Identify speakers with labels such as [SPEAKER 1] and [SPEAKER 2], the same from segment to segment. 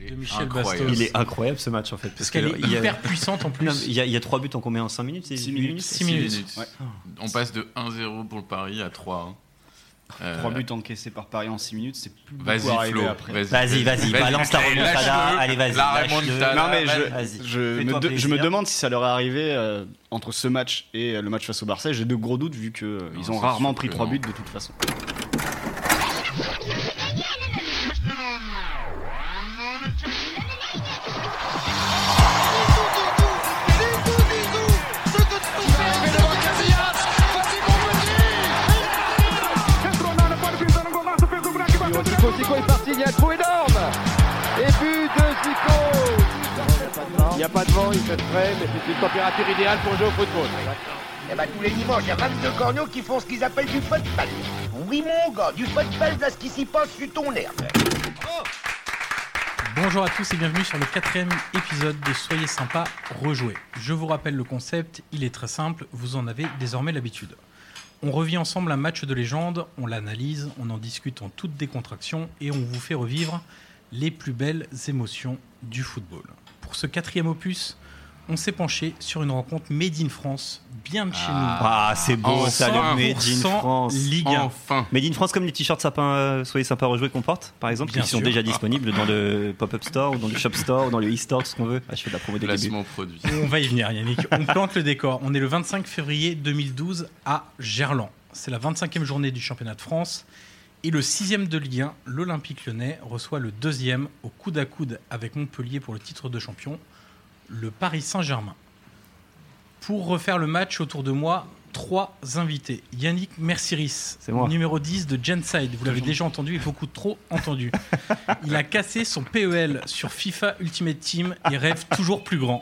[SPEAKER 1] de Michel
[SPEAKER 2] Incroyable.
[SPEAKER 1] Bastos.
[SPEAKER 3] Il est incroyable ce match en fait.
[SPEAKER 1] Parce
[SPEAKER 3] Parce,
[SPEAKER 1] qu'elle
[SPEAKER 3] que
[SPEAKER 1] est
[SPEAKER 3] il y a-
[SPEAKER 1] hyper puissante en
[SPEAKER 3] Non, mais
[SPEAKER 1] plus.
[SPEAKER 3] il y, a, il y a trois buts en combien En 5 minutes c'est-
[SPEAKER 2] Six
[SPEAKER 3] huit
[SPEAKER 2] minutes.
[SPEAKER 1] Six
[SPEAKER 2] Six
[SPEAKER 1] minutes.
[SPEAKER 2] minutes.
[SPEAKER 4] Ouais.
[SPEAKER 2] On passe de 1-0 pour le Paris à 3-1. Euh,
[SPEAKER 4] 3 buts encaissés par Paris en 6 minutes, c'est plus
[SPEAKER 2] Vas-y
[SPEAKER 4] beaucoup arrivé
[SPEAKER 2] Flo,
[SPEAKER 4] après.
[SPEAKER 3] Vas-y, vas-y, balance ta
[SPEAKER 2] Allez,
[SPEAKER 3] remontada.
[SPEAKER 2] lâche-le.
[SPEAKER 3] Allez, vas-y.
[SPEAKER 2] La
[SPEAKER 3] lâche-le.
[SPEAKER 2] remontada.
[SPEAKER 4] Non mais
[SPEAKER 3] Vas-y.
[SPEAKER 4] je, je,
[SPEAKER 3] Fais-toi
[SPEAKER 4] me, de- je
[SPEAKER 3] plaisir.
[SPEAKER 4] me demande si ça leur est arrivé euh, entre ce match et euh, le match face au Barça. J'ai de gros doutes vu que euh,
[SPEAKER 2] Non,
[SPEAKER 4] ils ont
[SPEAKER 2] c'est
[SPEAKER 4] rarement
[SPEAKER 2] sûr
[SPEAKER 4] pris
[SPEAKER 2] que
[SPEAKER 4] 3
[SPEAKER 2] non.
[SPEAKER 4] buts de toute façon.
[SPEAKER 5] Zico, Zico est parti, il y a un trou énorme Et but de Zico Il n'y a pas de vent, il fait frais, mais c'est une température idéale pour jouer au football.
[SPEAKER 6] Eh ben tous les dimanches, il y a 22 corneaux qui font ce qu'ils appellent du football. Oui mon gars, du football, c'est ce qui s'y passe sur ton herbe.
[SPEAKER 1] Bonjour à tous et bienvenue sur le quatrième épisode de Soyez sympa, rejouez. Je vous rappelle le concept, il est très simple, vous en avez désormais l'habitude. On revit ensemble un match de légende, on l'analyse, on en discute en toute décontraction et on vous fait revivre les plus belles émotions du football. Pour ce quatrième opus, on s'est penché sur une rencontre made in France, bien de chez nous.
[SPEAKER 3] Ah, c'est beau
[SPEAKER 2] Enfin,
[SPEAKER 3] ça, le Made in
[SPEAKER 1] 100%
[SPEAKER 3] France.
[SPEAKER 1] Ligue 1.
[SPEAKER 2] Enfin
[SPEAKER 3] Made in France, comme les t-shirts sapins, euh, soyez sympa rejouer qu'on porte, par exemple,
[SPEAKER 1] Bien
[SPEAKER 3] qui sont
[SPEAKER 1] sûr.
[SPEAKER 3] déjà disponibles dans le pop-up store, ou dans le shop store, ou dans le e-store, tout ce qu'on veut. Ah, je fais de la promo des débuts.
[SPEAKER 2] Placement produit.
[SPEAKER 1] On va y venir, Yannick. On plante le décor. On est le 25 février 2012 à Gerland. C'est la 25e journée du championnat de France. Et le 6e de Ligue 1, l'Olympique lyonnais reçoit le deuxième au coude à coude avec Montpellier pour le titre de champion, le Paris Saint-Germain. Pour refaire le match autour de moi, trois invités. Yannick Merciris,
[SPEAKER 3] C'est moi.
[SPEAKER 1] numéro 10 de Genside. Vous l'avez déjà entendu et beaucoup trop entendu. Il a cassé son PEL sur FIFA Ultimate Team et rêve toujours plus grand.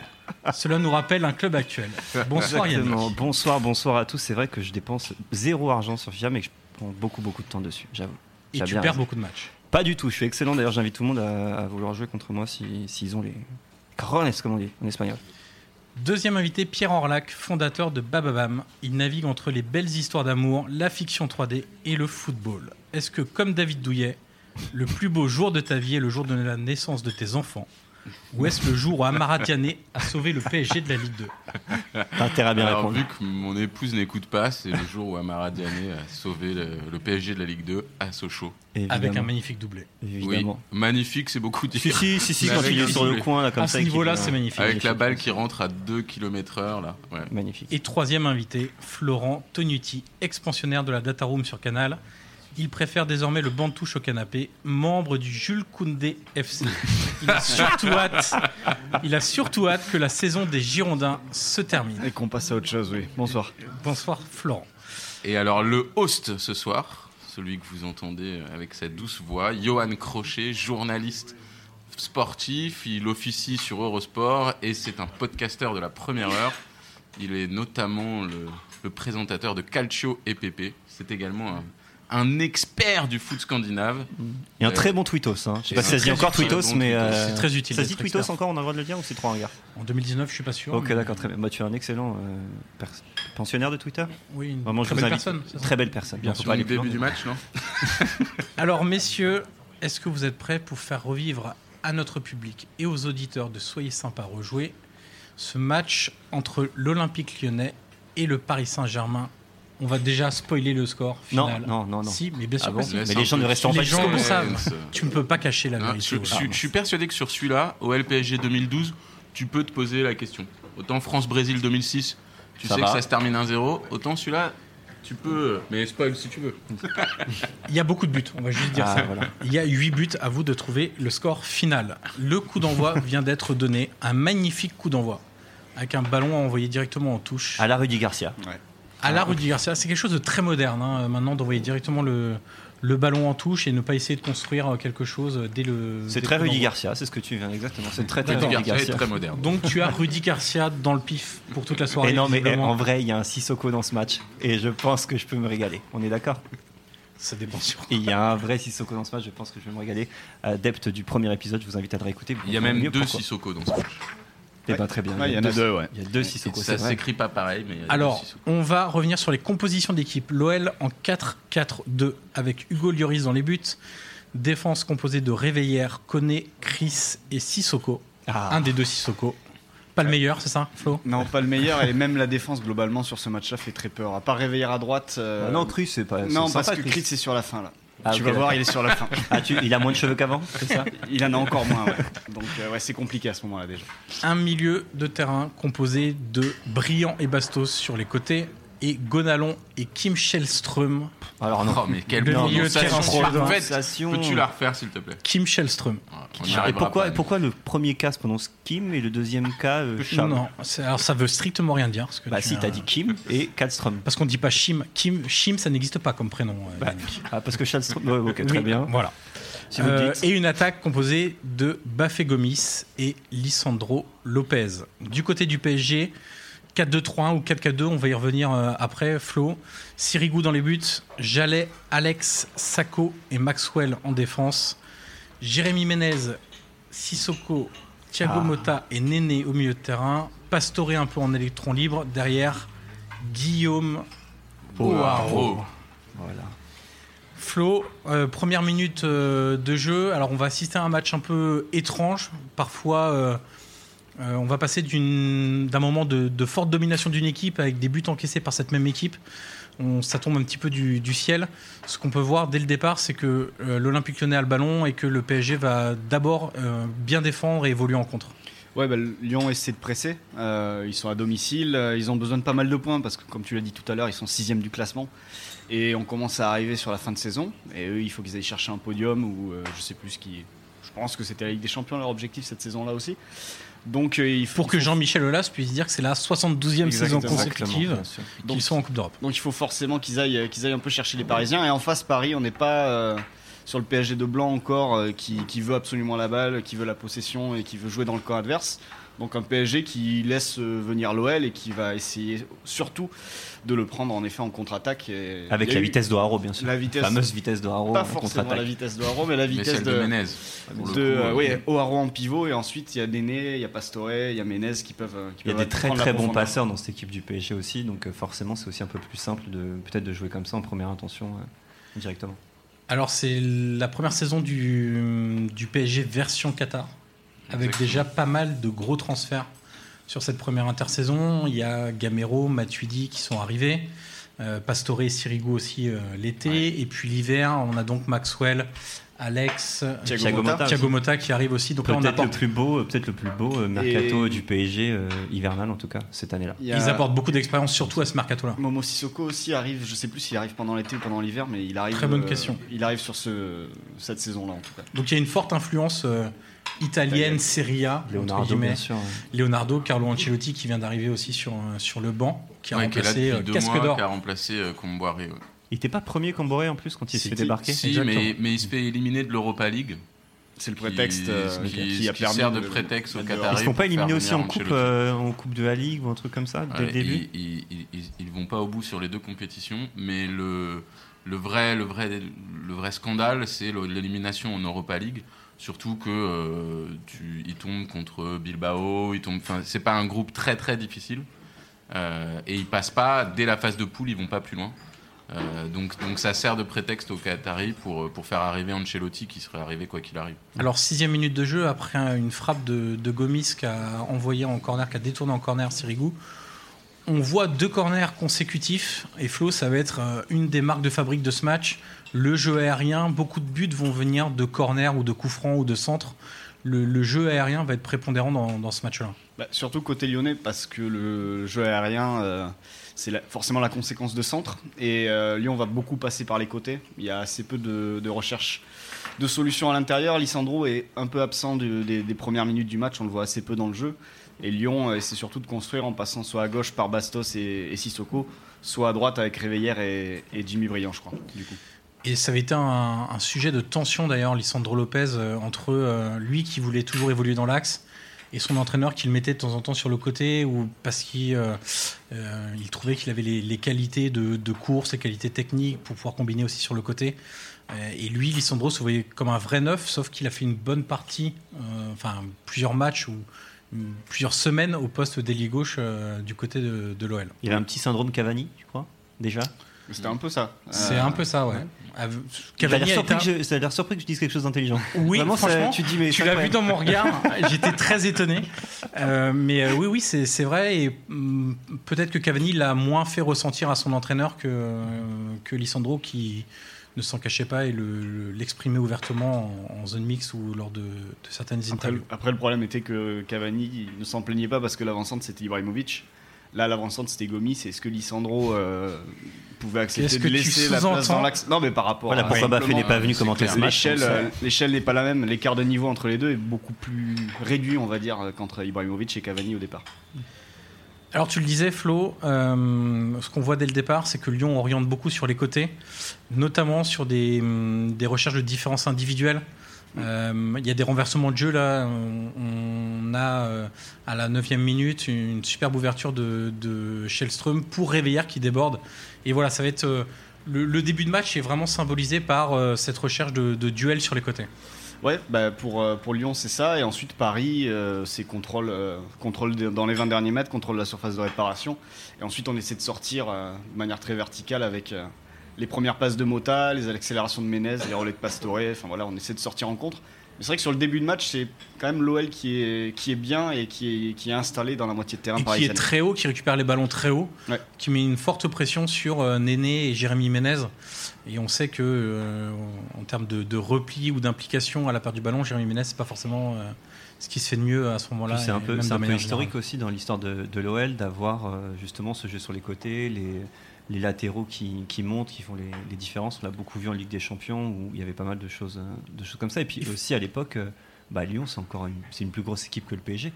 [SPEAKER 1] Cela nous rappelle un club actuel. Bonsoir
[SPEAKER 3] Exactement.
[SPEAKER 1] Yannick.
[SPEAKER 3] Bonsoir, bonsoir à tous. C'est vrai que je dépense zéro argent sur FIFA, mais que je prends beaucoup, beaucoup de temps dessus, j'avoue.
[SPEAKER 1] Et
[SPEAKER 3] T'as
[SPEAKER 1] tu
[SPEAKER 3] bien
[SPEAKER 1] perds
[SPEAKER 3] raison.
[SPEAKER 1] beaucoup de matchs.
[SPEAKER 3] Pas du tout, je suis excellent. D'ailleurs, j'invite tout le monde à, à vouloir jouer contre moi s'ils si, s'ils ont les crones, comme on dit en espagnol.
[SPEAKER 1] Deuxième invité, Pierre Orlac, fondateur de Bababam. Il navigue entre les belles histoires d'amour, la fiction 3D et le football. Est-ce que, comme David Douillet, le plus beau jour de ta vie est le jour de la naissance de tes enfants Ou est-ce le jour où Amara Diané a sauvé le PSG de la Ligue 2
[SPEAKER 3] T'as intérêt à bien
[SPEAKER 2] Alors,
[SPEAKER 3] répondre.
[SPEAKER 2] vu que mon épouse n'écoute pas, c'est le jour où Amara Diané a sauvé le, le PSG de la Ligue 2 à Sochaux.
[SPEAKER 3] Évidemment.
[SPEAKER 1] Avec un magnifique doublé.
[SPEAKER 3] Évidemment.
[SPEAKER 2] Oui, magnifique, c'est beaucoup
[SPEAKER 3] Si,
[SPEAKER 2] dire.
[SPEAKER 3] si, si, si,
[SPEAKER 2] Mais
[SPEAKER 3] quand
[SPEAKER 2] avec
[SPEAKER 3] il est
[SPEAKER 2] un
[SPEAKER 3] sur le
[SPEAKER 2] doublé.
[SPEAKER 3] coin, là, comme
[SPEAKER 1] à
[SPEAKER 3] ça.
[SPEAKER 1] ce
[SPEAKER 3] et qu'il
[SPEAKER 1] niveau-là,
[SPEAKER 3] fait un-
[SPEAKER 1] c'est magnifique.
[SPEAKER 2] Avec la balle qui rentre à 2 km heure, là. Ouais.
[SPEAKER 3] Magnifique.
[SPEAKER 1] Et troisième invité, Florent Tonuti, expansionnaire de la Data Room sur Canal. Il préfère désormais le banc de touche au canapé, membre du Jules Koundé FC. Il a surtout hâte, il a surtout hâte que la saison des Girondins se termine.
[SPEAKER 4] Et qu'on passe à autre chose, oui. Bonsoir.
[SPEAKER 1] Bonsoir Florent.
[SPEAKER 2] Et alors, le host ce soir, celui que vous entendez avec sa douce voix, Johan Crochet, journaliste sportif, il officie sur Eurosport et c'est un podcasteur de la première heure. Il est notamment le, le présentateur de Calcio et PP. C'est également un, un expert du foot scandinave.
[SPEAKER 3] Et un
[SPEAKER 2] Euh,
[SPEAKER 3] très bon Twitos. Hein. Je sais
[SPEAKER 2] et
[SPEAKER 3] pas si
[SPEAKER 2] un
[SPEAKER 3] ça se
[SPEAKER 2] très
[SPEAKER 3] dit encore
[SPEAKER 2] bon
[SPEAKER 3] Twitos,
[SPEAKER 2] Twitos.
[SPEAKER 3] mais. euh,
[SPEAKER 1] C'est très utile
[SPEAKER 3] Ça se dit
[SPEAKER 1] d'être
[SPEAKER 3] Twitos
[SPEAKER 1] expert.
[SPEAKER 3] encore, on a le droit de le dire ou c'est trop un gars
[SPEAKER 1] En 2019, je suis pas sûr.
[SPEAKER 3] Ok,
[SPEAKER 1] mais-
[SPEAKER 3] d'accord, très bien. Bah, tu es un excellent euh, pers- pensionnaire de Twitter
[SPEAKER 1] Oui, une
[SPEAKER 3] Vraiment, je
[SPEAKER 1] très
[SPEAKER 3] vous
[SPEAKER 1] belle
[SPEAKER 3] invite.
[SPEAKER 1] personne, c'est ça
[SPEAKER 3] très belle personne.
[SPEAKER 1] Bien
[SPEAKER 3] On peut
[SPEAKER 1] sûr.
[SPEAKER 3] pas
[SPEAKER 2] Sur
[SPEAKER 3] aller
[SPEAKER 2] le
[SPEAKER 3] plus
[SPEAKER 2] début
[SPEAKER 3] loin.
[SPEAKER 2] du match, non
[SPEAKER 3] Ah,
[SPEAKER 1] Alors messieurs, est-ce que vous êtes prêts pour faire revivre à notre public et aux auditeurs de Soyez sympa rejouer ce match entre l'Olympique lyonnais et le Paris Saint-Germain On va déjà spoiler le score
[SPEAKER 3] Non,
[SPEAKER 1] final.
[SPEAKER 3] non, non, non.
[SPEAKER 1] Si, mais bien sûr
[SPEAKER 3] Ah
[SPEAKER 1] que
[SPEAKER 3] bon
[SPEAKER 1] si.
[SPEAKER 3] Mais
[SPEAKER 2] Laisse
[SPEAKER 3] les
[SPEAKER 2] un
[SPEAKER 3] gens
[SPEAKER 2] peu
[SPEAKER 3] ne
[SPEAKER 2] de
[SPEAKER 3] restent pas
[SPEAKER 1] Les gens
[SPEAKER 3] jusqu'au
[SPEAKER 1] le
[SPEAKER 3] bout.
[SPEAKER 1] savent.
[SPEAKER 2] suspense.
[SPEAKER 1] Tu ne peux pas cacher la
[SPEAKER 2] Non,
[SPEAKER 1] vérité.
[SPEAKER 2] je,
[SPEAKER 1] aux
[SPEAKER 2] Ah, je-
[SPEAKER 1] gens.
[SPEAKER 2] je suis persuadé que sur celui-là, au LPSG 2012, tu peux te poser la question. Autant France-Brésil 2006, tu
[SPEAKER 3] Ça
[SPEAKER 2] sais
[SPEAKER 3] va.
[SPEAKER 2] que ça se termine 1-0, autant celui-là, tu peux. Mais spoil si tu veux.
[SPEAKER 1] Il y a beaucoup de buts, on va juste dire
[SPEAKER 3] Ah,
[SPEAKER 1] ça.
[SPEAKER 3] voilà.
[SPEAKER 1] Il y a 8 buts, à vous de trouver le score final. Le coup d'envoi vient d'être donné, un magnifique coup d'envoi, avec un ballon envoyé directement en touche.
[SPEAKER 3] À la Rudy Garcia.
[SPEAKER 1] À la Rudy Garcia, c'est quelque chose de très moderne hein, maintenant d'envoyer directement le, le ballon en touche et ne pas essayer de construire euh, quelque chose dès le.
[SPEAKER 3] C'est
[SPEAKER 1] dès
[SPEAKER 3] très
[SPEAKER 1] le coup
[SPEAKER 3] Rudy
[SPEAKER 1] d'envoi.
[SPEAKER 3] Garcia, c'est ce que tu viens exactement. C'est très très
[SPEAKER 1] D'accord.
[SPEAKER 2] Rudy
[SPEAKER 3] Rudy
[SPEAKER 2] Garcia est très
[SPEAKER 3] Garcia.
[SPEAKER 2] moderne.
[SPEAKER 1] Donc tu as Rudy Garcia dans le pif pour toute la soirée.
[SPEAKER 3] Et non, mais eh,
[SPEAKER 1] visiblement.
[SPEAKER 3] en vrai, il y a un Sissoko dans ce match. Et je pense que je peux me régaler. On est d'accord
[SPEAKER 1] ça dépend sur.
[SPEAKER 3] Et Il y a un vrai Sissoko dans ce match. Je pense que je vais me régaler. Adepte du premier épisode, je vous invite à le réécouter. vous
[SPEAKER 2] Il y a
[SPEAKER 3] comprendrez
[SPEAKER 2] même
[SPEAKER 3] mieux
[SPEAKER 2] deux
[SPEAKER 3] pourquoi.
[SPEAKER 2] Sissoko dans ce match.
[SPEAKER 3] Eh ben, très bien.
[SPEAKER 4] Ouais, il y en a deux, ouais.
[SPEAKER 3] Il y a deux Sissoko.
[SPEAKER 2] ça
[SPEAKER 3] c'est vrai.
[SPEAKER 2] s'écrit pas pareil, mais il y a deux
[SPEAKER 1] Alors,
[SPEAKER 2] Sissoko.
[SPEAKER 1] on va revenir sur les compositions d'équipe. L'OL en 4-4-2 avec Hugo Lloris dans les buts, Défense composée de Réveillère, Koné, Chris et Sissoko.
[SPEAKER 4] Ah.
[SPEAKER 2] Euh,
[SPEAKER 1] Un des deux Sissoko. Pas le meilleur, c'est ça, Flo
[SPEAKER 4] Non, pas le meilleur, et même la défense globalement sur ce match-là fait très peur. À part réveiller à droite. euh,
[SPEAKER 3] Ah non, Chris, c'est pas. c'est
[SPEAKER 4] non,
[SPEAKER 3] sympa,
[SPEAKER 4] parce que Crit, c'est sur la fin là.
[SPEAKER 3] Ah,
[SPEAKER 4] tu
[SPEAKER 3] ok,
[SPEAKER 4] vas voir,
[SPEAKER 3] d'accord.
[SPEAKER 4] il est sur la fin.
[SPEAKER 3] Ah, tu- il a moins de cheveux qu'avant, c'est ça
[SPEAKER 4] Il en a encore moins, ouais. Donc, euh, ouais, c'est compliqué à ce moment-là déjà.
[SPEAKER 1] Un milieu de terrain composé de Briand et Bastos sur les côtés et Gonalon et Kim Shellström.
[SPEAKER 3] Alors non.
[SPEAKER 2] Oh, mais quelle
[SPEAKER 1] Le milieu de terrain
[SPEAKER 2] prononciation
[SPEAKER 1] suédois.
[SPEAKER 2] parfaite Peux-tu la refaire, s'il te plaît
[SPEAKER 1] Kim Shellström.
[SPEAKER 2] Voilà, on y
[SPEAKER 3] Et
[SPEAKER 2] arrivera
[SPEAKER 3] pourquoi,
[SPEAKER 2] pas,
[SPEAKER 3] et
[SPEAKER 2] nous.
[SPEAKER 3] pourquoi le premier cas se prononce Kim et le deuxième cas euh, Cham
[SPEAKER 1] Non, c'est- alors ça veut strictement rien dire. Parce que
[SPEAKER 3] Bah
[SPEAKER 1] tu
[SPEAKER 3] si,
[SPEAKER 1] as-
[SPEAKER 3] t'as dit Kim et Kadstrom.
[SPEAKER 1] Parce qu'on dit pas Shim. Kim, Shim, ça n'existe pas comme prénom. euh,
[SPEAKER 3] Bah, hein.
[SPEAKER 1] Yannick.
[SPEAKER 3] ah, parce que Shadstrom. Ouais, ok,
[SPEAKER 1] Oui,
[SPEAKER 3] très bien.
[SPEAKER 1] Voilà.
[SPEAKER 3] Si vous
[SPEAKER 1] Euh,
[SPEAKER 3] dites.
[SPEAKER 1] et une attaque composée de Bafé Gomis et Lisandro Lopez. Du côté du PSG, 4-2-3-1 ou 4-4-2, on va y revenir euh, après, Flo. Sirigu dans les buts, Jallet, Alex, Sacco et Maxwell en défense. Jérémy Menez, Sissoko, Thiago
[SPEAKER 3] Ah.
[SPEAKER 1] Motta et Néné au milieu de terrain. Pastore un peu en électron libre. Derrière, Guillaume Boaro.
[SPEAKER 2] Boaro.
[SPEAKER 3] Voilà.
[SPEAKER 1] Flo, euh, première minute euh, de jeu. Alors, on va assister à un match un peu étrange. Parfois, euh, euh, on va passer d'une- d'un moment de, de forte domination d'une équipe avec des buts encaissés par cette même équipe. On, ça tombe un petit peu du, du ciel. Ce qu'on peut voir dès le départ, c'est que euh, l'Olympique lyonnais a le ballon et que le PSG va d'abord euh, bien défendre et évoluer en contre.
[SPEAKER 4] Ouais, bah, Lyon essaie de presser. Euh, ils sont à domicile. euh, ils ont besoin de pas mal de points parce que, comme tu l'as dit tout à l'heure, ils sont sixième du classement. Et on commence à arriver sur la fin de saison. Et eux, il faut qu'ils aillent chercher un podium ou euh, je sais plus ce qui. Je pense que c'était la Ligue des Champions leur objectif cette saison-là aussi. Donc, euh, il faut
[SPEAKER 1] Pour que Jean-Michel Aulas puisse dire que c'est la 72e saison
[SPEAKER 4] Exactement.
[SPEAKER 1] consécutive
[SPEAKER 4] Donc,
[SPEAKER 1] qu'ils sont en Coupe d'Europe.
[SPEAKER 4] Donc il faut forcément qu'ils aillent, euh, qu'ils aillent un peu chercher les Parisiens. Et en face, Paris, on n'est pas euh, sur le PSG de Blanc encore euh, qui, qui veut absolument la balle, qui veut la possession et qui veut jouer dans le camp adverse. Donc un PSG qui laisse euh, venir l'OL et qui va essayer surtout de le prendre en effet en contre-attaque. Et il
[SPEAKER 3] Avec
[SPEAKER 4] y a
[SPEAKER 3] la
[SPEAKER 4] eu
[SPEAKER 3] vitesse de Haro, bien sûr.
[SPEAKER 4] La vitesse.
[SPEAKER 3] fameuse vitesse de Haro
[SPEAKER 4] Pas
[SPEAKER 3] en
[SPEAKER 4] forcément la
[SPEAKER 3] contre-attaque.
[SPEAKER 4] vitesse de Haro, mais la
[SPEAKER 2] Mais
[SPEAKER 4] vitesse
[SPEAKER 2] celle de
[SPEAKER 4] de,
[SPEAKER 2] Menez.
[SPEAKER 4] de,
[SPEAKER 2] pour le coup,
[SPEAKER 4] euh,
[SPEAKER 2] euh,
[SPEAKER 4] ouais, O'Haro en pivot. Et ensuite, il y a Néné, il y a Pastore, il y a Ménez qui peuvent. euh, qui
[SPEAKER 3] Il y a
[SPEAKER 4] peuvent
[SPEAKER 3] des très
[SPEAKER 4] prendre la
[SPEAKER 3] très bons
[SPEAKER 4] profondeur.
[SPEAKER 3] passeurs dans cette équipe du PSG aussi, donc euh, forcément c'est aussi un peu plus simple de peut-être de jouer comme ça en première intention euh, directement.
[SPEAKER 1] Alors, c'est la première saison du, du PSG version Qatar, avec
[SPEAKER 2] Exactement.
[SPEAKER 1] déjà pas mal de gros transferts sur cette première intersaison. Il y a Gamero, Matuidi qui sont arrivés, euh, Pastore et Sirigu aussi euh, l'été, et puis l'hiver, on a donc Maxwell, Alex,
[SPEAKER 4] Thiago
[SPEAKER 1] Thiago
[SPEAKER 4] Motta.
[SPEAKER 1] Motta, Thiago Motta qui arrive aussi. Donc là, on
[SPEAKER 3] Peut-être le
[SPEAKER 1] apporte,
[SPEAKER 3] plus beau, euh, peut-être le plus beau euh, mercato
[SPEAKER 4] Et-
[SPEAKER 3] du PSG euh, hivernal en tout cas cette année-là.
[SPEAKER 4] Il y a-
[SPEAKER 1] ils apportent beaucoup d'expérience, surtout à ce mercato-là.
[SPEAKER 4] Momo Sissoko aussi arrive, je sais plus s'il arrive pendant l'été ou pendant l'hiver, mais il arrive. euh,
[SPEAKER 1] Très bonne question.
[SPEAKER 4] Il arrive sur ce, cette saison-là en tout cas.
[SPEAKER 1] Donc il y a une forte influence euh, italienne, Serie A, entre
[SPEAKER 3] Leonardo,
[SPEAKER 1] guillemets.
[SPEAKER 3] bien sûr. euh,
[SPEAKER 1] Leonardo, Carlo Ancelotti qui vient d'arriver aussi sur, euh, sur le banc, qui a
[SPEAKER 2] ouais, qui est là
[SPEAKER 1] remplacé
[SPEAKER 2] depuis
[SPEAKER 1] euh,
[SPEAKER 2] deux
[SPEAKER 1] Casque
[SPEAKER 2] mois,
[SPEAKER 1] d'Or.
[SPEAKER 2] qui a remplacé euh, Comboiré, ouais.
[SPEAKER 3] Il n'était pas premier Camboré en plus quand il
[SPEAKER 4] Si,
[SPEAKER 3] s'est fait
[SPEAKER 4] si,
[SPEAKER 3] débarquer
[SPEAKER 2] Si, mais, mais il se fait éliminer de l'Europa League.
[SPEAKER 4] C'est le
[SPEAKER 2] qui-
[SPEAKER 4] prétexte euh,
[SPEAKER 2] ce
[SPEAKER 4] qui,
[SPEAKER 2] qui,
[SPEAKER 4] a
[SPEAKER 2] ce qui
[SPEAKER 4] permis.
[SPEAKER 2] sert de prétexte aux
[SPEAKER 4] de-
[SPEAKER 2] Qataris.
[SPEAKER 3] Ils se font
[SPEAKER 2] pour
[SPEAKER 3] pas éliminer
[SPEAKER 2] faire
[SPEAKER 3] aussi en
[SPEAKER 2] venir
[SPEAKER 3] coupe,
[SPEAKER 2] Ancelotti.
[SPEAKER 3] euh, en coupe de la Ligue ou un truc comme ça dès
[SPEAKER 2] Ouais,
[SPEAKER 3] le début
[SPEAKER 2] Ils, ils- ils- ils vont pas au bout sur les deux compétitions, mais le, le, vrai, le, vrai, le vrai scandale, c'est le- l'élimination en Europa League. Surtout que euh, tu, ils tombent contre Bilbao, ils tombent. Enfin, c'est pas un groupe très très difficile, Euh, et ils passent pas dès la phase de poule, ils vont pas plus loin. Euh, donc, donc ça sert de prétexte aux Qataris pour, pour faire arriver Ancelotti qui serait arrivé quoi qu'il arrive.
[SPEAKER 1] Alors, sixième minute de jeu, après un- une frappe de, de Gomis qui a envoyé en corner, qui a détourné en corner Sirigu. On voit deux corners consécutifs, et Flo, ça va être euh, une des marques de fabrique de ce match. Le jeu aérien, beaucoup de buts vont venir de corners ou de coups francs ou de centres. Le, le jeu aérien va être prépondérant dans, dans ce match-là.
[SPEAKER 4] Bah, surtout côté lyonnais parce que le jeu aérien, euh, c'est la- forcément la conséquence de centre. Et euh, Lyon va beaucoup passer par les côtés. Il y a assez peu de, de recherche de solutions à l'intérieur. Lissandro est un peu absent du- des, des premières minutes du match. On le voit assez peu dans le jeu. Et Lyon euh, essaie surtout de construire en passant soit à gauche par Bastos et, et Sissoko, soit à droite avec Réveillère et, et Jimmy Briand, je crois. Du coup.
[SPEAKER 1] Et ça avait été un, un sujet de tension d'ailleurs, Lisandro Lopez, euh, entre euh, lui qui voulait toujours évoluer dans l'axe et son entraîneur qui le mettait de temps en temps sur le côté ou parce qu'il euh, euh, il trouvait qu'il avait les, les qualités de, de course, les qualités techniques pour pouvoir combiner aussi sur le côté. Euh, et lui, Lisandro se voyait comme un vrai neuf, sauf qu'il a fait une bonne partie, euh, enfin plusieurs matchs ou une- plusieurs semaines
[SPEAKER 3] Ah.
[SPEAKER 1] au poste d'ailier gauche euh, du côté de, de l'OL.
[SPEAKER 3] Il a un petit syndrome Cavani, tu crois Déjà
[SPEAKER 4] C'était un peu ça.
[SPEAKER 1] C'est
[SPEAKER 4] Euh,
[SPEAKER 1] un peu ça, ouais. Ah,
[SPEAKER 3] T'as l'air
[SPEAKER 1] Cavani a été
[SPEAKER 3] surpris,
[SPEAKER 1] un-
[SPEAKER 3] que je- t'as l'air surpris que je dise quelque chose d'intelligent.
[SPEAKER 1] Oui,
[SPEAKER 3] Vraiment, ça-
[SPEAKER 1] franchement,
[SPEAKER 3] tu te dis, mais
[SPEAKER 1] tu
[SPEAKER 3] c'est
[SPEAKER 1] l'as vu
[SPEAKER 3] incroyable.
[SPEAKER 1] dans mon regard, j'étais très étonné. Euh, mais euh, oui, oui, c'est c'est vrai. Et hum, peut-être que Cavani l'a moins fait ressentir à son entraîneur que, euh, que Lissandro, qui ne s'en cachait pas et le- le- l'exprimait ouvertement en, en zone mix ou lors de, de certaines
[SPEAKER 4] Après,
[SPEAKER 1] interviews.
[SPEAKER 4] après, le problème était que Cavani il ne s'en plaignait pas parce que l'avancante c'était Ibrahimovic. Là, l'avancante c'était Gomis. Est-ce que Lissandro euh, pouvait accepter
[SPEAKER 1] Qu'est-ce
[SPEAKER 4] de
[SPEAKER 1] que tu
[SPEAKER 4] laisser la place
[SPEAKER 1] sous-entends
[SPEAKER 4] dans l'axe Non, mais par rapport
[SPEAKER 3] Voilà
[SPEAKER 4] à.
[SPEAKER 3] pourquoi Baffé
[SPEAKER 4] simplement,
[SPEAKER 3] n'est pas venu
[SPEAKER 2] c'est
[SPEAKER 3] commenter
[SPEAKER 2] clair.
[SPEAKER 3] ce match.
[SPEAKER 4] L'échelle,
[SPEAKER 3] donc ça-
[SPEAKER 4] euh, l'échelle n'est pas la même. L'écart de niveau entre les deux est beaucoup plus réduit, on va dire, euh, qu'entre Ibrahimovic et Cavani au départ.
[SPEAKER 1] Alors tu le disais Flo, euh, ce qu'on voit dès le départ, c'est que Lyon oriente beaucoup sur les côtés, notamment sur des, hum, des recherches de différences individuelles. Euh, Il y a des renversements de jeu là. On, on a euh, à la 9 minute une superbe ouverture de, de Shellström pour Réveillère qui déborde. Et voilà, ça va être euh, le, le début de match est vraiment symbolisé par euh, cette recherche de, de duel sur les côtés.
[SPEAKER 4] Ouais, bah pour, euh, pour Lyon, c'est ça. Et ensuite, Paris, euh, c'est contrôle, euh, contrôle de- dans les 20 derniers mètres, contrôle de la surface de réparation. Et ensuite, on essaie de sortir euh, de manière très verticale avec euh, les premières passes de Mota, les accélérations de Ménez, les relais de Pastore. Enfin voilà, on essaie de sortir en contre. Mais c'est vrai que sur le début de match, c'est quand même l'OL qui est, qui est bien et qui est, qui est installé dans la moitié de terrain
[SPEAKER 1] et qui
[SPEAKER 4] parisienne.
[SPEAKER 1] est très haut, qui récupère les ballons très haut,
[SPEAKER 4] Ouais.
[SPEAKER 1] qui met une forte pression sur euh, Néné et Jérémy Ménez. Et on sait que euh, en termes de, de repli ou d'implication à la perte du ballon, Jérémy Ménez c'est pas forcément euh, ce qui se fait de mieux à ce moment-là.
[SPEAKER 3] Puis c'est un
[SPEAKER 1] et
[SPEAKER 3] peu,
[SPEAKER 1] même
[SPEAKER 3] c'est
[SPEAKER 1] de
[SPEAKER 3] un peu
[SPEAKER 1] manière
[SPEAKER 3] historique aussi dans l'histoire de, de l'OL d'avoir euh, justement ce jeu sur les côtés, les, les latéraux qui, qui montent, qui font les, les différences. On l'a beaucoup vu en Ligue des Champions où il y avait pas mal de choses, euh, de choses comme ça. Et puis aussi à l'époque, euh, bah, Lyon c'est encore une, c'est une plus grosse équipe que le PSG.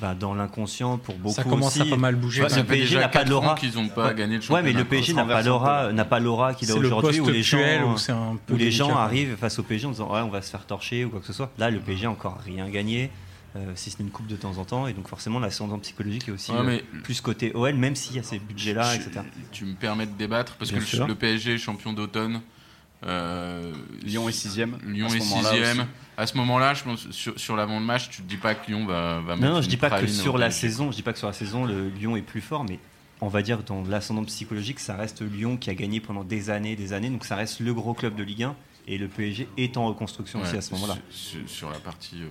[SPEAKER 3] Bah, dans l'inconscient pour
[SPEAKER 1] générale.
[SPEAKER 3] beaucoup
[SPEAKER 1] Ça commence
[SPEAKER 3] aussi.
[SPEAKER 1] à pas mal bouger.
[SPEAKER 3] Ouais,
[SPEAKER 1] là.
[SPEAKER 3] le PSG n'a pas de l'aura.
[SPEAKER 2] qu'ils n'ont pas
[SPEAKER 3] Ouais.
[SPEAKER 2] gagné le
[SPEAKER 3] Ouais,
[SPEAKER 2] championnat.
[SPEAKER 3] mais le PSG n'a pas
[SPEAKER 4] renverse un
[SPEAKER 3] l'aura,
[SPEAKER 4] peu.
[SPEAKER 3] n'a pas l'aura qu'il
[SPEAKER 1] c'est
[SPEAKER 3] a
[SPEAKER 1] le
[SPEAKER 3] aujourd'hui
[SPEAKER 1] poste
[SPEAKER 3] où les gens, euh,
[SPEAKER 1] actuel où c'est un peu
[SPEAKER 3] où les gens
[SPEAKER 2] hein.
[SPEAKER 1] délicat.
[SPEAKER 3] arrivent face au PSG en disant ouais on va se faire torcher ou quoi que ce soit. Là le PSG a encore rien gagné, euh, si ce n'est une coupe de temps en temps et donc forcément l'ascendant psychologique est aussi
[SPEAKER 2] Ouais,
[SPEAKER 3] euh,
[SPEAKER 2] mais-
[SPEAKER 3] plus côté OL même s'il y a ces budgets là
[SPEAKER 2] Je-
[SPEAKER 3] etc.
[SPEAKER 2] Tu me permets de débattre parce
[SPEAKER 3] Ah, Bien
[SPEAKER 2] que
[SPEAKER 3] sûr.
[SPEAKER 2] le, le PSG est champion d'automne. euh,
[SPEAKER 4] Lyon est sixième.
[SPEAKER 2] Lyon
[SPEAKER 4] à ce
[SPEAKER 2] est
[SPEAKER 4] moment-là
[SPEAKER 2] sixième.
[SPEAKER 4] aussi.
[SPEAKER 2] À ce moment-là, je pense sur, sur l'avant de match, tu te dis pas que Lyon va, va mettre
[SPEAKER 3] Non, non je
[SPEAKER 2] une
[SPEAKER 3] dis pas que
[SPEAKER 2] praline au
[SPEAKER 3] sur la
[SPEAKER 2] PSG.
[SPEAKER 3] saison, je dis pas que sur la saison le Lyon est plus fort mais on va dire dans l'ascendant psychologique ça reste Lyon qui a gagné pendant des années et des années donc ça reste le gros club de Ligue 1 et le PSG est en reconstruction aussi
[SPEAKER 2] Ouais,
[SPEAKER 3] à ce moment-là. Mm.
[SPEAKER 2] Sur, sur- sur la partie euh,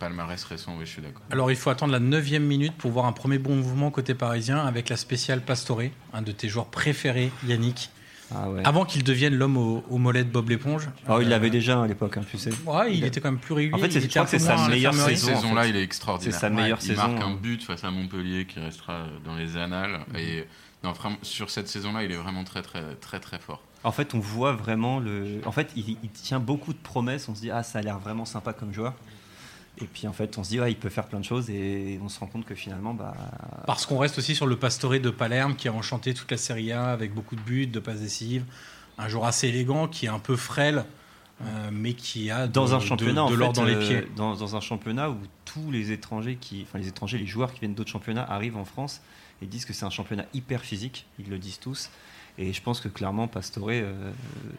[SPEAKER 2] palmarès récent, oui, je suis d'accord.
[SPEAKER 1] Alors il faut attendre la 9 minute pour voir un premier bon mouvement côté parisien avec la spéciale Pastore, un de tes joueurs préférés, Yannick,
[SPEAKER 3] Ah ouais.
[SPEAKER 1] avant qu'il devienne l'homme au, au mollet de Bob l'éponge.
[SPEAKER 3] Oh, il
[SPEAKER 1] Euh,
[SPEAKER 3] l'avait déjà hein, à l'époque hein, tu sais.
[SPEAKER 1] Ouais, il,
[SPEAKER 3] Il a-
[SPEAKER 1] était quand même plus régulier.
[SPEAKER 3] En fait, c'est-
[SPEAKER 1] il
[SPEAKER 3] je
[SPEAKER 1] était
[SPEAKER 3] crois
[SPEAKER 1] un
[SPEAKER 3] que
[SPEAKER 1] peu
[SPEAKER 3] c'est sa
[SPEAKER 1] moins à
[SPEAKER 3] meilleure
[SPEAKER 1] l'infirmerie.
[SPEAKER 2] Ah, Cette
[SPEAKER 3] saison, en
[SPEAKER 2] saison-là,
[SPEAKER 3] fait.
[SPEAKER 2] il est extraordinaire.
[SPEAKER 3] C'est sa meilleure
[SPEAKER 2] Il
[SPEAKER 3] saison,
[SPEAKER 2] marque un
[SPEAKER 3] hein. Mm.
[SPEAKER 2] but face à Montpellier qui restera euh, dans les annales. Et non, vraiment, sur cette saison-là, il est vraiment très, très, très, très fort.
[SPEAKER 3] En fait, on voit vraiment le. En fait, il, il tient beaucoup de promesses. On se dit ah, ça a l'air vraiment sympa comme joueur. Et puis en fait, on se dit ouais, il peut faire plein de choses et on se rend compte que finalement, bah,
[SPEAKER 1] Parce qu'on reste aussi sur le Pastore de Palerme qui a enchanté toute la Serie A avec beaucoup de buts, de passes décisives. Un joueur assez élégant qui est un peu frêle, euh, mais qui a de-
[SPEAKER 3] dans un
[SPEAKER 1] de-
[SPEAKER 3] championnat,
[SPEAKER 1] de,
[SPEAKER 3] en fait,
[SPEAKER 1] l'or dans les
[SPEAKER 3] euh,
[SPEAKER 1] pieds.
[SPEAKER 3] dans, dans un championnat où tous les étrangers qui, enfin les étrangers, les joueurs qui viennent d'autres championnats arrivent en France et disent que c'est un championnat hyper physique. Ils le disent tous. Et je pense que clairement, Pastore, euh,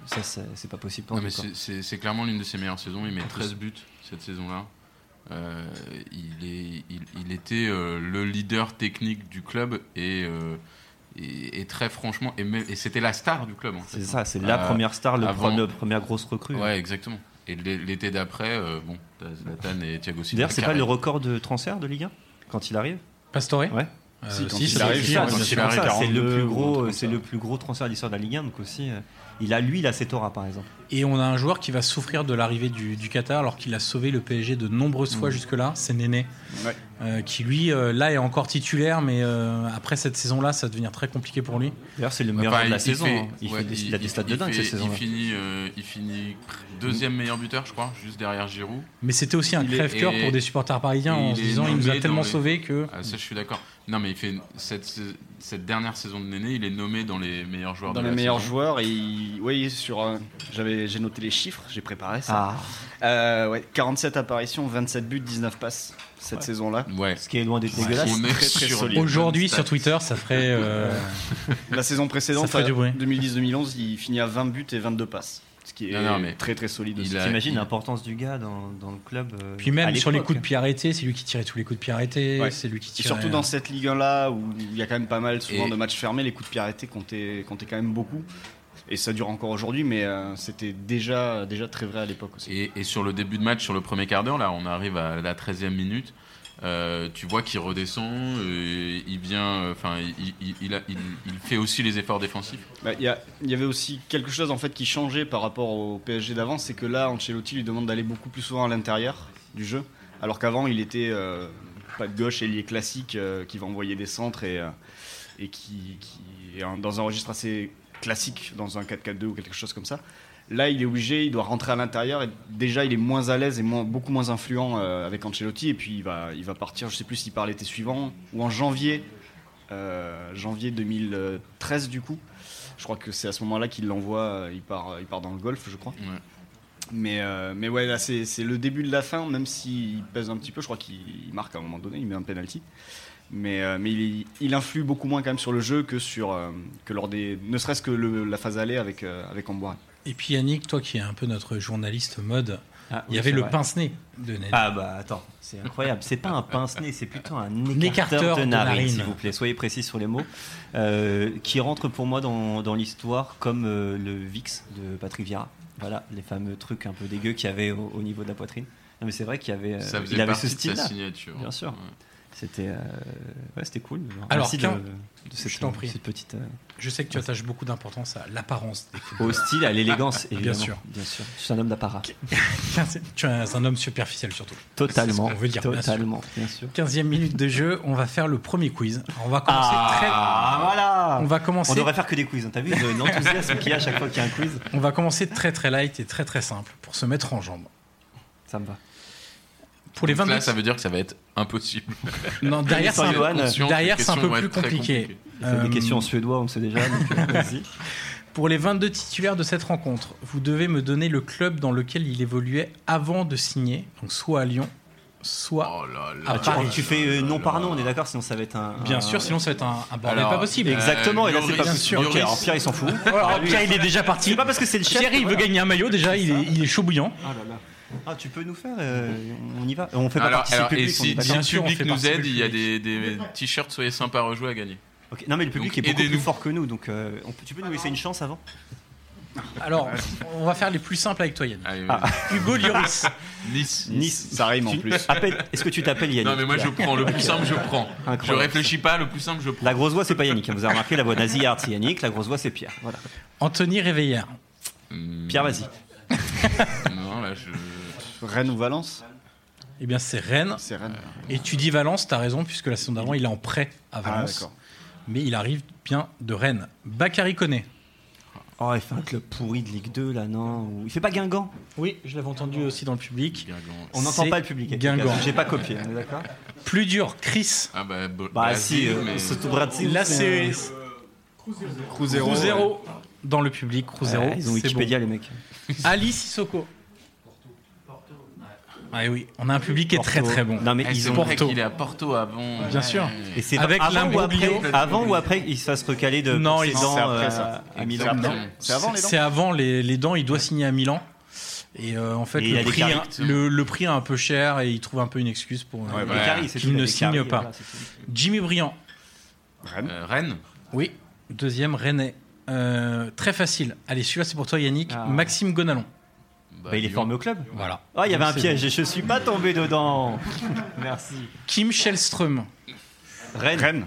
[SPEAKER 3] ça, c'est c'est pas possible. pour
[SPEAKER 2] Non,
[SPEAKER 3] lui,
[SPEAKER 2] mais
[SPEAKER 3] quoi.
[SPEAKER 2] c'est- c'est c'est clairement l'une de ses meilleures saisons. Il met 13 buts cette saison-là. Euh, il, est, il, il était euh, le leader technique du club et, euh, et, et très franchement, et, même- et c'était la star du club. En fait.
[SPEAKER 3] C'est ça, c'est la
[SPEAKER 2] Euh,
[SPEAKER 3] première star, le
[SPEAKER 2] avant-
[SPEAKER 3] la première grosse recrue.
[SPEAKER 2] Ouais, exactement. Et l'é- l'été d'après, euh, bon, t'as Zlatan et Thiago Silva.
[SPEAKER 3] D'ailleurs, c'est pas
[SPEAKER 2] carré.
[SPEAKER 3] le record de transfert de Ligue 1 quand il arrive.
[SPEAKER 1] Pastore
[SPEAKER 3] Ouais.
[SPEAKER 1] Euh,
[SPEAKER 4] Si, quand
[SPEAKER 1] si,
[SPEAKER 4] il
[SPEAKER 1] ça doit
[SPEAKER 4] arrive,
[SPEAKER 1] être
[SPEAKER 4] si,
[SPEAKER 1] bien,
[SPEAKER 4] quand
[SPEAKER 1] bien
[SPEAKER 4] il
[SPEAKER 1] sûr.
[SPEAKER 2] arrive.
[SPEAKER 3] C'est ça, c'est le
[SPEAKER 4] 42
[SPEAKER 3] plus
[SPEAKER 4] ou un truc
[SPEAKER 3] gros,
[SPEAKER 4] comme
[SPEAKER 3] c'est
[SPEAKER 4] ça.
[SPEAKER 3] le plus gros transfert de l'histoire de la Ligue 1, donc aussi, euh, il a lui, il a cet aura par exemple.
[SPEAKER 1] Et on a un joueur qui va souffrir de l'arrivée du, du Qatar alors qu'il a sauvé le PSG de nombreuses
[SPEAKER 3] Mmh.
[SPEAKER 1] fois jusque-là, c'est Néné.
[SPEAKER 4] Ouais.
[SPEAKER 1] Euh, qui lui, euh, là, est encore titulaire, mais euh, après cette saison-là, ça va devenir très compliqué pour lui.
[SPEAKER 3] D'ailleurs, c'est le
[SPEAKER 2] Bah,
[SPEAKER 3] meilleur
[SPEAKER 2] pareil,
[SPEAKER 3] joueur de la
[SPEAKER 2] il
[SPEAKER 3] saison.
[SPEAKER 2] fait-
[SPEAKER 3] hein. Il,
[SPEAKER 2] ouais,
[SPEAKER 3] fait des, il a des stats de
[SPEAKER 2] il
[SPEAKER 3] dingue
[SPEAKER 2] fait-
[SPEAKER 3] cette saison.
[SPEAKER 2] Il finit, euh, il finit pr- deuxième meilleur buteur, je crois, juste derrière Giroud.
[SPEAKER 1] Mais c'était aussi un
[SPEAKER 2] Il est-
[SPEAKER 1] crève-cœur
[SPEAKER 2] et-
[SPEAKER 1] pour des supporters parisiens
[SPEAKER 2] il
[SPEAKER 1] en se
[SPEAKER 2] est
[SPEAKER 1] disant il nous a
[SPEAKER 2] nommé
[SPEAKER 1] tellement
[SPEAKER 2] dans les-
[SPEAKER 1] sauvés que.
[SPEAKER 2] Ah, ça, je suis d'accord. Non, mais il fait cette, sais- cette dernière saison de Néné, il est nommé dans les meilleurs joueurs
[SPEAKER 4] Dans
[SPEAKER 2] de
[SPEAKER 4] les
[SPEAKER 2] la
[SPEAKER 4] meilleurs
[SPEAKER 2] saison.
[SPEAKER 4] joueurs, et il- oui, sur, euh, j'avais, j'ai noté les chiffres, j'ai préparé ça.
[SPEAKER 3] Ah,
[SPEAKER 4] Euh, ouais, 47 apparitions, 27 buts, 19 passes cette saison-là.
[SPEAKER 2] Ouais.
[SPEAKER 3] ce qui est loin d'être dégueulasse.
[SPEAKER 2] On est
[SPEAKER 4] très, très
[SPEAKER 2] sur
[SPEAKER 4] solide.
[SPEAKER 2] des
[SPEAKER 1] Aujourd'hui,
[SPEAKER 2] bonnes
[SPEAKER 1] sur
[SPEAKER 2] stats.
[SPEAKER 1] Twitter, ça ferait. euh,
[SPEAKER 4] La saison précédente, euh,
[SPEAKER 1] Ça ferait du bruit.
[SPEAKER 4] 2010-2011, il finit à 20 buts et 22 passes. ce qui est
[SPEAKER 2] Non, non, mais
[SPEAKER 4] très très solide.
[SPEAKER 2] il
[SPEAKER 4] aussi.
[SPEAKER 2] a-
[SPEAKER 3] T'imagines
[SPEAKER 2] il-
[SPEAKER 3] l'importance du gars dans, dans le club. euh,
[SPEAKER 1] Puis
[SPEAKER 3] à
[SPEAKER 1] même sur les
[SPEAKER 3] l'époque.
[SPEAKER 1] coups de pied arrêtés, c'est lui qui tirait tous les coups de pied arrêtés,
[SPEAKER 4] Ouais.
[SPEAKER 1] c'est lui qui
[SPEAKER 4] Et
[SPEAKER 1] tirait.
[SPEAKER 4] surtout dans cette Ligue 1 là où il y a quand même pas mal souvent
[SPEAKER 2] Et-
[SPEAKER 4] de matchs fermés, les coups de pied arrêtés comptaient, comptaient quand même beaucoup. Et ça dure encore aujourd'hui, mais euh, c'était déjà, déjà très vrai à l'époque aussi.
[SPEAKER 2] Et, et sur le début de match, sur le premier quart d'heure, là, on arrive à la 13e minute. euh, tu vois qu'il redescend, euh, il vient, enfin, il, il- il a- il- il fait aussi les efforts défensifs.
[SPEAKER 4] Bah, Il y, a- il y avait aussi quelque chose en fait qui changeait par rapport au PSG d'avant, c'est que là Ancelotti lui demande d'aller beaucoup plus souvent à l'intérieur du jeu, alors qu'avant il était euh, pas de gauche, ailier classique euh, qui va envoyer des centres et, euh, et qui, qui est un- dans un registre assez classique, dans un 4-4-2 ou quelque chose comme ça. Là il est obligé, il doit rentrer à l'intérieur et déjà il est moins à l'aise et moins- beaucoup moins influent euh, avec Ancelotti et puis il va, il va partir, je sais plus s'il part l'été suivant ou en janvier, euh, janvier 2013 du coup. Je crois que c'est à ce moment-là qu'il l'envoie, euh, il part, il part dans le golf, je crois.
[SPEAKER 2] Ouais.
[SPEAKER 4] Mais, euh, mais ouais, là, c'est c'est le début de la fin, même s'il pèse un petit peu. Je crois qu'il il marque à un moment donné, il met un penalty. Mais, euh, mais il, il influe beaucoup moins quand même sur le jeu que, sur, euh, que lors des. ne serait-ce que le- la phase aller avec, euh, avec Amboire.
[SPEAKER 1] Et puis Yannick, toi qui es un peu notre journaliste mode,
[SPEAKER 3] Ah,
[SPEAKER 1] il
[SPEAKER 3] oui,
[SPEAKER 1] y avait
[SPEAKER 3] c'est
[SPEAKER 1] le
[SPEAKER 3] vrai.
[SPEAKER 1] pince-nez de Ned.
[SPEAKER 3] Ah bah attends, c'est incroyable. C'est pas un pince-nez, c'est plutôt un écarteur,
[SPEAKER 1] écarteur
[SPEAKER 3] de
[SPEAKER 1] de
[SPEAKER 3] narine,
[SPEAKER 1] narine.
[SPEAKER 3] s'il vous plaît. Soyez précis sur les mots. Euh, qui rentre pour moi dans, dans l'histoire comme euh, le VIX de Patrick Vieira. Voilà, les fameux trucs un peu dégueux qu'il y avait au, au niveau de la poitrine. Non mais c'est vrai qu'il y avait, euh,
[SPEAKER 2] Ça faisait
[SPEAKER 3] il avait
[SPEAKER 2] partie
[SPEAKER 3] ce
[SPEAKER 2] de sa
[SPEAKER 3] style-là.
[SPEAKER 2] signature.
[SPEAKER 3] Bien sûr.
[SPEAKER 2] Ouais.
[SPEAKER 3] C'était euh, ouais, c'était cool.
[SPEAKER 1] Alors,
[SPEAKER 3] Merci de,
[SPEAKER 1] tiens,
[SPEAKER 3] de cette,
[SPEAKER 1] je t'en prie.
[SPEAKER 3] cette petite euh,
[SPEAKER 1] Je sais que tu attaches beaucoup d'importance à l'apparence des
[SPEAKER 3] au style, à l'élégance.
[SPEAKER 1] Ah, Bien
[SPEAKER 3] évidemment.
[SPEAKER 1] sûr.
[SPEAKER 3] bien sûr. Je suis un homme d'apparat.
[SPEAKER 1] Quinze- Tu es un homme superficiel surtout.
[SPEAKER 3] Totalement.
[SPEAKER 1] qu'on veut dire, bien sûr.
[SPEAKER 3] totalement, bien sûr.
[SPEAKER 1] 15e minute de jeu, on va faire le premier quiz. On va commencer
[SPEAKER 2] Ah,
[SPEAKER 1] très.
[SPEAKER 3] voilà.
[SPEAKER 1] On va commencer.
[SPEAKER 3] Ah. On devrait faire que des quiz, hein. t'as vu le- l'enthousiasme qu'il y a à chaque fois qu'il y a un quiz
[SPEAKER 1] On va commencer très très light et très très simple pour se mettre en jambe.
[SPEAKER 3] Ça me va.
[SPEAKER 1] Pour les
[SPEAKER 2] Donc
[SPEAKER 1] 20
[SPEAKER 2] là, ça veut dire que ça va être impossible.
[SPEAKER 1] Non, derrière c'est
[SPEAKER 3] Sans
[SPEAKER 1] un,
[SPEAKER 3] Johan,
[SPEAKER 2] Conscient que
[SPEAKER 1] derrière,
[SPEAKER 2] les
[SPEAKER 1] c'est un
[SPEAKER 2] questions
[SPEAKER 1] peu
[SPEAKER 2] vont
[SPEAKER 1] plus
[SPEAKER 2] être très
[SPEAKER 1] compliqué.
[SPEAKER 2] compliquées.
[SPEAKER 3] Il fait
[SPEAKER 1] Euh,
[SPEAKER 3] des questions en suédois, on sait déjà. donc, euh, vas-y.
[SPEAKER 1] Pour les 22 titulaires de cette rencontre, vous devez me donner le club dans lequel il évoluait avant de signer, donc soit à Lyon, soit.
[SPEAKER 2] Oh là là.
[SPEAKER 1] Ah,
[SPEAKER 3] tu,
[SPEAKER 1] Paris.
[SPEAKER 3] tu fais euh, nom par nom, on est d'accord, sinon ça va être un.
[SPEAKER 1] Bien
[SPEAKER 3] un-
[SPEAKER 1] sûr, sinon ça va être un, un bordel
[SPEAKER 2] Oh. Alors,
[SPEAKER 1] pas possible.
[SPEAKER 2] exact.
[SPEAKER 3] Exactement,
[SPEAKER 2] Euh,
[SPEAKER 3] et là c'est
[SPEAKER 2] Lloris,
[SPEAKER 3] pas
[SPEAKER 2] bien sûr.
[SPEAKER 3] Ok, alors Pierre il s'en fout.
[SPEAKER 1] Alors, Pierre, il est déjà parti.
[SPEAKER 3] C'est pas parce que c'est le chef.
[SPEAKER 1] Thierry, il veut
[SPEAKER 3] voilà.
[SPEAKER 1] gagner un maillot déjà, il est, il est chaud bouillant.
[SPEAKER 3] Ah là là. Ah, tu peux nous faire euh, On y va. On fait pas
[SPEAKER 2] Alors,
[SPEAKER 3] participer
[SPEAKER 2] alors,
[SPEAKER 3] le
[SPEAKER 2] et
[SPEAKER 3] public. on est
[SPEAKER 2] si, si
[SPEAKER 3] d'accord.
[SPEAKER 1] Bien
[SPEAKER 2] le
[SPEAKER 1] sûr, on
[SPEAKER 2] public
[SPEAKER 1] fait
[SPEAKER 2] nous
[SPEAKER 1] partie
[SPEAKER 2] aide,
[SPEAKER 1] du
[SPEAKER 2] il y a des, des t-shirts Soyez sympa à rejouer à gagner.
[SPEAKER 3] Ok, Non mais le public
[SPEAKER 2] Donc,
[SPEAKER 3] est beaucoup plus
[SPEAKER 2] aidez-nous.
[SPEAKER 3] fort que nous, donc euh, on peut- tu peux nous laisser une chance avant
[SPEAKER 1] Alors, on va faire les plus simples avec toi, Yannick.
[SPEAKER 2] Allez,
[SPEAKER 3] Ah.
[SPEAKER 2] vas-y.
[SPEAKER 1] Hugo Lloris.
[SPEAKER 2] Nice.
[SPEAKER 3] Nice.
[SPEAKER 4] Ça rime en
[SPEAKER 3] Tu-
[SPEAKER 4] plus.
[SPEAKER 3] appelle- Est-ce que tu t'appelles Yannick
[SPEAKER 2] Non mais moi je prends, le plus simple je prends. Je
[SPEAKER 3] Incroyable.
[SPEAKER 2] réfléchis pas, le plus simple je prends.
[SPEAKER 3] La grosse voix c'est pas Yannick, hein, vous avez remarqué, la voix nasillarde c'est Yannick, la grosse voix c'est Pierre. Voilà.
[SPEAKER 1] Anthony Réveillère.
[SPEAKER 2] Hmm,
[SPEAKER 3] Pierre vas-y.
[SPEAKER 2] Non là je...
[SPEAKER 4] Rennes ou Valence
[SPEAKER 1] Eh bien, c'est Rennes.
[SPEAKER 4] C'est Rennes.
[SPEAKER 1] Et tu dis Valence, t'as raison, puisque la saison d'avant, il est en prêt à
[SPEAKER 4] Ah,
[SPEAKER 1] Valence.
[SPEAKER 4] d'accord.
[SPEAKER 1] mais il arrive bien de Rennes. Bakary Koné.
[SPEAKER 3] Oh, il fait un club pourri de Ligue 2 là, non ou- Il fait pas Guingamp
[SPEAKER 1] Oui, je l'avais entendu aussi dans le public.
[SPEAKER 2] Guingamp.
[SPEAKER 3] On n'entend
[SPEAKER 1] C'est
[SPEAKER 3] pas le public. avec
[SPEAKER 1] Guingamp.
[SPEAKER 3] les gars, J'ai pas copié, on est d'accord
[SPEAKER 1] Plus dur, Chris.
[SPEAKER 2] Ah bah, Bo-
[SPEAKER 3] Bah si,
[SPEAKER 2] Brésil,
[SPEAKER 3] euh,
[SPEAKER 2] mais-
[SPEAKER 3] surtout Brazil,
[SPEAKER 1] Là, c'est
[SPEAKER 3] un-
[SPEAKER 4] Cruzeiro.
[SPEAKER 1] Cruzeiro dans le public. Cruzeiro.
[SPEAKER 3] Ouais, ils ont
[SPEAKER 1] c'est
[SPEAKER 3] Wikipédia les mecs.
[SPEAKER 1] bon. Ali Sissoko. Ah oui, on a un public qui est très
[SPEAKER 3] Porto.
[SPEAKER 1] très bon.
[SPEAKER 3] Non mais
[SPEAKER 2] Eh,
[SPEAKER 3] ils
[SPEAKER 2] c'est
[SPEAKER 3] ont.
[SPEAKER 2] vrai
[SPEAKER 1] Porto.
[SPEAKER 2] qu'il est à Porto avant.
[SPEAKER 1] Bien sûr.
[SPEAKER 3] Et c'est
[SPEAKER 1] Avec
[SPEAKER 3] avant ou,
[SPEAKER 1] Lamborghini.
[SPEAKER 3] après, avant ou après qu'ils se fassent recaler de
[SPEAKER 1] Non,
[SPEAKER 3] pour ses
[SPEAKER 1] ils-
[SPEAKER 3] dents,
[SPEAKER 4] c'est après
[SPEAKER 3] euh,
[SPEAKER 4] ça.
[SPEAKER 3] à
[SPEAKER 4] C'est
[SPEAKER 3] Milan.
[SPEAKER 4] avant, c'est avant les dents
[SPEAKER 1] C'est avant les, les dents. Il doit signer à Milan. Et euh, en fait,
[SPEAKER 3] Et il
[SPEAKER 1] le
[SPEAKER 3] a des
[SPEAKER 1] prix,
[SPEAKER 3] caries,
[SPEAKER 1] hein, le, le prix est un peu cher et il trouve un peu une excuse pour.
[SPEAKER 2] Ouais,
[SPEAKER 3] Les
[SPEAKER 2] voilà.
[SPEAKER 3] caries, c'est
[SPEAKER 1] Qui
[SPEAKER 3] tout,
[SPEAKER 1] ne
[SPEAKER 3] les
[SPEAKER 1] signe
[SPEAKER 3] caries,
[SPEAKER 1] pas.
[SPEAKER 3] voilà, c'est tout.
[SPEAKER 1] Jimmy Briand.
[SPEAKER 4] Rennes.
[SPEAKER 2] Euh, Rennes.
[SPEAKER 1] Oui. Deuxième, René. Euh, très facile. Allez, celui-là, c'est pour toi, Yannick.
[SPEAKER 3] Ah.
[SPEAKER 1] Maxime Gonalon.
[SPEAKER 3] Bah, il est
[SPEAKER 2] Lyon.
[SPEAKER 3] formé au club.
[SPEAKER 1] Voilà.
[SPEAKER 3] Ah, il y avait un
[SPEAKER 1] C'est
[SPEAKER 3] piège et je suis pas tombé dedans. Merci.
[SPEAKER 1] Kim Shellström.
[SPEAKER 3] Rennes.
[SPEAKER 4] Rennes.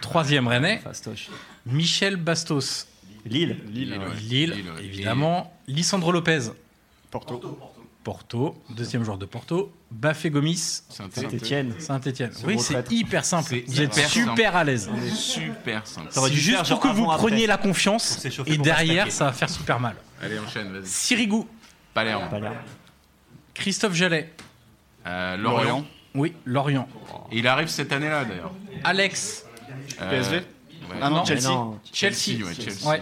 [SPEAKER 1] Troisième René,
[SPEAKER 3] Fastoche.
[SPEAKER 1] Michel Bastos, Euh,
[SPEAKER 3] Lille.
[SPEAKER 4] Lille.
[SPEAKER 2] Lille, ouais.
[SPEAKER 1] Lille,
[SPEAKER 2] Lille, ouais.
[SPEAKER 1] évidemment, Lisandro Lopez,
[SPEAKER 4] Porto.
[SPEAKER 1] Porto, deuxième joueur de Porto, Bafé Gomis,
[SPEAKER 2] C'est un thé.
[SPEAKER 3] Saint-Etienne.
[SPEAKER 1] Saint-Etienne.
[SPEAKER 3] Ce
[SPEAKER 1] Oui,
[SPEAKER 3] retraite.
[SPEAKER 1] c'est hyper simple,
[SPEAKER 2] C'est
[SPEAKER 1] vous êtes
[SPEAKER 2] hyper simple.
[SPEAKER 1] super à l'aise.
[SPEAKER 2] C'est Super simple.
[SPEAKER 3] Ça aurait
[SPEAKER 1] C'est
[SPEAKER 3] dû
[SPEAKER 1] juste
[SPEAKER 3] faire
[SPEAKER 1] pour
[SPEAKER 3] genre
[SPEAKER 1] que vous
[SPEAKER 3] avant, après.
[SPEAKER 1] preniez la
[SPEAKER 3] Pour
[SPEAKER 1] confiance
[SPEAKER 3] s'échauffer,
[SPEAKER 1] et
[SPEAKER 3] pour pas se
[SPEAKER 1] derrière
[SPEAKER 3] taquer.
[SPEAKER 1] ça va faire super mal.
[SPEAKER 2] Allez enchaîne, vas-y.
[SPEAKER 1] Sirigou,
[SPEAKER 2] Palerme.
[SPEAKER 3] Palerme.
[SPEAKER 1] Christophe Jallet,
[SPEAKER 2] Euh, Lorient.
[SPEAKER 4] Lorient.
[SPEAKER 1] oui, Lorient,
[SPEAKER 2] Et il arrive cette année-là d'ailleurs.
[SPEAKER 1] Alex,
[SPEAKER 2] Euh,
[SPEAKER 4] PSV.
[SPEAKER 2] ouais.
[SPEAKER 4] Ah non,
[SPEAKER 1] Non.
[SPEAKER 3] Mais
[SPEAKER 4] Chelsea.
[SPEAKER 3] non.
[SPEAKER 1] Chelsea,
[SPEAKER 2] ouais, Chelsea.
[SPEAKER 1] Ouais.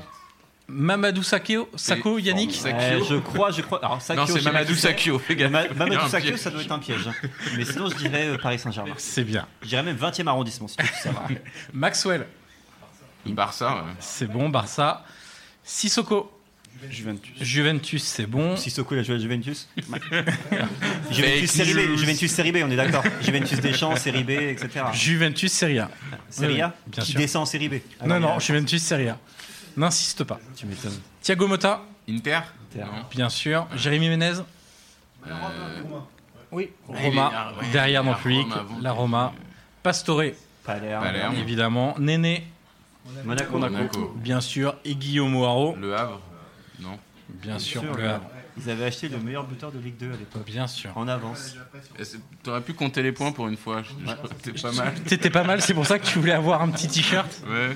[SPEAKER 1] Mamadou Sakho, Sakho,
[SPEAKER 2] Et-
[SPEAKER 1] Yannick,
[SPEAKER 2] Sakho.
[SPEAKER 3] Euh, je crois, je crois. Alors, Sakio,
[SPEAKER 2] Non, c'est Mamadou Sakio, fais gaffe. Il y a
[SPEAKER 3] Mamadou
[SPEAKER 2] un
[SPEAKER 3] Sakio,
[SPEAKER 2] piège.
[SPEAKER 3] ça doit être un piège. hein. Mais sinon, je dirais euh, Paris Saint-Germain.
[SPEAKER 1] c'est bien.
[SPEAKER 3] Je dirais même 20e arrondissement, si tu veux savoir.
[SPEAKER 1] Maxwell,
[SPEAKER 2] Barça, ouais.
[SPEAKER 1] c'est bon, Barça, Sissoko,
[SPEAKER 4] Juventus.
[SPEAKER 1] Juventus, c'est bon.
[SPEAKER 3] Sissoko, il a joué à Juventus
[SPEAKER 2] Fake
[SPEAKER 3] Juventus série, B,
[SPEAKER 2] news.
[SPEAKER 3] Juventus série B, on est d'accord. Juventus Deschamps, série B, etc.
[SPEAKER 1] Juventus Serie A.
[SPEAKER 3] Série A
[SPEAKER 1] Oui, oui, bien
[SPEAKER 3] Qui
[SPEAKER 1] sûr. Ah
[SPEAKER 3] descend en série B
[SPEAKER 1] Non, euh, non, Juventus Serie A. N'insiste pas.
[SPEAKER 3] Tu m'étonnes.
[SPEAKER 1] Thiago Motta,
[SPEAKER 2] Inter
[SPEAKER 3] Inter.
[SPEAKER 2] Non.
[SPEAKER 1] bien sûr. Jérémy Menez. Oui, Roma,
[SPEAKER 2] Ah, Euh, ouais,
[SPEAKER 1] derrière dans
[SPEAKER 2] la
[SPEAKER 1] le public.
[SPEAKER 2] Roma avant
[SPEAKER 1] La
[SPEAKER 2] tout.
[SPEAKER 1] Roma. Pastore,
[SPEAKER 3] Palerme.
[SPEAKER 2] Palerme.
[SPEAKER 1] évidemment. Néné,
[SPEAKER 3] Monaco.
[SPEAKER 2] Monaco.
[SPEAKER 1] bien sûr. Et Guillaume O'Haraud,
[SPEAKER 2] Le Havre Non.
[SPEAKER 1] bien sûr.
[SPEAKER 3] Sûr,
[SPEAKER 1] Le Havre,
[SPEAKER 3] Ils avaient acheté le meilleur buteur de Ligue 2 à l'époque.
[SPEAKER 1] Bien sûr.
[SPEAKER 3] En avance.
[SPEAKER 2] Eh, c'est- T'aurais pu compter les points pour une fois. je- je- C'était pas mal.
[SPEAKER 1] T'étais pas mal, c'est pour ça que tu voulais avoir un petit t-shirt.
[SPEAKER 2] Ouais.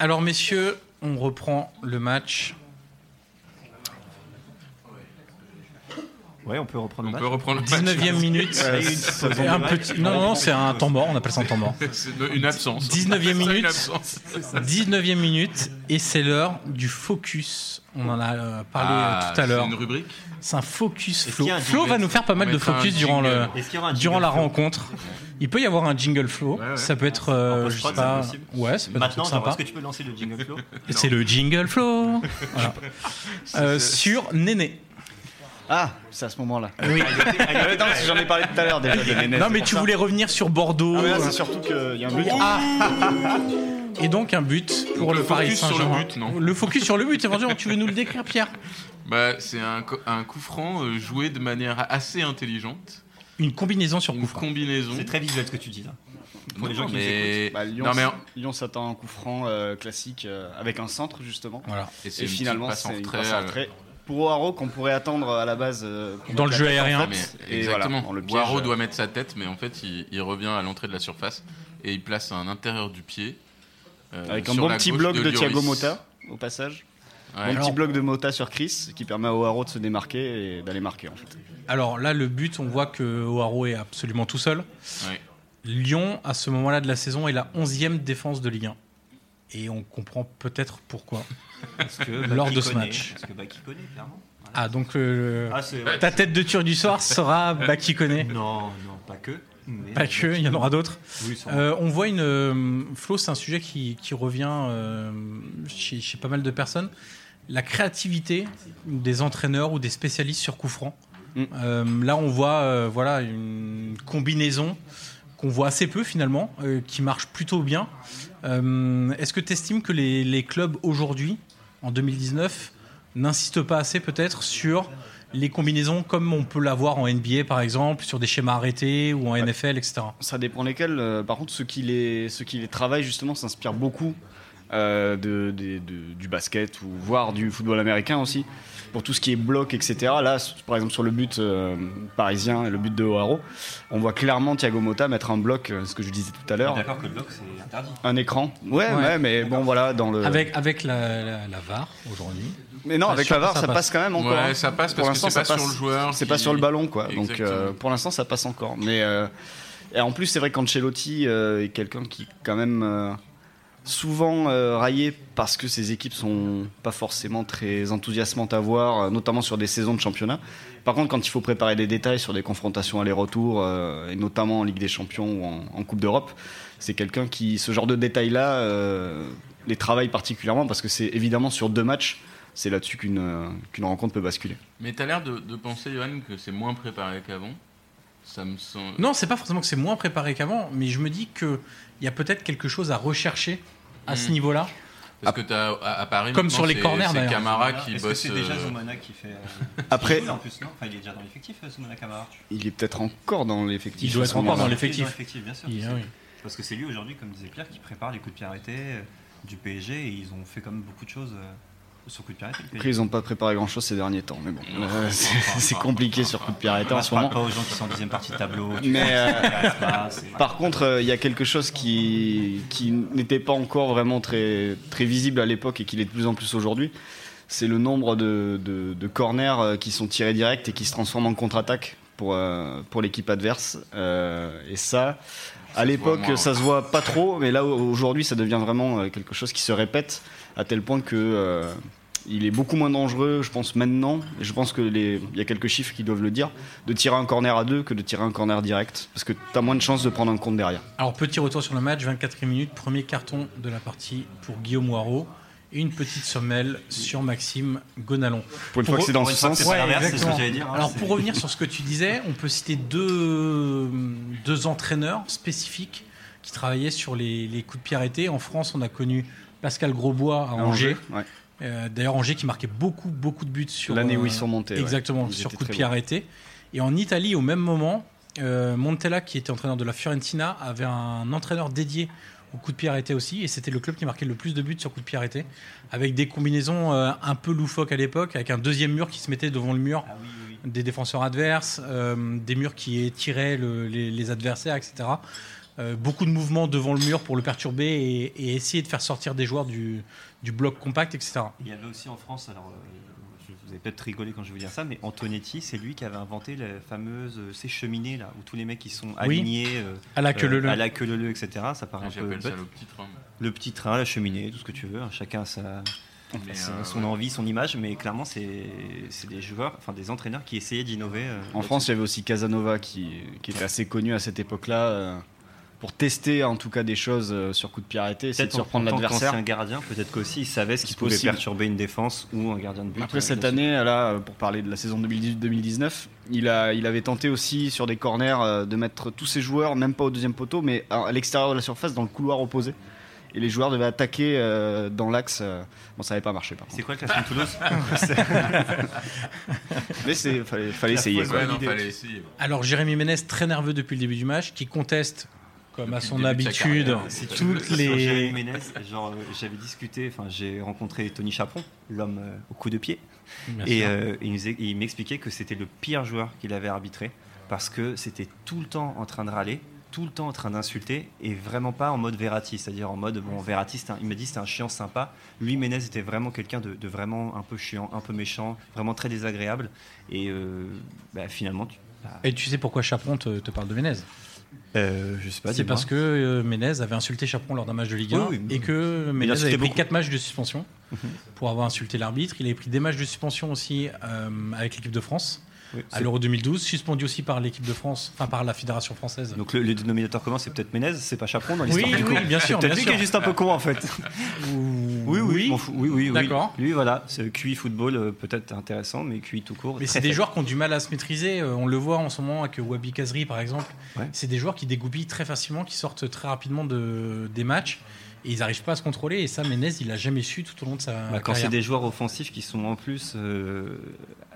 [SPEAKER 1] Alors messieurs, on reprend le match.
[SPEAKER 3] Ouais, on peut reprendre
[SPEAKER 2] On
[SPEAKER 3] le match.
[SPEAKER 2] peut reprendre le match.
[SPEAKER 1] 19e minute.
[SPEAKER 3] Et une pause
[SPEAKER 1] Et
[SPEAKER 3] en
[SPEAKER 1] un
[SPEAKER 3] direct.
[SPEAKER 1] petit... Non, non, non, c'est un temps mort, on appelle ça un temps mort.
[SPEAKER 2] C'est une- une absence.
[SPEAKER 1] 19e
[SPEAKER 2] C'est une
[SPEAKER 1] minute.
[SPEAKER 2] absence.
[SPEAKER 1] 19e minute, et c'est l'heure du focus. On en a euh, parlé
[SPEAKER 2] Ah,
[SPEAKER 1] euh, tout à l'heure.
[SPEAKER 2] C'est une rubrique
[SPEAKER 1] C'est un focus
[SPEAKER 3] Est-ce
[SPEAKER 1] flow.
[SPEAKER 3] qu'il y a un
[SPEAKER 1] Flo
[SPEAKER 3] jingle
[SPEAKER 1] va nous faire pas
[SPEAKER 2] On
[SPEAKER 1] mal de
[SPEAKER 2] mettra un
[SPEAKER 1] focus durant, le,
[SPEAKER 2] jingle.
[SPEAKER 3] Est-ce qu'il y aura un
[SPEAKER 1] durant la
[SPEAKER 3] jingle
[SPEAKER 1] rencontre. Il peut y avoir un jingle flow.
[SPEAKER 2] Ouais, ouais.
[SPEAKER 1] Ça peut être. euh,
[SPEAKER 3] En post-prod,
[SPEAKER 1] je sais
[SPEAKER 3] c'est
[SPEAKER 1] pas.
[SPEAKER 3] possible.
[SPEAKER 1] Ouais, ça peut être un
[SPEAKER 3] Maintenant,
[SPEAKER 1] truc
[SPEAKER 3] Jean,
[SPEAKER 1] sympa.
[SPEAKER 3] est-ce que tu peux lancer le jingle flow
[SPEAKER 1] C'est le jingle flow. Voilà. Euh, sur Néné.
[SPEAKER 4] Ah, c'est à ce moment-là.
[SPEAKER 1] Oui.
[SPEAKER 4] Ah, mais non, parce que j'en ai parlé tout à l'heure déjà. de Lennes.
[SPEAKER 1] Non, mais tu voulais revenir sur Bordeaux.
[SPEAKER 4] Ah, mais là, c'est surtout qu'il y a un but.
[SPEAKER 1] Ah. Et donc un but pour
[SPEAKER 2] Donc,
[SPEAKER 1] le,
[SPEAKER 2] le
[SPEAKER 1] Paris
[SPEAKER 2] focus sur le
[SPEAKER 1] Saint-Germain.
[SPEAKER 2] but, non
[SPEAKER 1] Le focus sur le but, éventuellement, tu veux nous le décrire, Pierre
[SPEAKER 2] Bah, c'est un, co- un coup franc euh, joué de manière assez intelligente.
[SPEAKER 1] Une combinaison sur coup
[SPEAKER 2] Une
[SPEAKER 1] franc.
[SPEAKER 2] combinaison.
[SPEAKER 3] C'est très visuel ce que tu dis là.
[SPEAKER 2] Non,
[SPEAKER 3] les gens qui
[SPEAKER 2] mais...
[SPEAKER 4] Bah, Lyon,
[SPEAKER 2] non, mais
[SPEAKER 4] Lyon s'attend à un coup franc euh, classique euh, avec un centre justement.
[SPEAKER 1] Voilà.
[SPEAKER 2] et
[SPEAKER 4] Et finalement,
[SPEAKER 2] c'est
[SPEAKER 4] c'est
[SPEAKER 2] une
[SPEAKER 4] une
[SPEAKER 2] petite passe euh,
[SPEAKER 4] passe
[SPEAKER 2] en
[SPEAKER 4] en retrait. Pour Oaro, qu'on pourrait attendre à la base. euh, pour
[SPEAKER 1] Dans le
[SPEAKER 4] mettre
[SPEAKER 1] jeu
[SPEAKER 4] la tête en
[SPEAKER 1] aérien.
[SPEAKER 4] fait,
[SPEAKER 2] Mais
[SPEAKER 4] et voilà,
[SPEAKER 2] exactement.
[SPEAKER 4] on le piège,
[SPEAKER 2] Guaro
[SPEAKER 4] euh,
[SPEAKER 2] doit mettre sa tête, mais en fait, il, il revient à l'entrée de la surface et il place un intérieur du pied. euh,
[SPEAKER 4] Avec un
[SPEAKER 2] sur
[SPEAKER 4] bon
[SPEAKER 2] la
[SPEAKER 4] petit
[SPEAKER 2] gauche
[SPEAKER 4] bloc de,
[SPEAKER 2] Lloris.
[SPEAKER 4] Thiago Motta au passage.
[SPEAKER 2] Ouais.
[SPEAKER 4] un
[SPEAKER 1] Alors-
[SPEAKER 4] petit bloc de Motta sur Chris qui permet à Oaro de se démarquer et d'aller marquer en fait.
[SPEAKER 1] Alors là, le but, on voit que O'Haraud est absolument tout seul.
[SPEAKER 2] Ouais.
[SPEAKER 1] Lyon, à ce moment-là de la saison, est la 11e défense de Ligue 1. Et on comprend peut-être pourquoi.
[SPEAKER 3] Parce que
[SPEAKER 1] Lors
[SPEAKER 3] Baki
[SPEAKER 1] de ce
[SPEAKER 3] connaît.
[SPEAKER 1] match.
[SPEAKER 3] Parce que Baki connaît, clairement. Voilà.
[SPEAKER 1] Ah, donc euh,
[SPEAKER 3] Ah, c'est ouais.
[SPEAKER 1] ta tête de tueur du soir sera Baki Koné.
[SPEAKER 3] Non, non, pas que. mais-
[SPEAKER 1] Pas que, il y en aura d'autres.
[SPEAKER 3] Oui, sans-
[SPEAKER 1] Euh, on voit une. euh, Flo, c'est un sujet qui, qui revient euh, chez, chez pas mal de personnes. La créativité des entraîneurs ou des spécialistes sur coup franc.
[SPEAKER 4] Mm.
[SPEAKER 1] Euh, là, on voit euh, voilà, une combinaison qu'on voit assez peu finalement, euh, qui marche plutôt bien. Euh, Est-ce que tu estimes que les, les clubs aujourd'hui, en 2019, n'insistent pas assez peut-être sur les combinaisons comme on peut l'avoir en NBA par exemple, sur des schémas arrêtés ou en NFL, etc.
[SPEAKER 4] Ça dépend lesquels. euh, par contre, ceux qui les, ceux qui les travaillent justement s'inspirent beaucoup euh, de, des- de- du basket ou voire du football américain aussi. Pour tout ce qui est bloc, etc. Là, s- par exemple, sur le but euh, parisien et le but de Oaro, on voit clairement Thiago Motta mettre un bloc, euh, ce que je disais tout à l'heure,
[SPEAKER 3] D'accord que le bloc, c'est interdit.
[SPEAKER 4] un écran. Ouais,
[SPEAKER 1] Ouais.
[SPEAKER 4] ouais, mais bon, voilà, dans
[SPEAKER 3] Euh,
[SPEAKER 4] le.
[SPEAKER 1] Avec, avec la, la, la VAR aujourd'hui.
[SPEAKER 4] Mais non,
[SPEAKER 1] Ah,
[SPEAKER 4] avec
[SPEAKER 1] sûr
[SPEAKER 4] la
[SPEAKER 1] que
[SPEAKER 4] VAR,
[SPEAKER 1] ça
[SPEAKER 4] ça,
[SPEAKER 1] passe.
[SPEAKER 4] passe. quand même encore.
[SPEAKER 2] Ouais,
[SPEAKER 4] hein.
[SPEAKER 2] ça passe
[SPEAKER 4] Pour
[SPEAKER 2] parce que
[SPEAKER 4] l'instant,
[SPEAKER 2] c'est pas
[SPEAKER 4] ça passe.
[SPEAKER 2] sur le joueur.
[SPEAKER 4] C'est
[SPEAKER 2] qui-
[SPEAKER 4] pas sur le ballon, quoi. Donc,
[SPEAKER 2] Exactement.
[SPEAKER 4] euh, pour l'instant, ça passe encore. Mais euh, et en plus, c'est vrai qu'Ancelotti euh, est quelqu'un qui, est quand même, euh, souvent euh, raillé parce que ses équipes sont pas forcément très enthousiasmantes à voir, euh, notamment sur des saisons de championnat. Par contre, quand il faut préparer des détails sur des confrontations aller-retour, euh, et notamment en Ligue des Champions ou en, en Coupe d'Europe, c'est quelqu'un qui, ce genre de détails-là, euh, les travaille particulièrement parce que c'est évidemment sur deux matchs, c'est là-dessus qu'une euh, qu'une rencontre peut basculer.
[SPEAKER 2] Mais t'as l'air de, de penser, Johan, que c'est moins préparé qu'avant. Ça me semble.
[SPEAKER 1] Non, c'est pas forcément que c'est moins préparé qu'avant, mais je me dis qu'il y a peut-être quelque chose à rechercher à ce
[SPEAKER 2] Mm.
[SPEAKER 1] niveau-là.
[SPEAKER 2] Parce que t'as à, à Paris.
[SPEAKER 1] Comme
[SPEAKER 2] maintenant,
[SPEAKER 1] sur les
[SPEAKER 2] c'est-
[SPEAKER 1] corners,
[SPEAKER 2] C'est
[SPEAKER 1] d'ailleurs.
[SPEAKER 2] Camara qui
[SPEAKER 3] Est-ce
[SPEAKER 2] bosse.
[SPEAKER 3] que c'est déjà
[SPEAKER 2] euh,
[SPEAKER 3] Zoumana qui fait. euh,
[SPEAKER 4] Après-
[SPEAKER 3] qui joue, là, en plus, non Enfin, il est déjà dans l'effectif, euh, Zoumana Camara.
[SPEAKER 4] Il est peut-être encore dans l'effectif.
[SPEAKER 1] Il doit
[SPEAKER 4] à ce
[SPEAKER 1] être encore
[SPEAKER 4] moment-là.
[SPEAKER 1] dans l'effectif.
[SPEAKER 3] Il est Dans l'effectif, bien sûr.
[SPEAKER 1] Il-
[SPEAKER 3] Ah, c'est-
[SPEAKER 1] oui.
[SPEAKER 3] Parce que c'est lui aujourd'hui, comme disait Pierre, qui prépare les coups de pied arrêtés euh, du PSG et ils ont fait quand même beaucoup de choses euh, sur coups de pied arrêtés. le
[SPEAKER 4] Après,
[SPEAKER 3] PSG.
[SPEAKER 4] ils n'ont pas préparé grand-chose ces derniers temps, mais bon, Euh, c'est c'est compliqué sur coup de pied arrêté
[SPEAKER 3] On
[SPEAKER 4] en
[SPEAKER 3] se
[SPEAKER 4] ce
[SPEAKER 3] parle
[SPEAKER 4] moment.
[SPEAKER 3] pas aux gens qui sont en deuxième partie de tableau. tu
[SPEAKER 4] Mais,
[SPEAKER 3] vois,
[SPEAKER 4] euh,
[SPEAKER 3] ça les intéresse pas, c'est-
[SPEAKER 4] Par contre, euh, il y a quelque chose qui, qui n'était pas encore vraiment très, très visible à l'époque et qui l'est de plus en plus aujourd'hui. C'est le nombre de, de- de corners euh, qui sont tirés direct et qui se transforment en contre-attaque pour, euh, pour l'équipe adverse. Euh, et ça, à l'époque,
[SPEAKER 2] moins, ouais.
[SPEAKER 4] ça se voit pas trop, mais là, au- aujourd'hui, ça devient vraiment euh, quelque chose qui se répète à tel point que. euh, il est beaucoup moins dangereux, je pense, maintenant. Et je pense qu'il y a quelques chiffres qui doivent le dire de tirer un corner à deux que de tirer un corner direct. Parce que t'as moins de chances de prendre un compte derrière.
[SPEAKER 1] Alors, petit retour sur le match, 24e minute, premier carton de la partie pour Guillaume Waro. et une petite semelle sur Maxime Gonalon.
[SPEAKER 4] Pour une fois que c'est dans
[SPEAKER 3] Pour
[SPEAKER 4] ce
[SPEAKER 3] une fois que
[SPEAKER 4] sens.
[SPEAKER 3] c'est pas
[SPEAKER 1] Ouais,
[SPEAKER 3] l'inverse, c'est ce
[SPEAKER 1] exactement.
[SPEAKER 3] que j'allais dire. hein,
[SPEAKER 1] Alors
[SPEAKER 3] c'est-
[SPEAKER 1] pour revenir sur ce que tu disais, on peut citer deux, deux entraîneurs spécifiques qui travaillaient sur les, les coups de pied arrêtés. En France, on a connu Pascal Grosbois à
[SPEAKER 4] à
[SPEAKER 1] Angers.
[SPEAKER 4] ouais.
[SPEAKER 1] Euh, D'ailleurs, Angers qui marquait beaucoup, beaucoup de buts sur
[SPEAKER 4] L'année où
[SPEAKER 1] euh,
[SPEAKER 4] ils sont montés. ouais.
[SPEAKER 1] Exactement,
[SPEAKER 4] Ils
[SPEAKER 1] sur
[SPEAKER 4] étaient
[SPEAKER 1] coup de
[SPEAKER 4] très
[SPEAKER 1] pied
[SPEAKER 4] bons.
[SPEAKER 1] arrêté. Et en Italie, au même moment, euh, Montella, qui était entraîneur de la Fiorentina, avait un entraîneur dédié au coup de pied arrêté aussi. Et c'était le club qui marquait le plus de buts sur coup de pied arrêté, avec des combinaisons euh, un peu loufoques à l'époque, avec un deuxième mur qui se mettait devant le mur
[SPEAKER 4] Ah
[SPEAKER 1] des défenseurs adverses, euh, des murs qui étiraient le- les, les adversaires, etc. Euh, beaucoup de mouvements devant le mur pour le perturber et, et essayer de faire sortir des joueurs du, du bloc compact, etc.
[SPEAKER 3] Il y avait aussi en France, alors euh, je- vous avez peut-être rigolé quand je vais vous dire ça, mais Antonetti, c'est lui qui avait inventé la fameuse euh, ces cheminées là où tous les mecs qui sont alignés euh,
[SPEAKER 1] À la queue
[SPEAKER 3] euh,
[SPEAKER 1] le le.
[SPEAKER 3] à la queue leu leu, etc. Ça paraît un peu
[SPEAKER 2] J'appelle ça
[SPEAKER 3] bête.
[SPEAKER 2] Ah, le petit train.
[SPEAKER 4] Ah,
[SPEAKER 3] le petit train, la cheminée, tout ce que tu veux. hein, Chacun a sa,
[SPEAKER 2] Mais,
[SPEAKER 3] son,
[SPEAKER 2] euh,
[SPEAKER 3] son envie, son image, mais clairement c'est c'est des joueurs, enfin des entraîneurs qui essayaient d'innover. euh,
[SPEAKER 4] En France, il y avait aussi Casanova qui, qui était assez connu à cette époque-là euh, pour tester en tout cas des choses euh, sur coup de pied arrêté, essayer de
[SPEAKER 3] Peut-être en-
[SPEAKER 4] surprendre
[SPEAKER 3] en tant
[SPEAKER 4] l'adversaire.
[SPEAKER 3] qu'ancien gardien, peut-être qu'aussi il savait ce qui
[SPEAKER 4] C'est
[SPEAKER 3] pouvait
[SPEAKER 4] possible.
[SPEAKER 3] perturber une défense ou un gardien de but.
[SPEAKER 4] Après
[SPEAKER 3] euh,
[SPEAKER 4] cette
[SPEAKER 3] bien sûr.
[SPEAKER 4] année, là, euh, pour parler de la saison 2018-2019, il, a- il avait tenté aussi sur des corners euh, de mettre tous ses joueurs, même pas au deuxième poteau, mais à, à l'extérieur de la surface, dans le couloir opposé. Et les joueurs devaient attaquer euh, dans l'axe. euh. Bon, ça n'avait pas marché par contre.
[SPEAKER 3] C'est quoi le classement de Toulouse
[SPEAKER 4] Mais c'est- fallait, fallait
[SPEAKER 3] La
[SPEAKER 4] essayer.
[SPEAKER 3] fausse
[SPEAKER 4] quoi.
[SPEAKER 2] Ouais, non, fallait essayer.
[SPEAKER 1] Alors Jérémy Ménès, très nerveux depuis le début du match, qui conteste, comme à
[SPEAKER 2] Depuis
[SPEAKER 1] son
[SPEAKER 2] le début de sa
[SPEAKER 1] habitude,
[SPEAKER 2] carrière, c'est-
[SPEAKER 1] toutes
[SPEAKER 3] Sur Jérémy
[SPEAKER 1] les...
[SPEAKER 3] Ménez, genre euh, j'avais discuté, enfin j'ai rencontré Tony Chaperon, l'homme euh, au coup de pied, et euh, il, nous est- il m'expliquait que c'était le pire joueur qu'il avait arbitré parce que c'était tout le temps en train de râler, tout le temps en train d'insulter et vraiment pas en mode Verratti, c'est-à-dire en mode bon Verratti, c'est un- il me dit c'était un chiant sympa. Lui Ménez était vraiment quelqu'un de, de vraiment un peu chiant, un peu méchant, vraiment très désagréable et euh, bah, finalement tu, bah,
[SPEAKER 1] Et tu sais pourquoi Chaperon te, te parle de Ménez
[SPEAKER 3] euh, je sais pas
[SPEAKER 1] C'est
[SPEAKER 3] dis-moi.
[SPEAKER 1] parce que euh, Ménez avait insulté Chaperon lors d'un match de Ligue 1
[SPEAKER 3] Oui, oui,
[SPEAKER 1] et que Ménez
[SPEAKER 3] insultait
[SPEAKER 1] avait pris
[SPEAKER 3] beaucoup. Mhm.
[SPEAKER 1] 4 matchs de suspension pour avoir insulté l'arbitre. Il avait pris des matchs de suspension aussi euh, avec l'équipe de France
[SPEAKER 3] Oui,
[SPEAKER 1] à
[SPEAKER 3] c'est-
[SPEAKER 1] l'Euro 2012, suspendu aussi par l'équipe de France, enfin par la Fédération française.
[SPEAKER 3] donc le, le dénominateur commun c'est peut-être Ménez, c'est pas Chaperon dans
[SPEAKER 1] oui,
[SPEAKER 3] l'histoire du
[SPEAKER 1] oui,
[SPEAKER 3] con.
[SPEAKER 1] bien
[SPEAKER 3] C'est
[SPEAKER 1] sûr.
[SPEAKER 3] peut-être
[SPEAKER 1] bien
[SPEAKER 3] lui qui est
[SPEAKER 1] sûr.
[SPEAKER 3] juste un peu con en fait. Oui, oui, je m'en fous. oui, oui, oui.
[SPEAKER 1] D'accord.
[SPEAKER 3] Lui, voilà, c'est QI football, euh, peut-être intéressant, mais QI tout court.
[SPEAKER 1] Mais
[SPEAKER 3] très
[SPEAKER 1] c'est des
[SPEAKER 3] faible.
[SPEAKER 1] joueurs qui ont du mal à se maîtriser. Euh, on le voit en ce moment avec Wabi Kazri, par exemple.
[SPEAKER 3] Ouais.
[SPEAKER 1] C'est des joueurs qui dégoupillent très facilement, qui sortent très rapidement de, des matchs. Et ils n'arrivent pas à se contrôler. Et ça, Menez, il a jamais su tout au long de sa
[SPEAKER 3] Bah, quand c'est
[SPEAKER 1] carrière.
[SPEAKER 3] des joueurs offensifs qui sont en plus euh,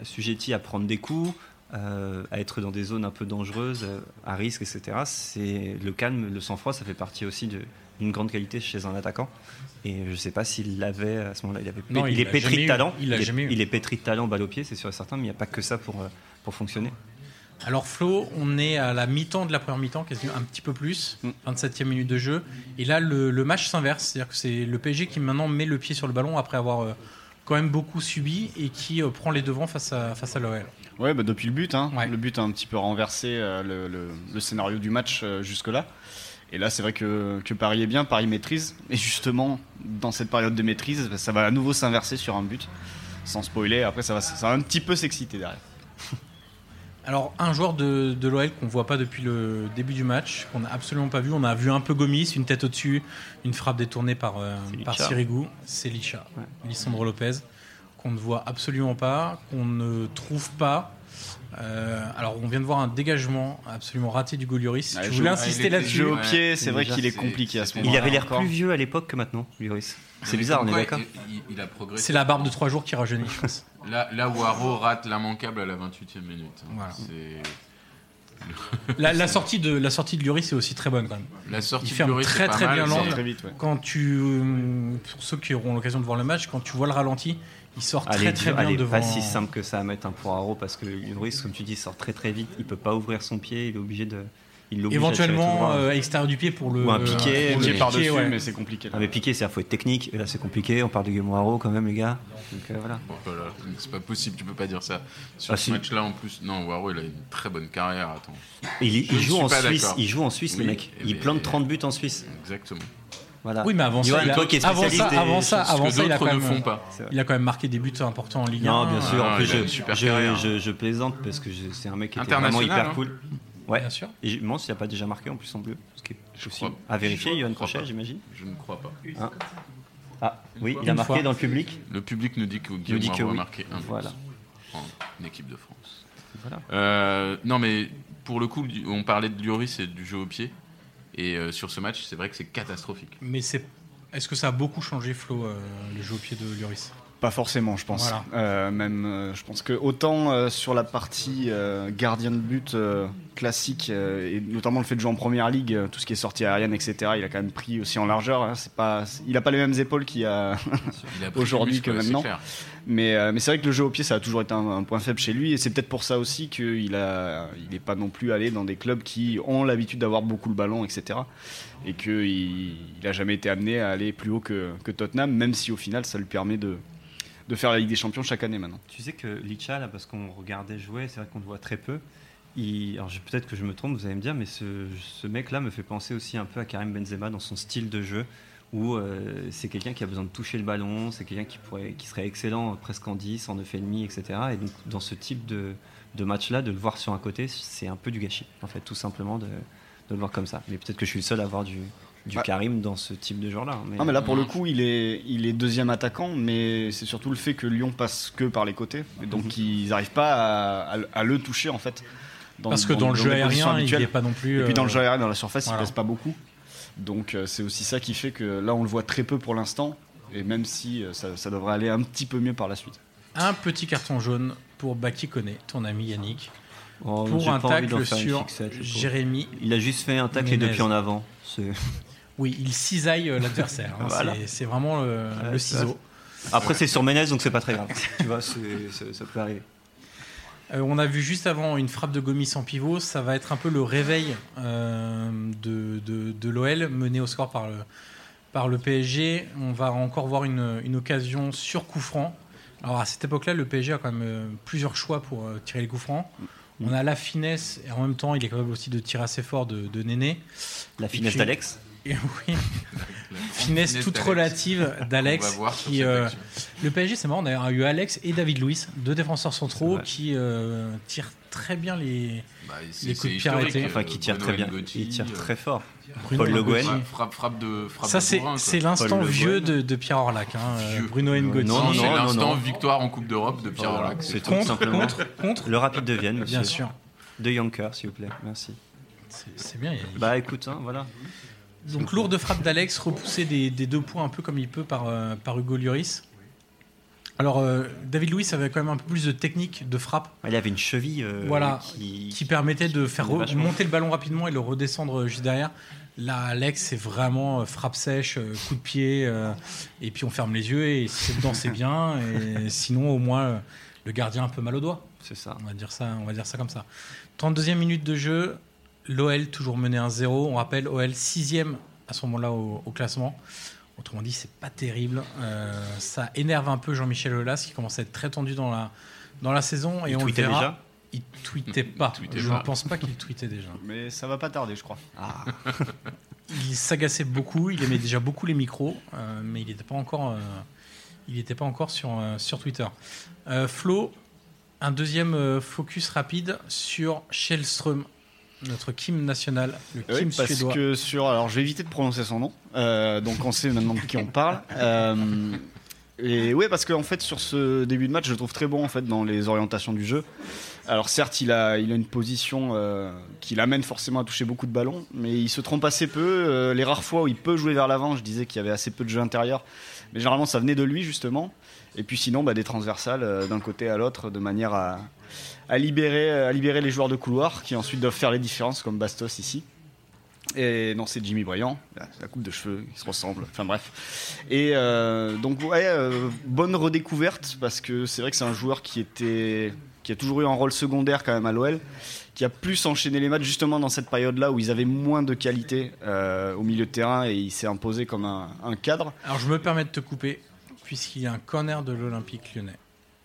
[SPEAKER 3] assujettis à prendre des coups, euh, à être dans des zones un peu dangereuses, euh, à risque, etc. C'est le calme, le sang-froid, ça fait partie aussi de- d'une grande qualité chez un attaquant. Et je ne sais pas s'il l'avait à ce moment-là. Il, avait pét-
[SPEAKER 1] Non, il
[SPEAKER 3] il est
[SPEAKER 1] l'a
[SPEAKER 3] pétri
[SPEAKER 1] jamais eu.
[SPEAKER 3] de talent.
[SPEAKER 1] Il l'a
[SPEAKER 3] est,
[SPEAKER 1] jamais eu.
[SPEAKER 3] il est pétri de talent, balle au pied, c'est sûr et certain. Mais il n'y a pas que ça pour euh, pour fonctionner.
[SPEAKER 1] Alors Flo, on est à la mi-temps de la première mi-temps, quasiment un petit peu plus,
[SPEAKER 3] Mm.
[SPEAKER 1] 27e minute de jeu. Et là, le, le match s'inverse, c'est-à-dire que c'est le PSG qui maintenant met le pied sur le ballon après avoir euh, quand même beaucoup subi et qui euh, prend les devants face à, face à l'OL.
[SPEAKER 4] Ouais, bah depuis le but. Hein.
[SPEAKER 1] Ouais.
[SPEAKER 4] Le but a un petit peu renversé euh, le, le- le scénario du match euh, jusque-là. Et là, c'est vrai que, que Paris est bien, Paris maîtrise. Et justement, dans cette période de maîtrise, bah, ça va à nouveau s'inverser sur un but. Sans spoiler, après, ça va, ça va un petit peu s'exciter derrière.
[SPEAKER 1] Alors un joueur de, de l'OL qu'on voit pas depuis le début du match, qu'on n'a absolument pas vu, on a vu un peu Gomis, une tête au-dessus, une frappe détournée par, euh,
[SPEAKER 3] C'est
[SPEAKER 1] par
[SPEAKER 3] Licha.
[SPEAKER 1] Sirigu, c'est Licha,
[SPEAKER 3] Ouais.
[SPEAKER 1] Lissandro Lopez, qu'on ne voit absolument pas, qu'on ne trouve pas. Euh, alors on vient de voir un dégagement absolument raté du Golioris.
[SPEAKER 4] Ouais, Ah,
[SPEAKER 1] tu
[SPEAKER 4] je-
[SPEAKER 1] voulais
[SPEAKER 4] ouais,
[SPEAKER 1] insister
[SPEAKER 2] il était
[SPEAKER 1] là-dessus
[SPEAKER 4] Jeu au
[SPEAKER 2] Ouais.
[SPEAKER 4] pied, c'est
[SPEAKER 3] Mais
[SPEAKER 4] vrai
[SPEAKER 3] déjà,
[SPEAKER 4] qu'il est
[SPEAKER 2] c'est-
[SPEAKER 4] compliqué à ce
[SPEAKER 2] c'était-
[SPEAKER 4] moment-là.
[SPEAKER 3] Il avait l'air
[SPEAKER 4] encore.
[SPEAKER 3] plus vieux à l'époque que maintenant, Lloris. C'est
[SPEAKER 2] Mais
[SPEAKER 3] bizarre, on est
[SPEAKER 2] pourquoi
[SPEAKER 3] d'accord.
[SPEAKER 2] il, il- il a progressé.
[SPEAKER 1] C'est la barbe de trois jours qui rajeunit, je pense.
[SPEAKER 2] Là, là où Haro rate l'immanquable à la 28e minute. hein.
[SPEAKER 1] Voilà.
[SPEAKER 2] C'est-
[SPEAKER 1] La, la sortie de la sortie de Lloris est aussi très bonne quand même.
[SPEAKER 2] La sortie
[SPEAKER 1] Il
[SPEAKER 2] de
[SPEAKER 1] ferme
[SPEAKER 2] Lloris,
[SPEAKER 1] très,
[SPEAKER 2] c'est pas
[SPEAKER 1] très
[SPEAKER 2] mal,
[SPEAKER 1] bien
[SPEAKER 2] mais-
[SPEAKER 1] l'angle.
[SPEAKER 4] Très vite, ouais.
[SPEAKER 1] Quand tu, euh, pour ceux qui auront l'occasion de voir le match, quand tu vois le ralenti, il sort
[SPEAKER 3] Elle
[SPEAKER 1] très
[SPEAKER 3] est
[SPEAKER 1] très
[SPEAKER 3] dure,
[SPEAKER 1] bien
[SPEAKER 3] elle est
[SPEAKER 1] devant.
[SPEAKER 3] pas
[SPEAKER 2] hein.
[SPEAKER 3] si simple que ça à mettre un pour Haro parce que Lloris, comme tu dis, sort très très vite. Il peut pas ouvrir son pied, il est obligé de. Il l'oblige à tirer tout
[SPEAKER 1] Éventuellement
[SPEAKER 3] droit. hein.
[SPEAKER 1] euh, extérieur du pied pour le euh,
[SPEAKER 3] Ou un piqué,
[SPEAKER 1] pour
[SPEAKER 3] ou
[SPEAKER 1] le
[SPEAKER 3] un
[SPEAKER 4] Pied
[SPEAKER 3] piqué,
[SPEAKER 4] par-dessus,
[SPEAKER 1] ouais.
[SPEAKER 4] mais c'est compliqué. là.
[SPEAKER 3] Ah mais piqué, c'est-à-dire faut être technique. Et là, c'est compliqué. On parle de Guillaume Haro quand même, les gars. Donc euh, voilà.
[SPEAKER 2] Oh là là, C'est pas possible, tu peux pas dire ça. Sur
[SPEAKER 3] Ah,
[SPEAKER 2] ce
[SPEAKER 3] si.
[SPEAKER 2] match-là, en plus, non, Waro, il a une très bonne carrière. Attends,
[SPEAKER 3] Et Il, il
[SPEAKER 2] Je
[SPEAKER 3] joue
[SPEAKER 2] suis
[SPEAKER 3] en
[SPEAKER 2] pas
[SPEAKER 3] Suisse.
[SPEAKER 2] d'accord.
[SPEAKER 3] Il joue en Suisse,
[SPEAKER 2] Oui,
[SPEAKER 3] le mec.
[SPEAKER 2] mais- euh,
[SPEAKER 3] Il plante 30 buts en Suisse.
[SPEAKER 2] exactement.
[SPEAKER 3] Voilà.
[SPEAKER 1] Oui, mais avant ça,
[SPEAKER 3] Johan,
[SPEAKER 1] il a-
[SPEAKER 3] toi qui es
[SPEAKER 1] avant
[SPEAKER 3] spécialiste
[SPEAKER 1] ça,
[SPEAKER 3] des-
[SPEAKER 1] avant ça,
[SPEAKER 2] Ce
[SPEAKER 1] Ah, avant
[SPEAKER 2] que
[SPEAKER 1] ça, il a quand
[SPEAKER 2] d'autres ne
[SPEAKER 1] même, euh,
[SPEAKER 2] font pas.
[SPEAKER 1] il a quand même marqué des buts importants en Ligue euh, 1.
[SPEAKER 3] Non, bien sûr.
[SPEAKER 2] Ah,
[SPEAKER 3] en plus,
[SPEAKER 2] il a
[SPEAKER 3] je,
[SPEAKER 2] une super
[SPEAKER 3] je-
[SPEAKER 2] carrière.
[SPEAKER 3] je- je plaisante parce que je- c'est un mec qui était vraiment
[SPEAKER 2] International,
[SPEAKER 3] hyper
[SPEAKER 2] hein.
[SPEAKER 3] cool. Ouais.
[SPEAKER 1] Bien sûr.
[SPEAKER 3] Et je pense qu'il a pas déjà marqué en plus en bleu. Ce qui est
[SPEAKER 2] Je
[SPEAKER 3] possible.
[SPEAKER 2] crois-
[SPEAKER 3] À
[SPEAKER 2] je
[SPEAKER 3] vérifier, Johan
[SPEAKER 2] crois
[SPEAKER 3] Crochet,
[SPEAKER 2] pas.
[SPEAKER 3] j'imagine.
[SPEAKER 2] Je ne crois pas.
[SPEAKER 3] Ah, oui,
[SPEAKER 2] fois.
[SPEAKER 3] il a
[SPEAKER 1] Une
[SPEAKER 3] marqué
[SPEAKER 1] fois.
[SPEAKER 3] dans le public.
[SPEAKER 2] Le public nous dit que
[SPEAKER 3] Il nous
[SPEAKER 2] Guillaume
[SPEAKER 3] dit que
[SPEAKER 2] Marot a
[SPEAKER 3] oui.
[SPEAKER 2] marqué un but
[SPEAKER 3] Voilà.
[SPEAKER 2] en équipe de France.
[SPEAKER 3] Voilà.
[SPEAKER 2] Euh, non, mais pour le coup, du- on parlait de Lloris et du jeu au pied. Et euh, sur ce match, c'est vrai que c'est catastrophique.
[SPEAKER 1] Mais c'est. Est-ce que ça a beaucoup changé, Flo, euh, le jeu au pied de Lloris
[SPEAKER 4] Pas forcément, je pense.
[SPEAKER 1] Voilà.
[SPEAKER 4] Euh, même, euh, je pense que autant euh, sur la partie euh, gardien de but euh, classique, euh, et notamment le fait de jouer en première ligue, euh, tout ce qui est sorti aérienne, etc., il a quand même pris aussi en largeur. hein. c'est pas, il n'a pas les mêmes épaules qu'il y a.
[SPEAKER 2] Il a pris
[SPEAKER 4] Aujourd'hui
[SPEAKER 2] du muscle,
[SPEAKER 4] que
[SPEAKER 2] c'est
[SPEAKER 4] maintenant.
[SPEAKER 2] clair.
[SPEAKER 4] mais euh, mais c'est vrai que le jeu au pied, ça a toujours été un, un point faible chez lui. Et c'est peut-être pour ça aussi qu'il a, il n'est pas non plus allé dans des clubs qui ont l'habitude d'avoir beaucoup le ballon, etc. Et qu'il n'a jamais été amené à aller plus haut que, que Tottenham, même si au final, ça lui permet de, de faire la Ligue des Champions chaque année maintenant.
[SPEAKER 3] Tu sais que Licha, là, parce qu'on regardait jouer, c'est vrai qu'on le voit très peu. Il... Alors je- peut-être que je me trompe, vous allez me dire, mais ce, ce mec-là me fait penser aussi un peu à Karim Benzema dans son style de jeu, où euh, c'est quelqu'un qui a besoin de toucher le ballon, c'est quelqu'un qui, pourrait, qui serait excellent euh, presque en 10, en 9,5, etc. Et donc dans ce type de, de match-là, de le voir sur un côté, c'est un peu du gâchis, en fait, tout simplement de, de le voir comme ça. Mais peut-être que je suis le seul à voir du, du
[SPEAKER 4] Ah.
[SPEAKER 3] Karim dans ce type de genre-là. hein, Mais...
[SPEAKER 4] Non, mais là, pour le coup, il est, il est deuxième attaquant, mais c'est surtout le fait que Lyon passe que par les côtés. Et
[SPEAKER 1] Mhm.
[SPEAKER 4] donc, ils n'arrivent pas à, à- à le toucher, en fait. dans-
[SPEAKER 1] Parce que dans, le jeu
[SPEAKER 4] les
[SPEAKER 1] aérien,
[SPEAKER 4] positions
[SPEAKER 1] il
[SPEAKER 4] habituelles.
[SPEAKER 1] n'est pas non plus.
[SPEAKER 4] Et puis, dans le
[SPEAKER 1] euh,
[SPEAKER 4] jeu aérien, dans la surface,
[SPEAKER 1] voilà.
[SPEAKER 4] il passe pas beaucoup. Donc, euh, c'est aussi ça qui fait que là, on le voit très peu pour l'instant. Et même si euh, ça, ça devrait aller un petit peu mieux par la suite.
[SPEAKER 1] Un petit carton jaune pour Baki Koné, ton ami Yannick,
[SPEAKER 3] Oh, j'ai
[SPEAKER 1] pour un
[SPEAKER 3] pas envie d'en
[SPEAKER 1] tacle
[SPEAKER 3] faire une
[SPEAKER 1] sur
[SPEAKER 3] fixette, je trouve.
[SPEAKER 1] Jérémy.
[SPEAKER 3] Il a juste fait un tacle et deux
[SPEAKER 1] Menez.
[SPEAKER 3] pieds en avant. C'est-
[SPEAKER 1] Oui, il cisaille euh, l'adversaire. hein.
[SPEAKER 3] Voilà.
[SPEAKER 1] C'est- C'est vraiment euh,
[SPEAKER 3] Ouais,
[SPEAKER 1] le
[SPEAKER 3] ça-
[SPEAKER 1] ciseau.
[SPEAKER 3] Après, c'est sur Menez, donc c'est pas très grave. tu vois, c'est- ça, ça peut arriver.
[SPEAKER 1] Euh, on a vu juste avant une frappe de Gomis sans pivot. Ça va être un peu le réveil euh, de, de- de l'OL mené au score par le, par le PSG. On va encore voir une, une occasion sur coup franc. Alors à cette époque-là, le PSG a quand même euh, plusieurs choix pour euh, tirer les coups francs. On a la finesse et en même temps, il est capable aussi de tirer assez fort de, de Néné.
[SPEAKER 3] La finesse
[SPEAKER 1] puis-
[SPEAKER 3] d'Alex.
[SPEAKER 1] Et oui,
[SPEAKER 2] La grande
[SPEAKER 1] finesse toute
[SPEAKER 2] d'Alex.
[SPEAKER 1] relative
[SPEAKER 2] On
[SPEAKER 1] d'Alex
[SPEAKER 2] va voir sur
[SPEAKER 1] qui.
[SPEAKER 2] cette
[SPEAKER 1] euh,
[SPEAKER 2] action.
[SPEAKER 1] le PSG, c'est marrant, on a eu Alex et David Luiz, deux défenseurs
[SPEAKER 3] C'est
[SPEAKER 1] centraux
[SPEAKER 3] vrai.
[SPEAKER 1] qui euh, tirent très bien les.
[SPEAKER 2] Bah, c'est-
[SPEAKER 1] les coups
[SPEAKER 2] c'est
[SPEAKER 1] de pied
[SPEAKER 2] historique,
[SPEAKER 1] arrêtés.
[SPEAKER 2] euh,
[SPEAKER 3] Enfin, qui tire
[SPEAKER 2] Bono
[SPEAKER 3] très bien.
[SPEAKER 2] Ngotti,
[SPEAKER 3] Il tire
[SPEAKER 2] euh,
[SPEAKER 3] très fort.
[SPEAKER 1] Bruno
[SPEAKER 3] Paul Le Guen.
[SPEAKER 1] Ngotti.
[SPEAKER 2] frappe- Frappe, frappe de frappe
[SPEAKER 1] Ça,
[SPEAKER 2] de
[SPEAKER 1] c'est
[SPEAKER 2] bourrin, quoi.
[SPEAKER 1] c'est l'instant
[SPEAKER 3] Paul Le
[SPEAKER 1] vieux
[SPEAKER 3] Guen.
[SPEAKER 1] de, de Pierre Orlac. hein, euh,
[SPEAKER 2] Vieux.
[SPEAKER 1] Bruno Ngotti.
[SPEAKER 2] Non,
[SPEAKER 3] Non,
[SPEAKER 2] c'est
[SPEAKER 3] non,
[SPEAKER 2] l'instant
[SPEAKER 3] non.
[SPEAKER 2] victoire en Coupe d'europe de Pierre
[SPEAKER 3] Voilà,
[SPEAKER 2] Orlac.
[SPEAKER 3] c'est tout
[SPEAKER 1] Contre,
[SPEAKER 3] simplement.
[SPEAKER 1] contre, contre,
[SPEAKER 3] Le rapide de Vienne, monsieur.
[SPEAKER 1] bien sûr.
[SPEAKER 3] De Jonker, s'il vous plaît. Merci.
[SPEAKER 1] C'est c'est bien. il-
[SPEAKER 3] Bah écoute, hein, voilà.
[SPEAKER 1] Donc lourde frappe d'Alex, repoussée des, des deux points un peu comme il peut par, euh, par Hugo Lloris. Alors euh, David Luiz avait quand même un peu plus de technique de frappe
[SPEAKER 3] Il avait une cheville euh,
[SPEAKER 1] Voilà,
[SPEAKER 3] qui,
[SPEAKER 1] qui permettait de faire
[SPEAKER 3] qui est
[SPEAKER 1] re-
[SPEAKER 3] vachement-
[SPEAKER 1] monter le ballon rapidement et le redescendre euh, juste derrière. Là, Alex, c'est vraiment euh, frappe sèche, euh, coup de pied, euh, et puis on ferme les yeux, et si c'est dedans, c'est bien, et sinon, au moins, euh, le gardien a un peu mal au doigt.
[SPEAKER 3] C'est ça.
[SPEAKER 1] On va dire ça, on va dire ça comme ça. 32e minute de jeu, l'OL toujours mené 1-0. On rappelle, OL 6e à ce moment-là au, au classement. Autrement dit, c'est pas terrible. Euh, ça énerve un peu Jean-Michel Aulas qui commence à être très tendu dans la, dans la saison, et
[SPEAKER 3] Il
[SPEAKER 1] on le
[SPEAKER 3] tweetait
[SPEAKER 1] verra.
[SPEAKER 3] déjà.
[SPEAKER 1] Il tweetait pas.
[SPEAKER 2] tweetait
[SPEAKER 1] je
[SPEAKER 2] pas.
[SPEAKER 1] ne pense pas qu'il tweetait déjà.
[SPEAKER 4] Mais ça va pas tarder, je crois.
[SPEAKER 3] Ah,
[SPEAKER 1] Il s'agaçait beaucoup, il aimait déjà beaucoup les micros, euh, mais il n'était pas encore, euh, il était pas encore sur, euh, sur Twitter. Euh, Flo, un deuxième euh, focus rapide sur Shellström, notre Kim national, le
[SPEAKER 4] Oui,
[SPEAKER 1] Kim
[SPEAKER 4] parce
[SPEAKER 1] suédois.
[SPEAKER 4] que sur. Alors, je vais éviter de prononcer son nom. Euh, donc, on sait maintenant de qui on parle. Euh, et ouais, parce qu'en fait, sur ce début de match, je le trouve très bon en fait dans les orientations du jeu. Alors, certes, il a, il a une position euh, qui l'amène forcément à toucher beaucoup de ballons, mais il se trompe assez peu. Euh, les rares fois où il peut jouer vers l'avant, je disais qu'il y avait assez peu de jeu intérieur, mais généralement, ça venait de lui justement. Et puis sinon, bah, des transversales euh, d'un côté à l'autre de manière à, à libérer, à libérer les joueurs de couloir qui ensuite doivent faire les différences comme Bastos ici. Et non, c'est Jimmy Bryant, la la coupe de cheveux, ils se ressemblent, enfin bref. Et euh, donc, ouais, euh, bonne redécouverte, parce que c'est vrai que c'est un joueur qui était qui a toujours eu un rôle secondaire quand même à l'OL, qui a plus enchaîné les matchs justement dans cette période-là où ils avaient moins de qualité euh, au milieu de terrain et il s'est imposé comme un, un cadre,
[SPEAKER 1] Alors je me permets de te couper, puisqu'il y a un corner de l'Olympique lyonnais.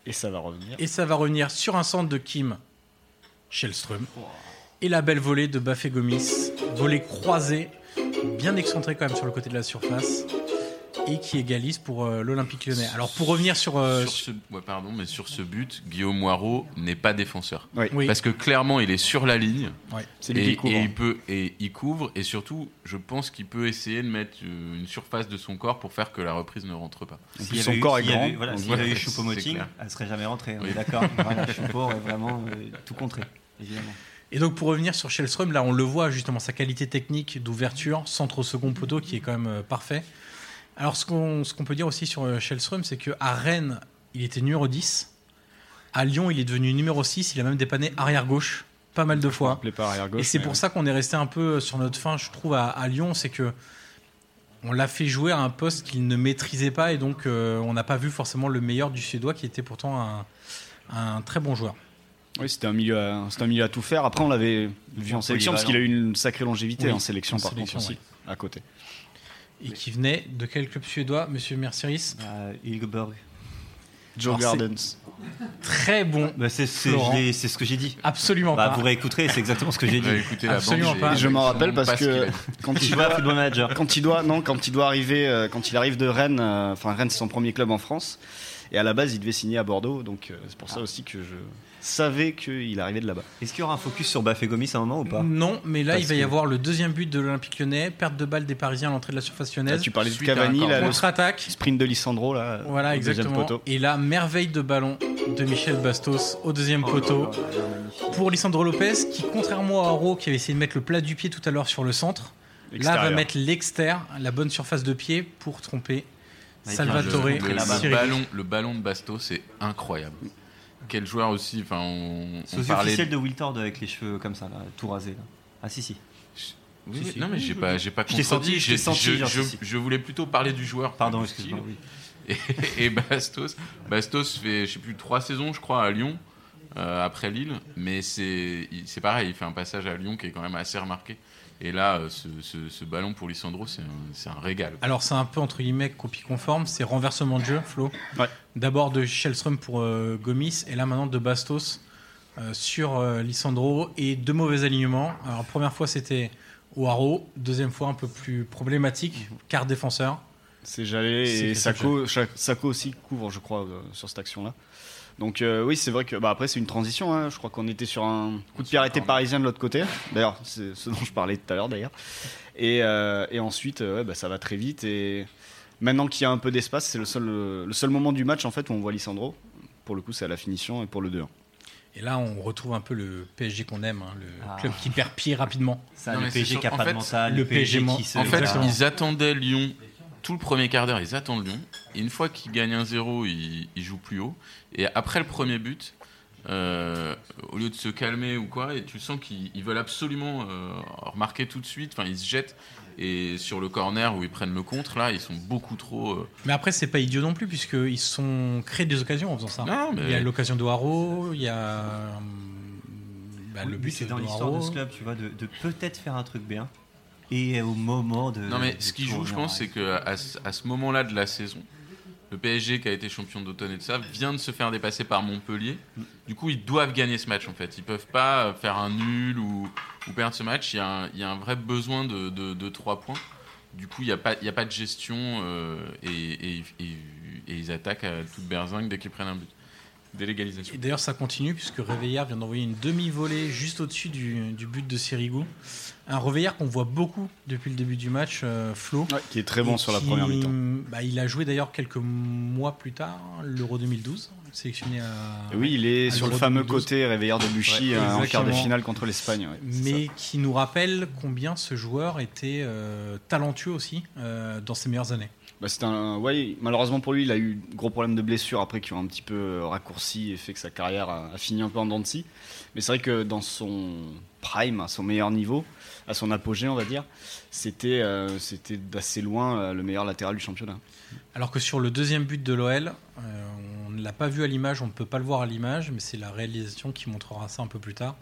[SPEAKER 4] et ça va revenir.
[SPEAKER 1] Et ça va revenir sur un centre de Kim Shellström. Et la belle volée de Bafé Gomis. Volée croisée, bien excentrée quand même sur le côté de la surface. et qui égalise pour euh, l'Olympique lyonnais. Alors pour revenir sur... euh,
[SPEAKER 2] Sur ce, ouais, pardon, mais sur ce but, Guillaume Moirot n'est pas défenseur.
[SPEAKER 4] Oui.
[SPEAKER 1] Oui.
[SPEAKER 2] Parce que clairement, il est sur la ligne.
[SPEAKER 1] ouais.
[SPEAKER 4] C'est lui
[SPEAKER 2] Et,
[SPEAKER 4] qui couvre.
[SPEAKER 1] hein.
[SPEAKER 2] et il peut, et il couvre. Et surtout, je pense qu'il peut essayer de mettre euh, une surface de son corps pour faire que la reprise ne rentre pas.
[SPEAKER 4] En
[SPEAKER 3] S'il
[SPEAKER 4] plus,
[SPEAKER 3] y
[SPEAKER 4] son
[SPEAKER 3] avait eu-
[SPEAKER 4] corps est
[SPEAKER 3] s'il y
[SPEAKER 4] grand.
[SPEAKER 3] avait eu- Voilà,
[SPEAKER 4] donc
[SPEAKER 3] s'il y
[SPEAKER 4] voilà.
[SPEAKER 3] avait eu
[SPEAKER 2] c'est
[SPEAKER 3] Choupo-Moting,
[SPEAKER 2] clair.
[SPEAKER 3] elle serait jamais rentrée. On
[SPEAKER 2] Oui.
[SPEAKER 3] est d'accord. voilà, Choupo aurait vraiment euh, tout contré, évidemment.
[SPEAKER 1] Et donc pour revenir sur Shellström, là on le voit justement sa qualité technique d'ouverture, centre au second poteau qui est quand même euh, parfait. Alors ce qu'on ce qu'on peut dire aussi sur euh, Shellström, c'est que à Rennes, il était numéro 10. À Lyon, il est devenu numéro 6, il a même dépanné arrière gauche pas mal de fois.
[SPEAKER 4] Appelé par arrière gauche,
[SPEAKER 1] Et c'est
[SPEAKER 4] mais
[SPEAKER 1] pour
[SPEAKER 4] ouais.
[SPEAKER 1] ça qu'on est resté un peu sur notre fin, je trouve, à, à Lyon, c'est que on l'a fait jouer à un poste qu'il ne maîtrisait pas et donc euh, on n'a pas vu forcément le meilleur du Suédois qui était pourtant un, un très bon joueur.
[SPEAKER 4] Oui, c'était un milieu, à, c'était un milieu à tout faire. Après, on l'avait vu en sélection parce qu'il a eu une sacrée longévité
[SPEAKER 1] Oui,
[SPEAKER 4] en sélection
[SPEAKER 1] en
[SPEAKER 4] par
[SPEAKER 1] sélection,
[SPEAKER 4] contre aussi à côté.
[SPEAKER 1] Et qui venait de quel club suédois, Monsieur Merceris
[SPEAKER 3] Bah, Hilgeborg.
[SPEAKER 4] Joe
[SPEAKER 1] Alors, c'est-
[SPEAKER 4] Gardens.
[SPEAKER 1] Très bon,
[SPEAKER 3] Bah, c'est c'est-
[SPEAKER 1] Florent.
[SPEAKER 3] je l'ai- c'est ce que j'ai dit.
[SPEAKER 1] absolument
[SPEAKER 3] Bah,
[SPEAKER 1] pas.
[SPEAKER 3] vous réécouterez, c'est exactement ce que j'ai dit.
[SPEAKER 2] Ouais, écoutez, la
[SPEAKER 1] Absolument
[SPEAKER 2] bande,
[SPEAKER 1] pas.
[SPEAKER 2] j'ai-
[SPEAKER 4] Et je m'en
[SPEAKER 2] j'ai
[SPEAKER 4] rappelle
[SPEAKER 2] son
[SPEAKER 4] parce
[SPEAKER 2] passe
[SPEAKER 4] que
[SPEAKER 2] qu'il a-
[SPEAKER 4] quand
[SPEAKER 3] Tu
[SPEAKER 4] il
[SPEAKER 3] vois,
[SPEAKER 4] va
[SPEAKER 3] Football Manager.
[SPEAKER 4] quand il doit non quand il doit arriver euh, quand il arrive de Rennes euh, enfin Rennes c'est son premier club en France et à la base il devait signer à Bordeaux donc euh, c'est pour ça aussi que je savais qu'il arrivait de là-bas
[SPEAKER 3] Est-ce qu'il y aura un focus sur Bafé Gomis à un moment ou pas
[SPEAKER 1] Non, mais là
[SPEAKER 3] Parce
[SPEAKER 1] il va y
[SPEAKER 3] que-
[SPEAKER 1] avoir le deuxième but de l'Olympique lyonnais, perte de balle des Parisiens à l'entrée de la surface
[SPEAKER 4] Là,
[SPEAKER 1] lyonnaise,
[SPEAKER 4] tu parlais de
[SPEAKER 2] Suite à un
[SPEAKER 4] Cavani là,
[SPEAKER 2] corner.
[SPEAKER 4] le
[SPEAKER 1] contre-attaque.
[SPEAKER 4] sprint de Lissandro là au
[SPEAKER 1] Voilà,
[SPEAKER 4] deuxième
[SPEAKER 1] exactement.
[SPEAKER 4] poteau.
[SPEAKER 1] Et là, merveille de ballon de Michel Bastos au deuxième
[SPEAKER 3] Oh là
[SPEAKER 1] poteau.
[SPEAKER 3] là là là, magnifique.
[SPEAKER 1] pour Lisandro Lopez, qui contrairement à Haro qui avait essayé de mettre le plat du pied tout à l'heure sur le centre, là
[SPEAKER 4] Extérieur.
[SPEAKER 1] va mettre l'exter, la bonne surface de pied pour tromper
[SPEAKER 3] Avec
[SPEAKER 1] Salvatore
[SPEAKER 3] un jeu
[SPEAKER 2] Le,
[SPEAKER 3] la balle.
[SPEAKER 2] le
[SPEAKER 1] Sirigu.
[SPEAKER 2] ballon, le ballon de Bastos, c'est incroyable. Quel joueur aussi. Enfin, on, on
[SPEAKER 3] C'est aussi
[SPEAKER 2] parlait.
[SPEAKER 3] officiel de Wiltord avec les cheveux comme ça, là, tout rasé. Là. Ah si si.
[SPEAKER 2] Oui,
[SPEAKER 3] Si,
[SPEAKER 2] oui,
[SPEAKER 3] si.
[SPEAKER 2] Non, mais j'ai pas, j'ai pas
[SPEAKER 3] Je t'ai senti,
[SPEAKER 2] contredit.
[SPEAKER 3] je t'ai
[SPEAKER 2] J'ai-
[SPEAKER 3] senti,
[SPEAKER 2] Je,
[SPEAKER 3] genre,
[SPEAKER 2] je-
[SPEAKER 3] si, si.
[SPEAKER 2] je voulais plutôt parler du joueur.
[SPEAKER 3] Pardon,
[SPEAKER 2] du style.
[SPEAKER 3] excuse-moi. oui.
[SPEAKER 2] Et, et Bastos, Bastos fait, je sais plus, trois saisons, je crois, à Lyon, euh, après Lille. Mais c'est il- c'est pareil, il fait un passage à Lyon qui est quand même assez remarqué. Et là, euh, ce, ce- ce ballon pour Lissandro, c'est un, c'est un régal.
[SPEAKER 1] Alors c'est un peu entre guillemets copie conforme, c'est renversement de jeu, Flo.
[SPEAKER 4] Ouais.
[SPEAKER 1] D'abord de Shellström pour euh, Gomis et là maintenant de Bastos euh, sur euh, Lisandro et deux mauvais alignements. Alors première fois c'était au Haro, deuxième fois un peu plus problématique,
[SPEAKER 3] Mhm.
[SPEAKER 1] car défenseur.
[SPEAKER 4] c'est Jallet
[SPEAKER 1] C'est
[SPEAKER 4] et
[SPEAKER 1] Christophe
[SPEAKER 4] Sako Cha- Sako aussi couvre je crois euh, sur cette action là donc euh, oui c'est vrai que bah, après c'est une transition hein. je crois qu'on était sur un coup de pied arrêté
[SPEAKER 2] Corner.
[SPEAKER 4] parisien de l'autre côté d'ailleurs c'est ce dont je parlais tout à l'heure d'ailleurs et, euh, et ensuite euh, ouais, bah, ça va très vite et maintenant qu'il y a un peu d'espace c'est le seul euh, le seul moment du match en fait où on voit Lissandro pour le coup c'est à la finition et pour le 2-1
[SPEAKER 1] Et là on retrouve un peu le PSG qu'on aime, hein, le
[SPEAKER 3] Ah.
[SPEAKER 1] club qui perd pied rapidement.
[SPEAKER 3] Ça,
[SPEAKER 2] Non,
[SPEAKER 3] le
[SPEAKER 2] mais c'est
[SPEAKER 3] PSG qui a
[SPEAKER 2] sûr, en
[SPEAKER 3] pas
[SPEAKER 2] fait,
[SPEAKER 3] de mental,
[SPEAKER 1] le
[SPEAKER 3] le PSG
[SPEAKER 1] PSG
[SPEAKER 3] qui se.
[SPEAKER 2] En fait,
[SPEAKER 1] Exactement.
[SPEAKER 2] ils attendaient Lyon tout le premier quart d'heure, ils attendent Lyon. Et une fois qu'ils gagnent 1-0, ils, ils jouent plus haut. Et après le premier but, euh, au lieu de se calmer ou quoi, et tu sens qu'ils ils veulent absolument euh, remarquer tout de suite. Enfin, ils se jettent. Et sur le corner où ils prennent le contre, là, ils sont beaucoup trop. euh,
[SPEAKER 1] Mais après, c'est pas idiot non plus, puisqu'ils se sont créés des occasions en faisant ça.
[SPEAKER 2] Non, mais-
[SPEAKER 1] Il y a l'occasion de Haro, il y a. euh, bah,
[SPEAKER 3] Oui,
[SPEAKER 1] le
[SPEAKER 3] mais
[SPEAKER 1] but
[SPEAKER 3] c'est dans l'histoire
[SPEAKER 1] Haro.
[SPEAKER 3] de ce club, tu vois, de, de peut-être faire un truc bien. Et au moment de.
[SPEAKER 2] Non, mais
[SPEAKER 3] de
[SPEAKER 2] ce qui
[SPEAKER 3] tout
[SPEAKER 2] joue,
[SPEAKER 3] revenir
[SPEAKER 2] je
[SPEAKER 3] en
[SPEAKER 2] pense, c'est
[SPEAKER 3] arrière.
[SPEAKER 2] que à ce, à ce moment-là de la saison, le PSG qui a été champion d'automne et de ça vient de se faire dépasser par Montpellier. Du coup, ils doivent gagner ce match en fait. Ils peuvent pas euh, faire un nul ou, ou perdre ce match. Il y, a un, il y a un vrai besoin de, de, de trois points. Du coup, il n'y a, pas- il y a pas de gestion euh, et, et- et- et ils attaquent à toute berzingue dès qu'ils prennent un but. Délégalisation.
[SPEAKER 1] Et d'ailleurs, ça continue, puisque Réveillard vient d'envoyer une demi-volée juste au-dessus du, du but de Sirigu. Un Réveillard qu'on voit beaucoup depuis le début du match, euh, Flo.
[SPEAKER 4] qui est très bon
[SPEAKER 1] Et
[SPEAKER 4] sur la
[SPEAKER 1] qui-
[SPEAKER 4] première mi-temps
[SPEAKER 1] bah, il a joué d'ailleurs quelques mois plus tard, l'Euro 2012, sélectionné à.
[SPEAKER 4] Et oui, il est
[SPEAKER 1] à
[SPEAKER 4] sur le
[SPEAKER 1] l'Euro
[SPEAKER 4] fameux
[SPEAKER 1] 2012.
[SPEAKER 4] côté réveilleur de Buchy
[SPEAKER 1] Ouais,
[SPEAKER 4] euh, en quart de
[SPEAKER 1] exactement.
[SPEAKER 4] finale contre l'Espagne. ouais, c'est
[SPEAKER 1] mais qui nous rappelle combien ce joueur était euh, talentueux aussi euh, dans ses meilleures années.
[SPEAKER 4] ça. Bah, c'est un, ouais, malheureusement pour lui, il a eu gros problème de blessure après qui ont un petit peu euh, raccourci et fait que sa carrière a, a fini un peu en dents de scie. Mais c'est vrai que dans son prime, à son meilleur niveau, à son apogée, on va dire, c'était euh, c'était d'assez loin euh, le meilleur latéral du championnat.
[SPEAKER 1] Alors que sur le deuxième but de l'OL, euh, on ne l'a pas vu à l'image, on ne peut pas le voir à l'image, mais c'est la réalisation qui montrera ça un peu plus tard.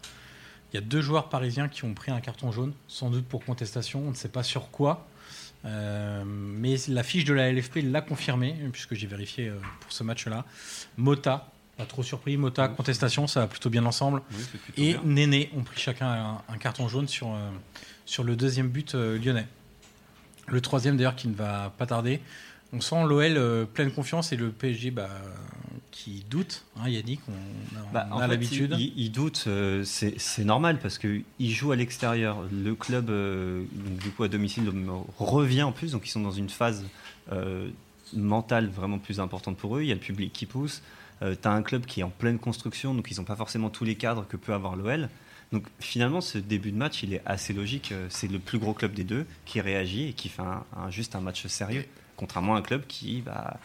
[SPEAKER 1] Il y a deux joueurs parisiens qui ont pris un carton jaune, sans doute pour contestation, on ne sait pas sur quoi. Euh, mais la fiche de la LFP l'a confirmé, puisque j'ai vérifié euh, pour ce match-là. Mota, pas trop surpris, Mota, contestation, ça va plutôt bien ensemble.
[SPEAKER 3] Oui, c'est plutôt
[SPEAKER 1] Et
[SPEAKER 3] bien.
[SPEAKER 1] Néné ont pris chacun un, un carton jaune sur, euh, sur le deuxième but euh, lyonnais. Le troisième d'ailleurs qui ne va pas tarder. On sent l'OL euh, pleine confiance et le PSG bah, qui doute. hein, Yannick, on, on
[SPEAKER 3] Bah, en
[SPEAKER 1] a
[SPEAKER 3] fait,
[SPEAKER 1] l'habitude.
[SPEAKER 3] Ils ils doutent, euh, c'est c'est normal parce qu'ils jouent à l'extérieur. Le club, euh, donc, du coup, à domicile, euh, revient en plus, donc ils sont dans une phase euh, mentale vraiment plus importante pour eux. Il y a le public qui pousse. Euh, T'as un club qui est en pleine construction, donc ils n'ont pas forcément tous les cadres que peut avoir l'OL. Donc finalement, ce début de match, il est assez logique. Euh, C'est le plus gros club des deux qui réagit et qui fait un- un- juste un match sérieux, contrairement à un club qui, bah,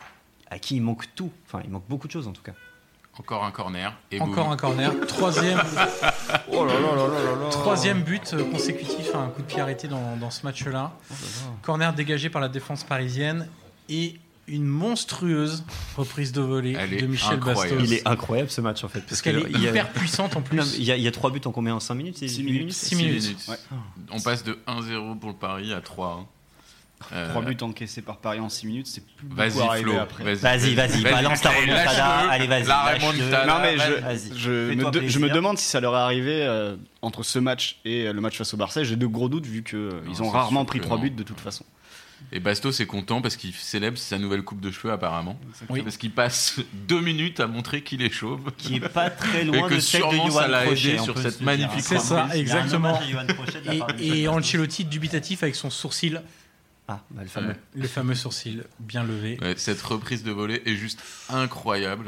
[SPEAKER 3] à qui il manque tout. Enfin, il manque beaucoup de choses en tout cas.
[SPEAKER 2] Encore un corner. Et
[SPEAKER 1] Encore
[SPEAKER 2] boum.
[SPEAKER 1] un corner. Troisième,
[SPEAKER 7] Oh là là là là là là.
[SPEAKER 1] troisième but euh, consécutif à un coup de pied arrêté dans, dans ce match-là. Corner dégagé par la défense parisienne et une monstrueuse reprise de volée
[SPEAKER 2] Elle est
[SPEAKER 1] de Michel
[SPEAKER 2] incroyable.
[SPEAKER 1] Bastos.
[SPEAKER 3] Il est incroyable ce match en fait.
[SPEAKER 1] Parce
[SPEAKER 3] Parce,
[SPEAKER 1] qu'elle
[SPEAKER 3] que
[SPEAKER 1] est
[SPEAKER 3] il y a-
[SPEAKER 1] hyper puissante en
[SPEAKER 3] Non, mais
[SPEAKER 1] plus.
[SPEAKER 3] il y, a, il y a trois buts en combien En 5 minutes c'est
[SPEAKER 4] Six
[SPEAKER 3] huit
[SPEAKER 4] minutes.
[SPEAKER 1] Six
[SPEAKER 2] Six
[SPEAKER 1] minutes.
[SPEAKER 2] minutes.
[SPEAKER 4] Ouais.
[SPEAKER 2] On passe de 1-0 pour le Paris à 3. Euh,
[SPEAKER 4] 3 buts encaissés par Paris en 6 minutes, c'est plus beaucoup
[SPEAKER 2] Vas-y,
[SPEAKER 4] arrivé
[SPEAKER 2] Flo.
[SPEAKER 4] après.
[SPEAKER 3] Vas-y, vas-y, balance ta
[SPEAKER 2] Lâche-le.
[SPEAKER 3] remontada. Allez, vas-y.
[SPEAKER 2] La
[SPEAKER 3] lâche-le.
[SPEAKER 2] remontada.
[SPEAKER 4] Non mais
[SPEAKER 3] Vas-y.
[SPEAKER 4] je, je,
[SPEAKER 3] Fais-toi
[SPEAKER 4] me, de- je me
[SPEAKER 3] plaisir.
[SPEAKER 4] demande si ça leur est arrivé euh, entre ce match et euh, le match face au Barça. J'ai de gros doutes vu qu'ils
[SPEAKER 2] c'est
[SPEAKER 4] ont rarement
[SPEAKER 2] sûr
[SPEAKER 4] pris
[SPEAKER 2] que
[SPEAKER 4] 3
[SPEAKER 2] non.
[SPEAKER 4] buts de toute façon.
[SPEAKER 2] Et Bastos est content parce qu'il célèbre sa nouvelle coupe de cheveux apparemment.
[SPEAKER 1] Oui.
[SPEAKER 2] Parce qu'il passe deux minutes à montrer qu'il est chauve.
[SPEAKER 3] Qui est pas très
[SPEAKER 2] Et
[SPEAKER 3] loin
[SPEAKER 2] que
[SPEAKER 3] de celle de
[SPEAKER 2] sûrement, ça
[SPEAKER 3] Johan
[SPEAKER 2] l'a
[SPEAKER 3] Crochet.
[SPEAKER 2] aidé
[SPEAKER 3] on
[SPEAKER 2] sur
[SPEAKER 3] peut
[SPEAKER 2] cette
[SPEAKER 3] se le
[SPEAKER 2] magnifique
[SPEAKER 3] dire.
[SPEAKER 1] C'est ça,
[SPEAKER 3] Il y a un
[SPEAKER 1] exactement.
[SPEAKER 3] hommage à Johan Crochet de la
[SPEAKER 1] Et,
[SPEAKER 3] part de Michel
[SPEAKER 1] et
[SPEAKER 3] Bastos.
[SPEAKER 1] Ancelotti dubitatif avec son sourcil,
[SPEAKER 3] Ah, bah, le fameux.
[SPEAKER 2] Ouais.
[SPEAKER 1] le fameux sourcil bien levé.
[SPEAKER 2] Ouais, cette reprise de volée est juste incroyable.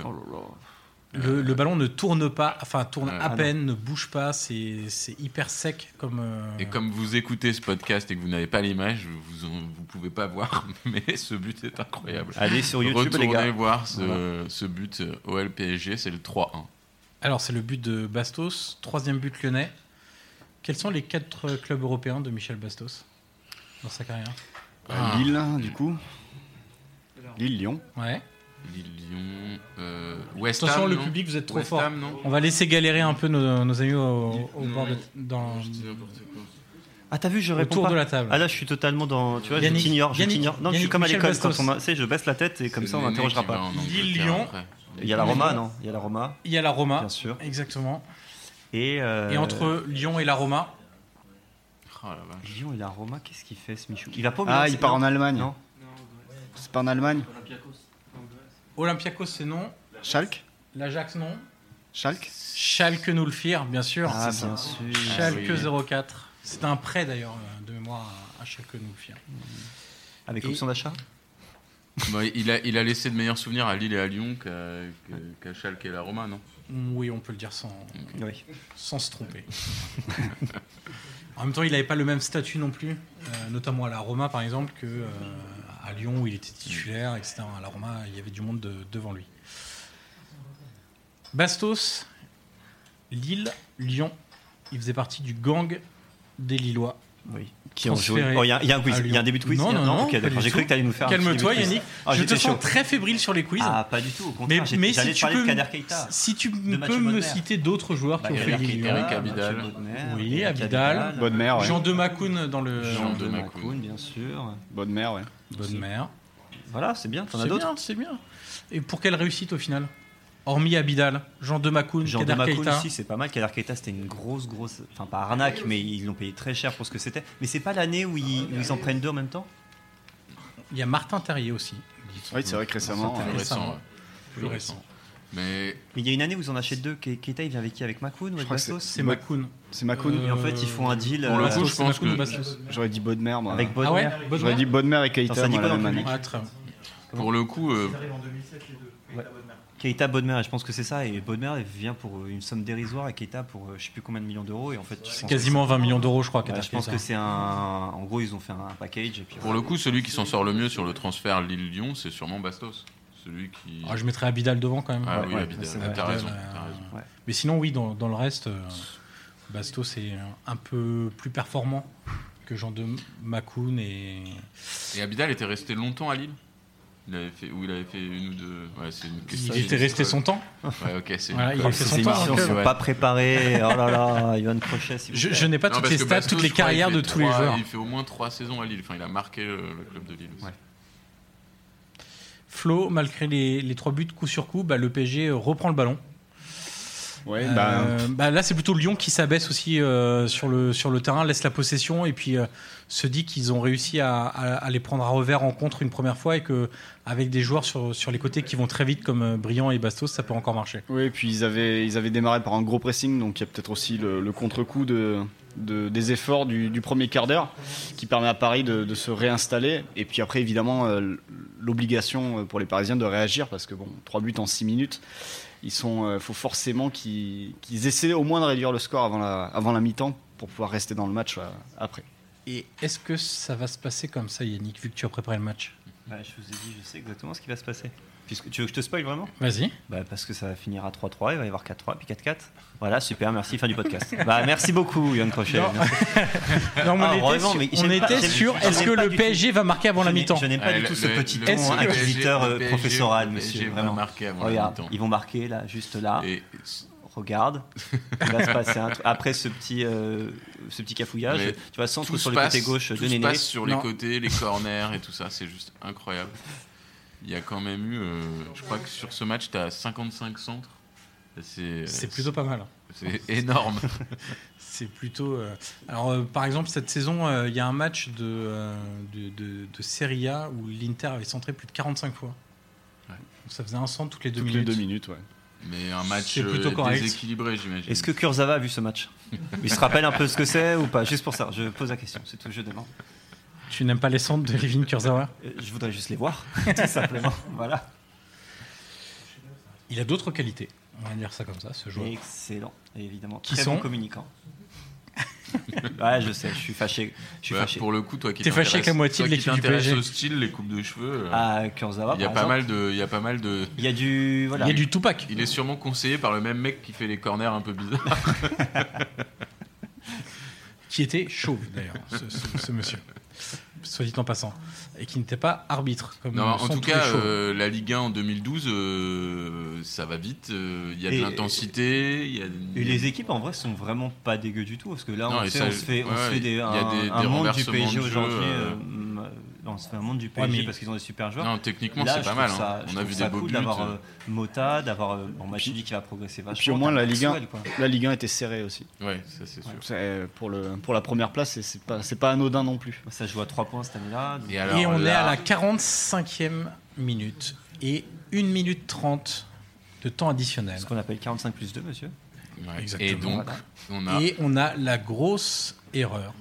[SPEAKER 1] Le, le ballon ne tourne pas, enfin tourne
[SPEAKER 2] Ouais.
[SPEAKER 1] à
[SPEAKER 3] Ah
[SPEAKER 1] peine, ne bouge pas, c'est c'est hyper sec comme. euh,
[SPEAKER 2] Et comme vous écoutez ce podcast et que vous n'avez pas l'image, vous ne pouvez pas voir, mais ce but est incroyable.
[SPEAKER 3] Allez Ah, sur YouTube, les
[SPEAKER 2] Retournez
[SPEAKER 3] gars.
[SPEAKER 2] voir ce, ce but euh, OL PSG, c'est le 3-1.
[SPEAKER 1] Alors c'est le but de Bastos, troisième but lyonnais. Quels sont les quatre clubs européens de Michel Bastos dans sa carrière
[SPEAKER 2] Ah.
[SPEAKER 4] Lille, du coup. Lille, Lyon.
[SPEAKER 1] Ouais.
[SPEAKER 2] Lille, Lyon, euh, West Ham.
[SPEAKER 1] Attention le
[SPEAKER 2] non
[SPEAKER 1] public, vous êtes trop
[SPEAKER 2] West
[SPEAKER 1] fort.
[SPEAKER 2] Ham, non
[SPEAKER 1] On va laisser galérer un peu nos, nos amis au, au
[SPEAKER 2] Non,
[SPEAKER 1] bord de,
[SPEAKER 2] non,
[SPEAKER 1] dans,
[SPEAKER 2] Je dis n'importe quoi.
[SPEAKER 3] Ah, t'as vu, je
[SPEAKER 1] autour
[SPEAKER 3] réponds.
[SPEAKER 1] de
[SPEAKER 3] Pas.
[SPEAKER 1] la table.
[SPEAKER 3] Ah là, je suis totalement dans. Tu vois, je
[SPEAKER 1] Yannick,
[SPEAKER 3] t'ignore. Je
[SPEAKER 1] Yannick,
[SPEAKER 3] t'ignore. Non, je suis
[SPEAKER 1] Yannick,
[SPEAKER 3] comme à
[SPEAKER 1] Michel
[SPEAKER 3] l'école
[SPEAKER 1] Bastos.
[SPEAKER 3] quand on m'a- Tu sais, je baisse la tête et comme
[SPEAKER 2] C'est
[SPEAKER 3] ça, on
[SPEAKER 2] le Néné
[SPEAKER 3] n'interrogera
[SPEAKER 2] qui va
[SPEAKER 3] pas.
[SPEAKER 2] en Angleterre
[SPEAKER 1] Lille, Lyon.
[SPEAKER 2] après.
[SPEAKER 3] Il y a la Roma, non Il y a la Roma,
[SPEAKER 1] Il y a la Roma,
[SPEAKER 3] bien sûr.
[SPEAKER 1] exactement.
[SPEAKER 3] Et, euh,
[SPEAKER 1] Ah. Et entre Lyon et la Roma,
[SPEAKER 2] Oh la vache.
[SPEAKER 3] Lyon et la Roma, qu'est-ce qu'il fait ce Michou Il va pas au
[SPEAKER 4] Ah,
[SPEAKER 3] Milan,
[SPEAKER 4] il part en
[SPEAKER 3] non
[SPEAKER 4] Allemagne.
[SPEAKER 3] Non.
[SPEAKER 4] C'est pas en Allemagne.
[SPEAKER 1] Olympiakos c'est non,
[SPEAKER 4] Schalke
[SPEAKER 1] l'Ajax non,
[SPEAKER 4] Schalke
[SPEAKER 1] Schalke nous le firent, bien sûr.
[SPEAKER 3] Ah,
[SPEAKER 1] C'est ça.
[SPEAKER 3] bien sûr.
[SPEAKER 1] Schalke
[SPEAKER 2] Ah,
[SPEAKER 1] 04. C'était un prêt d'ailleurs euh, de mémoire à- à Schalke nous le firent.
[SPEAKER 3] Avec
[SPEAKER 1] Et-
[SPEAKER 3] option d'achat
[SPEAKER 2] Bah, il, a, il a laissé de meilleurs souvenirs à Lille et à Lyon qu'à que- qu'à Schalke et la Roma, non
[SPEAKER 1] Oui, on peut le dire sans,
[SPEAKER 3] Oui.
[SPEAKER 1] sans se tromper. en même temps, il n'avait pas le même statut non plus, euh, notamment à la Roma par exemple, que euh, à Lyon où il était titulaire, etc. À la Roma, il y avait du monde de- devant lui. Bastos, Lille, Lyon, il faisait partie du gang des Lillois.
[SPEAKER 3] Oui. Qui ont joué.
[SPEAKER 1] Transféré
[SPEAKER 3] Oh, il y, a- il y a un
[SPEAKER 1] à
[SPEAKER 3] quiz. Il y a
[SPEAKER 1] Lyon.
[SPEAKER 3] un début de quiz.
[SPEAKER 1] Non,
[SPEAKER 3] il y a-
[SPEAKER 1] non, non,
[SPEAKER 3] ok,
[SPEAKER 1] pas
[SPEAKER 3] d'accord.
[SPEAKER 1] du
[SPEAKER 3] J'ai cru
[SPEAKER 1] tout.
[SPEAKER 3] que t'allais nous faire un petit début de
[SPEAKER 1] Calme-toi
[SPEAKER 3] quiz.
[SPEAKER 1] Yannick,
[SPEAKER 3] Ah,
[SPEAKER 1] je te
[SPEAKER 3] j'étais
[SPEAKER 1] sens
[SPEAKER 3] chaud.
[SPEAKER 1] très fébrile sur les quiz.
[SPEAKER 3] Ah, pas du tout. Au
[SPEAKER 1] mais
[SPEAKER 3] contraire, j'ai-
[SPEAKER 1] mais si
[SPEAKER 3] j'allais te
[SPEAKER 1] tu
[SPEAKER 3] parler
[SPEAKER 1] peux,
[SPEAKER 3] de Kader Keita. Bah,
[SPEAKER 1] si tu
[SPEAKER 3] de Mathieu
[SPEAKER 1] peux me
[SPEAKER 3] Bodmer.
[SPEAKER 1] citer d'autres joueurs qui ont fait
[SPEAKER 2] Eric-
[SPEAKER 1] des Lyon.
[SPEAKER 2] Eric
[SPEAKER 3] Abidal,
[SPEAKER 2] Abidal.
[SPEAKER 3] Mathieu Bodmer,
[SPEAKER 1] Oui,
[SPEAKER 3] Eric Euh,
[SPEAKER 1] Abidal.
[SPEAKER 4] Bonne mère, ouais.
[SPEAKER 1] Jean de Macoun dans le
[SPEAKER 2] Jean
[SPEAKER 3] Ah, Jean
[SPEAKER 2] de
[SPEAKER 3] de
[SPEAKER 2] Macoun.
[SPEAKER 3] Macoun, bien sûr.
[SPEAKER 4] Bonne mère, ouais.
[SPEAKER 1] bonne mère.
[SPEAKER 3] Voilà, c'est bien. T'en as
[SPEAKER 1] C'est
[SPEAKER 3] d'autres
[SPEAKER 1] bien, c'est bien. Et pour quelle réussite au final Hormis Abidal, Jean de Macoun,
[SPEAKER 3] Jean de
[SPEAKER 1] Kader
[SPEAKER 3] Macoun
[SPEAKER 1] Keita.
[SPEAKER 3] aussi, c'est pas mal. Kader Keita, c'était une grosse, grosse. Enfin, pas arnaque, mais ils l'ont payé très cher pour ce que c'était. Mais c'est pas l'année où ils, où ils en prennent deux en même temps
[SPEAKER 1] Il y a Martin Terrier aussi.
[SPEAKER 4] Oui, c'est vrai que récemment.
[SPEAKER 2] Plus
[SPEAKER 1] Récemment.
[SPEAKER 2] récent, ouais.
[SPEAKER 1] Plus récent.
[SPEAKER 2] Mais
[SPEAKER 3] Mais il y a une année où ils en achètent deux. Ke- Keita, il vient avec qui Avec Macoun ou avec
[SPEAKER 4] crois que
[SPEAKER 3] Bastos
[SPEAKER 1] C'est Macoun.
[SPEAKER 4] C'est Macoun.
[SPEAKER 1] Euh,
[SPEAKER 3] Et en fait, ils font un deal
[SPEAKER 2] Pour le
[SPEAKER 3] euh,
[SPEAKER 2] coup, je
[SPEAKER 1] Bastos, c'est
[SPEAKER 2] pense
[SPEAKER 1] Macoun
[SPEAKER 2] que-
[SPEAKER 1] ou Bastos
[SPEAKER 4] J'aurais dit bonne mère, moi.
[SPEAKER 3] avec
[SPEAKER 1] Ah
[SPEAKER 3] Bodmer.
[SPEAKER 1] ouais Bodmer
[SPEAKER 4] J'aurais dit bonne mère et Keita,
[SPEAKER 3] Attends, ça dit
[SPEAKER 4] moi,
[SPEAKER 3] quoi
[SPEAKER 4] la
[SPEAKER 3] dans
[SPEAKER 4] même
[SPEAKER 3] le
[SPEAKER 4] année.
[SPEAKER 1] Ah, très bien.
[SPEAKER 2] pour le coup, euh,
[SPEAKER 3] Keita Bodmer, et je pense que c'est ça. Et Bodmer vient pour une somme dérisoire et Keita pour euh, je sais plus combien de millions d'euros. Et en fait, je pense que
[SPEAKER 1] Quasiment 20 millions d'euros, je crois.
[SPEAKER 3] Ouais,
[SPEAKER 1] Kader
[SPEAKER 3] je pense
[SPEAKER 1] Keita.
[SPEAKER 3] que c'est un. En gros, ils ont fait un package. Et puis,
[SPEAKER 2] pour le coup, celui qui s'en sort le mieux sur le transfert Lille-Lyon, c'est sûrement Bastos. Celui qui.
[SPEAKER 1] Ah, je mettrais Abidal devant quand même.
[SPEAKER 2] Ah oui,
[SPEAKER 3] ouais,
[SPEAKER 2] Abidal.
[SPEAKER 3] c'est
[SPEAKER 2] Ah,
[SPEAKER 3] vrai.
[SPEAKER 2] t'as raison.
[SPEAKER 1] Euh,
[SPEAKER 2] t'as raison.
[SPEAKER 3] Ouais.
[SPEAKER 1] Mais sinon, oui, dans, dans le reste, euh, Bastos c'est un peu plus performant que Jean de Macoun et.
[SPEAKER 2] Et Abidal était resté longtemps à Lille il avait fait, Ou il avait fait une ou deux. Ouais, c'est une question.
[SPEAKER 1] Il était resté son temps.
[SPEAKER 2] Ouais, ok, c'est. une
[SPEAKER 1] Voilà, il
[SPEAKER 2] colle.
[SPEAKER 1] a fait son temps,
[SPEAKER 3] émissions
[SPEAKER 1] hein,
[SPEAKER 3] sont
[SPEAKER 2] ouais.
[SPEAKER 3] pas préparées. Oh là là, Johan Crochet, si vous
[SPEAKER 1] Je,
[SPEAKER 3] plaît.
[SPEAKER 1] je n'ai pas
[SPEAKER 2] Non,
[SPEAKER 1] toutes
[SPEAKER 2] parce
[SPEAKER 1] les
[SPEAKER 2] que
[SPEAKER 1] stats,
[SPEAKER 2] Bastos,
[SPEAKER 1] toutes les
[SPEAKER 2] je crois, il
[SPEAKER 1] carrières
[SPEAKER 2] fait
[SPEAKER 1] de tous les
[SPEAKER 2] trois-
[SPEAKER 1] joueurs.
[SPEAKER 2] Il fait au moins trois saisons à Lille. Enfin, il a marqué le, le club de Lille. aussi.
[SPEAKER 3] Ouais.
[SPEAKER 1] Flo, malgré les, les trois buts coup sur coup, bah, le PSG reprend le ballon.
[SPEAKER 4] Ouais,
[SPEAKER 1] Euh,
[SPEAKER 4] bah,
[SPEAKER 1] bah, là, c'est plutôt Lyon qui s'abaisse aussi euh, sur, le, sur le terrain, laisse la possession et puis euh, se dit qu'ils ont réussi à, à- à les prendre à revers en contre une première fois et que avec des joueurs sur, sur les côtés qui vont très vite comme euh, Briand et Bastos, ça peut encore marcher.
[SPEAKER 4] Oui, et puis ils avaient, ils avaient démarré par un gros pressing, donc il y a peut-être aussi le, le contre-coup de, de- des efforts du, du premier quart d'heure qui permet à Paris de, de se réinstaller. Et puis après, évidemment, euh, l'obligation euh, pour les Parisiens de réagir parce que, bon, trois buts en six minutes, il sont, euh, faut forcément qu'ils qu'ils essaient au moins de réduire le score avant la, avant la mi-temps pour pouvoir rester dans le match euh, après.
[SPEAKER 1] Et est-ce que ça va se passer comme ça, Yannick, vu que tu as préparé le match
[SPEAKER 3] Bah, je vous ai dit, je sais exactement ce qui va se passer. Puisque, tu veux que je te spoil vraiment
[SPEAKER 1] Vas-y.
[SPEAKER 3] Bah, Parce que ça va finir à 3-3, il va y avoir 4-3, puis 4-4. Voilà, super, merci, fin du podcast. bah, merci beaucoup, Yann Crochet.
[SPEAKER 1] Non.
[SPEAKER 3] Merci.
[SPEAKER 1] Non, mais
[SPEAKER 3] Ah,
[SPEAKER 1] on était
[SPEAKER 3] heureusement,
[SPEAKER 1] sur,
[SPEAKER 3] mais
[SPEAKER 1] on
[SPEAKER 3] j'aime pas-
[SPEAKER 1] était
[SPEAKER 3] j'aime-
[SPEAKER 1] sur
[SPEAKER 3] j'aime
[SPEAKER 1] est-ce que
[SPEAKER 3] pas
[SPEAKER 1] le
[SPEAKER 3] du
[SPEAKER 1] PSG va marquer avant la
[SPEAKER 3] Je n'ai-
[SPEAKER 1] mi-temps
[SPEAKER 3] Je n'aime pas
[SPEAKER 2] Ah,
[SPEAKER 3] du
[SPEAKER 2] le-
[SPEAKER 3] tout ce
[SPEAKER 2] le-
[SPEAKER 3] petit
[SPEAKER 2] le
[SPEAKER 3] ton
[SPEAKER 2] PSG
[SPEAKER 3] inquisiteur
[SPEAKER 2] le
[SPEAKER 3] euh,
[SPEAKER 2] PSG
[SPEAKER 3] professoral,
[SPEAKER 2] va
[SPEAKER 3] monsieur.
[SPEAKER 2] marquer
[SPEAKER 3] Vraiment.
[SPEAKER 2] avant
[SPEAKER 3] Regarde,
[SPEAKER 2] mi-temps.
[SPEAKER 3] ils vont marquer, là, juste là.
[SPEAKER 2] Et
[SPEAKER 3] Regarde. Il va se passer un truc. Après ce petit, euh, ce petit cafouillage,
[SPEAKER 2] Mais
[SPEAKER 3] tu vois, centre
[SPEAKER 2] tout
[SPEAKER 3] sur
[SPEAKER 2] se
[SPEAKER 3] le
[SPEAKER 2] passe,
[SPEAKER 3] côté gauche
[SPEAKER 2] tout
[SPEAKER 3] de
[SPEAKER 2] se
[SPEAKER 3] Néné.
[SPEAKER 2] passe sur les
[SPEAKER 1] Non.
[SPEAKER 2] côtés, les corners et tout ça, c'est juste incroyable. Il y a quand même eu, euh, je crois que sur ce match, tu as 55 centres. C'est euh,
[SPEAKER 1] C'est plutôt pas mal. hein.
[SPEAKER 2] c'est énorme.
[SPEAKER 1] C'est plutôt. euh, Alors, euh, par exemple, cette saison, euh, il y a un match de, euh, de, de- de Serie A où l'Inter avait centré plus de 45 fois.
[SPEAKER 2] Ouais.
[SPEAKER 1] Donc, ça faisait un centre toutes les deux
[SPEAKER 4] Toutes les
[SPEAKER 1] minutes.
[SPEAKER 4] deux minutes, ouais.
[SPEAKER 2] Mais un match
[SPEAKER 1] C'est plutôt
[SPEAKER 2] euh,
[SPEAKER 1] correct.
[SPEAKER 2] déséquilibré, j'imagine.
[SPEAKER 3] Est-ce que Kurzawa a vu ce match Il se rappelle un peu ce que c'est ou pas Juste pour ça, je pose la question, c'est tout, je demande.
[SPEAKER 1] Tu n'aimes pas les centres de Levin Kurzawa
[SPEAKER 3] Euh, Je voudrais juste les voir, tout simplement. Voilà.
[SPEAKER 1] Il a d'autres qualités. On va dire ça comme ça, ce joueur.
[SPEAKER 3] Excellent, et évidemment.
[SPEAKER 1] Qui
[SPEAKER 3] très
[SPEAKER 1] sont
[SPEAKER 3] bon communicant. ouais, je sais, je suis fâché. Je suis
[SPEAKER 2] Bah,
[SPEAKER 3] fâché.
[SPEAKER 2] pour le coup, toi qui
[SPEAKER 1] T'es
[SPEAKER 2] t'intéresses-
[SPEAKER 1] fâché avec la moitié
[SPEAKER 2] toi
[SPEAKER 1] de
[SPEAKER 2] qui
[SPEAKER 1] l'équipe du
[SPEAKER 2] t'intéresses
[SPEAKER 1] PSG.
[SPEAKER 2] au style, les coupes de cheveux. euh,
[SPEAKER 3] Ah, Kurzawa,
[SPEAKER 2] il y a
[SPEAKER 3] par
[SPEAKER 2] pas
[SPEAKER 3] exemple,
[SPEAKER 2] mal de, il y a pas mal de.
[SPEAKER 3] Il y a du. Voilà.
[SPEAKER 1] Il y a du Tupac.
[SPEAKER 2] Il est sûrement conseillé par le même mec qui fait les corners un peu bizarres.
[SPEAKER 1] qui était chauve d'ailleurs, ce, ce- ce monsieur, soit dit en passant, et qui n'était pas arbitre. Comme
[SPEAKER 2] Non,
[SPEAKER 1] sont
[SPEAKER 2] en tout
[SPEAKER 1] tous les
[SPEAKER 2] cas,
[SPEAKER 1] chauves.
[SPEAKER 2] euh, la Ligue 1 en 2012, euh, ça va vite. euh, Il y a de
[SPEAKER 3] Et-
[SPEAKER 2] l'intensité. Il y a.
[SPEAKER 3] Et les équipes en vrai sont vraiment pas dégueu du tout parce que là
[SPEAKER 2] Non,
[SPEAKER 3] on,
[SPEAKER 2] et
[SPEAKER 3] sait,
[SPEAKER 2] ça-
[SPEAKER 3] on se fait, on
[SPEAKER 2] ouais,
[SPEAKER 3] se fait
[SPEAKER 2] il
[SPEAKER 3] des,
[SPEAKER 2] y a
[SPEAKER 3] un,
[SPEAKER 2] des-
[SPEAKER 3] un
[SPEAKER 2] des
[SPEAKER 3] monde du
[SPEAKER 2] renversements de
[SPEAKER 3] PSG
[SPEAKER 2] jeu,
[SPEAKER 3] aujourd'hui.
[SPEAKER 2] euh,
[SPEAKER 3] euh, on se fait un monde du PSG
[SPEAKER 1] mais-
[SPEAKER 3] parce qu'ils ont des super joueurs.
[SPEAKER 2] Non, techniquement,
[SPEAKER 3] Là,
[SPEAKER 2] c'est
[SPEAKER 3] je
[SPEAKER 2] pas
[SPEAKER 3] trouve
[SPEAKER 2] mal. hein.
[SPEAKER 3] ça- je
[SPEAKER 2] On a
[SPEAKER 3] trouve
[SPEAKER 2] vu
[SPEAKER 3] ça
[SPEAKER 2] des beaux
[SPEAKER 3] cool
[SPEAKER 2] buts.
[SPEAKER 3] d'avoir euh, Mota, d'avoir euh, bon, Machidi qui va progresser vachement.
[SPEAKER 4] Et puis au moins, la
[SPEAKER 3] t'as
[SPEAKER 4] Ligue 1,
[SPEAKER 3] Maxwell, quoi.
[SPEAKER 4] la Ligue 1 était serrée aussi.
[SPEAKER 2] euh, Ouais, ça c'est sûr.
[SPEAKER 4] C'est- Pour, le, pour la première place, c'est- c'est pas, c'est pas anodin non plus.
[SPEAKER 3] Ça joue à 3 points cette année-là. donc-
[SPEAKER 2] alors
[SPEAKER 1] et on est
[SPEAKER 2] là-
[SPEAKER 1] à la 45e minute et 1 minute 30 de temps additionnel.
[SPEAKER 3] Ce qu'on appelle 45 plus 2, monsieur.
[SPEAKER 2] Ouais.
[SPEAKER 1] Exactement.
[SPEAKER 2] Et donc, on a
[SPEAKER 1] Et on a la grosse erreur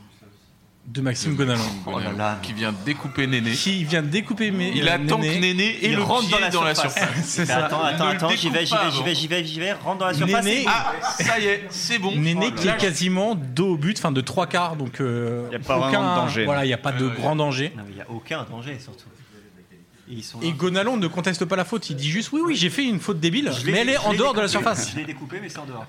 [SPEAKER 1] de Maxime
[SPEAKER 2] Maxime
[SPEAKER 1] Gonalon,
[SPEAKER 3] Oh là là.
[SPEAKER 2] qui vient découper Néné.
[SPEAKER 1] qui vient de découper mes.
[SPEAKER 2] Il
[SPEAKER 1] euh,
[SPEAKER 2] attend
[SPEAKER 1] Néné.
[SPEAKER 2] que Néné ait
[SPEAKER 3] Il
[SPEAKER 2] le
[SPEAKER 3] rentre
[SPEAKER 2] pied
[SPEAKER 3] dans la surface.
[SPEAKER 1] C'est
[SPEAKER 3] Mais
[SPEAKER 1] ça.
[SPEAKER 3] Attends, attends,
[SPEAKER 2] Ne le
[SPEAKER 3] attends, j'y vais,
[SPEAKER 2] découpe
[SPEAKER 3] j'y
[SPEAKER 2] pas
[SPEAKER 3] vais,
[SPEAKER 2] avant.
[SPEAKER 3] j'y vais, j'y vais, j'y vais, rentre dans la surface.
[SPEAKER 1] Néné,
[SPEAKER 2] Ah, ça y est, c'est bon.
[SPEAKER 1] Néné
[SPEAKER 2] Oh là
[SPEAKER 1] qui
[SPEAKER 2] là.
[SPEAKER 1] est quasiment dos au but, enfin de trois quarts, donc euh,
[SPEAKER 4] Y a pas vraiment
[SPEAKER 1] aucun-
[SPEAKER 4] de danger,
[SPEAKER 1] Voilà, il n'y a pas de
[SPEAKER 2] Ouais, ouais.
[SPEAKER 1] grand danger.
[SPEAKER 3] Non, mais il n'y a aucun danger surtout. Et ils sont là.
[SPEAKER 1] Et Gonalon ne conteste pas la faute, il dit juste oui, oui, j'ai fait une faute débile,
[SPEAKER 3] Je l'ai-
[SPEAKER 1] mais elle est
[SPEAKER 3] je
[SPEAKER 1] en
[SPEAKER 3] l'ai
[SPEAKER 1] dehors de la
[SPEAKER 3] découpé.
[SPEAKER 1] surface.
[SPEAKER 3] Je l'ai découpé, mais c'est en dehors.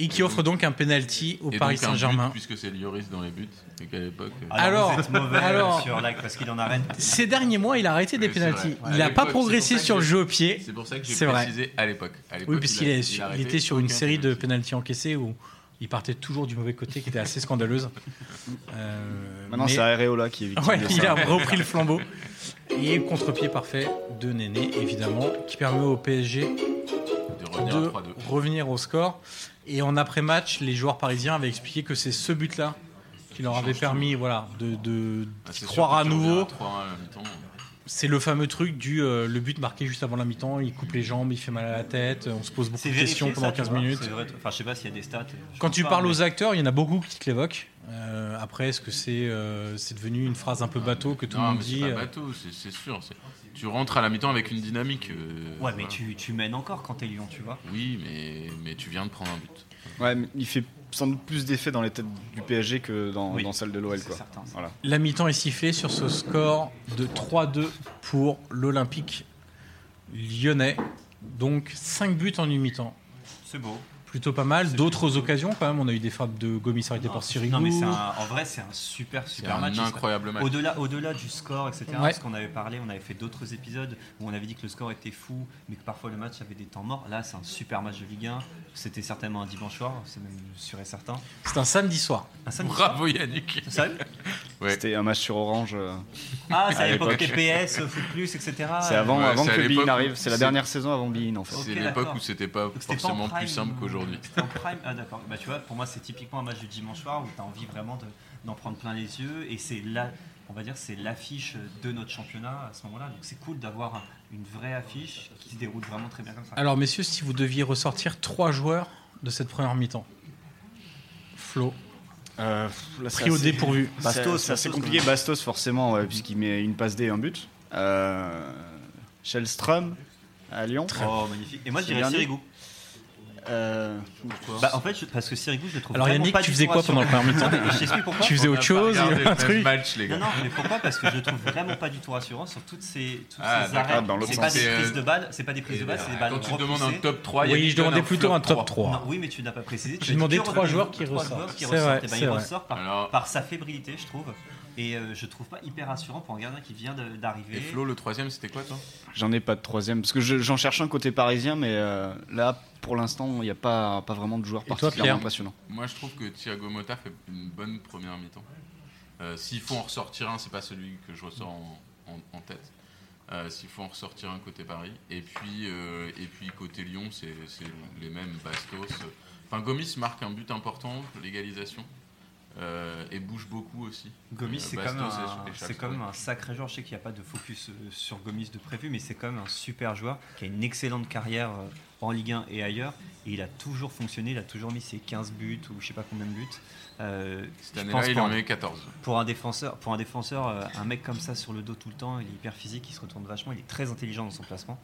[SPEAKER 1] Et qui offre donc un penalty au
[SPEAKER 2] Et
[SPEAKER 1] Paris
[SPEAKER 2] donc un but,
[SPEAKER 1] Saint-Germain.
[SPEAKER 2] Puisque c'est Lloris dans les buts, et qu'à l'époque.
[SPEAKER 3] Ah,
[SPEAKER 2] euh,
[SPEAKER 1] Alors,
[SPEAKER 3] vous êtes mauvais
[SPEAKER 1] alors-
[SPEAKER 3] sur la- parce qu'il en arrête.
[SPEAKER 1] Ces derniers mois, il a arrêté des
[SPEAKER 2] Oui, c'est vrai.
[SPEAKER 1] pénalties.
[SPEAKER 2] Ouais,
[SPEAKER 1] Il n'a
[SPEAKER 2] à
[SPEAKER 1] pas
[SPEAKER 2] l'époque, c'est
[SPEAKER 1] progressé
[SPEAKER 2] pour ça
[SPEAKER 1] sur le
[SPEAKER 2] que
[SPEAKER 1] jeu au pied.
[SPEAKER 2] C'est pour ça que
[SPEAKER 1] C'est
[SPEAKER 2] j'ai
[SPEAKER 1] vrai.
[SPEAKER 2] précisé à l'époque. À l'époque,
[SPEAKER 1] Oui, parce qu'il
[SPEAKER 2] a-
[SPEAKER 1] est-
[SPEAKER 2] il a
[SPEAKER 1] il
[SPEAKER 2] arrêté
[SPEAKER 1] était sur une
[SPEAKER 2] aucun
[SPEAKER 1] série de
[SPEAKER 2] penalty.
[SPEAKER 1] pénalties encaissés où il partait toujours du mauvais côté, qui était assez scandaleuse. Euh,
[SPEAKER 4] Maintenant,
[SPEAKER 1] mais-
[SPEAKER 4] c'est Areola qui est victime
[SPEAKER 1] Ouais,
[SPEAKER 4] de ça.
[SPEAKER 1] il a repris le flambeau. Et contre-pied parfait de Néné, évidemment, qui permet au PSG
[SPEAKER 2] De revenir
[SPEAKER 1] de
[SPEAKER 2] à 3-2.
[SPEAKER 1] revenir au score. Et en après-match, les joueurs parisiens avaient expliqué que c'est ce but-là qui leur avait permis voilà, de, de-
[SPEAKER 2] Ah,
[SPEAKER 1] d'y
[SPEAKER 2] c'est sûr
[SPEAKER 1] croire
[SPEAKER 2] que
[SPEAKER 1] à
[SPEAKER 2] tu reviens
[SPEAKER 1] nouveau.
[SPEAKER 2] 3-1 à la mi-temps.
[SPEAKER 1] C'est le fameux truc du euh, le but marqué juste avant la mi-temps, il coupe les jambes, il fait mal à la tête, on se pose beaucoup
[SPEAKER 3] C'est
[SPEAKER 1] de
[SPEAKER 3] vérifié,
[SPEAKER 1] questions
[SPEAKER 3] ça,
[SPEAKER 1] pendant
[SPEAKER 3] tu
[SPEAKER 1] 15
[SPEAKER 3] vois.
[SPEAKER 1] minutes.
[SPEAKER 3] C'est vrai, Enfin, je sais pas s'il y a des stats. je
[SPEAKER 1] Quand
[SPEAKER 3] pense
[SPEAKER 1] tu
[SPEAKER 3] pas,
[SPEAKER 1] parles
[SPEAKER 3] mais-
[SPEAKER 1] aux acteurs, il y en a beaucoup qui te l'évoquent. Euh, après, est-ce que c'est, euh, c'est devenu une phrase un peu bateau que tout le
[SPEAKER 2] Non,
[SPEAKER 1] monde
[SPEAKER 2] mais
[SPEAKER 1] dit
[SPEAKER 2] c'est
[SPEAKER 1] euh,
[SPEAKER 2] pas bateau, c'est c'est sûr. c'est- Tu rentres à la mi-temps avec une dynamique. euh,
[SPEAKER 3] Ouais,
[SPEAKER 2] voilà.
[SPEAKER 3] mais tu, tu mènes encore quand t'es Lyon, tu vois.
[SPEAKER 2] Oui, mais, mais tu viens de prendre un but.
[SPEAKER 4] Ouais, mais il fait sans doute plus d'effet dans les têtes du PSG que dans,
[SPEAKER 3] Oui.
[SPEAKER 4] dans celle de l'OL.
[SPEAKER 3] C'est
[SPEAKER 4] quoi.
[SPEAKER 3] certain, ça.
[SPEAKER 4] Voilà.
[SPEAKER 1] La mi-temps est sifflée sur ce score de 3-2 pour l'Olympique lyonnais. Donc 5 buts en une mi-temps.
[SPEAKER 3] C'est beau.
[SPEAKER 1] Plutôt pas mal. D'autres occasions quand même. On a eu des frappes de Gomis arrêtées par Sirigu.
[SPEAKER 3] Non, mais c'est un- en vrai, c'est un super,
[SPEAKER 2] C'est
[SPEAKER 3] super
[SPEAKER 2] un
[SPEAKER 3] match.
[SPEAKER 2] incroyable match.
[SPEAKER 3] Au-delà, au-delà du score, etc.,
[SPEAKER 1] Ouais.
[SPEAKER 3] parce qu'on avait parlé, on avait fait d'autres épisodes où on avait dit que le score était fou, mais que parfois le match avait des temps morts. Là, c'est un super match de Ligue 1. C'était certainement un dimanche soir, c'est même sûr et certain. Ah,
[SPEAKER 1] C'est un samedi soir.
[SPEAKER 3] Un samedi soir
[SPEAKER 2] Bravo Yannick.
[SPEAKER 3] C'est sérieux
[SPEAKER 2] Ouais.
[SPEAKER 4] C'était un match sur Orange. euh,
[SPEAKER 3] Ah, c'est
[SPEAKER 4] À
[SPEAKER 3] à l'époque
[SPEAKER 4] l'époque.
[SPEAKER 3] TPS, Foot Plus, etc.
[SPEAKER 4] c'est avant,
[SPEAKER 2] ouais,
[SPEAKER 4] avant
[SPEAKER 2] c'est à
[SPEAKER 4] que Bean
[SPEAKER 2] l'époque où
[SPEAKER 4] arrive. C'est la
[SPEAKER 2] c'est-
[SPEAKER 4] dernière saison avant Bean en fait.
[SPEAKER 2] C'est
[SPEAKER 3] Ok,
[SPEAKER 2] l'époque
[SPEAKER 3] d'accord.
[SPEAKER 2] où c'était pas
[SPEAKER 3] Donc, c'était pas en
[SPEAKER 2] forcément
[SPEAKER 3] prime,
[SPEAKER 2] plus simple
[SPEAKER 3] euh,
[SPEAKER 2] qu'aujourd'hui.
[SPEAKER 3] c'était en prime. Ah, d'accord. Bah, tu vois, pour moi, c'est typiquement un match du dimanche soir où tu as envie vraiment de- d'en prendre plein les yeux. Et c'est là, on va dire, c'est l'affiche de notre championnat à ce moment-là. Donc c'est cool d'avoir une vraie affiche qui se déroule vraiment très bien comme ça.
[SPEAKER 1] Alors, messieurs, si vous deviez ressortir trois joueurs de cette première mi-temps, Flo,
[SPEAKER 3] Bah,
[SPEAKER 4] Euh, là, c'est
[SPEAKER 1] pris au
[SPEAKER 4] assez-
[SPEAKER 1] dépourvu.
[SPEAKER 4] Bastos,
[SPEAKER 3] Bastos,
[SPEAKER 4] c'est assez
[SPEAKER 3] Bastos,
[SPEAKER 4] compliqué.
[SPEAKER 3] quand
[SPEAKER 4] Bastos, forcément, ouais, puisqu'il met une passe D et un but. Euh, Shellstrom à Lyon.
[SPEAKER 3] Oh, magnifique. Et moi, je
[SPEAKER 4] C'est
[SPEAKER 3] dirais
[SPEAKER 4] dernier.
[SPEAKER 3] Sirigu.
[SPEAKER 4] Euh,
[SPEAKER 3] Bah, en fait, je- parce que Sirigu, je le trouve
[SPEAKER 1] Oh. Alors,
[SPEAKER 3] vraiment
[SPEAKER 1] Yannick,
[SPEAKER 3] pas
[SPEAKER 1] tu
[SPEAKER 3] du
[SPEAKER 1] faisais
[SPEAKER 3] tout
[SPEAKER 1] quoi pendant la première mi-temps
[SPEAKER 3] rassurant. Je t'explique pourquoi.
[SPEAKER 1] Tu faisais
[SPEAKER 2] On
[SPEAKER 1] autre
[SPEAKER 2] a pas
[SPEAKER 1] chose
[SPEAKER 2] regardé le
[SPEAKER 1] il y a un
[SPEAKER 2] même
[SPEAKER 1] truc
[SPEAKER 2] match, les gars.
[SPEAKER 3] Non, non, mais pourquoi Parce que je le trouve vraiment pas du tout rassurant sur toutes ces, toutes
[SPEAKER 2] Ah,
[SPEAKER 3] ces
[SPEAKER 2] d'accord.
[SPEAKER 3] arrêts.
[SPEAKER 4] Dans l'autre
[SPEAKER 3] c'est
[SPEAKER 4] sens.
[SPEAKER 3] pas des
[SPEAKER 2] C'est, euh, ben,
[SPEAKER 3] prises de balles, c'est pas des prises de balles, c'est des balles
[SPEAKER 2] Quand tu
[SPEAKER 3] repoussées.
[SPEAKER 2] demandes un top
[SPEAKER 3] Ah,
[SPEAKER 2] 3, il y a
[SPEAKER 1] Oui, je
[SPEAKER 2] quelqu'un
[SPEAKER 1] demandais
[SPEAKER 2] d'un
[SPEAKER 1] plutôt
[SPEAKER 2] flop
[SPEAKER 1] un top
[SPEAKER 2] 3.
[SPEAKER 1] 3.
[SPEAKER 3] Non, oui, mais tu n'as pas précisé.
[SPEAKER 1] J'ai demandé
[SPEAKER 3] toujours
[SPEAKER 1] trois
[SPEAKER 3] des-
[SPEAKER 1] joueurs qui
[SPEAKER 3] trois
[SPEAKER 1] ressortent.
[SPEAKER 3] joueurs qui
[SPEAKER 1] C'est vrai,
[SPEAKER 3] ressortent. Eh ben,
[SPEAKER 1] c'est
[SPEAKER 3] il
[SPEAKER 1] vrai.
[SPEAKER 3] ressort par,
[SPEAKER 2] Alors-
[SPEAKER 3] par sa fébrilité, je trouve. Et euh, je trouve pas hyper rassurant pour un gardien qui vient de- d'arriver.
[SPEAKER 2] Et Flo, le troisième, c'était quoi, toi
[SPEAKER 4] J'en ai pas de troisième parce que je- j'en cherche un côté parisien, mais euh, là pour l'instant il n'y a pas, pas vraiment de joueur
[SPEAKER 1] toi,
[SPEAKER 4] particulièrement
[SPEAKER 1] Pierre
[SPEAKER 4] impressionnant.
[SPEAKER 2] Moi, je trouve que Thiago Motta fait une bonne première mi-temps. Euh, S'il faut en ressortir un, c'est pas celui que je ressors en, en- en tête. Euh, S'il faut en ressortir un côté Paris. Et puis, euh, et puis côté Lyon, c'est c'est les mêmes Bastos. Enfin, Gomis marque un but important, l'égalisation. Euh, et bouge beaucoup aussi.
[SPEAKER 3] Gomis, c'est
[SPEAKER 2] euh, Bastos
[SPEAKER 3] quand, même
[SPEAKER 2] est sur
[SPEAKER 3] un-
[SPEAKER 2] les chapeaux.
[SPEAKER 3] c'est quand même un sacré joueur. Je sais qu'il n'y a pas de focus euh, sur Gomis de prévu, mais c'est quand même un super joueur qui a une excellente carrière euh, en Ligue 1 et ailleurs. Et il a toujours fonctionné, il a toujours mis ses 15 buts ou je sais pas combien de buts. Euh,
[SPEAKER 2] Cette
[SPEAKER 3] je
[SPEAKER 2] année-là,
[SPEAKER 3] pense
[SPEAKER 2] il
[SPEAKER 3] pour
[SPEAKER 2] en
[SPEAKER 3] un-
[SPEAKER 2] met 14.
[SPEAKER 3] Pour un défenseur, pour un, défenseur euh, un mec comme ça sur le dos tout le temps, il est hyper physique, il se retourne vachement, il est très intelligent dans son placement.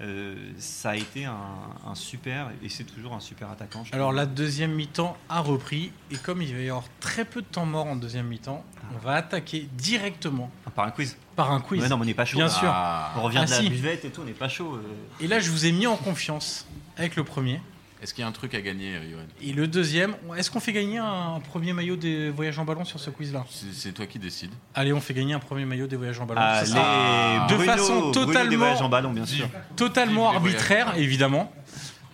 [SPEAKER 3] Euh, ça a été un, un super, et c'est toujours un super attaquant. je
[SPEAKER 1] Alors
[SPEAKER 3] trouve.
[SPEAKER 1] la deuxième mi-temps a repris et comme il va y avoir très peu de temps mort en deuxième mi-temps, on va attaquer directement
[SPEAKER 3] Par un quiz.
[SPEAKER 1] par un quiz.
[SPEAKER 3] Ouais, non, mais on n'est pas chaud.
[SPEAKER 1] Bien
[SPEAKER 3] là.
[SPEAKER 1] sûr.
[SPEAKER 2] Ah.
[SPEAKER 3] On revient de
[SPEAKER 1] Ah,
[SPEAKER 3] la
[SPEAKER 1] si.
[SPEAKER 3] buvette et tout, on n'est pas chaud. euh.
[SPEAKER 1] Et là je vous ai mis en confiance avec le premier
[SPEAKER 2] Est-ce qu'il y a un truc à gagner, Yoann
[SPEAKER 1] et le deuxième. Est-ce qu'on fait gagner un premier maillot des voyages en ballon sur ce quiz-là
[SPEAKER 2] C'est c'est toi qui décides.
[SPEAKER 1] Allez, on fait gagner un premier maillot des voyages en ballon. Ça,
[SPEAKER 3] Allez,
[SPEAKER 1] c'est
[SPEAKER 2] Ah.
[SPEAKER 1] De
[SPEAKER 3] Bruno,
[SPEAKER 1] façon
[SPEAKER 3] Bruno des
[SPEAKER 1] totalement-
[SPEAKER 3] voyages en ballon, bien sûr.
[SPEAKER 2] Vive
[SPEAKER 1] totalement
[SPEAKER 2] les
[SPEAKER 1] arbitraire
[SPEAKER 2] voyages.
[SPEAKER 1] évidemment.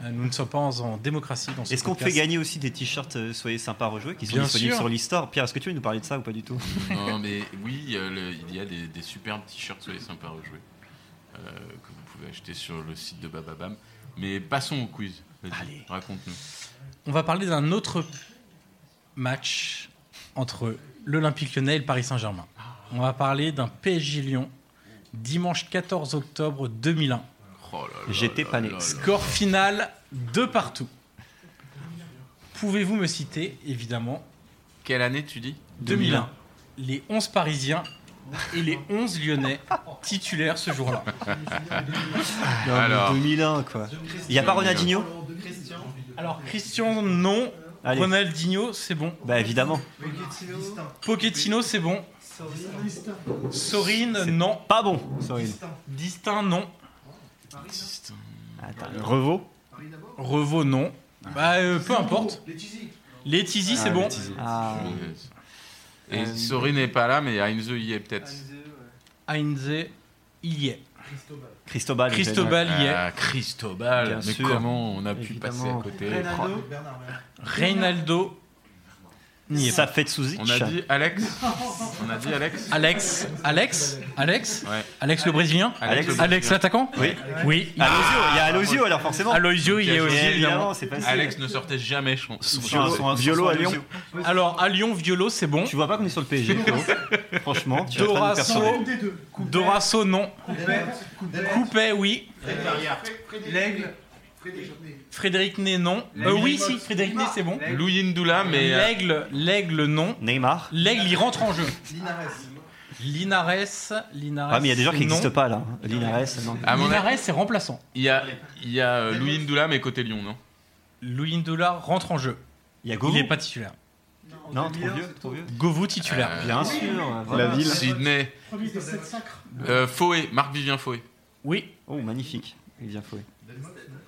[SPEAKER 1] Euh, Nous ne sommes pas en, en démocratie dans ce
[SPEAKER 3] Est-ce qu'on
[SPEAKER 1] podcast.
[SPEAKER 3] fait gagner aussi des t-shirts euh, Soyez sympa rejouer qui sont
[SPEAKER 1] Bien
[SPEAKER 3] disponibles
[SPEAKER 1] sûr.
[SPEAKER 3] sur l'e-store Pierre, est-ce que tu veux nous parler de ça ou pas du tout
[SPEAKER 2] Non, mais oui, euh, le- il y a des, des superbes t-shirts, soyez sympas à rejouer, euh, que vous pouvez acheter sur le site de Bababam. Mais passons au quiz. Vas-y,
[SPEAKER 3] Allez.
[SPEAKER 2] Raconte-nous.
[SPEAKER 1] On va parler d'un autre match entre l'Olympique lyonnais et le Paris Saint-Germain. On va parler d'un PSG Lyon, dimanche 14 octobre 2001.
[SPEAKER 2] Oh là là
[SPEAKER 3] J'étais
[SPEAKER 2] là
[SPEAKER 3] pané.
[SPEAKER 2] là là.
[SPEAKER 1] Score final de partout. Pouvez-vous me citer, évidemment,
[SPEAKER 2] Quelle année tu dis
[SPEAKER 1] 2001, les 11 Parisiens et les 11 Lyonnais titulaires ce jour-là
[SPEAKER 3] Non, mais
[SPEAKER 2] Alors.
[SPEAKER 3] 2001, quoi. Il n'y a pas Ronaldinho
[SPEAKER 1] Alors, Christian, non.
[SPEAKER 3] Allez.
[SPEAKER 1] Ronaldinho, c'est bon.
[SPEAKER 3] Bah, évidemment.
[SPEAKER 1] Pochettino, c'est bon. Sorine, non.
[SPEAKER 3] Pas bon, Sorry.
[SPEAKER 1] Distin, non.
[SPEAKER 3] Attends.
[SPEAKER 4] Revo,
[SPEAKER 1] Revo, non. Bah, euh, peu importe. Les Tizi, c'est bon.
[SPEAKER 3] Ah.
[SPEAKER 2] Et Sori n'est pas là, mais Heinze y est peut-être.
[SPEAKER 1] Heinze, il y est.
[SPEAKER 3] Cristobal.
[SPEAKER 1] Cristobal, il y est.
[SPEAKER 2] Ah, Cristobal,
[SPEAKER 3] Bien
[SPEAKER 2] mais
[SPEAKER 3] sûr.
[SPEAKER 2] comment on a pu passer à
[SPEAKER 3] Évidemment.
[SPEAKER 2] côté
[SPEAKER 1] Reinaldo, n'y est pas.
[SPEAKER 3] Ça fait de Suzic.
[SPEAKER 2] On a dit Alex On a dit Alex
[SPEAKER 1] Alex, Alex, Alex,
[SPEAKER 2] Ouais.
[SPEAKER 1] Alex le Brésilien,
[SPEAKER 2] Alex, le
[SPEAKER 1] Alex l'attaquant
[SPEAKER 3] Oui.
[SPEAKER 1] Oui. il-
[SPEAKER 3] Alosio, il y a Alosio alors forcément.
[SPEAKER 1] Aloisio, il y est aussi,
[SPEAKER 3] Eh,
[SPEAKER 1] évidemment.
[SPEAKER 3] c'est facile.
[SPEAKER 2] Alex ne sortait jamais son, son-
[SPEAKER 3] Sur-
[SPEAKER 2] son-
[SPEAKER 3] sur un-
[SPEAKER 4] Violo
[SPEAKER 3] sur un
[SPEAKER 4] à Lyon.
[SPEAKER 3] Alosio.
[SPEAKER 1] Alors, à Lyon, Violo, c'est bon.
[SPEAKER 3] Tu vois pas qu'on est sur le PSG. Flo Franchement, tu vas pas nous
[SPEAKER 1] Dorasso,
[SPEAKER 3] faire sauver.
[SPEAKER 1] Dorasso, non. Coupet, oui. Frédéric Ney, non. Euh, oui, si, Frédéric Ney, c'est bon.
[SPEAKER 2] Louis Ndoula, mais euh,
[SPEAKER 1] L'aigle, l'aigle, non.
[SPEAKER 3] Neymar.
[SPEAKER 1] L'aigle, il rentre en jeu. Linares. Linares.
[SPEAKER 3] Ah mais il y a des gens qui
[SPEAKER 1] non.
[SPEAKER 3] n'existent pas là. Linares, non.
[SPEAKER 2] à mon avis,
[SPEAKER 1] Linares, c'est remplaçant.
[SPEAKER 2] il y a, il y a euh, Louis Ndoula, mais côté Lyon, non
[SPEAKER 1] Louis Ndola rentre en jeu.
[SPEAKER 3] Il y a
[SPEAKER 1] Il
[SPEAKER 3] Gomu.
[SPEAKER 1] n'est pas titulaire.
[SPEAKER 3] Non, trop vieux, trop vieux.
[SPEAKER 1] Govou titulaire.
[SPEAKER 2] Euh.
[SPEAKER 3] Bien sûr.
[SPEAKER 4] la
[SPEAKER 3] voilà.
[SPEAKER 4] ville.
[SPEAKER 2] Sydney. Euh, Fouet, Marc Vivien Fouet.
[SPEAKER 1] Oui.
[SPEAKER 3] Oh magnifique. Il vient fouet.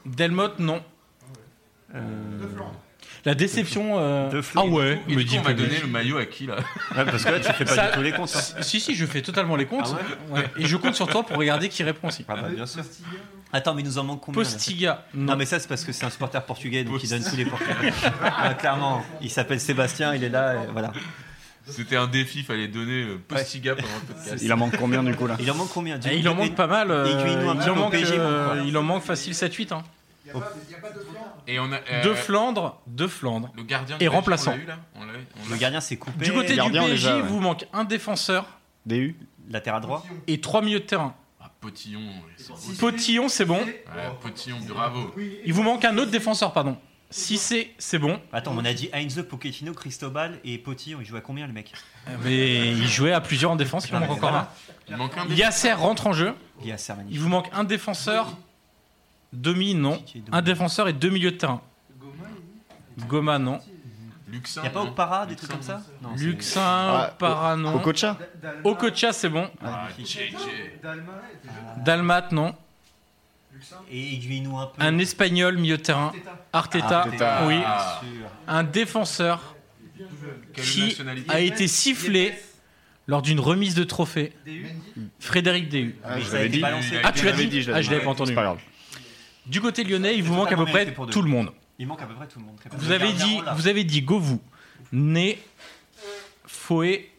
[SPEAKER 1] Delmotte, non.
[SPEAKER 3] Euh,
[SPEAKER 1] La déception. euh,
[SPEAKER 3] De Flo.
[SPEAKER 1] Ah ouais,
[SPEAKER 2] Et
[SPEAKER 1] me
[SPEAKER 2] du coup,
[SPEAKER 1] dit
[SPEAKER 2] on va
[SPEAKER 1] que-
[SPEAKER 2] donner le maillot à qui là
[SPEAKER 3] ouais, parce que là tu fais pas
[SPEAKER 1] Ça-
[SPEAKER 3] du tout les comptes. hein.
[SPEAKER 1] Si, si, je fais totalement les comptes. Ouais. Et je compte sur toi pour regarder qui répond aussi.
[SPEAKER 3] Ah bah bien sûr. Attends mais il nous en manque combien là
[SPEAKER 1] Postiga, non.
[SPEAKER 3] Non mais ça c'est parce que c'est un supporter portugais donc il donne tous les portugais. Ah, clairement, il s'appelle Sébastien, il est là, et voilà.
[SPEAKER 2] C'était un défi, fallait donner euh, Postiga pendant le podcast.
[SPEAKER 4] Il en manque combien du coup là
[SPEAKER 3] Il en manque combien
[SPEAKER 1] Eh, il en manque pas mal. euh,
[SPEAKER 3] Aiguille-nous un
[SPEAKER 1] il,
[SPEAKER 3] petit
[SPEAKER 1] en
[SPEAKER 3] peu au
[SPEAKER 1] manque,
[SPEAKER 3] PSG,
[SPEAKER 1] euh,
[SPEAKER 3] mon grand.
[SPEAKER 1] il en manque facile 7-8. hein.
[SPEAKER 2] Et on a, euh,
[SPEAKER 1] De Flandre, de Flandre.
[SPEAKER 2] Le gardien
[SPEAKER 1] Et remplaçant.
[SPEAKER 2] On l'a eu, là On l'a- on
[SPEAKER 3] Le
[SPEAKER 2] l'a-
[SPEAKER 3] gardien s'est coupé.
[SPEAKER 1] Du côté du
[SPEAKER 4] gardien,
[SPEAKER 1] PSG,
[SPEAKER 4] déjà, ouais.
[SPEAKER 1] vous manque un défenseur
[SPEAKER 4] DU
[SPEAKER 3] Latéral droit.
[SPEAKER 1] et trois milieux de terrain.
[SPEAKER 2] Ah, Potillon. ouais, c'est beau.
[SPEAKER 1] Potillon, c'est bon.
[SPEAKER 2] Ouais, Potillon, bravo.
[SPEAKER 1] Il vous manque un autre défenseur, pardon. Si c'est, c'est bon.
[SPEAKER 3] Attends, on a dit Heinze, Pochettino, Cristobal et Potillon. Ils jouent à combien, les mecs
[SPEAKER 1] Mais il jouait à plusieurs en défense, il en manque encore un.
[SPEAKER 2] Il manque un
[SPEAKER 1] Yasser rentre en jeu.
[SPEAKER 3] Il y a Sermani.
[SPEAKER 1] Il vous manque un défenseur, demi, non. Un défenseur et deux milieux de terrain. Goma, non.
[SPEAKER 2] Luxin.
[SPEAKER 3] Il n'y a pas
[SPEAKER 2] non
[SPEAKER 3] Opara, des trucs comme ça Non, c'est-
[SPEAKER 1] Luxin,
[SPEAKER 4] Ah,
[SPEAKER 1] Para, non.
[SPEAKER 4] Kokocha
[SPEAKER 1] Okocha, c'est bon.
[SPEAKER 2] Ah, JJ.
[SPEAKER 1] Dalmat, non.
[SPEAKER 3] Et aiguille-nous un peu.
[SPEAKER 1] Un espagnol milieu de terrain. Arteta,
[SPEAKER 2] Arteta.
[SPEAKER 1] oui.
[SPEAKER 2] Ah.
[SPEAKER 3] Sur-
[SPEAKER 1] Un défenseur
[SPEAKER 2] Quelle
[SPEAKER 1] qui
[SPEAKER 2] nationalité
[SPEAKER 1] a été sifflé lors d'une remise de trophée. Frédéric Déhu.
[SPEAKER 4] Ah,
[SPEAKER 3] Mais
[SPEAKER 4] je
[SPEAKER 3] ça a
[SPEAKER 4] l'avais
[SPEAKER 3] été
[SPEAKER 4] dit.
[SPEAKER 3] balancé.
[SPEAKER 1] Ah, tu l'as dit,
[SPEAKER 4] je l'avais
[SPEAKER 1] Ah, je l'avais pas entendu.
[SPEAKER 4] C'est pas grave.
[SPEAKER 1] Du côté lyonnais, il vous
[SPEAKER 3] C'est
[SPEAKER 1] manque à peu
[SPEAKER 3] totalement
[SPEAKER 1] près
[SPEAKER 3] mérité pour deux.
[SPEAKER 1] tout le monde.
[SPEAKER 3] Il manque à peu près tout le monde.
[SPEAKER 1] Vous avez dit, vous avez dit Govou, Né, Fouet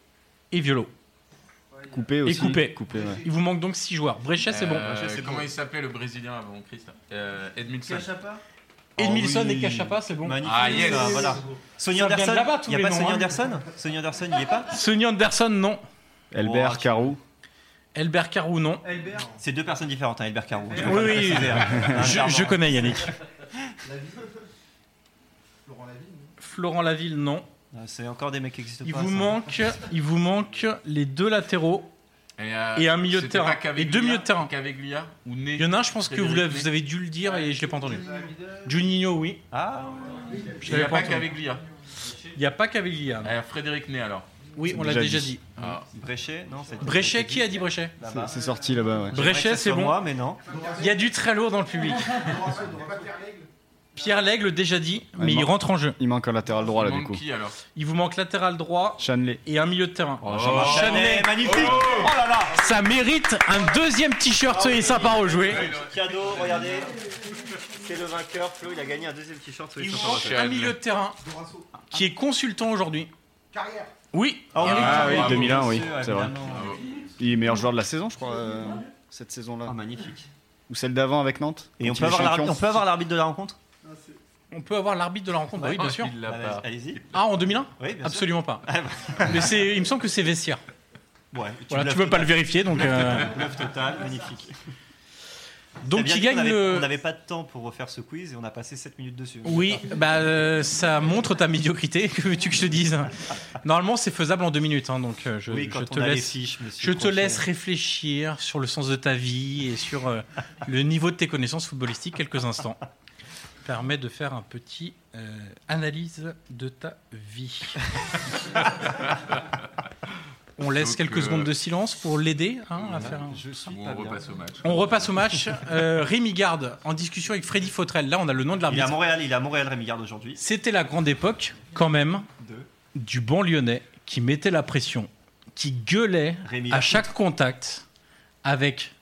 [SPEAKER 1] et Violo.
[SPEAKER 4] Coupé aussi.
[SPEAKER 1] coupé.
[SPEAKER 4] ouais.
[SPEAKER 1] Il vous manque donc 6 joueurs. Bréchet, Ah, c'est bon.
[SPEAKER 2] Euh,
[SPEAKER 3] Brachet, c'est
[SPEAKER 2] Comment
[SPEAKER 3] bon.
[SPEAKER 2] il s'appelait le Brésilien avant Christ euh, Edmilson.
[SPEAKER 1] Edmilson
[SPEAKER 3] Oh oui.
[SPEAKER 1] et Cachapa, c'est bon.
[SPEAKER 3] Magnifique.
[SPEAKER 2] Ah, yes.
[SPEAKER 3] ça, voilà. Sonny
[SPEAKER 1] Ça vient de
[SPEAKER 3] Anderson
[SPEAKER 1] là-bas, tous
[SPEAKER 3] Il n'y a
[SPEAKER 1] les
[SPEAKER 3] pas
[SPEAKER 1] noms,
[SPEAKER 3] Sonny
[SPEAKER 1] hein.
[SPEAKER 3] Anderson Sonny Anderson, il n'y est pas
[SPEAKER 1] Sonny Anderson, non.
[SPEAKER 4] Elbert,
[SPEAKER 3] Wow.
[SPEAKER 4] Carou.
[SPEAKER 1] Elbert Carou, non.
[SPEAKER 3] C'est deux personnes différentes, hein, Albert Carou. Je
[SPEAKER 1] Oui,
[SPEAKER 3] le
[SPEAKER 1] oui.
[SPEAKER 3] préciser, hein.
[SPEAKER 1] Je,
[SPEAKER 3] Clairement.
[SPEAKER 1] je connais Yannick. Florent Laville, non.
[SPEAKER 3] Ah, C'est encore des mecs qui existent
[SPEAKER 1] Il
[SPEAKER 3] pas.
[SPEAKER 1] vous,
[SPEAKER 3] ça.
[SPEAKER 1] manque, il vous manque les deux latéraux.
[SPEAKER 2] Et, euh,
[SPEAKER 1] Et un milieu de
[SPEAKER 2] c'était
[SPEAKER 1] terrain.
[SPEAKER 2] pas qu'avec
[SPEAKER 1] Et deux
[SPEAKER 2] Lia-
[SPEAKER 1] milieux de terrain.
[SPEAKER 2] Qu'avec Lia ou Né.
[SPEAKER 1] Il y en a un, je pense que vous, l'avez- vous avez dû le dire et je l'ai pas entendu. Juninho, oui.
[SPEAKER 3] Ah,
[SPEAKER 1] Je
[SPEAKER 2] Il n'y
[SPEAKER 1] l'avais
[SPEAKER 2] a
[SPEAKER 1] pas
[SPEAKER 2] pas
[SPEAKER 1] entendu.
[SPEAKER 2] qu'avec Lia.
[SPEAKER 1] Il n'y a pas Caviglia.
[SPEAKER 2] Euh, Frédéric Né alors.
[SPEAKER 1] Oui, on l'a
[SPEAKER 4] déjà
[SPEAKER 1] déjà
[SPEAKER 4] dit.
[SPEAKER 1] dit.
[SPEAKER 2] Ah,
[SPEAKER 3] Bréchet Non, c'est.
[SPEAKER 1] Bréchet, qui a dit Bréchet
[SPEAKER 4] C'est- C'est sorti là-bas, ouais.
[SPEAKER 3] J'aimerais que
[SPEAKER 1] Bréchet,
[SPEAKER 3] ce
[SPEAKER 1] c'est
[SPEAKER 3] soit
[SPEAKER 1] bon. Oh,
[SPEAKER 3] Moi, mais non.
[SPEAKER 1] Il y a du très lourd dans le public. Pierre Lègle, déjà dit, mais
[SPEAKER 4] Ouais,
[SPEAKER 1] il
[SPEAKER 4] non.
[SPEAKER 1] rentre en jeu.
[SPEAKER 4] Il manque un latéral
[SPEAKER 1] Oh,
[SPEAKER 4] droit là
[SPEAKER 2] il
[SPEAKER 4] du
[SPEAKER 2] manque
[SPEAKER 4] coup.
[SPEAKER 2] qui alors
[SPEAKER 1] Il vous manque latéral droit
[SPEAKER 4] Chanley.
[SPEAKER 1] et un milieu de terrain.
[SPEAKER 2] Oh,
[SPEAKER 1] Chanel.
[SPEAKER 3] magnifique Oh là là
[SPEAKER 1] Ça mérite un deuxième t-shirt et ça part au jouet.
[SPEAKER 3] Cadeau, regardez. C'est le vainqueur, Flo, il a gagné un deuxième t-shirt sur les
[SPEAKER 1] Il vous
[SPEAKER 3] champs.
[SPEAKER 1] manque un milieu de terrain qui est consultant aujourd'hui. Carrière Oui,
[SPEAKER 4] Ah oui,
[SPEAKER 2] bravo,
[SPEAKER 4] 2001, oui,
[SPEAKER 3] monsieur,
[SPEAKER 4] c'est vrai.
[SPEAKER 3] évidemment.
[SPEAKER 4] Il est meilleur joueur de la saison, je crois, euh, cette saison-là.
[SPEAKER 1] Oh,
[SPEAKER 3] Ah, magnifique.
[SPEAKER 4] Ou celle d'avant avec Nantes.
[SPEAKER 3] Et on
[SPEAKER 4] Quand
[SPEAKER 3] peut,
[SPEAKER 4] il est
[SPEAKER 3] avoir l'arbitre,
[SPEAKER 4] champion.
[SPEAKER 3] on peut avoir l'arbitre de la rencontre
[SPEAKER 1] on peut avoir l'arbitre de la rencontre. Bah oui, bien sûr.
[SPEAKER 2] Il l'a
[SPEAKER 3] Allez-
[SPEAKER 2] pas.
[SPEAKER 3] Allez-y.
[SPEAKER 1] Ah, en 2001
[SPEAKER 3] Oui, bien sûr.
[SPEAKER 1] Absolument pas. Mais c'est, il me semble que c'est vestiaire.
[SPEAKER 3] Ouais,
[SPEAKER 1] Voilà,
[SPEAKER 3] bluffes
[SPEAKER 1] tu peux pas le vérifier, donc. euh,
[SPEAKER 3] Bluff total, magnifique. T'as
[SPEAKER 1] Donc
[SPEAKER 3] bien
[SPEAKER 1] il
[SPEAKER 3] dit qu'on
[SPEAKER 1] gagne
[SPEAKER 3] avait-
[SPEAKER 1] le.
[SPEAKER 3] On n'avait pas de temps pour refaire ce quiz et on a passé 7 minutes dessus.
[SPEAKER 1] Oui, bah euh, ça montre ta médiocrité. Que veux-tu que je te dise Normalement, c'est faisable en deux minutes, hein, donc euh, je,
[SPEAKER 3] Oui, quand
[SPEAKER 1] je
[SPEAKER 3] on
[SPEAKER 1] te
[SPEAKER 3] a les
[SPEAKER 1] laisse.
[SPEAKER 3] fiches, monsieur
[SPEAKER 1] Je te
[SPEAKER 3] Crochet.
[SPEAKER 1] laisse réfléchir sur le sens de ta vie et sur euh, le niveau de tes connaissances footballistiques quelques instants. Permet de faire un petit euh, analyse de ta vie. On laisse
[SPEAKER 2] Donc,
[SPEAKER 1] quelques
[SPEAKER 2] euh,
[SPEAKER 1] secondes de silence pour l'aider hein, à faire. un-
[SPEAKER 3] Je suis
[SPEAKER 2] Ou
[SPEAKER 3] pas
[SPEAKER 2] on
[SPEAKER 3] bien.
[SPEAKER 2] repasse au match.
[SPEAKER 1] On repasse au match. Euh, Rémi Garde en discussion avec Freddy Fautrel. Là, on a le nom de
[SPEAKER 3] Il est à
[SPEAKER 1] l'arbitre.
[SPEAKER 3] Montréal, il est à Montréal, Rémi Garde aujourd'hui.
[SPEAKER 1] C'était la grande époque, quand même,
[SPEAKER 3] Deux.
[SPEAKER 1] du bon lyonnais qui mettait la pression, qui gueulait
[SPEAKER 3] Rémi
[SPEAKER 1] à
[SPEAKER 3] Vercoute.
[SPEAKER 1] chaque contact avec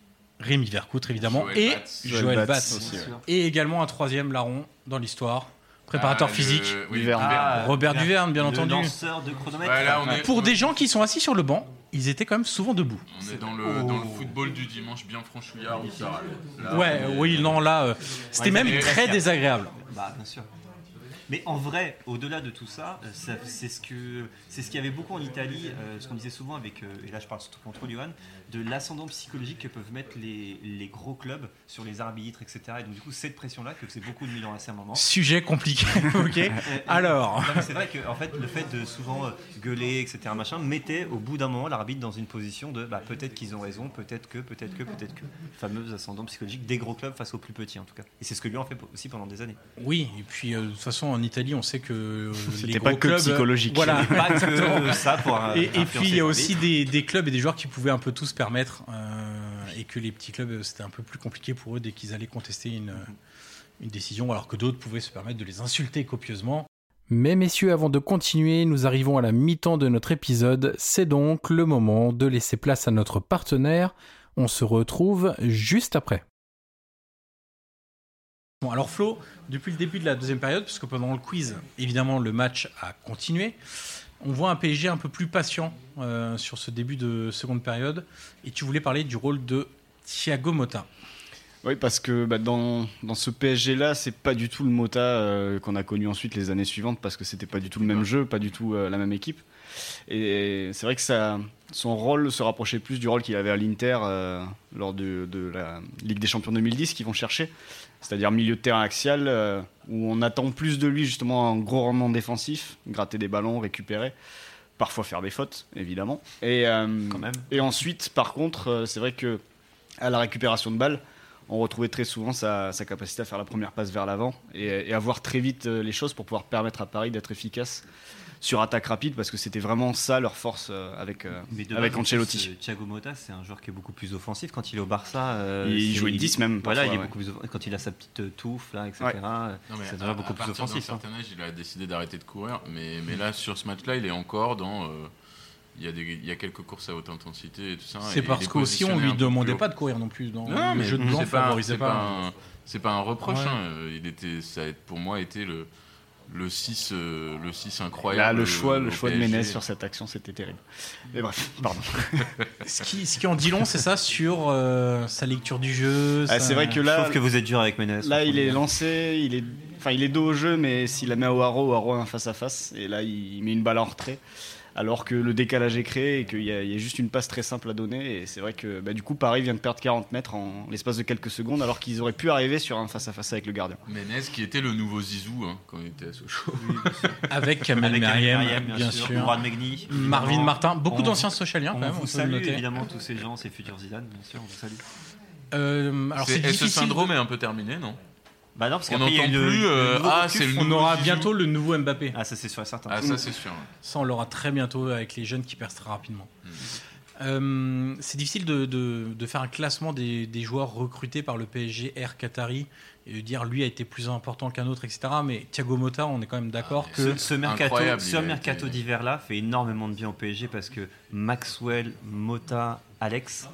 [SPEAKER 1] Rémi Vercoutre, évidemment,
[SPEAKER 2] Joël
[SPEAKER 1] et
[SPEAKER 2] Batz.
[SPEAKER 1] Joël,
[SPEAKER 4] Joël
[SPEAKER 1] Batz.
[SPEAKER 4] Batz aussi, ouais.
[SPEAKER 1] Et également un troisième larron dans l'histoire, préparateur
[SPEAKER 2] Ah, le-
[SPEAKER 1] physique,
[SPEAKER 2] oui,
[SPEAKER 4] Duverne.
[SPEAKER 3] Ah,
[SPEAKER 2] Duverne.
[SPEAKER 1] Robert Duverne, bien
[SPEAKER 3] euh, le
[SPEAKER 1] entendu.
[SPEAKER 3] lanceur de chronomètre.
[SPEAKER 2] Ouais, là, on est-
[SPEAKER 1] Pour des gens qui sont assis sur le banc, ils étaient quand même souvent debout.
[SPEAKER 2] On est dans le, dans
[SPEAKER 3] Oh.
[SPEAKER 2] le football du dimanche bien franchouillard ou ça. Là,
[SPEAKER 1] Ouais,
[SPEAKER 2] on est-
[SPEAKER 1] oui, non, là, euh,
[SPEAKER 3] Ouais,
[SPEAKER 1] c'était même
[SPEAKER 3] mais-
[SPEAKER 1] très désagréable.
[SPEAKER 3] Bah, bien sûr. Mais en vrai, au-delà de tout ça, euh, ça- c'est ce que c'est ce qu'il y avait beaucoup en Italie, euh, ce qu'on disait souvent avec, euh, et là je parle surtout contre Johan, de l'ascendant psychologique que peuvent mettre les, les gros clubs sur les arbitres, etc. Et donc du coup, cette pression-là que faisait beaucoup de Milan à un moment.
[SPEAKER 1] Sujet compliqué, ok
[SPEAKER 3] Euh,
[SPEAKER 1] Alors,
[SPEAKER 3] Non, mais c'est vrai que en fait, le fait de souvent euh, gueuler, etc., machin, mettait au bout d'un moment l'arbitre dans une position de bah, peut-être qu'ils ont raison, peut-être que, peut-être que, peut-être que. Fameux ascendant psychologique des gros clubs face aux plus petits, en tout cas. Et c'est ce que lui en fait aussi pendant des années.
[SPEAKER 1] oui, et puis euh, de toute façon, en Italie, on sait que euh, les
[SPEAKER 4] C'était pas
[SPEAKER 1] gros
[SPEAKER 4] que
[SPEAKER 1] clubs,
[SPEAKER 4] psychologique.
[SPEAKER 1] Voilà,
[SPEAKER 3] Pas que ça pour. euh,
[SPEAKER 1] Et, et puis
[SPEAKER 3] influencer
[SPEAKER 1] il y
[SPEAKER 3] les
[SPEAKER 1] a aussi
[SPEAKER 3] arbitres.
[SPEAKER 1] des, des clubs et des joueurs qui pouvaient un peu tout se permettre euh, et que les petits clubs euh, c'était un peu plus compliqué pour eux dès qu'ils allaient contester une, euh, une décision alors que d'autres pouvaient se permettre de les insulter copieusement. Mais messieurs, avant de continuer, nous arrivons à la mi-temps de notre épisode. C'est donc le moment de laisser place à notre partenaire. On se retrouve juste après. Bon, alors Flo, depuis le début de la deuxième période, puisque pendant le quiz, évidemment, le match a continué, On voit un PSG un peu plus patient euh, sur ce début de seconde période. Et tu voulais parler du rôle de Thiago Motta.
[SPEAKER 4] Oui, parce que bah, dans, dans ce PSG-là, c'est pas du tout le Mota euh, qu'on a connu ensuite les années suivantes, parce que c'était pas du tout le même jeu, pas du tout euh, la même équipe. Et c'est vrai que ça, son rôle se rapprochait plus du rôle qu'il avait à l'Inter euh, lors de, de la Ligue des Champions 2010, qu'ils vont chercher, c'est-à-dire milieu de terrain axial, euh, où on attend plus de lui justement un gros rendement défensif, gratter des ballons, récupérer, parfois faire des fautes, évidemment. Et, euh,
[SPEAKER 3] Quand même.
[SPEAKER 4] et ensuite, par contre, euh, c'est vrai que à la récupération de balles, on retrouvait très souvent sa, sa capacité à faire la première passe vers l'avant et, et à voir très vite euh, les choses pour pouvoir permettre à Paris d'être efficace sur attaque rapide parce que c'était vraiment ça leur force euh, avec, euh,
[SPEAKER 3] Mais de
[SPEAKER 4] avec
[SPEAKER 3] base, en
[SPEAKER 4] Ancelotti.
[SPEAKER 3] plus, euh, Thiago Motta, c'est un joueur qui est beaucoup plus offensif quand il est au Barça. euh,
[SPEAKER 4] Il
[SPEAKER 3] c'est-
[SPEAKER 4] jouait 10 même,
[SPEAKER 3] Voilà,
[SPEAKER 4] parfois,
[SPEAKER 3] il est
[SPEAKER 4] ouais.
[SPEAKER 3] beaucoup plus off- quand il a sa petite euh, touffe là, etc.
[SPEAKER 4] Ouais.
[SPEAKER 3] euh,
[SPEAKER 2] Non, mais
[SPEAKER 3] C'est
[SPEAKER 2] à-
[SPEAKER 3] déjà beaucoup
[SPEAKER 2] à
[SPEAKER 3] plus
[SPEAKER 2] partir d'un
[SPEAKER 3] offensif. hein.
[SPEAKER 2] certain âge, il a décidé d'arrêter de courir. Mais, mais là, sur ce match-là, il est encore dans. euh, Il y, a des- il y a quelques courses à haute intensité et tout ça.
[SPEAKER 1] C'est parce qu'aussi, on lui demandait pas de courir non plus. Dans
[SPEAKER 2] Non,
[SPEAKER 1] le
[SPEAKER 2] mais
[SPEAKER 1] jeu de
[SPEAKER 2] c'est
[SPEAKER 1] blanc
[SPEAKER 2] pas un-
[SPEAKER 1] favorisait
[SPEAKER 2] c'est
[SPEAKER 1] pas.
[SPEAKER 2] pas un- C'est pas un reproche.
[SPEAKER 1] Ouais.
[SPEAKER 2] hein. Euh, Il était, ça a, pour moi, été le. Le 6, euh, le 6 incroyable. euh,
[SPEAKER 4] Là, le choix, le
[SPEAKER 2] au
[SPEAKER 4] choix de
[SPEAKER 2] PSG.
[SPEAKER 4] Ménez sur cette action, c'était terrible. Mais bref, pardon.
[SPEAKER 1] Ce, qui, ce qui en dit long, c'est ça, sur euh, sa lecture du jeu. sa-
[SPEAKER 4] Ah, c'est vrai que
[SPEAKER 3] Je
[SPEAKER 4] là,
[SPEAKER 3] trouve que vous êtes dur avec Ménès.
[SPEAKER 4] là, il est
[SPEAKER 3] franchement.
[SPEAKER 4] lancé, il est, enfin, il est dos au jeu, mais s'il la met au haro, au haro a un face à face, et là, il met une balle en retrait, alors que le décalage est créé et qu'il y, a- il y a juste une passe très simple à donner. Et c'est vrai que, bah, du coup, Paris vient de perdre 40 mètres en l'espace de quelques secondes, alors qu'ils auraient pu arriver sur un face à face avec le gardien.
[SPEAKER 2] Ménez qui était le nouveau Zizou hein, quand il était à Sochaux.
[SPEAKER 1] Avec Kamel
[SPEAKER 3] Avec Kamel
[SPEAKER 1] Meriem,
[SPEAKER 3] Meriem,
[SPEAKER 1] bien sûr.
[SPEAKER 3] Mourad Megni.
[SPEAKER 1] Marvin
[SPEAKER 3] évidemment.
[SPEAKER 1] Martin, beaucoup
[SPEAKER 3] On-
[SPEAKER 1] d'anciens socialiens quand
[SPEAKER 3] On
[SPEAKER 1] même, on
[SPEAKER 3] vous
[SPEAKER 1] peut le
[SPEAKER 3] salue
[SPEAKER 1] noter.
[SPEAKER 3] évidemment tous ces gens, ces futurs Zidane, bien sûr, on vous salue.
[SPEAKER 1] Euh, alors c'est
[SPEAKER 2] C'est- et ce
[SPEAKER 1] difficile.
[SPEAKER 2] syndrome est un peu terminé, non
[SPEAKER 3] Bah non, parce
[SPEAKER 2] On
[SPEAKER 3] qu'après, il y a
[SPEAKER 2] n'entend
[SPEAKER 3] eu le-
[SPEAKER 2] plus, euh,
[SPEAKER 3] le nouveau
[SPEAKER 2] ah,
[SPEAKER 3] recul.
[SPEAKER 2] c'est le
[SPEAKER 1] On
[SPEAKER 2] nouveau
[SPEAKER 1] aura
[SPEAKER 2] Zizou.
[SPEAKER 1] bientôt le nouveau Mbappé.
[SPEAKER 3] Ah, ça c'est sûr et certain.
[SPEAKER 2] Ah, ça c'est sûr.
[SPEAKER 1] Ça, on l'aura très bientôt avec les jeunes qui percent très rapidement.
[SPEAKER 3] Mmh.
[SPEAKER 1] Euh, c'est difficile de, de- de faire un classement des, des joueurs recrutés par le PSG Air Qatari et de dire lui a été plus important qu'un autre, etc. Mais Thiago Motta, on est quand même d'accord
[SPEAKER 2] Ah,
[SPEAKER 1] que.
[SPEAKER 3] ce, ce mercato,
[SPEAKER 2] Incroyable, il
[SPEAKER 3] ce
[SPEAKER 2] a
[SPEAKER 3] mercato
[SPEAKER 2] été-
[SPEAKER 3] d'hiver là fait énormément de bien au PSG parce que Maxwell, Mota, Alex,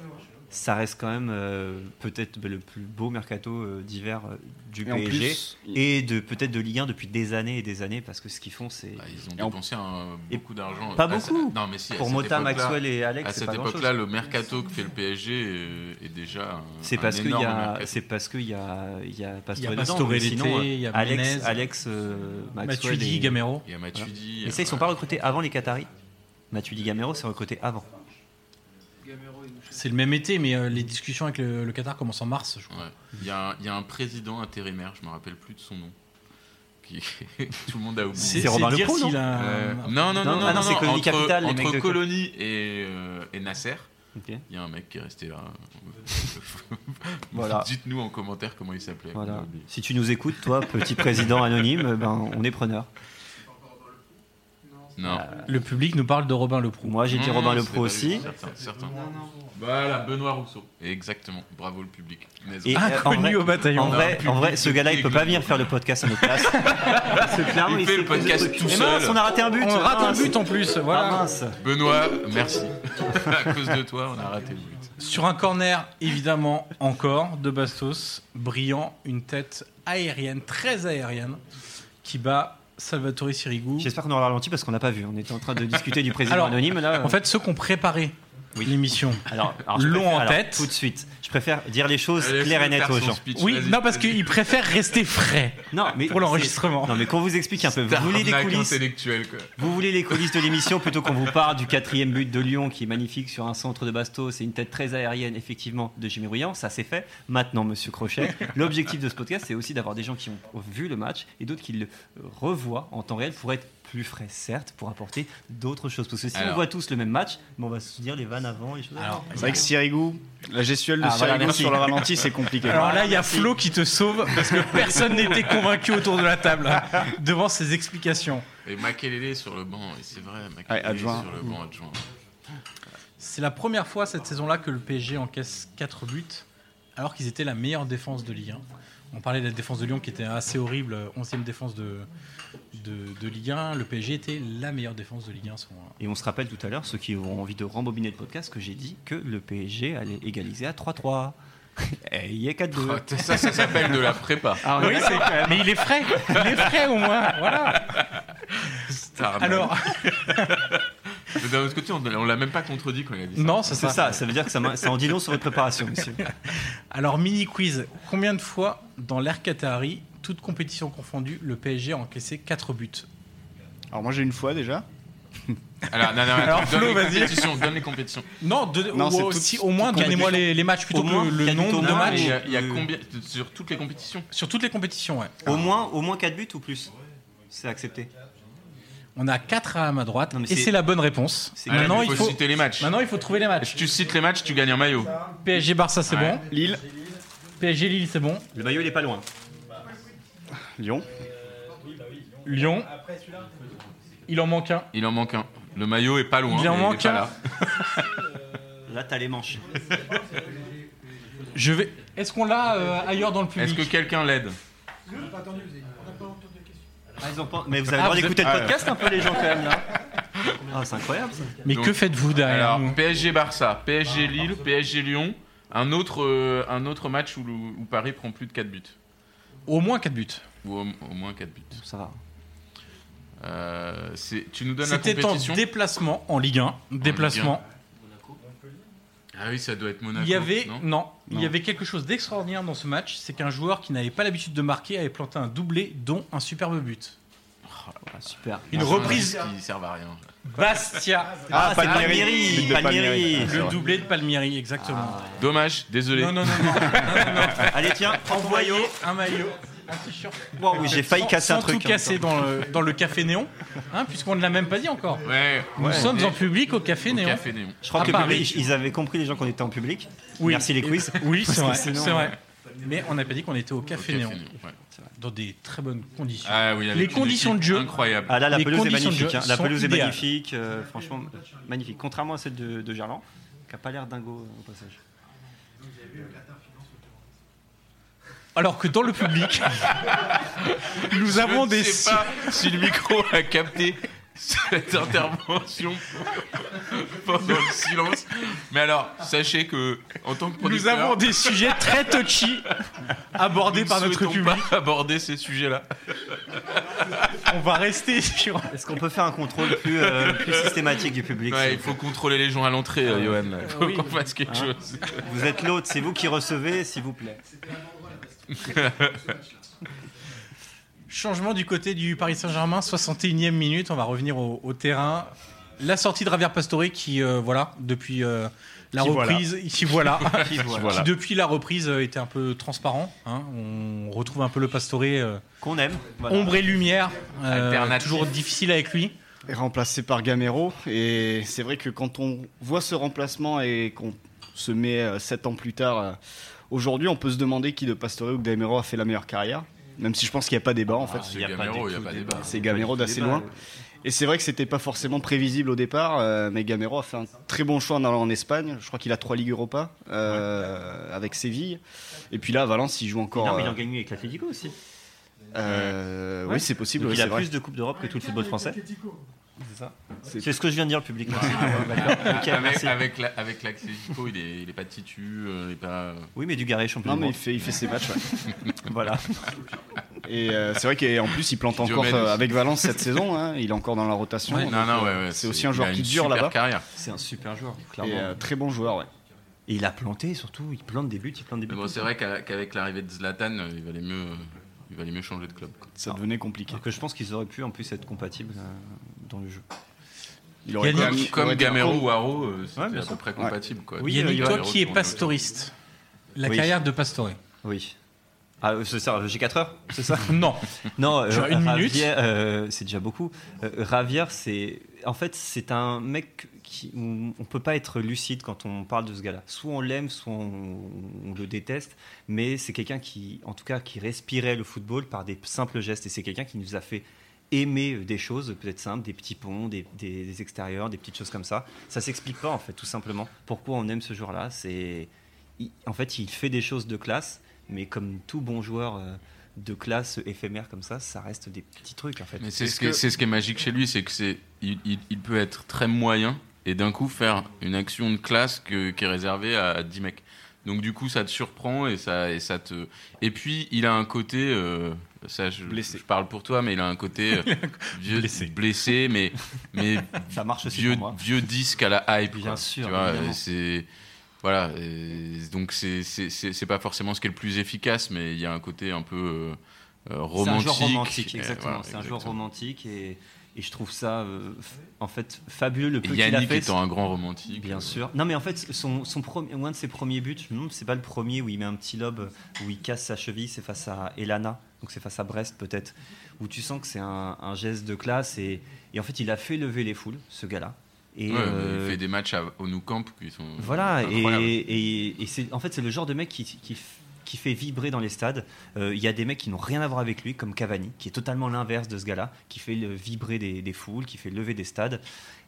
[SPEAKER 3] ça reste quand même euh, peut-être le plus beau mercato euh, d'hiver euh, du
[SPEAKER 4] Et en
[SPEAKER 3] PSG
[SPEAKER 4] plus,
[SPEAKER 3] et de peut-être de Ligue 1 depuis des années et des années parce que ce qu'ils font c'est
[SPEAKER 2] Bah, ils ont
[SPEAKER 4] Et en-
[SPEAKER 2] dépensé un-
[SPEAKER 3] Et
[SPEAKER 2] beaucoup d'argent.
[SPEAKER 3] pas
[SPEAKER 2] À ce-
[SPEAKER 3] beaucoup.
[SPEAKER 2] Non, mais si, à
[SPEAKER 3] pour
[SPEAKER 2] cette
[SPEAKER 3] Mota,
[SPEAKER 2] époque-là-
[SPEAKER 3] Maxwell et Alex
[SPEAKER 2] À
[SPEAKER 3] c'est
[SPEAKER 2] cette
[SPEAKER 3] pas grand-chose.
[SPEAKER 2] époque-là, le mercato que fait le PSG est, est déjà. un-
[SPEAKER 3] C'est
[SPEAKER 2] un
[SPEAKER 3] parce qu'il y
[SPEAKER 2] énorme
[SPEAKER 3] a,
[SPEAKER 2] mercato.
[SPEAKER 3] c'est parce qu'il y a, il y a Pastore
[SPEAKER 1] Il y a
[SPEAKER 3] dedans,
[SPEAKER 1] Pastore
[SPEAKER 3] mais
[SPEAKER 1] l'été,
[SPEAKER 3] sinon, euh,
[SPEAKER 1] il y a Menez,
[SPEAKER 3] Alex, Alex, euh, Maxwell
[SPEAKER 1] Matuidi,
[SPEAKER 3] et-
[SPEAKER 1] Gamero.
[SPEAKER 2] Il y a Matuidi. euh,
[SPEAKER 3] Mais ça, ils sont pas recrutés avant les Qataris. Matuidi Gamero, c'est recruté avant.
[SPEAKER 1] C'est le même été, mais euh, les discussions avec le, le Qatar commencent en mars, je crois.
[SPEAKER 2] Ouais. Il y, a un- il y a un président intérimaire, je me rappelle plus de son nom. Qui... Tout le monde a oublié.
[SPEAKER 3] C'est Robin
[SPEAKER 1] dire
[SPEAKER 3] Lepro, non
[SPEAKER 1] s'il a-
[SPEAKER 2] Euh, non, non, non,
[SPEAKER 3] Non,
[SPEAKER 2] non,
[SPEAKER 3] ah
[SPEAKER 2] non,
[SPEAKER 3] non, c'est
[SPEAKER 2] non,
[SPEAKER 3] Colonie
[SPEAKER 2] entre,
[SPEAKER 3] Capitale, les
[SPEAKER 2] entre
[SPEAKER 3] mecs de-
[SPEAKER 2] Colonie et, euh, et Nasser,
[SPEAKER 3] Ok.
[SPEAKER 2] il y a un mec qui est resté là.
[SPEAKER 3] Voilà.
[SPEAKER 2] Dites-nous en commentaire comment il s'appelait. On a
[SPEAKER 3] Voilà.
[SPEAKER 2] oublié.
[SPEAKER 3] Si tu nous écoutes, toi, petit président anonyme, ben, on est preneur.
[SPEAKER 2] Non.
[SPEAKER 1] Le public nous parle de Robin Leproux.
[SPEAKER 3] Moi, j'ai dit
[SPEAKER 2] Non,
[SPEAKER 3] Ah, Robin
[SPEAKER 2] non,
[SPEAKER 3] Lepro
[SPEAKER 2] c'est pas lui,
[SPEAKER 3] aussi.
[SPEAKER 2] Certain, certain. Voilà, Benoît Rousseau. Exactement. Bravo le public. Ah, Nazo.
[SPEAKER 3] Et, euh, en
[SPEAKER 1] Inconnu
[SPEAKER 3] vrai-
[SPEAKER 1] Ah, au
[SPEAKER 3] En
[SPEAKER 1] bataillon. Ah,
[SPEAKER 2] On a un
[SPEAKER 3] vrai,
[SPEAKER 2] public
[SPEAKER 3] en vrai, ce
[SPEAKER 2] de
[SPEAKER 3] gars-là,
[SPEAKER 2] qui
[SPEAKER 3] il peut
[SPEAKER 2] est
[SPEAKER 3] pas
[SPEAKER 2] connu.
[SPEAKER 3] venir faire le podcast à notre place. Parce que clairement,
[SPEAKER 2] il fait le podcast tout
[SPEAKER 3] Mais mince,
[SPEAKER 2] seul.
[SPEAKER 3] on a raté un but.
[SPEAKER 1] On rate un
[SPEAKER 3] Mince.
[SPEAKER 1] but en plus,
[SPEAKER 3] Ah,
[SPEAKER 1] voilà.
[SPEAKER 3] mince.
[SPEAKER 2] Benoît, merci. à cause de toi, on a raté le but.
[SPEAKER 1] Sur un corner, évidemment, encore de Bastos, brillant, une tête aérienne, très aérienne, qui bat Salvatore Sirigu.
[SPEAKER 3] J'espère qu'on aura ralenti parce qu'on n'a pas vu. On était en train de discuter du président
[SPEAKER 1] Alors,
[SPEAKER 3] anonyme là.
[SPEAKER 1] En fait, ceux qui ont préparé l'émission.
[SPEAKER 3] alors, alors, je
[SPEAKER 1] l'ont
[SPEAKER 3] préfère-
[SPEAKER 1] en
[SPEAKER 3] alors,
[SPEAKER 1] tête.
[SPEAKER 3] Tout de suite. Je préfère dire les choses
[SPEAKER 2] Allez,
[SPEAKER 3] claires et
[SPEAKER 2] faire
[SPEAKER 3] nettes aux
[SPEAKER 2] son
[SPEAKER 3] gens.
[SPEAKER 2] speech,
[SPEAKER 1] Oui,
[SPEAKER 2] vas-y,
[SPEAKER 1] non, parce
[SPEAKER 2] vas-y.
[SPEAKER 1] qu'ils préfèrent rester frais
[SPEAKER 3] Non, mais
[SPEAKER 1] pour l'enregistrement.
[SPEAKER 3] Non, mais qu'on vous explique un peu. Vous voulez des
[SPEAKER 2] Arnaque
[SPEAKER 3] coulisses
[SPEAKER 2] intellectuelle, quoi.
[SPEAKER 3] Vous voulez les coulisses de l'émission plutôt qu'on vous parle du quatrième but de Lyon qui est magnifique sur un centre de Bastos c'est une tête très aérienne effectivement de Jimmy Rouillant, ça c'est fait. Maintenant Monsieur Crochet, l'objectif de ce podcast c'est aussi d'avoir des gens qui ont vu le match et d'autres qui le revoient en temps réel pour être plus frais certes, pour apporter d'autres choses. Parce que si on
[SPEAKER 2] Alors.
[SPEAKER 3] voit tous le même match, bon, on va se dire les vannes avant et choses
[SPEAKER 1] Alors,
[SPEAKER 4] C'est vrai que Sirigu, la gestuelle de
[SPEAKER 3] Ah, voilà,
[SPEAKER 4] Sirigu
[SPEAKER 3] merci.
[SPEAKER 4] sur le ralenti, c'est compliqué.
[SPEAKER 1] Alors là, il y a Flo qui te sauve parce que personne n'était convaincu autour de la table hein, devant ses explications.
[SPEAKER 2] Et Makelele sur le banc, et c'est vrai, Makelele
[SPEAKER 4] Ouais, adjoint.
[SPEAKER 2] sur le banc adjoint.
[SPEAKER 1] C'est la première fois cette saison-là que le PSG encaisse 4 buts alors qu'ils étaient la meilleure défense de Ligue 1. On parlait de la défense de Lyon qui était assez horrible, euh, 11e défense de, de, de Ligue 1. Le PSG était la meilleure défense de Ligue 1. selon moi.
[SPEAKER 3] Et on se rappelle tout à l'heure, ceux qui auront envie de rembobiner le podcast, que j'ai dit que le PSG allait égaliser à 3-3. Et il y a
[SPEAKER 1] Mm.
[SPEAKER 3] 4-2.
[SPEAKER 4] Ah,
[SPEAKER 2] Oh, t'as- ça, ça s'appelle de la prépa.
[SPEAKER 3] Ah, on est
[SPEAKER 1] Oui, c'est- mais il est frais, il est frais au moins. Voilà.
[SPEAKER 2] Starman.
[SPEAKER 1] Alors,
[SPEAKER 2] Mais d'un autre côté, on on l'a même pas contredit quand il a dit ça.
[SPEAKER 1] non, c'est
[SPEAKER 3] C'est
[SPEAKER 1] ça.
[SPEAKER 3] ça, ça veut dire que ça, m'a- ça en dit long sur votre préparation, monsieur.
[SPEAKER 1] Alors, mini quiz. Combien de fois dans l'ère Qatari, toute compétition confondue, le PSG a encaissé 4 buts
[SPEAKER 4] Alors moi j'ai une fois déjà.
[SPEAKER 2] Alors, non, non,
[SPEAKER 1] Alors,
[SPEAKER 2] attends,
[SPEAKER 1] Flo,
[SPEAKER 2] donne, les
[SPEAKER 1] vas-y.
[SPEAKER 2] compétitions, donne les compétitions.
[SPEAKER 1] Non, de-
[SPEAKER 4] Non,
[SPEAKER 1] ou,
[SPEAKER 4] c'est
[SPEAKER 1] euh,
[SPEAKER 4] toute-
[SPEAKER 1] si, au moins,
[SPEAKER 4] toute
[SPEAKER 1] donnez-moi
[SPEAKER 4] compétition.
[SPEAKER 1] les, les matchs plutôt
[SPEAKER 3] Au moins,
[SPEAKER 1] que le
[SPEAKER 3] quasi
[SPEAKER 1] nombre
[SPEAKER 3] tout.
[SPEAKER 1] de
[SPEAKER 2] Non,
[SPEAKER 3] match.
[SPEAKER 2] Ah, mais
[SPEAKER 1] matchs
[SPEAKER 2] Il y a, il y a
[SPEAKER 3] Euh,
[SPEAKER 2] combien Sur toutes les compétitions
[SPEAKER 1] sur toutes les compétitions. ouais.
[SPEAKER 3] Au moins, au moins 4 buts ou plus C'est accepté.
[SPEAKER 1] On a 4 à ma droite
[SPEAKER 3] Non, mais
[SPEAKER 1] et
[SPEAKER 3] c'est-
[SPEAKER 1] c'est la bonne réponse.
[SPEAKER 3] c'est-
[SPEAKER 2] Ah,
[SPEAKER 1] Maintenant,
[SPEAKER 2] mais
[SPEAKER 1] il faut,
[SPEAKER 2] citer les matchs.
[SPEAKER 1] maintenant, il faut trouver les
[SPEAKER 2] Si
[SPEAKER 1] matchs.
[SPEAKER 2] tu cites les matchs, tu gagnes un maillot.
[SPEAKER 1] PSG Barça, c'est
[SPEAKER 2] Ouais.
[SPEAKER 1] bon.
[SPEAKER 4] Lille,
[SPEAKER 1] PSG Lille, c'est bon.
[SPEAKER 3] Le maillot, il est pas loin.
[SPEAKER 4] Lyon.
[SPEAKER 1] Lyon. Il en manque un.
[SPEAKER 2] Il en manque un. Le maillot est pas loin.
[SPEAKER 1] Il en
[SPEAKER 2] mais
[SPEAKER 1] manque
[SPEAKER 2] est pas
[SPEAKER 1] un.
[SPEAKER 2] là.
[SPEAKER 3] Là, t'as les manches.
[SPEAKER 1] Je vais. Est-ce qu'on l'a euh, ailleurs dans le
[SPEAKER 2] Est-ce
[SPEAKER 1] public
[SPEAKER 2] que quelqu'un l'aide
[SPEAKER 3] Ah, ils ont pas- Mais vous avez
[SPEAKER 1] Ah,
[SPEAKER 3] le droit
[SPEAKER 1] vous
[SPEAKER 3] d'écouter
[SPEAKER 2] êtes-
[SPEAKER 3] le podcast un peu, les gens, quand même, là Ah, c'est incroyable, ça.
[SPEAKER 1] Mais
[SPEAKER 2] Donc-
[SPEAKER 1] que faites-vous derrière
[SPEAKER 2] Alors,
[SPEAKER 1] nous
[SPEAKER 2] PSG Barça, PSG Lille, PSG Lyon, un autre, euh, un autre match où, le- où Paris prend plus de 4 buts.
[SPEAKER 1] Au moins 4 buts.
[SPEAKER 2] Ou au, au moins 4 buts.
[SPEAKER 3] Ça va.
[SPEAKER 2] Euh, c'est- tu nous donnes la
[SPEAKER 1] C'était en
[SPEAKER 2] compétition
[SPEAKER 1] déplacement en Ligue 1. Déplacement.
[SPEAKER 2] Ah oui, ça doit être Monaco.
[SPEAKER 1] Il y avait non,
[SPEAKER 2] non
[SPEAKER 1] il y avait quelque chose d'extraordinaire dans ce match, c'est qu'un joueur qui n'avait pas l'habitude de marquer avait planté un doublé dont un superbe but.
[SPEAKER 3] Ah, super.
[SPEAKER 1] Une
[SPEAKER 2] Ah, c'est un
[SPEAKER 1] reprise
[SPEAKER 2] indice qui sert à rien.
[SPEAKER 1] Bastia,
[SPEAKER 3] Ah, c'est
[SPEAKER 4] But
[SPEAKER 3] Palmieri
[SPEAKER 4] de Palmieri.
[SPEAKER 3] Palmieri
[SPEAKER 4] c'est
[SPEAKER 1] le
[SPEAKER 4] vrai.
[SPEAKER 1] doublé de Palmieri exactement.
[SPEAKER 2] Ah, Dommage, désolé.
[SPEAKER 1] non non non non.
[SPEAKER 4] Ah,
[SPEAKER 3] Allez, tiens, prends ton
[SPEAKER 1] Envoyé
[SPEAKER 3] maillot.
[SPEAKER 1] un maillot, un t-shirt.
[SPEAKER 3] Wow, oui, j'ai failli
[SPEAKER 1] Sans-
[SPEAKER 3] casser
[SPEAKER 1] sans
[SPEAKER 3] un truc.
[SPEAKER 1] tout
[SPEAKER 3] hein.
[SPEAKER 1] casser dans le dans le café néon, hein, puisqu'on ne l'a même pas dit encore.
[SPEAKER 2] Ouais,
[SPEAKER 1] Nous
[SPEAKER 2] ouais,
[SPEAKER 1] sommes
[SPEAKER 2] mais-
[SPEAKER 1] en public au café
[SPEAKER 2] au
[SPEAKER 1] néon.
[SPEAKER 2] Café Néon.
[SPEAKER 3] Je crois
[SPEAKER 1] À
[SPEAKER 3] que le
[SPEAKER 1] Paris.
[SPEAKER 3] public, ils avaient compris, les gens, qu'on était en public.
[SPEAKER 1] Oui.
[SPEAKER 3] Merci les quiz.
[SPEAKER 1] Oui, c'est
[SPEAKER 3] Parce que
[SPEAKER 1] vrai,
[SPEAKER 3] sinon-
[SPEAKER 1] c'est vrai. Mais on n'a pas dit qu'on était au
[SPEAKER 2] Au
[SPEAKER 1] café
[SPEAKER 2] Café
[SPEAKER 1] néon
[SPEAKER 2] Néon, ouais.
[SPEAKER 1] dans des très bonnes conditions.
[SPEAKER 2] Ah oui, avec
[SPEAKER 1] Les
[SPEAKER 2] une
[SPEAKER 1] conditions
[SPEAKER 2] équipe
[SPEAKER 1] de jeu.
[SPEAKER 2] Incroyable.
[SPEAKER 3] Ah là, la
[SPEAKER 1] Les
[SPEAKER 3] pelouse est
[SPEAKER 1] conditions de
[SPEAKER 3] magnifique.
[SPEAKER 1] jeu
[SPEAKER 3] hein. La
[SPEAKER 1] sont
[SPEAKER 3] pelouse est
[SPEAKER 1] idéales.
[SPEAKER 3] magnifique. euh, franchement, magnifique. Contrairement à celle de, de Gerland, qui a pas l'air dingo euh, au passage.
[SPEAKER 1] Alors que dans le public, nous
[SPEAKER 2] Je
[SPEAKER 1] avons
[SPEAKER 2] ne
[SPEAKER 1] des
[SPEAKER 2] sais pas si le micro a capté cette intervention pendant le silence. Mais alors, sachez que en tant que
[SPEAKER 1] Nous
[SPEAKER 2] producteur,
[SPEAKER 1] avons des sujets très touchy abordés
[SPEAKER 2] nous
[SPEAKER 1] par notre
[SPEAKER 2] souhaitons
[SPEAKER 1] public.
[SPEAKER 2] pas aborder ces sujets-là.
[SPEAKER 1] On va rester sur.
[SPEAKER 3] Est-ce qu'on peut faire un contrôle plus, euh, plus systématique du public
[SPEAKER 2] Ouais,
[SPEAKER 3] s'il
[SPEAKER 2] il
[SPEAKER 3] vous
[SPEAKER 2] faut contrôler les gens à l'entrée, euh, Johan. là. Il faut qu'on fasse quelque
[SPEAKER 3] Hein
[SPEAKER 2] chose.
[SPEAKER 3] plaît Vous êtes l'autre, c'est vous qui recevez, s'il vous plaît.
[SPEAKER 1] Changement du côté du Paris Saint-Germain, 61e minute. On va revenir au, au terrain. La sortie de Javier Pastore qui, euh, voilà, depuis euh, la
[SPEAKER 4] Qui voilà.
[SPEAKER 1] reprise, qui voilà,
[SPEAKER 3] Qui voit.
[SPEAKER 4] Voilà.
[SPEAKER 1] qui depuis la reprise euh, était un peu transparent. hein. On retrouve un peu le Pastore, euh,
[SPEAKER 3] Qu'on aime. voilà.
[SPEAKER 1] ombre et lumière, euh,
[SPEAKER 2] Alternatif.
[SPEAKER 1] toujours difficile avec lui.
[SPEAKER 4] Est remplacé par Gamero. Et c'est vrai que quand on voit ce remplacement et qu'on se met euh, sept ans plus tard, euh, aujourd'hui, on peut se demander qui de Pastore ou de Gamero a fait la meilleure carrière. Même si je pense qu'il n'y a pas débat en fait.
[SPEAKER 2] c'est
[SPEAKER 3] Il y a pas
[SPEAKER 2] Gamero, il
[SPEAKER 3] du
[SPEAKER 2] y a
[SPEAKER 3] tout
[SPEAKER 2] pas
[SPEAKER 3] de
[SPEAKER 2] débat.
[SPEAKER 3] débat.
[SPEAKER 4] C'est Gamero d'assez
[SPEAKER 3] Débat,
[SPEAKER 4] loin.
[SPEAKER 3] euh,
[SPEAKER 4] Et c'est vrai que c'était pas forcément prévisible au départ, euh, mais Gamero a fait un très bon choix en allant en Espagne. Je crois qu'il a trois Ligues Europa euh, avec Séville. Et puis là, à Valence, il joue encore.
[SPEAKER 3] Non, mais il en
[SPEAKER 4] euh,
[SPEAKER 3] gagne avec l'Atlético aussi. Donc,
[SPEAKER 4] euh,
[SPEAKER 3] Ouais.
[SPEAKER 4] Oui, c'est possible. ouais,
[SPEAKER 3] il a
[SPEAKER 4] c'est vrai.
[SPEAKER 3] plus de Coupes d'Europe que tout le football français. C'est ça.
[SPEAKER 4] C'est-
[SPEAKER 3] C'est ce que je viens de dire, le public. Ok,
[SPEAKER 2] Avec,
[SPEAKER 3] merci.
[SPEAKER 2] avec, la, avec l'Atlético, il est, il est pas titu, euh, il est pas.
[SPEAKER 3] Oui, mais du garé champion.
[SPEAKER 4] Non,
[SPEAKER 3] du
[SPEAKER 4] mais il
[SPEAKER 3] monde.
[SPEAKER 4] fait, il fait ses matchs. ouais.
[SPEAKER 3] Voilà.
[SPEAKER 4] Et euh, c'est vrai qu'en plus, il plante encore
[SPEAKER 2] Diomède
[SPEAKER 4] euh,
[SPEAKER 2] aussi.
[SPEAKER 4] avec Valence cette saison. hein. Il est encore dans la rotation.
[SPEAKER 2] Ouais,
[SPEAKER 4] donc,
[SPEAKER 2] non, non, ouais, ouais,
[SPEAKER 4] euh, c'est aussi un
[SPEAKER 2] il
[SPEAKER 4] joueur
[SPEAKER 2] a
[SPEAKER 4] qui
[SPEAKER 2] une
[SPEAKER 4] dure
[SPEAKER 2] super
[SPEAKER 4] là-bas.
[SPEAKER 2] Carrière.
[SPEAKER 3] C'est un super joueur, clairement.
[SPEAKER 4] Et
[SPEAKER 3] Et,
[SPEAKER 4] euh, très bon joueur, ouais.
[SPEAKER 3] il a planté, surtout. Il plante des buts, il plante des buts.
[SPEAKER 2] Mais bon, c'est vrai qu'à- qu'avec l'arrivée de Zlatan, euh, il valait mieux, euh, il valait mieux changer de club. quoi.
[SPEAKER 4] Ça devenait compliqué.
[SPEAKER 3] Alors
[SPEAKER 2] Ah.
[SPEAKER 3] que je pense qu'ils auraient pu en plus être compatibles euh, dans le jeu.
[SPEAKER 4] Il aurait
[SPEAKER 1] Yannick,
[SPEAKER 4] été-
[SPEAKER 2] Comme,
[SPEAKER 4] il aurait
[SPEAKER 2] comme
[SPEAKER 4] été-
[SPEAKER 2] Gamero ou Haro, euh, c'était
[SPEAKER 3] Ouais, bien
[SPEAKER 2] à peu
[SPEAKER 3] sûr.
[SPEAKER 2] près
[SPEAKER 4] Ouais.
[SPEAKER 2] compatible. Quoi.
[SPEAKER 3] Oui,
[SPEAKER 1] Yannick,
[SPEAKER 3] euh,
[SPEAKER 1] toi
[SPEAKER 2] Gamero
[SPEAKER 1] qui es
[SPEAKER 2] tourne autour.
[SPEAKER 1] pastoriste, la
[SPEAKER 3] Oui.
[SPEAKER 1] carrière de Pastore.
[SPEAKER 3] Oui. Ah, euh, c'est ça, j'ai 4 heures, c'est ça
[SPEAKER 1] Non,
[SPEAKER 3] Non, euh,
[SPEAKER 1] Genre une minute
[SPEAKER 3] Ravière, euh, c'est déjà beaucoup. Euh, Ravière, c'est. En fait, c'est un mec qui, où on peut pas être lucide quand on parle de ce gars-là. Soit on l'aime, soit on, on le déteste, mais c'est quelqu'un qui, en tout cas, qui respirait le football par des simples gestes. Et c'est quelqu'un qui nous a fait aimer des choses, peut-être simples, des petits ponts, des, des- des extérieurs, des petites choses comme ça. Ça s'explique pas, en fait, tout simplement. Pourquoi on aime ce joueur-là C'est. il- En fait, il fait des choses de classe, mais comme tout bon joueur. euh, de classe éphémère comme ça, ça reste des petits trucs en fait.
[SPEAKER 2] Mais c'est
[SPEAKER 4] Est-ce
[SPEAKER 2] ce, qui est-
[SPEAKER 4] que-
[SPEAKER 2] c'est ce qui est magique chez lui, c'est que c'est, il, il- il peut être très moyen et d'un coup faire une action de classe que- qui est réservée à 10 mecs. Donc du coup, ça te surprend et ça, et ça te. Et puis, il a un côté euh, Ça, je,
[SPEAKER 4] Blessé.
[SPEAKER 2] je parle pour toi, mais il a un côté euh, vieux,
[SPEAKER 1] Blessé.
[SPEAKER 2] blessé. mais, mais
[SPEAKER 3] Ça marche aussi
[SPEAKER 2] vieux,
[SPEAKER 3] pour moi.
[SPEAKER 2] vieux disque à la hype.
[SPEAKER 3] Bien
[SPEAKER 2] quoi.
[SPEAKER 3] sûr,
[SPEAKER 2] Tu vois,
[SPEAKER 3] évidemment.
[SPEAKER 2] euh, c'est. Voilà, euh, donc c'est- c'est c'est- c'est pas forcément ce qui est le plus efficace, mais il y a un côté un peu euh, euh,
[SPEAKER 3] C'est un
[SPEAKER 2] romantique.
[SPEAKER 3] joueur romantique,
[SPEAKER 2] Et
[SPEAKER 3] exactement.
[SPEAKER 2] voilà,
[SPEAKER 3] c'est un
[SPEAKER 2] exactement.
[SPEAKER 3] joueur romantique et, et je trouve ça, euh, f- en fait, fabuleux le
[SPEAKER 2] Et
[SPEAKER 3] peu qu'il a
[SPEAKER 2] Yannick
[SPEAKER 3] fait.
[SPEAKER 2] étant un grand romantique.
[SPEAKER 3] Bien
[SPEAKER 2] euh,
[SPEAKER 3] sûr. Non, mais en fait, son, son premier, un de ses premiers buts, je me demande, si c'est pas le premier où il met un petit lobe, où il casse sa cheville, c'est face à Elana, donc c'est face à Brest peut-être, où tu sens que c'est un, un geste de classe et, et en fait, il a fait lever les foules, ce gars-là. Et
[SPEAKER 2] ouais, mais
[SPEAKER 3] euh,
[SPEAKER 2] Il fait des matchs à, au Nou Camp qui sont.
[SPEAKER 3] voilà, et,
[SPEAKER 2] incroyables.
[SPEAKER 3] et- et c'est en fait c'est le genre de mec qui, qui, qui fait vibrer dans les stades. Euh, Il y a des mecs qui n'ont rien à voir avec lui, comme Cavani, qui est totalement l'inverse de ce gars-là, qui fait le- vibrer des, des foules, qui fait lever des stades.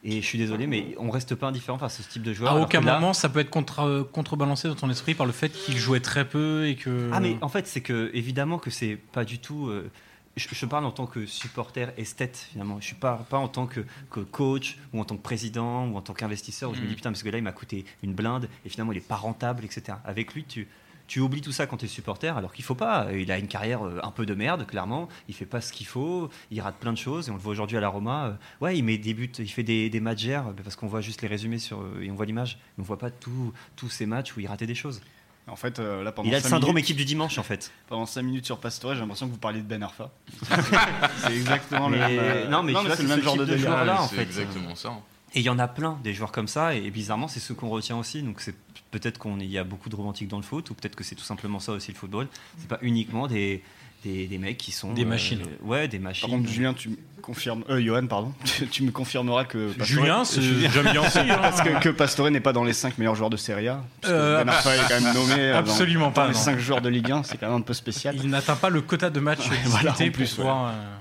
[SPEAKER 3] Et je suis désolé, mais on reste pas indifférent face à ce type de joueur.
[SPEAKER 1] à
[SPEAKER 3] alors
[SPEAKER 1] aucun
[SPEAKER 3] que là-
[SPEAKER 1] moment, ça peut être contre, euh, contrebalancé dans ton esprit par le fait qu'il jouait très peu et que.
[SPEAKER 3] Ah mais en fait c'est que évidemment que c'est pas du tout. euh, je, je parle en tant que supporter esthète finalement. Je suis pas pas en tant que, que coach ou en tant que président ou en tant qu'investisseur. où Je me
[SPEAKER 2] Mm.
[SPEAKER 3] dis putain parce que là il m'a coûté une blinde et finalement il est pas rentable etc. Avec lui tu tu oublies tout ça quand tu es supporter, alors qu'il faut pas. Il a une carrière euh, un peu de merde, clairement. Il fait pas ce qu'il faut. Il rate plein de choses. Et on le voit aujourd'hui à la Roma. euh, Ouais, il met des buts, il fait des, des matchs gères, parce qu'on voit juste les résumés sur, euh, et on voit l'image. Mais On voit pas tous tous ces matchs où il ratait des choses.
[SPEAKER 4] En fait, euh, là, pendant
[SPEAKER 3] Il a le
[SPEAKER 4] cinq
[SPEAKER 3] syndrome
[SPEAKER 4] minutes-
[SPEAKER 3] équipe du dimanche, en fait.
[SPEAKER 4] Pendant 5 minutes sur Pastore, j'ai l'impression que vous parliez de Ben Arfa. c'est exactement le
[SPEAKER 3] Mais-
[SPEAKER 4] même. euh,
[SPEAKER 3] non, mais tu vois,
[SPEAKER 4] c'est
[SPEAKER 3] c'est
[SPEAKER 4] le même
[SPEAKER 3] ce
[SPEAKER 4] genre
[SPEAKER 3] type
[SPEAKER 4] de
[SPEAKER 3] de
[SPEAKER 4] délire.
[SPEAKER 3] joueur-là,
[SPEAKER 2] Ouais,
[SPEAKER 3] en
[SPEAKER 2] c'est
[SPEAKER 3] fait.
[SPEAKER 2] exactement ça. hein.
[SPEAKER 3] Et il y en a plein des joueurs comme ça, et bizarrement, c'est ceux qu'on retient aussi. Donc c'est peut-être qu'on il y a beaucoup de romantiques dans le foot, ou peut-être que c'est tout simplement ça aussi le football. C'est pas uniquement des, des, des mecs qui sont euh,
[SPEAKER 1] Des machines.
[SPEAKER 3] Ouais, des
[SPEAKER 4] Par
[SPEAKER 3] machines.
[SPEAKER 4] contre, Julien, tu me confirmes. Euh, Johan, pardon. tu- tu me confirmeras que. Pastore-
[SPEAKER 1] Julien, c'est- j'aime bien aussi. hein.
[SPEAKER 4] Parce que, que Pastore n'est pas dans les 5 meilleurs joueurs de Serie A. Parce que
[SPEAKER 1] Euh,
[SPEAKER 4] ben Arfa est quand même nommé.
[SPEAKER 3] Ah,
[SPEAKER 4] euh, dans-
[SPEAKER 1] Absolument
[SPEAKER 4] dans
[SPEAKER 1] pas.
[SPEAKER 4] les
[SPEAKER 1] non.
[SPEAKER 4] 5 joueurs de Ligue 1, c'est quand même un peu spécial.
[SPEAKER 1] Il n'atteint pas le quota de matchs disputés
[SPEAKER 4] voilà, en
[SPEAKER 1] pour
[SPEAKER 4] plus,
[SPEAKER 1] pouvoir euh,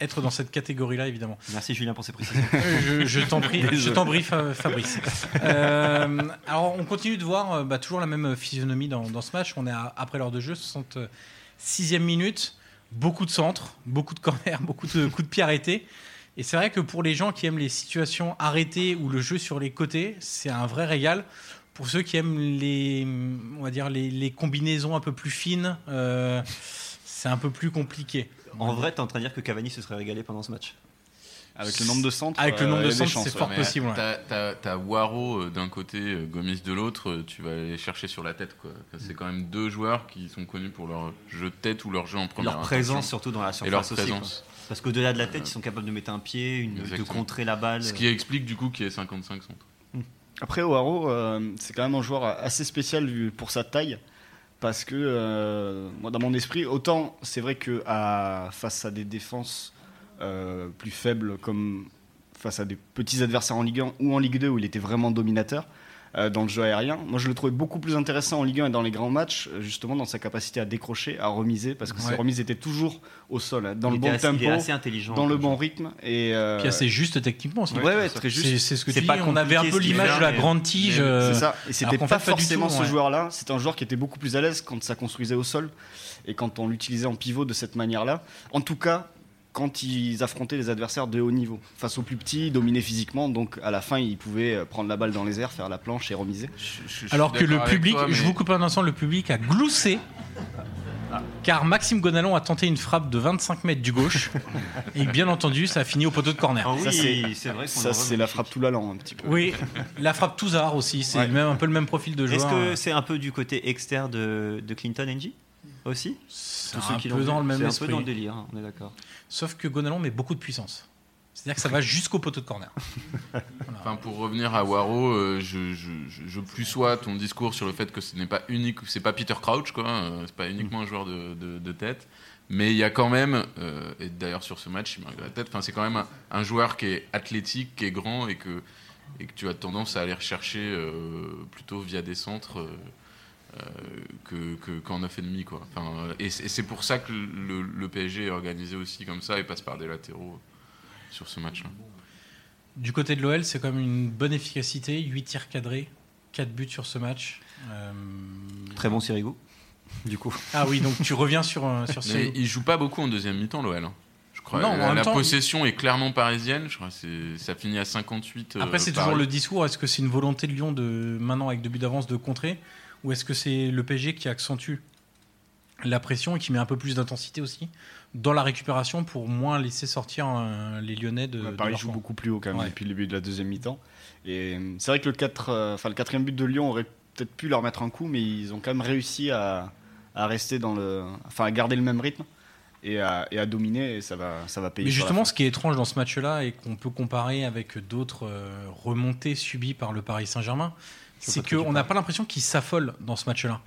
[SPEAKER 1] être dans cette catégorie-là, évidemment.
[SPEAKER 3] Merci Julien pour ces précisions.
[SPEAKER 1] je je t'en prie,
[SPEAKER 4] Désolé.
[SPEAKER 1] je t'en prie, Fa- Fabrice. Euh, alors, on continue de voir euh, bah, toujours la même physionomie dans, dans ce match. On est à- après l'heure de jeu, 66e minute, beaucoup de centres, beaucoup de corners, beaucoup de coups de pied arrêtés. Et c'est vrai que pour les gens qui aiment les situations arrêtées ou le jeu sur les côtés, c'est un vrai régal. Pour ceux qui aiment les, on va dire les, les combinaisons un peu plus fines, euh, c'est un peu plus compliqué.
[SPEAKER 3] En vrai, t'es en train de dire que Cavani se serait régalé pendant ce match.
[SPEAKER 4] Avec le nombre de centres.
[SPEAKER 1] Avec le nombre de
[SPEAKER 4] euh, il y a des
[SPEAKER 1] centres,
[SPEAKER 4] chances,
[SPEAKER 1] c'est
[SPEAKER 4] ouais.
[SPEAKER 1] fort
[SPEAKER 2] mais
[SPEAKER 1] possible, ouais.
[SPEAKER 2] T'as, t'as- t'as Waro euh, d'un côté, euh, Gomis de l'autre, euh, tu vas aller chercher sur la tête. Quoi. C'est quand même deux joueurs qui sont connus pour leur jeu de tête ou leur jeu en première.
[SPEAKER 3] leur présence
[SPEAKER 2] intention.
[SPEAKER 3] surtout dans la surface
[SPEAKER 2] et leur
[SPEAKER 3] aussi.
[SPEAKER 2] présence. Euh,
[SPEAKER 3] quoi. Parce qu'au-delà de la tête, ils sont capables de mettre un pied, une- de
[SPEAKER 2] Exactement.
[SPEAKER 3] contrer la balle.
[SPEAKER 2] Ce qui explique du coup qu'il y ait 55 centres.
[SPEAKER 4] Après, O'Haro, euh, c'est quand même un joueur assez spécial vu- pour sa taille. Parce que, euh, moi, dans mon esprit, autant c'est vrai que à- face à des défenses euh, plus faibles, comme face à des petits adversaires en Ligue 1 ou en Ligue 2, où il était vraiment dominateur euh, dans le jeu aérien, moi je le trouvais beaucoup plus intéressant en Ligue 1 et dans les grands matchs, euh, justement dans sa capacité à décrocher, à remiser, parce que ses
[SPEAKER 1] Ouais.
[SPEAKER 4] remises étaient toujours au sol, hein, dans
[SPEAKER 3] Il
[SPEAKER 4] le
[SPEAKER 3] était
[SPEAKER 4] bon
[SPEAKER 3] assez- il est
[SPEAKER 4] tempo,
[SPEAKER 3] assez intelligent.
[SPEAKER 4] dans le
[SPEAKER 3] comme
[SPEAKER 4] bon
[SPEAKER 3] joueur.
[SPEAKER 4] rythme. Et, euh,
[SPEAKER 1] Puis assez juste techniquement. aussi.
[SPEAKER 4] ouais, ouais, très juste.
[SPEAKER 1] C'est- C'est ce que
[SPEAKER 3] C'est
[SPEAKER 1] tu
[SPEAKER 3] pas
[SPEAKER 1] dis. On avait un
[SPEAKER 3] compliqué,
[SPEAKER 1] peu
[SPEAKER 3] ce qu'il
[SPEAKER 1] l'image
[SPEAKER 3] fait,
[SPEAKER 1] de la
[SPEAKER 3] mais-
[SPEAKER 1] grande tige.
[SPEAKER 2] mais
[SPEAKER 1] euh,
[SPEAKER 4] C'est ça. Et c'était
[SPEAKER 1] alors qu'en
[SPEAKER 4] pas
[SPEAKER 1] fait, pas du
[SPEAKER 4] forcément
[SPEAKER 1] tout,
[SPEAKER 4] ce
[SPEAKER 1] ouais.
[SPEAKER 4] joueur-là. C'était un joueur qui était beaucoup plus à l'aise quand ça construisait au sol et quand on l'utilisait en pivot de cette manière-là. En tout cas, quand ils affrontaient les adversaires de haut niveau. Face aux plus petits, ils dominaient physiquement. Donc à la fin, ils pouvaient euh, prendre la balle dans les airs, faire la planche et remiser.
[SPEAKER 2] Je- je- je suis
[SPEAKER 1] alors que le
[SPEAKER 2] d'accord avec
[SPEAKER 1] public,
[SPEAKER 2] toi, mais
[SPEAKER 1] je vous coupe un instant, le public a gloussé.
[SPEAKER 3] Ah.
[SPEAKER 1] Car Maxime Gonalon a tenté une frappe de 25 mètres du gauche. et bien entendu, ça a fini au poteau de corner.
[SPEAKER 3] Ah oui,
[SPEAKER 4] Ça, c'est-
[SPEAKER 3] c'est vrai. qu'on
[SPEAKER 4] Ça,
[SPEAKER 3] en
[SPEAKER 4] c'est
[SPEAKER 3] revient.
[SPEAKER 4] la frappe tout l'allant un petit peu.
[SPEAKER 1] Oui, la frappe Touzard aussi. C'est
[SPEAKER 4] Ouais.
[SPEAKER 1] même un peu le même profil de
[SPEAKER 3] Est-ce
[SPEAKER 1] joueur.
[SPEAKER 3] que c'est un peu du côté externe de, de Clinton NG aussi
[SPEAKER 1] c'est
[SPEAKER 3] Tous ceux
[SPEAKER 1] un
[SPEAKER 3] qui
[SPEAKER 1] peu
[SPEAKER 3] l'ont
[SPEAKER 1] dans le
[SPEAKER 3] vu.
[SPEAKER 1] même
[SPEAKER 3] C'est
[SPEAKER 1] esprit.
[SPEAKER 3] un peu dans le délire, hein, on est d'accord.
[SPEAKER 1] Sauf que Gonalon met beaucoup de puissance. C'est-à-dire que ça va jusqu'au poteau de corner.
[SPEAKER 2] Enfin, pour revenir à Waro, euh, je, je, je, je plus sois ton discours sur le fait que ce n'est pas unique, c'est pas Peter Crouch, quoi, euh, c'est pas uniquement un joueur de, de- de tête, mais il y a quand même, euh, et d'ailleurs sur ce match, il marque de la tête, enfin, c'est quand même un, un joueur qui est athlétique, qui est grand et que, et que tu as tendance à aller rechercher euh, plutôt via des centres. euh, euh, que- que- qu'en 9,5 quoi. Enfin, euh, et c'est et c'est pour ça que le, le PSG est organisé aussi comme ça et passe par des latéraux sur ce match-là.
[SPEAKER 1] Du côté de l'OL, c'est quand même une bonne efficacité. 8 tirs cadrés, 4 buts sur ce match. Euh,
[SPEAKER 3] Très bon Sirigo. Du coup,
[SPEAKER 1] Ah oui, donc tu reviens sur, euh, sur ce.
[SPEAKER 2] Mais il joue pas beaucoup en deuxième mi-temps, l'OL. hein. Je crois.
[SPEAKER 1] Non, en
[SPEAKER 2] la
[SPEAKER 1] même
[SPEAKER 2] la
[SPEAKER 1] temps,
[SPEAKER 2] possession est clairement parisienne. Je crois que c'est- ça finit à 58. euh,
[SPEAKER 1] Après, c'est
[SPEAKER 2] Paris.
[SPEAKER 1] toujours le discours. Est-ce que c'est une volonté de Lyon de maintenant avec deux buts d'avance de contrer, ou est-ce que c'est le PSG qui accentue la pression et qui met un peu plus d'intensité aussi dans la récupération pour moins laisser sortir euh, les Lyonnais de.
[SPEAKER 4] Ouais,
[SPEAKER 1] de
[SPEAKER 4] Paris
[SPEAKER 1] leur
[SPEAKER 4] joue
[SPEAKER 1] camp.
[SPEAKER 4] beaucoup plus haut quand même
[SPEAKER 1] Ouais.
[SPEAKER 4] depuis le début de la deuxième mi-temps. Et euh, c'est vrai que le, quatre, euh, enfin, le quatrième but de Lyon aurait peut-être pu leur mettre un coup, mais ils ont quand même réussi à, à rester dans le. Enfin, à garder le même rythme et à, et à dominer, et ça va, ça va payer.
[SPEAKER 1] Mais
[SPEAKER 4] sur la
[SPEAKER 1] justement,
[SPEAKER 4] fin.
[SPEAKER 1] ce qui est étrange dans ce match-là et qu'on peut comparer avec d'autres euh, remontées subies par le Paris Saint-Germain, c'est
[SPEAKER 3] pas de quoi tu
[SPEAKER 1] qu'on n'a pas l'impression qu'ils s'affolent dans ce match-là.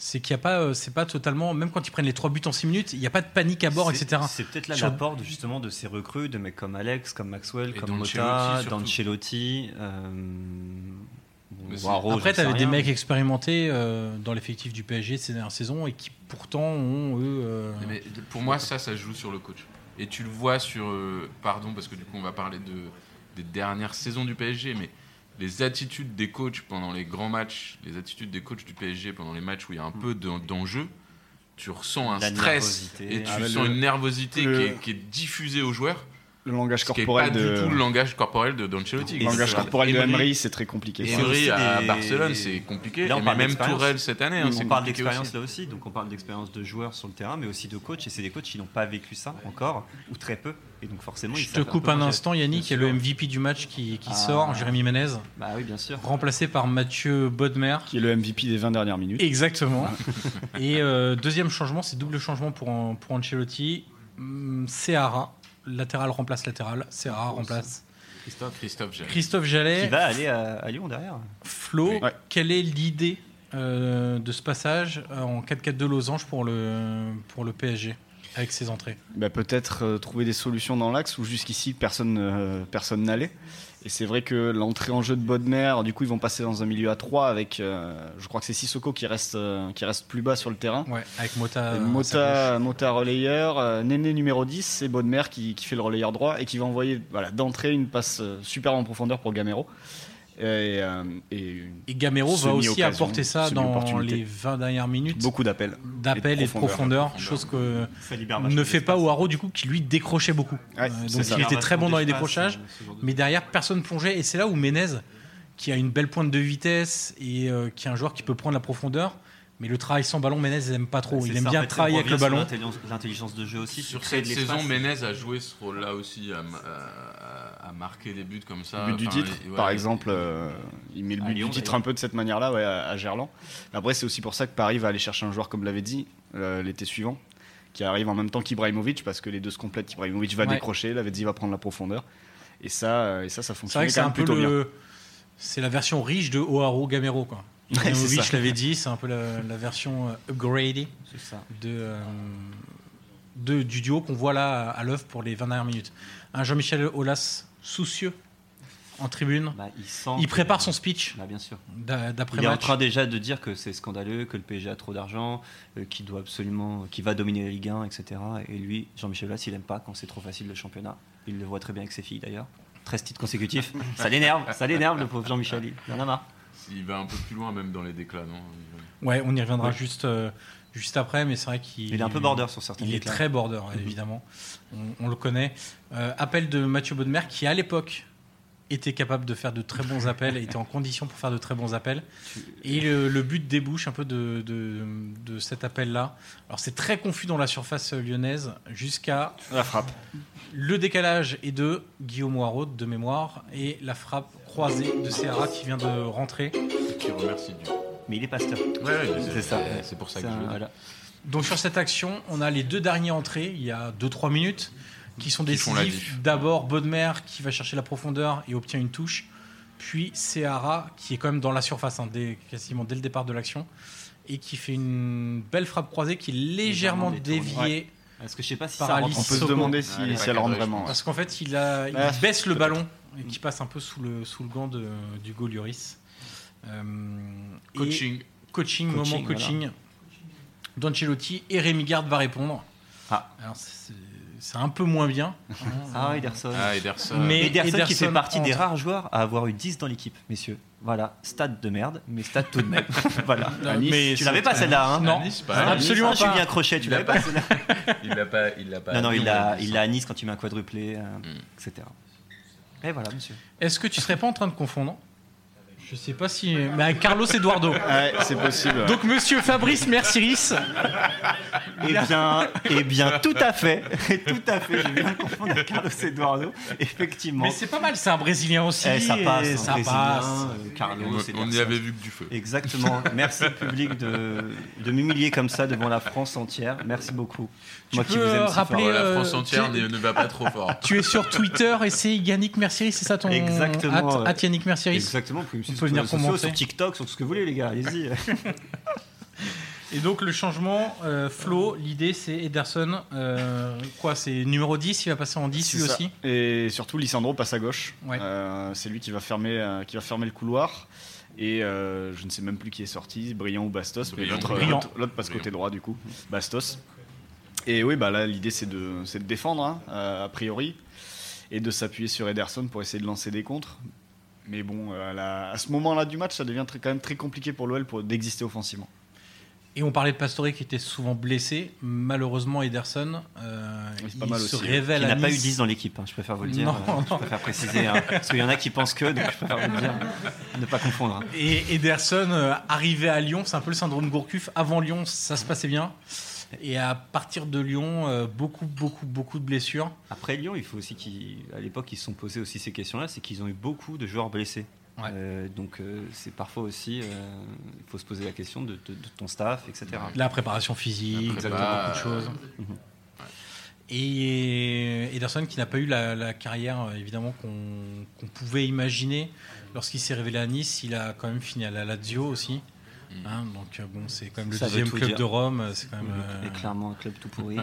[SPEAKER 1] C'est qu'il n'y a pas, euh, c'est pas totalement, même quand ils prennent les trois buts en six minutes, il n'y a pas de panique à bord,
[SPEAKER 3] C'est-
[SPEAKER 1] etc.
[SPEAKER 3] C'est peut-être là
[SPEAKER 1] Sur-
[SPEAKER 3] l'apport de- justement de ces recrues, de mecs comme Alex, comme Maxwell,
[SPEAKER 2] Et
[SPEAKER 3] comme
[SPEAKER 2] d'Ancelotti,
[SPEAKER 3] Mota,
[SPEAKER 2] surtout.
[SPEAKER 3] d'Ancelotti. Euh,
[SPEAKER 2] Mais c'est-
[SPEAKER 3] Waro,
[SPEAKER 1] Après,
[SPEAKER 3] j'en
[SPEAKER 1] tu
[SPEAKER 3] sais
[SPEAKER 1] avais des
[SPEAKER 3] rien,
[SPEAKER 1] mecs
[SPEAKER 3] mais-
[SPEAKER 1] expérimentés euh, dans l'effectif du PSG ces dernières saisons et qui pourtant ont, eux. euh,
[SPEAKER 3] Eh ben,
[SPEAKER 2] Mais pour moi, ça, ça joue sur le coach. Et tu le vois sur. euh, pardon, parce que du coup, on va parler de, des dernières saisons du PSG, mais les attitudes des coachs pendant les grands matchs, les attitudes des coachs du PSG pendant les matchs où il y a un
[SPEAKER 4] Mm.
[SPEAKER 2] peu d'en- d'enjeu, tu ressens un
[SPEAKER 3] La
[SPEAKER 2] stress
[SPEAKER 3] nervosité.
[SPEAKER 2] et tu
[SPEAKER 4] Ah, mais
[SPEAKER 2] sens
[SPEAKER 4] le-
[SPEAKER 2] une nervosité
[SPEAKER 4] le-
[SPEAKER 2] qui, est, qui est diffusée aux joueurs,
[SPEAKER 4] le langage
[SPEAKER 2] ce qui n'est pas
[SPEAKER 4] corporel de.
[SPEAKER 2] du tout le langage corporel de D'Ancelotti.
[SPEAKER 4] le
[SPEAKER 3] Et
[SPEAKER 4] langage
[SPEAKER 2] Parce que
[SPEAKER 4] corporel de
[SPEAKER 2] Emery-
[SPEAKER 4] Emery, c'est très compliqué.
[SPEAKER 3] Et
[SPEAKER 4] ça.
[SPEAKER 3] Emery,
[SPEAKER 2] Emery
[SPEAKER 3] aussi
[SPEAKER 2] à
[SPEAKER 3] des-
[SPEAKER 2] Barcelone, c'est compliqué.
[SPEAKER 3] Là, on
[SPEAKER 2] Et
[SPEAKER 3] parle
[SPEAKER 2] même
[SPEAKER 3] d'expérience.
[SPEAKER 2] Tourelle cette année, hein, c'est
[SPEAKER 3] on parle
[SPEAKER 2] compliqué
[SPEAKER 3] d'expérience
[SPEAKER 2] aussi.
[SPEAKER 3] là aussi, donc on parle d'expérience de joueurs sur le terrain, mais aussi de coachs, et c'est des coachs qui n'ont pas vécu ça encore, ou très peu, et donc forcément ils
[SPEAKER 1] je te
[SPEAKER 3] savent
[SPEAKER 1] coupe
[SPEAKER 3] peu
[SPEAKER 1] un
[SPEAKER 3] manger.
[SPEAKER 1] instant, Yannick, il y
[SPEAKER 3] Bien
[SPEAKER 1] a le
[SPEAKER 3] sûr.
[SPEAKER 1] MVP du match qui, qui
[SPEAKER 3] Ah.
[SPEAKER 1] sort, Jérémy Menez,
[SPEAKER 3] Bah oui, bien sûr.
[SPEAKER 1] remplacé par Mathieu Bodmer.
[SPEAKER 4] Qui est le MVP des 20 dernières minutes.
[SPEAKER 1] Exactement. Et euh, deuxième changement, c'est double changement pour, An- pour Ancelotti. Hum, Seara, latéral remplace latéral. Seara remplace
[SPEAKER 2] Christophe, Christophe Jallet.
[SPEAKER 1] Christophe
[SPEAKER 3] Oh, Qui
[SPEAKER 1] Jallet.
[SPEAKER 3] va aller à, à Lyon derrière
[SPEAKER 1] Flo,
[SPEAKER 2] Oui.
[SPEAKER 4] Ouais.
[SPEAKER 1] quelle est l'idée euh, de ce passage euh, en 4-4-2 losange pour le, pour le PSG avec ses entrées
[SPEAKER 4] Bah, peut-être euh, trouver des solutions dans l'axe où jusqu'ici personne euh, personne n'allait. Et c'est vrai que l'entrée en jeu de Bodmer, du coup ils vont passer dans un milieu à 3 avec, euh, je crois que c'est Sissoko qui reste euh, qui reste plus bas sur le terrain.
[SPEAKER 1] Ouais, avec Mota. euh, à sa
[SPEAKER 4] Et
[SPEAKER 1] gauche.
[SPEAKER 4] Mota, Mota relayeur, euh, Néné numéro 10 et Bodmer qui, qui fait le relayeur droit et qui va envoyer voilà, d'entrée une passe euh, super en profondeur pour Gamero. Et, euh, et une-
[SPEAKER 1] Et Gamero va aussi
[SPEAKER 4] Semi-occasion,
[SPEAKER 1] apporter ça dans
[SPEAKER 4] semi-opportunité.
[SPEAKER 1] les 20 dernières minutes
[SPEAKER 4] beaucoup d'appels.
[SPEAKER 1] d'appel
[SPEAKER 4] et
[SPEAKER 1] et
[SPEAKER 4] de
[SPEAKER 1] de profondeur, chose que
[SPEAKER 3] Ça libère vachement
[SPEAKER 1] ne fait pas
[SPEAKER 3] d'espace.
[SPEAKER 1] Ouaro du coup qui lui décrochait beaucoup.
[SPEAKER 4] Ouais,
[SPEAKER 1] Euh,
[SPEAKER 4] c'est
[SPEAKER 1] donc
[SPEAKER 4] ça.
[SPEAKER 1] il était très bon dans les
[SPEAKER 3] Vachement d'espace,
[SPEAKER 1] décrochages,
[SPEAKER 3] ce genre de-
[SPEAKER 1] mais derrière personne plongeait et c'est là où Menez qui a une belle pointe de vitesse et euh, qui est un joueur qui peut prendre la profondeur, mais le travail sans ballon Menez il aime pas trop,
[SPEAKER 3] C'est
[SPEAKER 1] il aime
[SPEAKER 3] ça, en
[SPEAKER 1] bien
[SPEAKER 3] fait,
[SPEAKER 1] travailler
[SPEAKER 3] on
[SPEAKER 1] avec le
[SPEAKER 3] revient sur
[SPEAKER 1] ballon.
[SPEAKER 3] l'intelligence- L'intelligence de jeu aussi.
[SPEAKER 2] Sur
[SPEAKER 3] tu crées
[SPEAKER 2] cette
[SPEAKER 3] de l'espace.
[SPEAKER 2] saison, Menez a joué ce rôle-là aussi, à, ma- à- à marquer des buts comme ça.
[SPEAKER 4] but du
[SPEAKER 2] Enfin,
[SPEAKER 4] titre,
[SPEAKER 2] et- ouais,
[SPEAKER 4] par
[SPEAKER 2] et-
[SPEAKER 4] exemple, euh, il met le
[SPEAKER 3] à
[SPEAKER 4] but
[SPEAKER 3] Lyon,
[SPEAKER 4] du titre
[SPEAKER 3] d'ailleurs.
[SPEAKER 4] un peu de cette manière-là ouais, à, à Gerland. Après, c'est aussi pour ça que Paris va aller chercher un joueur, comme l'avait dit, euh, l'été suivant, qui arrive en même temps qu'Ibrahimovic, parce que les deux se complètent. Ibrahimovic va
[SPEAKER 1] Ouais.
[SPEAKER 4] décrocher, Lavezzi va prendre la profondeur. Et ça, euh, et ça, ça
[SPEAKER 1] C'est vrai
[SPEAKER 4] fonctionne
[SPEAKER 1] que
[SPEAKER 4] quand
[SPEAKER 1] c'est un
[SPEAKER 4] même
[SPEAKER 1] peu
[SPEAKER 4] plutôt bien.
[SPEAKER 1] le c'est la version riche de Oaro Gamero quoi.
[SPEAKER 4] Ouais, c'est
[SPEAKER 1] Ibrahimovic,
[SPEAKER 4] ça.
[SPEAKER 1] je l'avais dit, c'est un peu la, la version euh, upgradée
[SPEAKER 3] C'est ça.
[SPEAKER 1] de, euh, de- du duo qu'on voit là à l'œuvre pour les 20 dernières minutes. Un Jean-Michel Aulas soucieux en tribune.
[SPEAKER 3] Bah, il, sent
[SPEAKER 1] Il
[SPEAKER 3] que-
[SPEAKER 1] prépare son speech
[SPEAKER 3] Bah, bien sûr.
[SPEAKER 1] d'a-
[SPEAKER 3] Il est en
[SPEAKER 1] d'après-match.
[SPEAKER 3] train déjà de dire que c'est scandaleux, que le PSG a trop d'argent, euh, qu'il doit absolument, qu'il va dominer la Ligue 1, etc. Et lui, Jean-Michel Aulas, il aime pas quand c'est trop facile le championnat. Il le voit très bien avec ses filles d'ailleurs. 13 titres consécutifs, ça l'énerve, ça l'énerve le pauvre Jean-Michel, il il en a marre.
[SPEAKER 2] Il va un peu plus loin, même dans les déclats. non euh,
[SPEAKER 1] Ouais, on y reviendra
[SPEAKER 3] Ouais.
[SPEAKER 1] juste, euh, juste après, mais c'est vrai qu'il
[SPEAKER 3] Il est un peu border sur certains
[SPEAKER 1] Il est très border, évidemment. On, on le connaît. Euh, appel de Mathieu Baudemer, qui à l'époque était capable de faire de très bons appels, était en condition pour faire de très bons appels. Et le, le but débouche un peu de, de, de cet appel-là. Alors c'est très confus dans la surface lyonnaise jusqu'à
[SPEAKER 4] La frappe.
[SPEAKER 1] le décalage est de Guillaume Waraud de mémoire et la frappe croisée de Serra qui vient de rentrer.
[SPEAKER 2] Qui remercie Dieu.
[SPEAKER 3] Mais il est pasteur. C'est ça.
[SPEAKER 2] euh, C'est pour ça que
[SPEAKER 3] C'est
[SPEAKER 2] je
[SPEAKER 3] un-
[SPEAKER 2] le dis.
[SPEAKER 3] voilà.
[SPEAKER 1] Donc sur cette action, on a les deux derniers entrées, il y a 2-3 minutes, qui sont
[SPEAKER 2] Qui font la
[SPEAKER 1] décisives.
[SPEAKER 2] diff.
[SPEAKER 1] D'abord Bodmer qui va chercher la profondeur et obtient une touche, puis Seara qui est quand même dans la surface, hein, dès, quasiment dès le départ de l'action, et qui fait une belle frappe croisée qui est légèrement,
[SPEAKER 3] Légèrement détournée.
[SPEAKER 1] déviée.
[SPEAKER 3] Parce que je sais pas si
[SPEAKER 1] Par
[SPEAKER 3] ça
[SPEAKER 1] Alice.
[SPEAKER 3] rentre.
[SPEAKER 4] On peut se
[SPEAKER 1] Sissoko.
[SPEAKER 4] demander
[SPEAKER 2] Ah,
[SPEAKER 4] si,
[SPEAKER 2] il est
[SPEAKER 4] si
[SPEAKER 2] pas
[SPEAKER 4] elle rentre
[SPEAKER 2] cadré, je
[SPEAKER 4] vraiment.
[SPEAKER 1] Parce qu'en fait, il, a, il
[SPEAKER 4] Ah,
[SPEAKER 1] baisse le
[SPEAKER 4] peut-être.
[SPEAKER 1] ballon et qui passe un peu sous le, sous le gant de, du Golioris. Euh, et
[SPEAKER 2] Coaching.
[SPEAKER 1] coaching,
[SPEAKER 3] Coaching,
[SPEAKER 1] moment coaching. D'Ancelotti et Rémi Garde va répondre.
[SPEAKER 3] Ah.
[SPEAKER 1] Alors, c'est- c'est un peu moins bien.
[SPEAKER 3] Ah, Ederson.
[SPEAKER 2] Ah, Ederson.
[SPEAKER 1] Mais-
[SPEAKER 3] Ederson, qui
[SPEAKER 1] Ederson
[SPEAKER 3] fait partie des
[SPEAKER 1] entre.
[SPEAKER 3] rares joueurs à avoir eu 10 dans l'équipe, messieurs. Voilà, stade de merde, mais stade tout de même. voilà.
[SPEAKER 1] Ah, mais
[SPEAKER 3] tu
[SPEAKER 1] c'est-
[SPEAKER 3] l'avais pas celle-là, hein
[SPEAKER 1] Non,
[SPEAKER 2] Nice, pas mal.
[SPEAKER 1] absolument
[SPEAKER 3] Ah, Je suis
[SPEAKER 1] pas.
[SPEAKER 3] bien crochet, tu
[SPEAKER 2] Il a
[SPEAKER 3] l'avais pas celle-là.
[SPEAKER 2] Il l'a pas. Il l'a pas.
[SPEAKER 3] Non, non, il
[SPEAKER 2] l'a.
[SPEAKER 3] l'a il l'a à Nice quand tu mets un quadruplé, euh, etc. Et voilà, monsieur.
[SPEAKER 1] Est-ce que tu serais pas en train de confondre Je sais pas si. Mais à Carlos Eduardo.
[SPEAKER 4] Ouais, c'est possible. ouais.
[SPEAKER 1] Donc monsieur Fabrice Merciris,
[SPEAKER 3] Eh bien, eh bien, tout à fait, tout à fait. J'ai bien confondu avec Carlos Eduardo. Effectivement.
[SPEAKER 1] mais c'est pas mal, c'est un Brésilien aussi.
[SPEAKER 3] Eh, ça
[SPEAKER 1] et
[SPEAKER 3] passe,
[SPEAKER 1] ça
[SPEAKER 3] un Brésilien,
[SPEAKER 1] passe.
[SPEAKER 3] euh, Carlos.
[SPEAKER 2] On
[SPEAKER 3] c'est
[SPEAKER 2] on
[SPEAKER 3] bien
[SPEAKER 2] y
[SPEAKER 3] ça.
[SPEAKER 2] avait vu que du feu.
[SPEAKER 3] Exactement. Merci public de, de m'humilier comme ça devant la France entière. Merci beaucoup.
[SPEAKER 1] Tu
[SPEAKER 3] Moi qui
[SPEAKER 1] peux
[SPEAKER 3] vous aime si
[SPEAKER 1] rappeler-
[SPEAKER 3] fort.
[SPEAKER 2] Voilà, la
[SPEAKER 1] euh,
[SPEAKER 2] France entière
[SPEAKER 1] tu-
[SPEAKER 2] ne, ne va pas trop fort.
[SPEAKER 1] Tu es sur Twitter et c'est Yannick Merciris, c'est ça ton
[SPEAKER 3] Exactement,
[SPEAKER 1] at-
[SPEAKER 3] ouais.
[SPEAKER 1] at Yannick Merciris.
[SPEAKER 3] Exactement. Vous pouvez me suivre
[SPEAKER 1] euh, peut
[SPEAKER 3] sur les
[SPEAKER 1] venir
[SPEAKER 3] réseaux sociaux,
[SPEAKER 1] commenter.
[SPEAKER 3] sur TikTok, sur ce que vous voulez, les gars. Allez-y.
[SPEAKER 1] Et donc le changement, euh, Flo, l'idée c'est Ederson, euh, quoi, c'est numéro 10, il va passer en 10
[SPEAKER 4] C'est
[SPEAKER 1] lui
[SPEAKER 4] ça.
[SPEAKER 1] aussi.
[SPEAKER 4] Et surtout, Lissandro passe à gauche.
[SPEAKER 1] Ouais.
[SPEAKER 4] Euh, c'est lui qui va fermer, euh, qui va fermer le couloir. Et euh, je ne sais même plus qui est sorti, Brillant ou Bastos, mais
[SPEAKER 2] Brillant.
[SPEAKER 4] l'autre-
[SPEAKER 1] Brillant.
[SPEAKER 4] l'autre l'autre passe côté droit du coup, Bastos. Et oui, bah là l'idée c'est de, c'est de défendre hein, euh, a priori et de s'appuyer sur Ederson pour essayer de lancer des contres. Mais bon, euh, à, la- à ce moment-là du match, ça devient très- quand même très compliqué pour l'OL pour- d'exister offensivement.
[SPEAKER 1] Et on parlait de Pastore qui était souvent blessé. Malheureusement, Ederson, euh,
[SPEAKER 4] Oui, c'est
[SPEAKER 1] il
[SPEAKER 4] pas mal
[SPEAKER 1] se
[SPEAKER 4] aussi.
[SPEAKER 1] révèle
[SPEAKER 3] Il
[SPEAKER 1] à
[SPEAKER 3] n'a pas eu
[SPEAKER 1] Nice.
[SPEAKER 3] 10 dans l'équipe, hein, je préfère vous le dire.
[SPEAKER 1] Non,
[SPEAKER 3] Euh, Je
[SPEAKER 1] non.
[SPEAKER 3] préfère préciser. hein, parce qu'il y en a qui pensent que, donc je préfère vous le dire. Ne pas confondre. hein.
[SPEAKER 1] Et Ederson, euh, arrivé à Lyon, c'est un peu le syndrome Gourcuff. Avant Lyon, ça se passait bien. Et à partir de Lyon, euh, beaucoup, beaucoup, beaucoup de blessures.
[SPEAKER 3] Après Lyon, il faut aussi qu'à l'époque, ils se sont posés aussi ces questions-là, c'est qu'ils ont eu beaucoup de joueurs blessés.
[SPEAKER 1] Ouais.
[SPEAKER 3] Euh, donc euh, c'est parfois aussi, euh, il faut se poser la question de, de- de ton staff, etc.
[SPEAKER 1] La préparation
[SPEAKER 2] La prépa,
[SPEAKER 1] physique,
[SPEAKER 2] euh,
[SPEAKER 1] exactement, beaucoup de choses. Mhm. Et Ederson qui n'a pas eu la, la carrière euh, évidemment qu'on qu'on pouvait imaginer lorsqu'il s'est révélé à Nice, il a quand même fini à la Lazio aussi.
[SPEAKER 2] Mhm.
[SPEAKER 1] Hein, donc euh, bon, c'est quand même le
[SPEAKER 3] Ça veut
[SPEAKER 1] deuxième
[SPEAKER 3] tout
[SPEAKER 1] club
[SPEAKER 3] dire.
[SPEAKER 1] de Rome, euh, c'est quand même. euh,
[SPEAKER 3] Et clairement un club tout pourri.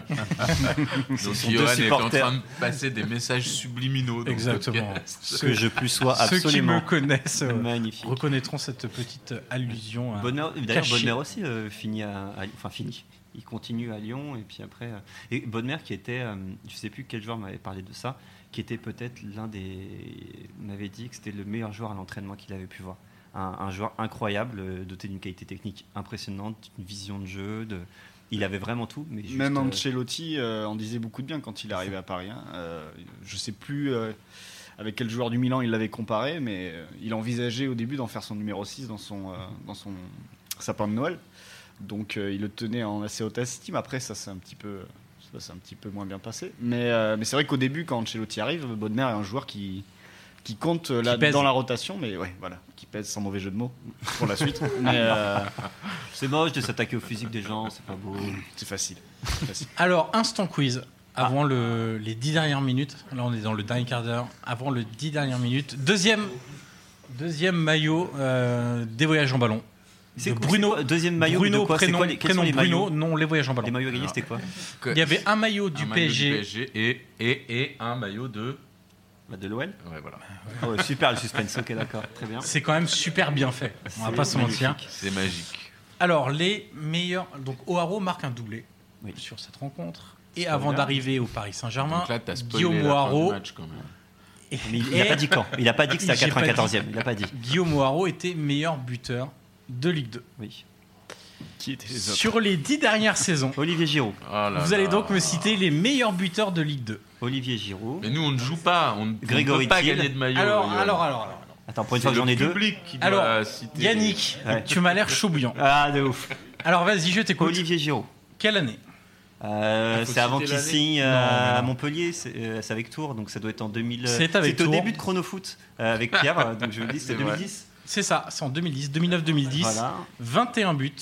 [SPEAKER 2] Donc
[SPEAKER 3] sont deux
[SPEAKER 2] Johan est en
[SPEAKER 3] supporters.
[SPEAKER 2] train de passer des messages subliminaux. dans le
[SPEAKER 1] Exactement.
[SPEAKER 2] podcast.
[SPEAKER 3] que je plus sois
[SPEAKER 1] Ceux qui me
[SPEAKER 3] absolument
[SPEAKER 1] connaissent euh,
[SPEAKER 3] magnifique.
[SPEAKER 1] reconnaîtront cette petite allusion. à-
[SPEAKER 3] Bonheur, d'ailleurs,
[SPEAKER 1] Caché.
[SPEAKER 3] Bonheur aussi euh, finit à, à- enfin finit. Il continue à Lyon et puis après. euh, et Bonheur qui était, euh, je sais plus quel joueur m'avait parlé de ça, qui était peut-être l'un des, m'avait dit que c'était le meilleur joueur à l'entraînement qu'il avait pu voir. Un, un joueur incroyable, euh, doté d'une qualité technique impressionnante, d'une vision de jeu. De, il avait vraiment tout, mais juste,
[SPEAKER 4] Même
[SPEAKER 3] euh,
[SPEAKER 4] Ancelotti euh, en disait beaucoup de bien quand il est arrivé à Paris. hein. Euh, je sais plus euh, avec quel joueur du Milan il l'avait comparé, mais euh, il envisageait au début d'en faire son numéro 6 dans son, euh, dans son sapin de Noël. Donc euh, il le tenait en assez haute estime. Après, ça c'est un petit peu. ça, c'est un petit peu moins bien passé. Mais, euh, mais c'est vrai qu'au début, quand Ancelotti arrive, Bodmer est un joueur qui, qui compte euh, là,
[SPEAKER 1] Qui pèse.
[SPEAKER 4] dans la rotation, mais ouais, voilà, qui pèse sans mauvais jeu de mots pour la suite. mais euh,
[SPEAKER 3] c'est moche de s'attaquer au physique des gens, c'est pas beau.
[SPEAKER 4] c'est facile. C'est facile.
[SPEAKER 1] Alors, instant quiz.
[SPEAKER 3] Ah.
[SPEAKER 1] Avant le- les dix dernières minutes, là on est dans le dernier quart d'heure, avant les dix dernières minutes, deuxième, deuxième maillot euh, des voyages en ballon.
[SPEAKER 3] C'est
[SPEAKER 1] De
[SPEAKER 3] quoi-
[SPEAKER 1] Bruno-
[SPEAKER 3] c'est quoi- deuxième maillot.
[SPEAKER 1] Bruno,
[SPEAKER 3] de quoi C'est
[SPEAKER 1] prénom,
[SPEAKER 3] quoi les- quels sont
[SPEAKER 1] prénom
[SPEAKER 3] les
[SPEAKER 1] Bruno,
[SPEAKER 3] maillots
[SPEAKER 1] non les voyages en ballon.
[SPEAKER 3] Les maillots gagnés, c'était quoi
[SPEAKER 2] Que-
[SPEAKER 1] Il y avait un maillot
[SPEAKER 2] un
[SPEAKER 1] du
[SPEAKER 2] maillot
[SPEAKER 1] PSG,
[SPEAKER 2] et, et, et un maillot de.
[SPEAKER 3] Bah, De l'OL.
[SPEAKER 2] Ouais, voilà.
[SPEAKER 3] Ah ouais, super le suspense, ok, d'accord, très bien.
[SPEAKER 1] c'est quand même super bien fait, on va pas se mentir.
[SPEAKER 2] C'est magique.
[SPEAKER 1] Alors, les meilleurs. Donc, O'Haro marque un doublé
[SPEAKER 3] Oui.
[SPEAKER 1] sur cette rencontre. Et avant
[SPEAKER 3] bien.
[SPEAKER 1] d'arriver au Paris Saint-Germain,
[SPEAKER 2] Donc là, t'as spoilé
[SPEAKER 1] Guillaume
[SPEAKER 2] la fin
[SPEAKER 1] O'Haro.
[SPEAKER 2] du match quand même.
[SPEAKER 1] et-
[SPEAKER 3] Mais il n'a
[SPEAKER 1] et
[SPEAKER 3] pas dit quand. Il n'a pas dit que c'était
[SPEAKER 1] J'ai
[SPEAKER 3] à
[SPEAKER 1] pas dit.
[SPEAKER 3] 94e. Il n'a pas dit.
[SPEAKER 1] Guillaume O'Haro était meilleur buteur de Ligue 2.
[SPEAKER 3] Oui.
[SPEAKER 4] Qui étaient les autres
[SPEAKER 1] Sur les dix dernières saisons,
[SPEAKER 3] Olivier Giroud.
[SPEAKER 2] Oh là
[SPEAKER 1] vous allez
[SPEAKER 2] là.
[SPEAKER 1] donc me citer les meilleurs buteurs de Ligue 2.
[SPEAKER 3] Olivier Giroud.
[SPEAKER 2] Mais nous, on ne joue pas. On ne on
[SPEAKER 3] Grégory
[SPEAKER 2] peut pas
[SPEAKER 3] Thiel.
[SPEAKER 2] gagner de maillot.
[SPEAKER 1] Alors,
[SPEAKER 2] Johan.
[SPEAKER 1] alors, alors, alors.
[SPEAKER 3] Attends, pour une
[SPEAKER 2] C'est
[SPEAKER 3] fois que
[SPEAKER 2] le
[SPEAKER 3] j'en ai deux.
[SPEAKER 2] public qui doit
[SPEAKER 1] Alors,
[SPEAKER 2] citer.
[SPEAKER 1] Yannick,
[SPEAKER 3] Ouais.
[SPEAKER 1] tu m'as l'air choubillant.
[SPEAKER 3] Ah, de ouf.
[SPEAKER 1] Alors, vas-y, je t'écoute.
[SPEAKER 3] Olivier Giroud.
[SPEAKER 1] Quelle année
[SPEAKER 3] Euh,
[SPEAKER 2] Il faut
[SPEAKER 3] c'est avant
[SPEAKER 2] citer
[SPEAKER 3] qu'il
[SPEAKER 2] l'année.
[SPEAKER 3] signe
[SPEAKER 1] Non, non,
[SPEAKER 3] euh,
[SPEAKER 1] non.
[SPEAKER 3] à Montpellier, c'est euh, c'est avec Tours, donc ça doit être en 2000.
[SPEAKER 1] C'est avec
[SPEAKER 3] au
[SPEAKER 1] Tours.
[SPEAKER 3] début de Chronofoot euh, avec Pierre, euh, donc je vous le dis,
[SPEAKER 2] C'est
[SPEAKER 3] c'est
[SPEAKER 2] vrai.
[SPEAKER 3] 2010.
[SPEAKER 1] C'est ça, c'est en 2010, 2009-2010.
[SPEAKER 3] Voilà.
[SPEAKER 1] 21 buts.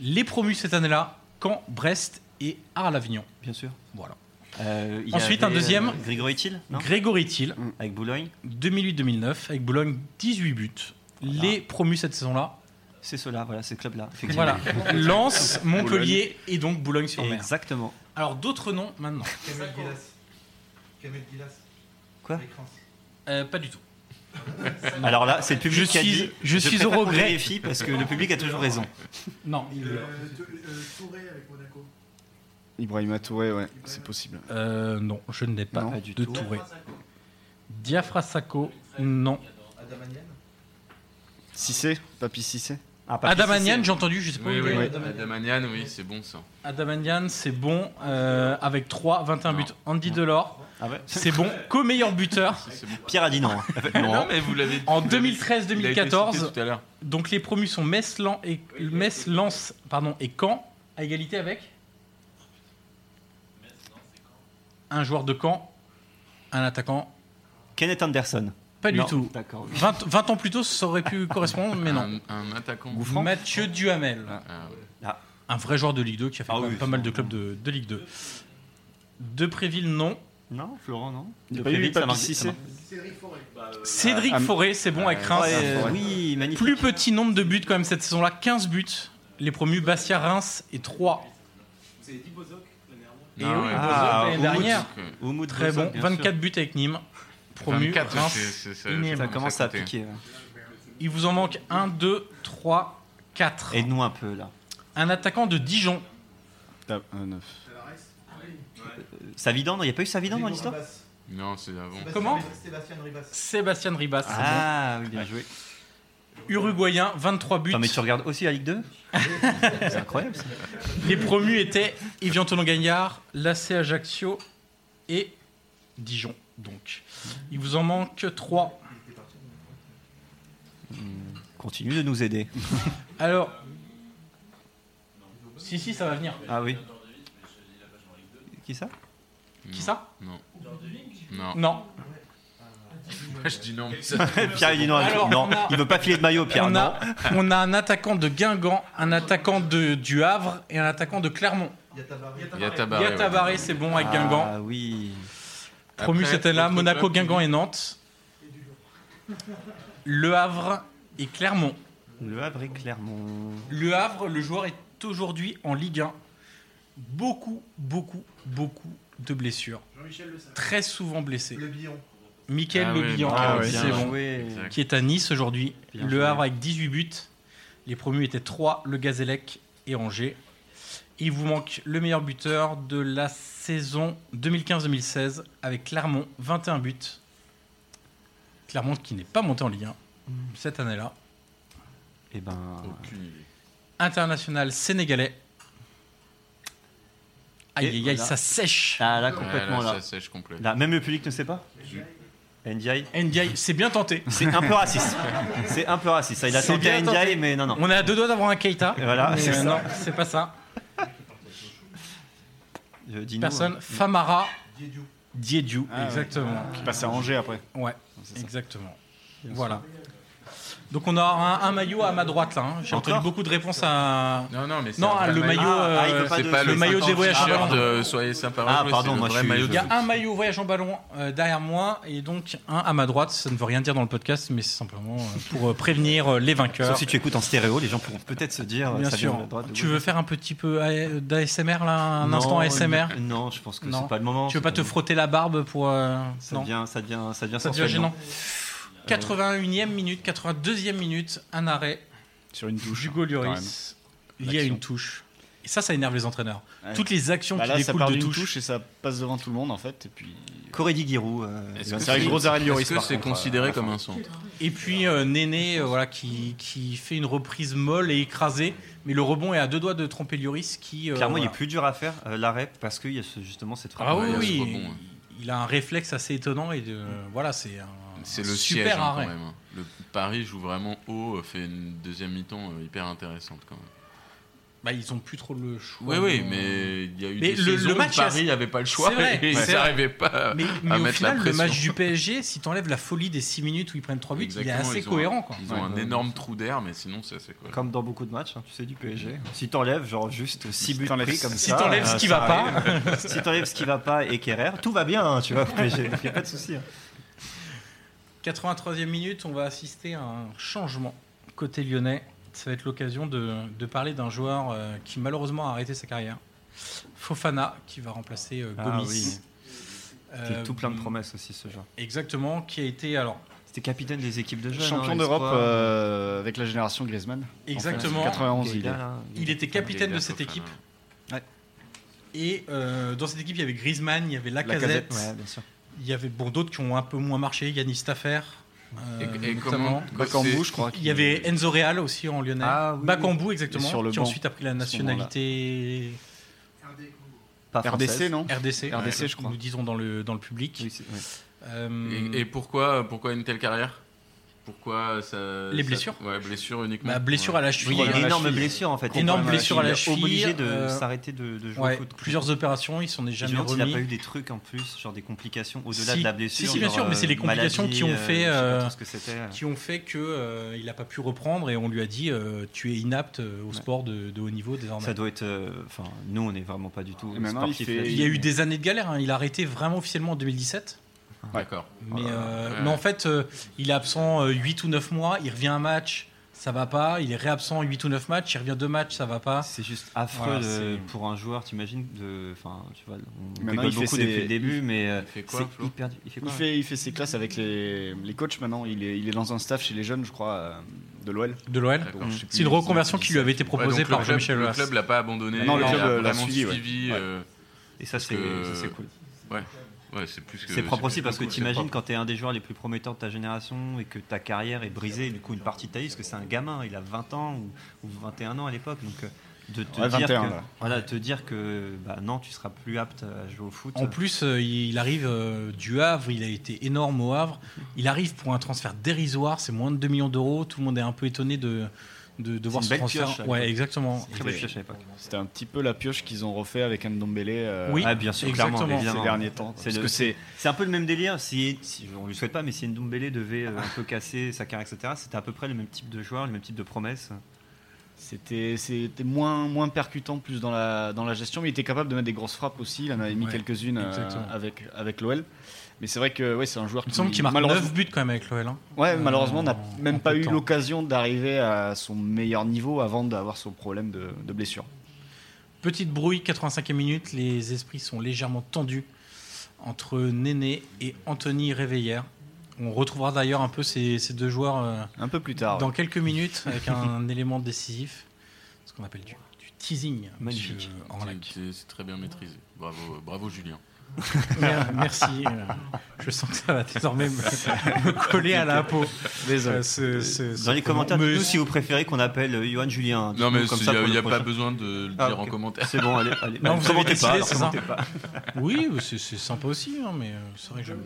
[SPEAKER 1] Les promus cette année-là, Caen, Brest et Arles-Avignon.
[SPEAKER 3] Bien sûr.
[SPEAKER 1] Voilà.
[SPEAKER 3] Euh, il y
[SPEAKER 1] Ensuite, un deuxième.
[SPEAKER 3] euh, Grégory Thiel, non
[SPEAKER 1] Grégory Thiel,
[SPEAKER 3] Avec Boulogne.
[SPEAKER 1] 2008-2009, avec Boulogne, 18 buts. Les promus cette saison-là,
[SPEAKER 3] C'est cela, voilà, ce club-là. effectivement.
[SPEAKER 1] voilà. Lens, Montpellier et donc Boulogne-sur-Mer.
[SPEAKER 3] Exactement.
[SPEAKER 1] Alors d'autres noms maintenant
[SPEAKER 3] Quoi
[SPEAKER 1] Euh, Pas du tout.
[SPEAKER 3] Alors là, c'est le public
[SPEAKER 1] Je
[SPEAKER 3] qui a
[SPEAKER 1] suis-
[SPEAKER 3] dit.
[SPEAKER 1] je suis
[SPEAKER 3] préfère
[SPEAKER 1] au
[SPEAKER 3] qu'on
[SPEAKER 1] regret.
[SPEAKER 3] vérifie parce que le public a toujours raison.
[SPEAKER 1] Non.
[SPEAKER 2] Euh,
[SPEAKER 4] Ibrahima Touré, ouais, c'est possible.
[SPEAKER 1] Euh, non, je n'ai pas
[SPEAKER 4] Non,
[SPEAKER 1] de
[SPEAKER 3] pas du tout.
[SPEAKER 1] Touré. Diafra Sacco, non.
[SPEAKER 4] Cissé Papy Cissé
[SPEAKER 3] Ah, pas
[SPEAKER 1] Adamantian, j'ai entendu, je sais pas. où
[SPEAKER 2] Oui,
[SPEAKER 1] il
[SPEAKER 2] oui.
[SPEAKER 1] est,
[SPEAKER 4] Oui.
[SPEAKER 1] Adamantian.
[SPEAKER 2] Adamanian, oui, c'est bon ça.
[SPEAKER 1] Adamantian, c'est bon euh, avec 3, 21
[SPEAKER 2] Non.
[SPEAKER 1] buts. Andy Delors,
[SPEAKER 3] Ah ouais
[SPEAKER 1] c'est bon co meilleur buteur
[SPEAKER 2] C'est bon.
[SPEAKER 3] Pierre a dit non. hein.
[SPEAKER 2] Non, mais vous l'avez
[SPEAKER 1] en
[SPEAKER 2] vous l'avez-
[SPEAKER 1] 2013,
[SPEAKER 2] il a été cité
[SPEAKER 1] 2014.
[SPEAKER 2] tout à l'heure.
[SPEAKER 1] Donc les promus sont Metz, Lan- et, Metz Lens pardon, et Caen, à égalité avec Un joueur de Caen, un attaquant.
[SPEAKER 3] Kenneth Anderson.
[SPEAKER 1] Pas du
[SPEAKER 3] Non,
[SPEAKER 1] tout.
[SPEAKER 3] D'accord.
[SPEAKER 1] 20, 20 ans plus tôt, ça aurait pu correspondre, mais non.
[SPEAKER 2] Un, un attaquant.
[SPEAKER 1] Mathieu Duhamel,
[SPEAKER 2] Ah, ouais.
[SPEAKER 1] un vrai joueur de Ligue 2 qui a fait
[SPEAKER 3] Ah
[SPEAKER 1] quand
[SPEAKER 3] oui,
[SPEAKER 1] même pas
[SPEAKER 3] ça,
[SPEAKER 1] mal de clubs de, de Ligue 2. Depréville, non.
[SPEAKER 3] Non, Florent, non.
[SPEAKER 4] Il y a
[SPEAKER 3] De
[SPEAKER 4] pas eu
[SPEAKER 3] Préville, ça
[SPEAKER 4] Papi
[SPEAKER 3] marque-
[SPEAKER 4] Cissé
[SPEAKER 3] ça marque-
[SPEAKER 1] Cédric
[SPEAKER 4] ah,
[SPEAKER 1] Forêt, c'est bon, avec Reims.
[SPEAKER 3] Euh, Ouais, euh,
[SPEAKER 4] Forêt.
[SPEAKER 3] oui, magnifique.
[SPEAKER 1] Plus petit nombre de buts quand même cette saison-là, 15 buts. Les promus Bastia, Reims et 3.
[SPEAKER 2] Ah,
[SPEAKER 1] Et oui,
[SPEAKER 2] ouais.
[SPEAKER 1] Bozok,
[SPEAKER 3] Ah,
[SPEAKER 1] l'année
[SPEAKER 3] Oud.
[SPEAKER 1] dernière.
[SPEAKER 2] Donc, euh,
[SPEAKER 3] Oumoud
[SPEAKER 1] Très
[SPEAKER 3] Bozok,
[SPEAKER 1] bon,
[SPEAKER 3] bien sûr.
[SPEAKER 1] 24 buts avec Nîmes. Promu,
[SPEAKER 2] 24,
[SPEAKER 1] Reims
[SPEAKER 2] c'est- c'est- c'est-
[SPEAKER 1] et Nîmes.
[SPEAKER 3] Ça commence à
[SPEAKER 2] compter.
[SPEAKER 3] piquer. hein. ouais.
[SPEAKER 1] Il vous en manque 1, 2, 3, 4.
[SPEAKER 3] Aide-nous un peu, là.
[SPEAKER 1] Un attaquant de Dijon.
[SPEAKER 4] T'as- euh, neuf.
[SPEAKER 3] Euh, Savidan, non, il n'y a pas eu Savidan dans l'histoire
[SPEAKER 2] Non, c'est avant.
[SPEAKER 1] Comment
[SPEAKER 8] Sébastien Ribas.
[SPEAKER 1] Sébastien Ribas.
[SPEAKER 3] Ah, oui, bien joué.
[SPEAKER 1] Uruguayen, 23 buts.
[SPEAKER 3] Attends, mais tu regardes aussi la Ligue 2 C'est incroyable, ça.
[SPEAKER 1] Les promus étaient Yvian Tonon Gagnard, l'AC Ajaccio et Dijon. Donc, il vous en manque 3.
[SPEAKER 3] Continue de nous aider.
[SPEAKER 1] Alors. Si, si, ça va venir.
[SPEAKER 3] Ah oui. Qui ça
[SPEAKER 1] Qui ça
[SPEAKER 2] Non. Non.
[SPEAKER 1] Non.
[SPEAKER 2] Je dis non, mais ça.
[SPEAKER 3] Pierre, il dit non.
[SPEAKER 1] Alors,
[SPEAKER 3] non,
[SPEAKER 1] on a-
[SPEAKER 3] il veut pas filer de maillot, Pierre.
[SPEAKER 1] on,
[SPEAKER 3] non.
[SPEAKER 1] a, on a un attaquant de Guingamp, un attaquant de, du Havre et un attaquant de Clermont.
[SPEAKER 2] Il y a Tabaré. Bah ouais. Ah,
[SPEAKER 1] Yatabaré, c'est bon avec Guingamp.
[SPEAKER 3] Ah oui.
[SPEAKER 1] Promu,
[SPEAKER 2] Après,
[SPEAKER 1] c'était là.
[SPEAKER 2] autre
[SPEAKER 1] Monaco,
[SPEAKER 2] club qui-
[SPEAKER 1] Guingamp et Nantes. Le Havre et Clermont.
[SPEAKER 3] Le Havre et Clermont.
[SPEAKER 1] Le Havre, le joueur est aujourd'hui en Ligue 1. Beaucoup, beaucoup, beaucoup de blessures.
[SPEAKER 8] Jean-Michel Le Savre.
[SPEAKER 1] Très souvent blessé.
[SPEAKER 8] Le Billon.
[SPEAKER 1] Michael
[SPEAKER 2] Ah
[SPEAKER 1] Le
[SPEAKER 2] ouais,
[SPEAKER 1] Bihan,
[SPEAKER 2] Michael
[SPEAKER 4] Ah ouais,
[SPEAKER 1] c'est
[SPEAKER 3] bien
[SPEAKER 1] bon,
[SPEAKER 3] joué.
[SPEAKER 2] Exact.
[SPEAKER 1] qui est à Nice aujourd'hui.
[SPEAKER 3] Bien
[SPEAKER 1] Le
[SPEAKER 3] joué.
[SPEAKER 1] Havre avec 18 buts. Les promus étaient 3, le Gazélec et Angers. Il vous manque le meilleur buteur de la saison 2015-2016 avec Clermont, 21 buts. Clermont qui n'est pas monté en Ligue 1 cette année-là.
[SPEAKER 3] Eh ben,
[SPEAKER 2] Aucune idée.
[SPEAKER 1] international sénégalais. Aïe,
[SPEAKER 3] Et
[SPEAKER 1] aïe, aïe,
[SPEAKER 3] voilà.
[SPEAKER 1] ça sèche.
[SPEAKER 3] ah, là,
[SPEAKER 2] Complètement
[SPEAKER 3] complètement
[SPEAKER 2] là.
[SPEAKER 3] là.
[SPEAKER 2] Ça sèche complet.
[SPEAKER 3] Là, même le public ne sait pas NDI
[SPEAKER 1] Ndiaye, c'est bien tenté.
[SPEAKER 3] C'est un peu raciste. C'est un peu raciste. Ça, il a
[SPEAKER 1] C'est
[SPEAKER 3] tenté
[SPEAKER 1] bien tenté.
[SPEAKER 3] NDI, mais non, non.
[SPEAKER 1] On est à deux doigts d'avoir un Keita.
[SPEAKER 3] Et voilà,
[SPEAKER 1] Mais,
[SPEAKER 3] c'est
[SPEAKER 1] euh,
[SPEAKER 3] ça.
[SPEAKER 1] Non, c'est pas ça.
[SPEAKER 3] Je dis non,
[SPEAKER 1] Personne.
[SPEAKER 3] hein.
[SPEAKER 1] Famara.
[SPEAKER 8] Diédiou.
[SPEAKER 1] Diédiou,
[SPEAKER 4] Ah, ouais.
[SPEAKER 1] exactement.
[SPEAKER 4] Qui passe à Angers après.
[SPEAKER 1] Ouais,
[SPEAKER 4] c'est ça.
[SPEAKER 1] exactement. Voilà. Donc on a un, un maillot à ma droite là. hein. J'ai entendu
[SPEAKER 3] Encore
[SPEAKER 1] beaucoup de réponses à.
[SPEAKER 2] Non, non, mais c'est
[SPEAKER 1] Non,
[SPEAKER 2] un
[SPEAKER 1] ah,
[SPEAKER 2] vrai
[SPEAKER 1] le maillot. euh,
[SPEAKER 3] Ah, il peut pas
[SPEAKER 2] C'est
[SPEAKER 3] de-
[SPEAKER 2] pas
[SPEAKER 1] le
[SPEAKER 2] le
[SPEAKER 1] maillot des
[SPEAKER 2] 50
[SPEAKER 1] voyageurs.
[SPEAKER 2] t-shirt, euh, Soyez sympa.
[SPEAKER 3] Ah,
[SPEAKER 2] Rejouez,
[SPEAKER 3] pardon,
[SPEAKER 2] c'est le
[SPEAKER 3] moi, je
[SPEAKER 2] vrai
[SPEAKER 3] suis-
[SPEAKER 2] maillot
[SPEAKER 1] Il
[SPEAKER 2] de
[SPEAKER 1] y a un maillot voyage en ballon euh, derrière moi et donc un à ma droite. Ça ne veut rien dire dans le podcast, mais c'est simplement euh, pour euh, prévenir euh, les vainqueurs.
[SPEAKER 3] Sauf si tu écoutes en stéréo, les gens pourront peut-être se dire.
[SPEAKER 1] Bien
[SPEAKER 3] Ah, ça vient de la
[SPEAKER 1] sûr.
[SPEAKER 3] droite, de
[SPEAKER 1] Tu veux
[SPEAKER 3] gauche.
[SPEAKER 1] faire un petit peu A- d'ASMR là, un
[SPEAKER 3] Non,
[SPEAKER 1] instant ASMR
[SPEAKER 3] non, Non, je pense que
[SPEAKER 1] Non.
[SPEAKER 3] c'est pas le moment.
[SPEAKER 1] Tu veux
[SPEAKER 3] c'est
[SPEAKER 1] pas te
[SPEAKER 3] le moment.
[SPEAKER 1] frotter la barbe pour euh,
[SPEAKER 3] Ça
[SPEAKER 1] Non,
[SPEAKER 3] devient, euh, ça devient, ça devient
[SPEAKER 1] ça devient
[SPEAKER 3] sensuel, non.
[SPEAKER 1] gênant. 81e minute, 82e minute, un arrêt.
[SPEAKER 4] Sur une touche.
[SPEAKER 3] hein,
[SPEAKER 1] Hugo
[SPEAKER 4] quand même.
[SPEAKER 1] Lloris, il y a
[SPEAKER 4] L'action.
[SPEAKER 1] une touche. Et ça, ça énerve les entraîneurs.
[SPEAKER 4] Ouais.
[SPEAKER 1] Toutes les actions
[SPEAKER 4] Bah
[SPEAKER 1] qui
[SPEAKER 4] là, ça
[SPEAKER 1] découlent
[SPEAKER 4] part
[SPEAKER 1] de
[SPEAKER 4] d'une
[SPEAKER 1] touches.
[SPEAKER 4] touche. et ça passe devant tout le monde en fait. Et puis.
[SPEAKER 3] Corédi Giroud. euh,
[SPEAKER 2] Est-ce
[SPEAKER 3] bien
[SPEAKER 2] que
[SPEAKER 4] C'est un
[SPEAKER 3] sûr.
[SPEAKER 4] gros arrêt de Lloris.
[SPEAKER 2] Est-ce que
[SPEAKER 4] par
[SPEAKER 3] hein,
[SPEAKER 2] c'est
[SPEAKER 4] contre,
[SPEAKER 2] considéré
[SPEAKER 4] euh,
[SPEAKER 2] comme un centre
[SPEAKER 1] Et puis euh, Néné, euh, voilà, qui, qui fait une reprise molle et écrasée, mais le rebond est à deux doigts de tromper Lloris, qui euh,
[SPEAKER 3] Clairement, il
[SPEAKER 1] voilà.
[SPEAKER 3] est plus dur à faire euh, l'arrêt parce qu'il y a ce- justement cette
[SPEAKER 1] Ah
[SPEAKER 3] frappe.
[SPEAKER 2] Ouais,
[SPEAKER 1] oui,
[SPEAKER 2] il y a ce
[SPEAKER 1] oui,
[SPEAKER 2] rebond, ouais.
[SPEAKER 1] il a un réflexe assez étonnant et de- euh, voilà, c'est un,
[SPEAKER 2] C'est
[SPEAKER 1] un
[SPEAKER 2] le
[SPEAKER 1] super
[SPEAKER 2] siège hein,
[SPEAKER 1] arrêt.
[SPEAKER 2] quand même. hein. Le Paris joue vraiment haut, euh, fait une deuxième mi-temps euh, hyper intéressante quand même.
[SPEAKER 1] Bah, ils ont plus trop le choix.
[SPEAKER 2] Oui, oui,
[SPEAKER 1] de-
[SPEAKER 2] mais il y a eu
[SPEAKER 1] Mais
[SPEAKER 2] des
[SPEAKER 1] le- le
[SPEAKER 2] saisons où
[SPEAKER 1] match,
[SPEAKER 2] Paris n'avait pas le choix
[SPEAKER 1] c'est vrai,
[SPEAKER 2] et
[SPEAKER 1] c'est
[SPEAKER 2] ils
[SPEAKER 1] vrai.
[SPEAKER 2] n'arrivaient pas
[SPEAKER 1] Mais, mais
[SPEAKER 2] à
[SPEAKER 1] au
[SPEAKER 2] mettre
[SPEAKER 1] final,
[SPEAKER 2] la
[SPEAKER 1] le
[SPEAKER 2] pression.
[SPEAKER 1] match du PSG, si t'enlèves la folie des 6 minutes où ils prennent 3 buts, Ah il est
[SPEAKER 2] Exactement,
[SPEAKER 1] assez
[SPEAKER 2] ils ont
[SPEAKER 1] cohérent.
[SPEAKER 2] un-
[SPEAKER 1] Quoi.
[SPEAKER 2] Ils ont un
[SPEAKER 3] Ouais.
[SPEAKER 2] énorme trou d'air, mais sinon c'est assez cohérent.
[SPEAKER 3] Comme dans beaucoup de matchs, hein, tu sais, du PSG. Si t'enlèves, genre, juste 6 buts
[SPEAKER 4] t'enlèves-
[SPEAKER 3] pris comme
[SPEAKER 1] Si
[SPEAKER 3] ça.
[SPEAKER 1] t'enlèves ce
[SPEAKER 2] Ah,
[SPEAKER 3] euh,
[SPEAKER 1] qui
[SPEAKER 3] ça
[SPEAKER 1] va pas,
[SPEAKER 3] arrive. si t'enlèves ce qui va pas et Kerrer, tout va bien, hein, tu vois, au PSG. Donc, y a pas de souci. hein.
[SPEAKER 1] 83e minute, on va assister à un changement côté lyonnais. Ça va être l'occasion de, de parler d'un joueur euh, qui malheureusement a arrêté sa carrière. Fofana, qui va remplacer euh,
[SPEAKER 3] Ah
[SPEAKER 1] Gomis.
[SPEAKER 3] oui.
[SPEAKER 1] Euh,
[SPEAKER 3] C'était tout plein de promesses aussi, ce genre.
[SPEAKER 1] Exactement, qui a été alors
[SPEAKER 3] C'était capitaine des équipes de jeunes.
[SPEAKER 4] Champion
[SPEAKER 3] hein,
[SPEAKER 4] d'Europe
[SPEAKER 3] l'espoir.
[SPEAKER 4] euh, avec la génération Griezmann.
[SPEAKER 1] exactement.
[SPEAKER 3] euh,
[SPEAKER 4] 91, il est.
[SPEAKER 3] Gaïda, là,
[SPEAKER 1] Il était capitaine
[SPEAKER 2] Gaïda
[SPEAKER 1] de cette
[SPEAKER 2] Fofana.
[SPEAKER 1] équipe.
[SPEAKER 4] Ouais.
[SPEAKER 3] hein.
[SPEAKER 1] Et euh, dans cette équipe, il y avait Griezmann, il y avait Lacazette,
[SPEAKER 4] Lacazette,
[SPEAKER 3] Ouais, bien sûr.
[SPEAKER 1] il y avait bon, d'autres qui ont un peu moins marché, Yannis Taffer, euh,
[SPEAKER 2] Et- et
[SPEAKER 1] notamment.
[SPEAKER 2] comment bah,
[SPEAKER 4] Bakambu, je crois.
[SPEAKER 1] Il y avait Enzo Real aussi en lyonnais.
[SPEAKER 3] Ah, oui,
[SPEAKER 1] Bakambu,
[SPEAKER 4] Et
[SPEAKER 1] exactement,
[SPEAKER 4] sur le
[SPEAKER 1] qui
[SPEAKER 4] banc,
[SPEAKER 1] ensuite a pris la
[SPEAKER 4] à ce moment-là.
[SPEAKER 1] nationalité
[SPEAKER 3] Pas
[SPEAKER 4] RDC,
[SPEAKER 3] française.
[SPEAKER 4] non
[SPEAKER 1] RDC,
[SPEAKER 4] RDC, je crois.
[SPEAKER 1] euh, nous disons dans le, dans le public.
[SPEAKER 3] Oui, c'est- oui.
[SPEAKER 1] Euh,
[SPEAKER 2] Et, et pourquoi, pourquoi une telle carrière Pourquoi ça.
[SPEAKER 1] Les
[SPEAKER 2] ça-
[SPEAKER 1] blessures
[SPEAKER 2] Ouais, blessures uniquement.
[SPEAKER 1] bah, blessure à la cheville.
[SPEAKER 3] Oui, il y a une
[SPEAKER 4] la
[SPEAKER 3] énorme
[SPEAKER 4] cheville.
[SPEAKER 3] blessure en fait.
[SPEAKER 1] Énorme
[SPEAKER 3] Problème
[SPEAKER 1] blessure à la
[SPEAKER 3] Il est Obligé
[SPEAKER 1] cheville,
[SPEAKER 3] de
[SPEAKER 1] euh,
[SPEAKER 3] s'arrêter de, de jouer
[SPEAKER 1] Ouais,
[SPEAKER 3] au foot.
[SPEAKER 1] plusieurs opérations, il s'en est
[SPEAKER 3] Je me
[SPEAKER 1] jamais
[SPEAKER 3] demande s'il n'a
[SPEAKER 1] remis.
[SPEAKER 3] pas eu des trucs en plus, genre des complications au-delà
[SPEAKER 1] Si.
[SPEAKER 3] de la blessure.
[SPEAKER 1] Si, si, bien
[SPEAKER 3] genre,
[SPEAKER 1] sûr, mais c'est
[SPEAKER 3] euh,
[SPEAKER 1] les complications
[SPEAKER 3] maladie,
[SPEAKER 1] qui ont
[SPEAKER 3] euh,
[SPEAKER 1] fait,
[SPEAKER 3] je sais pas
[SPEAKER 1] euh,
[SPEAKER 3] trop ce que c'était.
[SPEAKER 1] qui ont fait que euh, il n'a pas pu reprendre et on lui a dit euh, tu es inapte euh, au sport de, de haut niveau désormais.
[SPEAKER 3] Ça doit être. euh, Enfin, nous, on n'est vraiment pas du tout.
[SPEAKER 4] Et maintenant, il
[SPEAKER 3] sportifs
[SPEAKER 4] fait-
[SPEAKER 3] là-dessus,
[SPEAKER 1] Il y a eu
[SPEAKER 3] mais-
[SPEAKER 1] des années de galère. hein. Il a arrêté vraiment officiellement en 2017.
[SPEAKER 2] D'accord. Oh là
[SPEAKER 1] Mais,
[SPEAKER 2] là.
[SPEAKER 1] euh,
[SPEAKER 2] Ouais.
[SPEAKER 1] mais en fait, euh, il est absent 8 ou 9 mois, il revient un match, ça va pas. Il est réabsent 8 ou 9 matchs, il revient deux matchs, ça va pas.
[SPEAKER 3] C'est juste affreux
[SPEAKER 1] Voilà,
[SPEAKER 3] de-
[SPEAKER 1] c'est-
[SPEAKER 3] pour un joueur, t'imagines. de- Enfin, tu vois, on
[SPEAKER 4] Maintenant,
[SPEAKER 3] rigole
[SPEAKER 4] il fait
[SPEAKER 3] beaucoup
[SPEAKER 4] ses-
[SPEAKER 3] depuis le début, mais euh,
[SPEAKER 2] il fait quoi,
[SPEAKER 3] c'est
[SPEAKER 2] Flo
[SPEAKER 3] hyper. Il fait
[SPEAKER 4] Il
[SPEAKER 3] quoi
[SPEAKER 4] fait, il fait ses classes avec les, les coachs maintenant. Il est, il est dans un staff chez les jeunes, je crois, euh, de l'OL.
[SPEAKER 1] De l'OL.
[SPEAKER 2] D'accord, je sais plus.
[SPEAKER 1] C'est une reconversion qui lui avait été
[SPEAKER 2] Ouais,
[SPEAKER 1] proposée
[SPEAKER 2] donc
[SPEAKER 1] par
[SPEAKER 2] le club-
[SPEAKER 1] Jean-Michel
[SPEAKER 2] Le
[SPEAKER 1] Aulas.
[SPEAKER 2] club l'a pas abandonné.
[SPEAKER 4] Non,
[SPEAKER 1] le
[SPEAKER 2] il
[SPEAKER 1] club
[SPEAKER 2] a
[SPEAKER 4] l'a
[SPEAKER 2] vraiment
[SPEAKER 4] suivi, ouais.
[SPEAKER 2] suivi,
[SPEAKER 4] Ouais.
[SPEAKER 2] euh,
[SPEAKER 3] Et ça, c'est
[SPEAKER 2] que-
[SPEAKER 3] ça, c'est cool.
[SPEAKER 2] ouais, c'est plus que.
[SPEAKER 3] C'est propre aussi
[SPEAKER 2] plus
[SPEAKER 3] parce que
[SPEAKER 2] cool, c'est
[SPEAKER 3] t'imagines
[SPEAKER 2] propre.
[SPEAKER 3] quand t'es un des joueurs les plus prometteurs de ta génération et que ta carrière est brisée, du coup une partie de ta vie, parce que c'est un gamin, il a 20 ans ou, ou 21 ans à l'époque, donc euh, de te
[SPEAKER 4] Ouais,
[SPEAKER 3] dire
[SPEAKER 4] 21,
[SPEAKER 3] que,
[SPEAKER 4] là.
[SPEAKER 3] voilà, te dire que bah, non, tu seras plus apte à jouer au foot.
[SPEAKER 1] En plus, euh, il arrive euh, du Havre, il a été énorme au Havre. Il arrive pour un transfert dérisoire, c'est moins de 2 millions d'euros. Tout le monde est un peu étonné de, de, de voir
[SPEAKER 3] une
[SPEAKER 1] ce
[SPEAKER 3] belle
[SPEAKER 1] transfert.
[SPEAKER 3] pioche, à
[SPEAKER 1] ouais,
[SPEAKER 3] l'époque.
[SPEAKER 1] exactement.
[SPEAKER 3] très belle pioche à l'époque.
[SPEAKER 4] C'était un petit peu la pioche qu'ils ont refait avec Ndombele euh,
[SPEAKER 1] Oui,
[SPEAKER 3] Ah, bien sûr,
[SPEAKER 1] exactement.
[SPEAKER 3] clairement,
[SPEAKER 4] ces
[SPEAKER 3] évidemment.
[SPEAKER 4] derniers temps.
[SPEAKER 3] C'est
[SPEAKER 4] Parce
[SPEAKER 3] le-
[SPEAKER 4] que c'est
[SPEAKER 3] C'est un peu le même délire, si, si on lui souhaite pas, mais si Ndombele devait euh, un peu casser sa carrière, etc., c'était à peu près le même type de joueur, le même type de promesse.
[SPEAKER 4] C'était c'était moins, moins percutant, plus dans la, dans la gestion, mais il était capable de mettre des grosses frappes aussi. Il en avait mis
[SPEAKER 1] Ouais,
[SPEAKER 4] quelques-unes euh,
[SPEAKER 1] exactement.
[SPEAKER 4] avec, avec l'OL. Mais c'est vrai que ouais, c'est un joueur
[SPEAKER 1] Il me semble
[SPEAKER 4] qui,
[SPEAKER 1] qu'il marque
[SPEAKER 4] malheureusement,
[SPEAKER 1] 9 buts quand même avec l'OL. hein.
[SPEAKER 4] ouais, malheureusement n'a
[SPEAKER 1] en- en
[SPEAKER 4] même pas
[SPEAKER 1] peu de
[SPEAKER 4] eu
[SPEAKER 1] temps.
[SPEAKER 4] l'occasion d'arriver à son meilleur niveau avant d'avoir son problème de, de blessure.
[SPEAKER 1] Petite brouille, 85e minute, les esprits sont légèrement tendus entre Néné et Anthony Réveillère. On retrouvera d'ailleurs un peu ces, ces deux joueurs euh,
[SPEAKER 4] Un peu plus
[SPEAKER 3] Ah
[SPEAKER 4] tard.
[SPEAKER 1] dans quelques minutes avec un élément décisif, ce qu'on appelle du, du teasing.
[SPEAKER 3] Magnifique.
[SPEAKER 1] monsieur Orlac.
[SPEAKER 2] C'est- C'est très bien maîtrisé. Bravo, euh, bravo Julien.
[SPEAKER 1] Mer- Merci. euh, Je sens que ça va désormais me, me coller à la peau.
[SPEAKER 4] Désolé.
[SPEAKER 1] euh, ce- ce- ce
[SPEAKER 3] Dans les
[SPEAKER 1] comment.
[SPEAKER 3] commentaires,
[SPEAKER 1] Mais
[SPEAKER 3] dites-nous si vous préférez qu'on appelle euh, Johan Julien.
[SPEAKER 2] Non,
[SPEAKER 3] dites-nous
[SPEAKER 2] mais
[SPEAKER 3] comme
[SPEAKER 2] il
[SPEAKER 3] ça pour
[SPEAKER 2] n'y
[SPEAKER 3] le
[SPEAKER 2] a pas
[SPEAKER 3] prochain.
[SPEAKER 2] besoin de le
[SPEAKER 3] Ah,
[SPEAKER 2] dire en
[SPEAKER 3] ok.
[SPEAKER 2] commentaire.
[SPEAKER 3] C'est bon, allez, allez.
[SPEAKER 1] Non, vous avez
[SPEAKER 3] Commentez
[SPEAKER 1] décidé,
[SPEAKER 3] pas, alors,
[SPEAKER 1] c'est ça
[SPEAKER 3] commentez pas.
[SPEAKER 1] Oui, c'est c'est sympa aussi, hein, mais euh, c'est vrai que j'aime-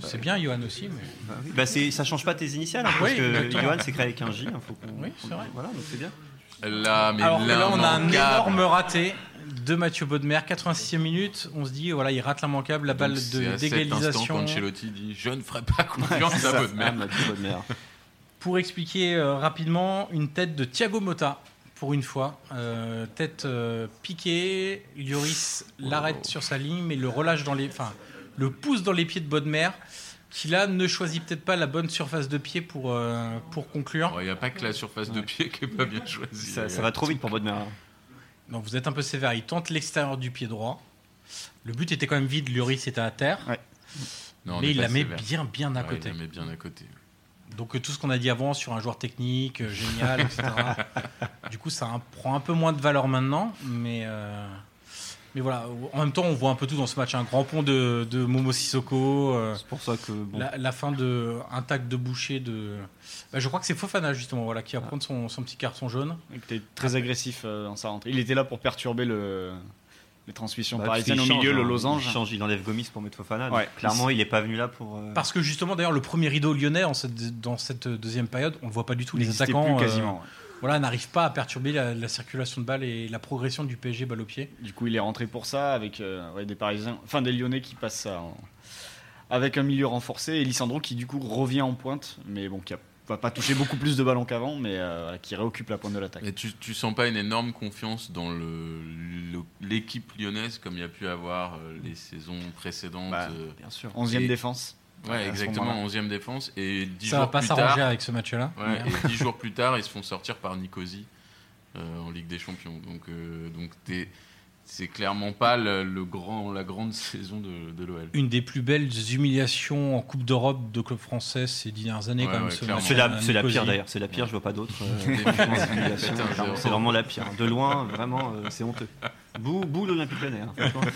[SPEAKER 1] c'est bien Johan aussi. Mais...
[SPEAKER 3] Bah c'est, ça change pas tes initiales, hein, parce
[SPEAKER 1] Ah Oui,
[SPEAKER 3] que
[SPEAKER 1] exactement.
[SPEAKER 3] Johan c'est créé avec un J. hein, faut qu'on-
[SPEAKER 1] Oui, c'est vrai.
[SPEAKER 3] Voilà, donc c'est bien.
[SPEAKER 2] Là, mais
[SPEAKER 1] Alors que là, on a un
[SPEAKER 2] l'immanquable.
[SPEAKER 1] énorme raté de Mathieu Baudemer, 86e minute. On se dit, voilà, il rate l'immanquable, la balle
[SPEAKER 2] Donc, c'est
[SPEAKER 1] de
[SPEAKER 2] à cet instant
[SPEAKER 1] d'égalisation.
[SPEAKER 2] qu'Ancelotti dit Je ne ferai pas confiance à votre mère.
[SPEAKER 1] Pour expliquer euh, rapidement, une tête de Thiago Motta, pour une fois. Euh, tête euh, piquée, Lloris l'arrête sur sa ligne, mais le relâche dans les. Enfin, le pousse dans les pieds de Baudemer, qui là ne choisit peut-être pas la bonne surface de pied pour, euh, pour conclure.
[SPEAKER 2] Il n'y a pas que la surface de pied qui n'est pas bien choisie.
[SPEAKER 3] Ça,
[SPEAKER 1] euh,
[SPEAKER 3] ça va trop vite pour votre mère. hein.
[SPEAKER 1] Non, vous êtes un peu sévère. Il tente l'extérieur du pied droit. Le but était quand même vide. Lloris était à terre.
[SPEAKER 2] Non, on
[SPEAKER 1] mais
[SPEAKER 2] est
[SPEAKER 1] il
[SPEAKER 2] pas
[SPEAKER 1] la met
[SPEAKER 2] sévère.
[SPEAKER 1] bien, bien à
[SPEAKER 2] Ouais,
[SPEAKER 1] côté.
[SPEAKER 2] Il la met bien à côté.
[SPEAKER 1] Donc euh, tout ce qu'on a dit avant sur un joueur technique, euh, génial, etc. du coup, ça un- prend un peu moins de valeur maintenant. Mais, euh, mais voilà, en même temps, on voit un peu tout dans ce match. Un grand pont de, de Momo Sissoko. euh,
[SPEAKER 3] C'est pour ça que bon,
[SPEAKER 1] la, la fin de un tac de boucher de. Bah, je crois que c'est Fofana justement voilà, qui va
[SPEAKER 2] Ah.
[SPEAKER 1] prendre son, son petit carton jaune.
[SPEAKER 4] Il était très agressif euh, dans sa rentrée. Il était là pour perturber le, les transmissions
[SPEAKER 3] bah,
[SPEAKER 4] parisiennes
[SPEAKER 3] il
[SPEAKER 4] au
[SPEAKER 3] change,
[SPEAKER 4] milieu, le
[SPEAKER 3] hein,
[SPEAKER 4] losange.
[SPEAKER 3] Il change, il enlève Gomis pour mettre Fofana.
[SPEAKER 4] Ouais.
[SPEAKER 3] donc Clairement, il est pas venu là pour. euh,
[SPEAKER 1] Parce que justement, d'ailleurs, le premier rideau lyonnais en cette- dans cette deuxième période, on ne le voit pas du tout. Les
[SPEAKER 4] N'existait
[SPEAKER 1] attaquants
[SPEAKER 4] plus
[SPEAKER 1] euh,
[SPEAKER 4] quasiment.
[SPEAKER 1] voilà, n'arrivent pas à perturber la, la circulation de balles et la progression du PSG balle au pied.
[SPEAKER 4] Du coup, il est rentré pour ça avec euh, ouais, des Parisiens, enfin des Lyonnais qui passent ça en- avec un milieu renforcé et Lissandro qui du coup revient en pointe, mais bon qui a- va pas toucher beaucoup plus de ballons qu'avant, mais euh, qui réoccupe la pointe de l'attaque.
[SPEAKER 2] Mais tu, tu sens pas une énorme confiance dans le- le- l'équipe lyonnaise comme il y a pu avoir euh, les saisons précédentes.
[SPEAKER 4] Bah,
[SPEAKER 2] euh,
[SPEAKER 3] Bien sûr.
[SPEAKER 4] 11 e
[SPEAKER 2] Et-
[SPEAKER 4] défense. à
[SPEAKER 2] ouais,
[SPEAKER 4] ce
[SPEAKER 2] exactement,
[SPEAKER 4] moment-là.
[SPEAKER 2] 11e défense. Et 10
[SPEAKER 1] Ça va
[SPEAKER 2] jours
[SPEAKER 1] pas
[SPEAKER 2] plus
[SPEAKER 1] s'arranger
[SPEAKER 2] tard,
[SPEAKER 1] avec ce match-là.
[SPEAKER 2] ouais,
[SPEAKER 1] Mais-
[SPEAKER 2] et dix jours plus tard, ils se font sortir par Nicosie euh, en Ligue des Champions. Donc, euh, donc t'es- c'est clairement pas le, le grand, la grande saison de, de l'OL.
[SPEAKER 1] Une des plus belles humiliations en Coupe d'Europe de club français ces dernières années,
[SPEAKER 2] Ouais,
[SPEAKER 1] quand même.
[SPEAKER 2] ouais,
[SPEAKER 1] ce
[SPEAKER 2] clairement.
[SPEAKER 1] match
[SPEAKER 3] C'est
[SPEAKER 1] à
[SPEAKER 3] la, c'est la
[SPEAKER 1] Nicosie.
[SPEAKER 3] pire d'ailleurs, c'est la pire, je vois pas d'autre. euh,
[SPEAKER 2] Des
[SPEAKER 3] humiliation,
[SPEAKER 2] Putain,
[SPEAKER 3] clairement,
[SPEAKER 2] j'ai-
[SPEAKER 3] c'est vraiment la pire. De loin, vraiment, euh, c'est honteux. Bou, bou l'Olympique Lyonnais. hein, franchement.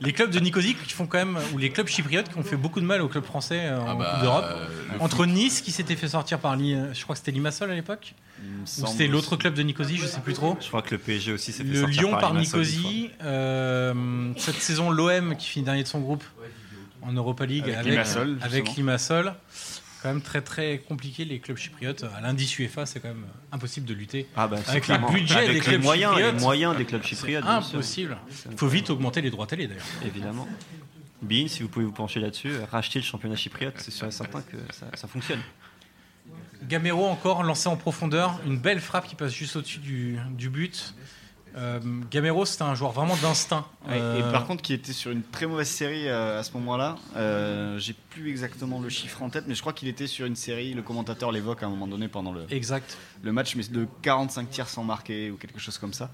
[SPEAKER 1] Les clubs de Nicosie qui font quand même, ou les clubs chypriotes qui ont fait beaucoup de mal aux clubs français euh, en
[SPEAKER 2] Ah bah,
[SPEAKER 1] Coupe d'Europe.
[SPEAKER 2] euh, le
[SPEAKER 1] Entre Nice qui s'était fait sortir par, Li- euh, je crois que c'était Limassol à l'époque, ou c'était l'autre club de Nicosie, je sais plus trop.
[SPEAKER 3] Je crois que le PSG aussi s'est fait
[SPEAKER 1] Le
[SPEAKER 3] sortir
[SPEAKER 1] Lyon par,
[SPEAKER 3] Limassol une fois.
[SPEAKER 1] Nicosie, euh, cette saison l'OM qui finit dernier de son groupe en Europa League
[SPEAKER 4] Avec
[SPEAKER 1] avec,
[SPEAKER 4] Limassol,
[SPEAKER 1] euh, avec
[SPEAKER 4] justement.
[SPEAKER 1] Limassol. Quand même très très compliqué les clubs chypriotes. À l'indice UEFA, c'est quand même impossible de lutter.
[SPEAKER 3] Ah bah, c'est
[SPEAKER 1] Avec
[SPEAKER 3] clairement-
[SPEAKER 1] le budget
[SPEAKER 3] avec
[SPEAKER 1] des
[SPEAKER 3] les
[SPEAKER 1] clubs
[SPEAKER 3] moyens, les
[SPEAKER 1] chypriotes, Ah,
[SPEAKER 3] moyens des clubs chypriotes.
[SPEAKER 4] Ah,
[SPEAKER 3] bien sûr.
[SPEAKER 1] Impossible. Il faut vite augmenter les droits télé d'ailleurs.
[SPEAKER 3] Évidemment. Bean, si vous pouvez vous pencher là-dessus, euh, racheter le championnat chypriote, c'est sûr et certain que ça, ça fonctionne.
[SPEAKER 1] Gamero encore lancé en profondeur, une belle frappe qui passe juste au-dessus du, du but. Euh, Gamero, c'est un joueur vraiment d'instinct.
[SPEAKER 4] Ouais,
[SPEAKER 1] Euh,
[SPEAKER 4] Et par contre, qui était sur une très mauvaise série euh, à ce moment-là, euh, j'ai plus exactement le chiffre en tête, mais je crois qu'il était sur une série, le commentateur l'évoque à un moment donné pendant le,
[SPEAKER 1] exact.
[SPEAKER 4] le match, mais de 45 tirs sans marquer ou quelque chose comme ça.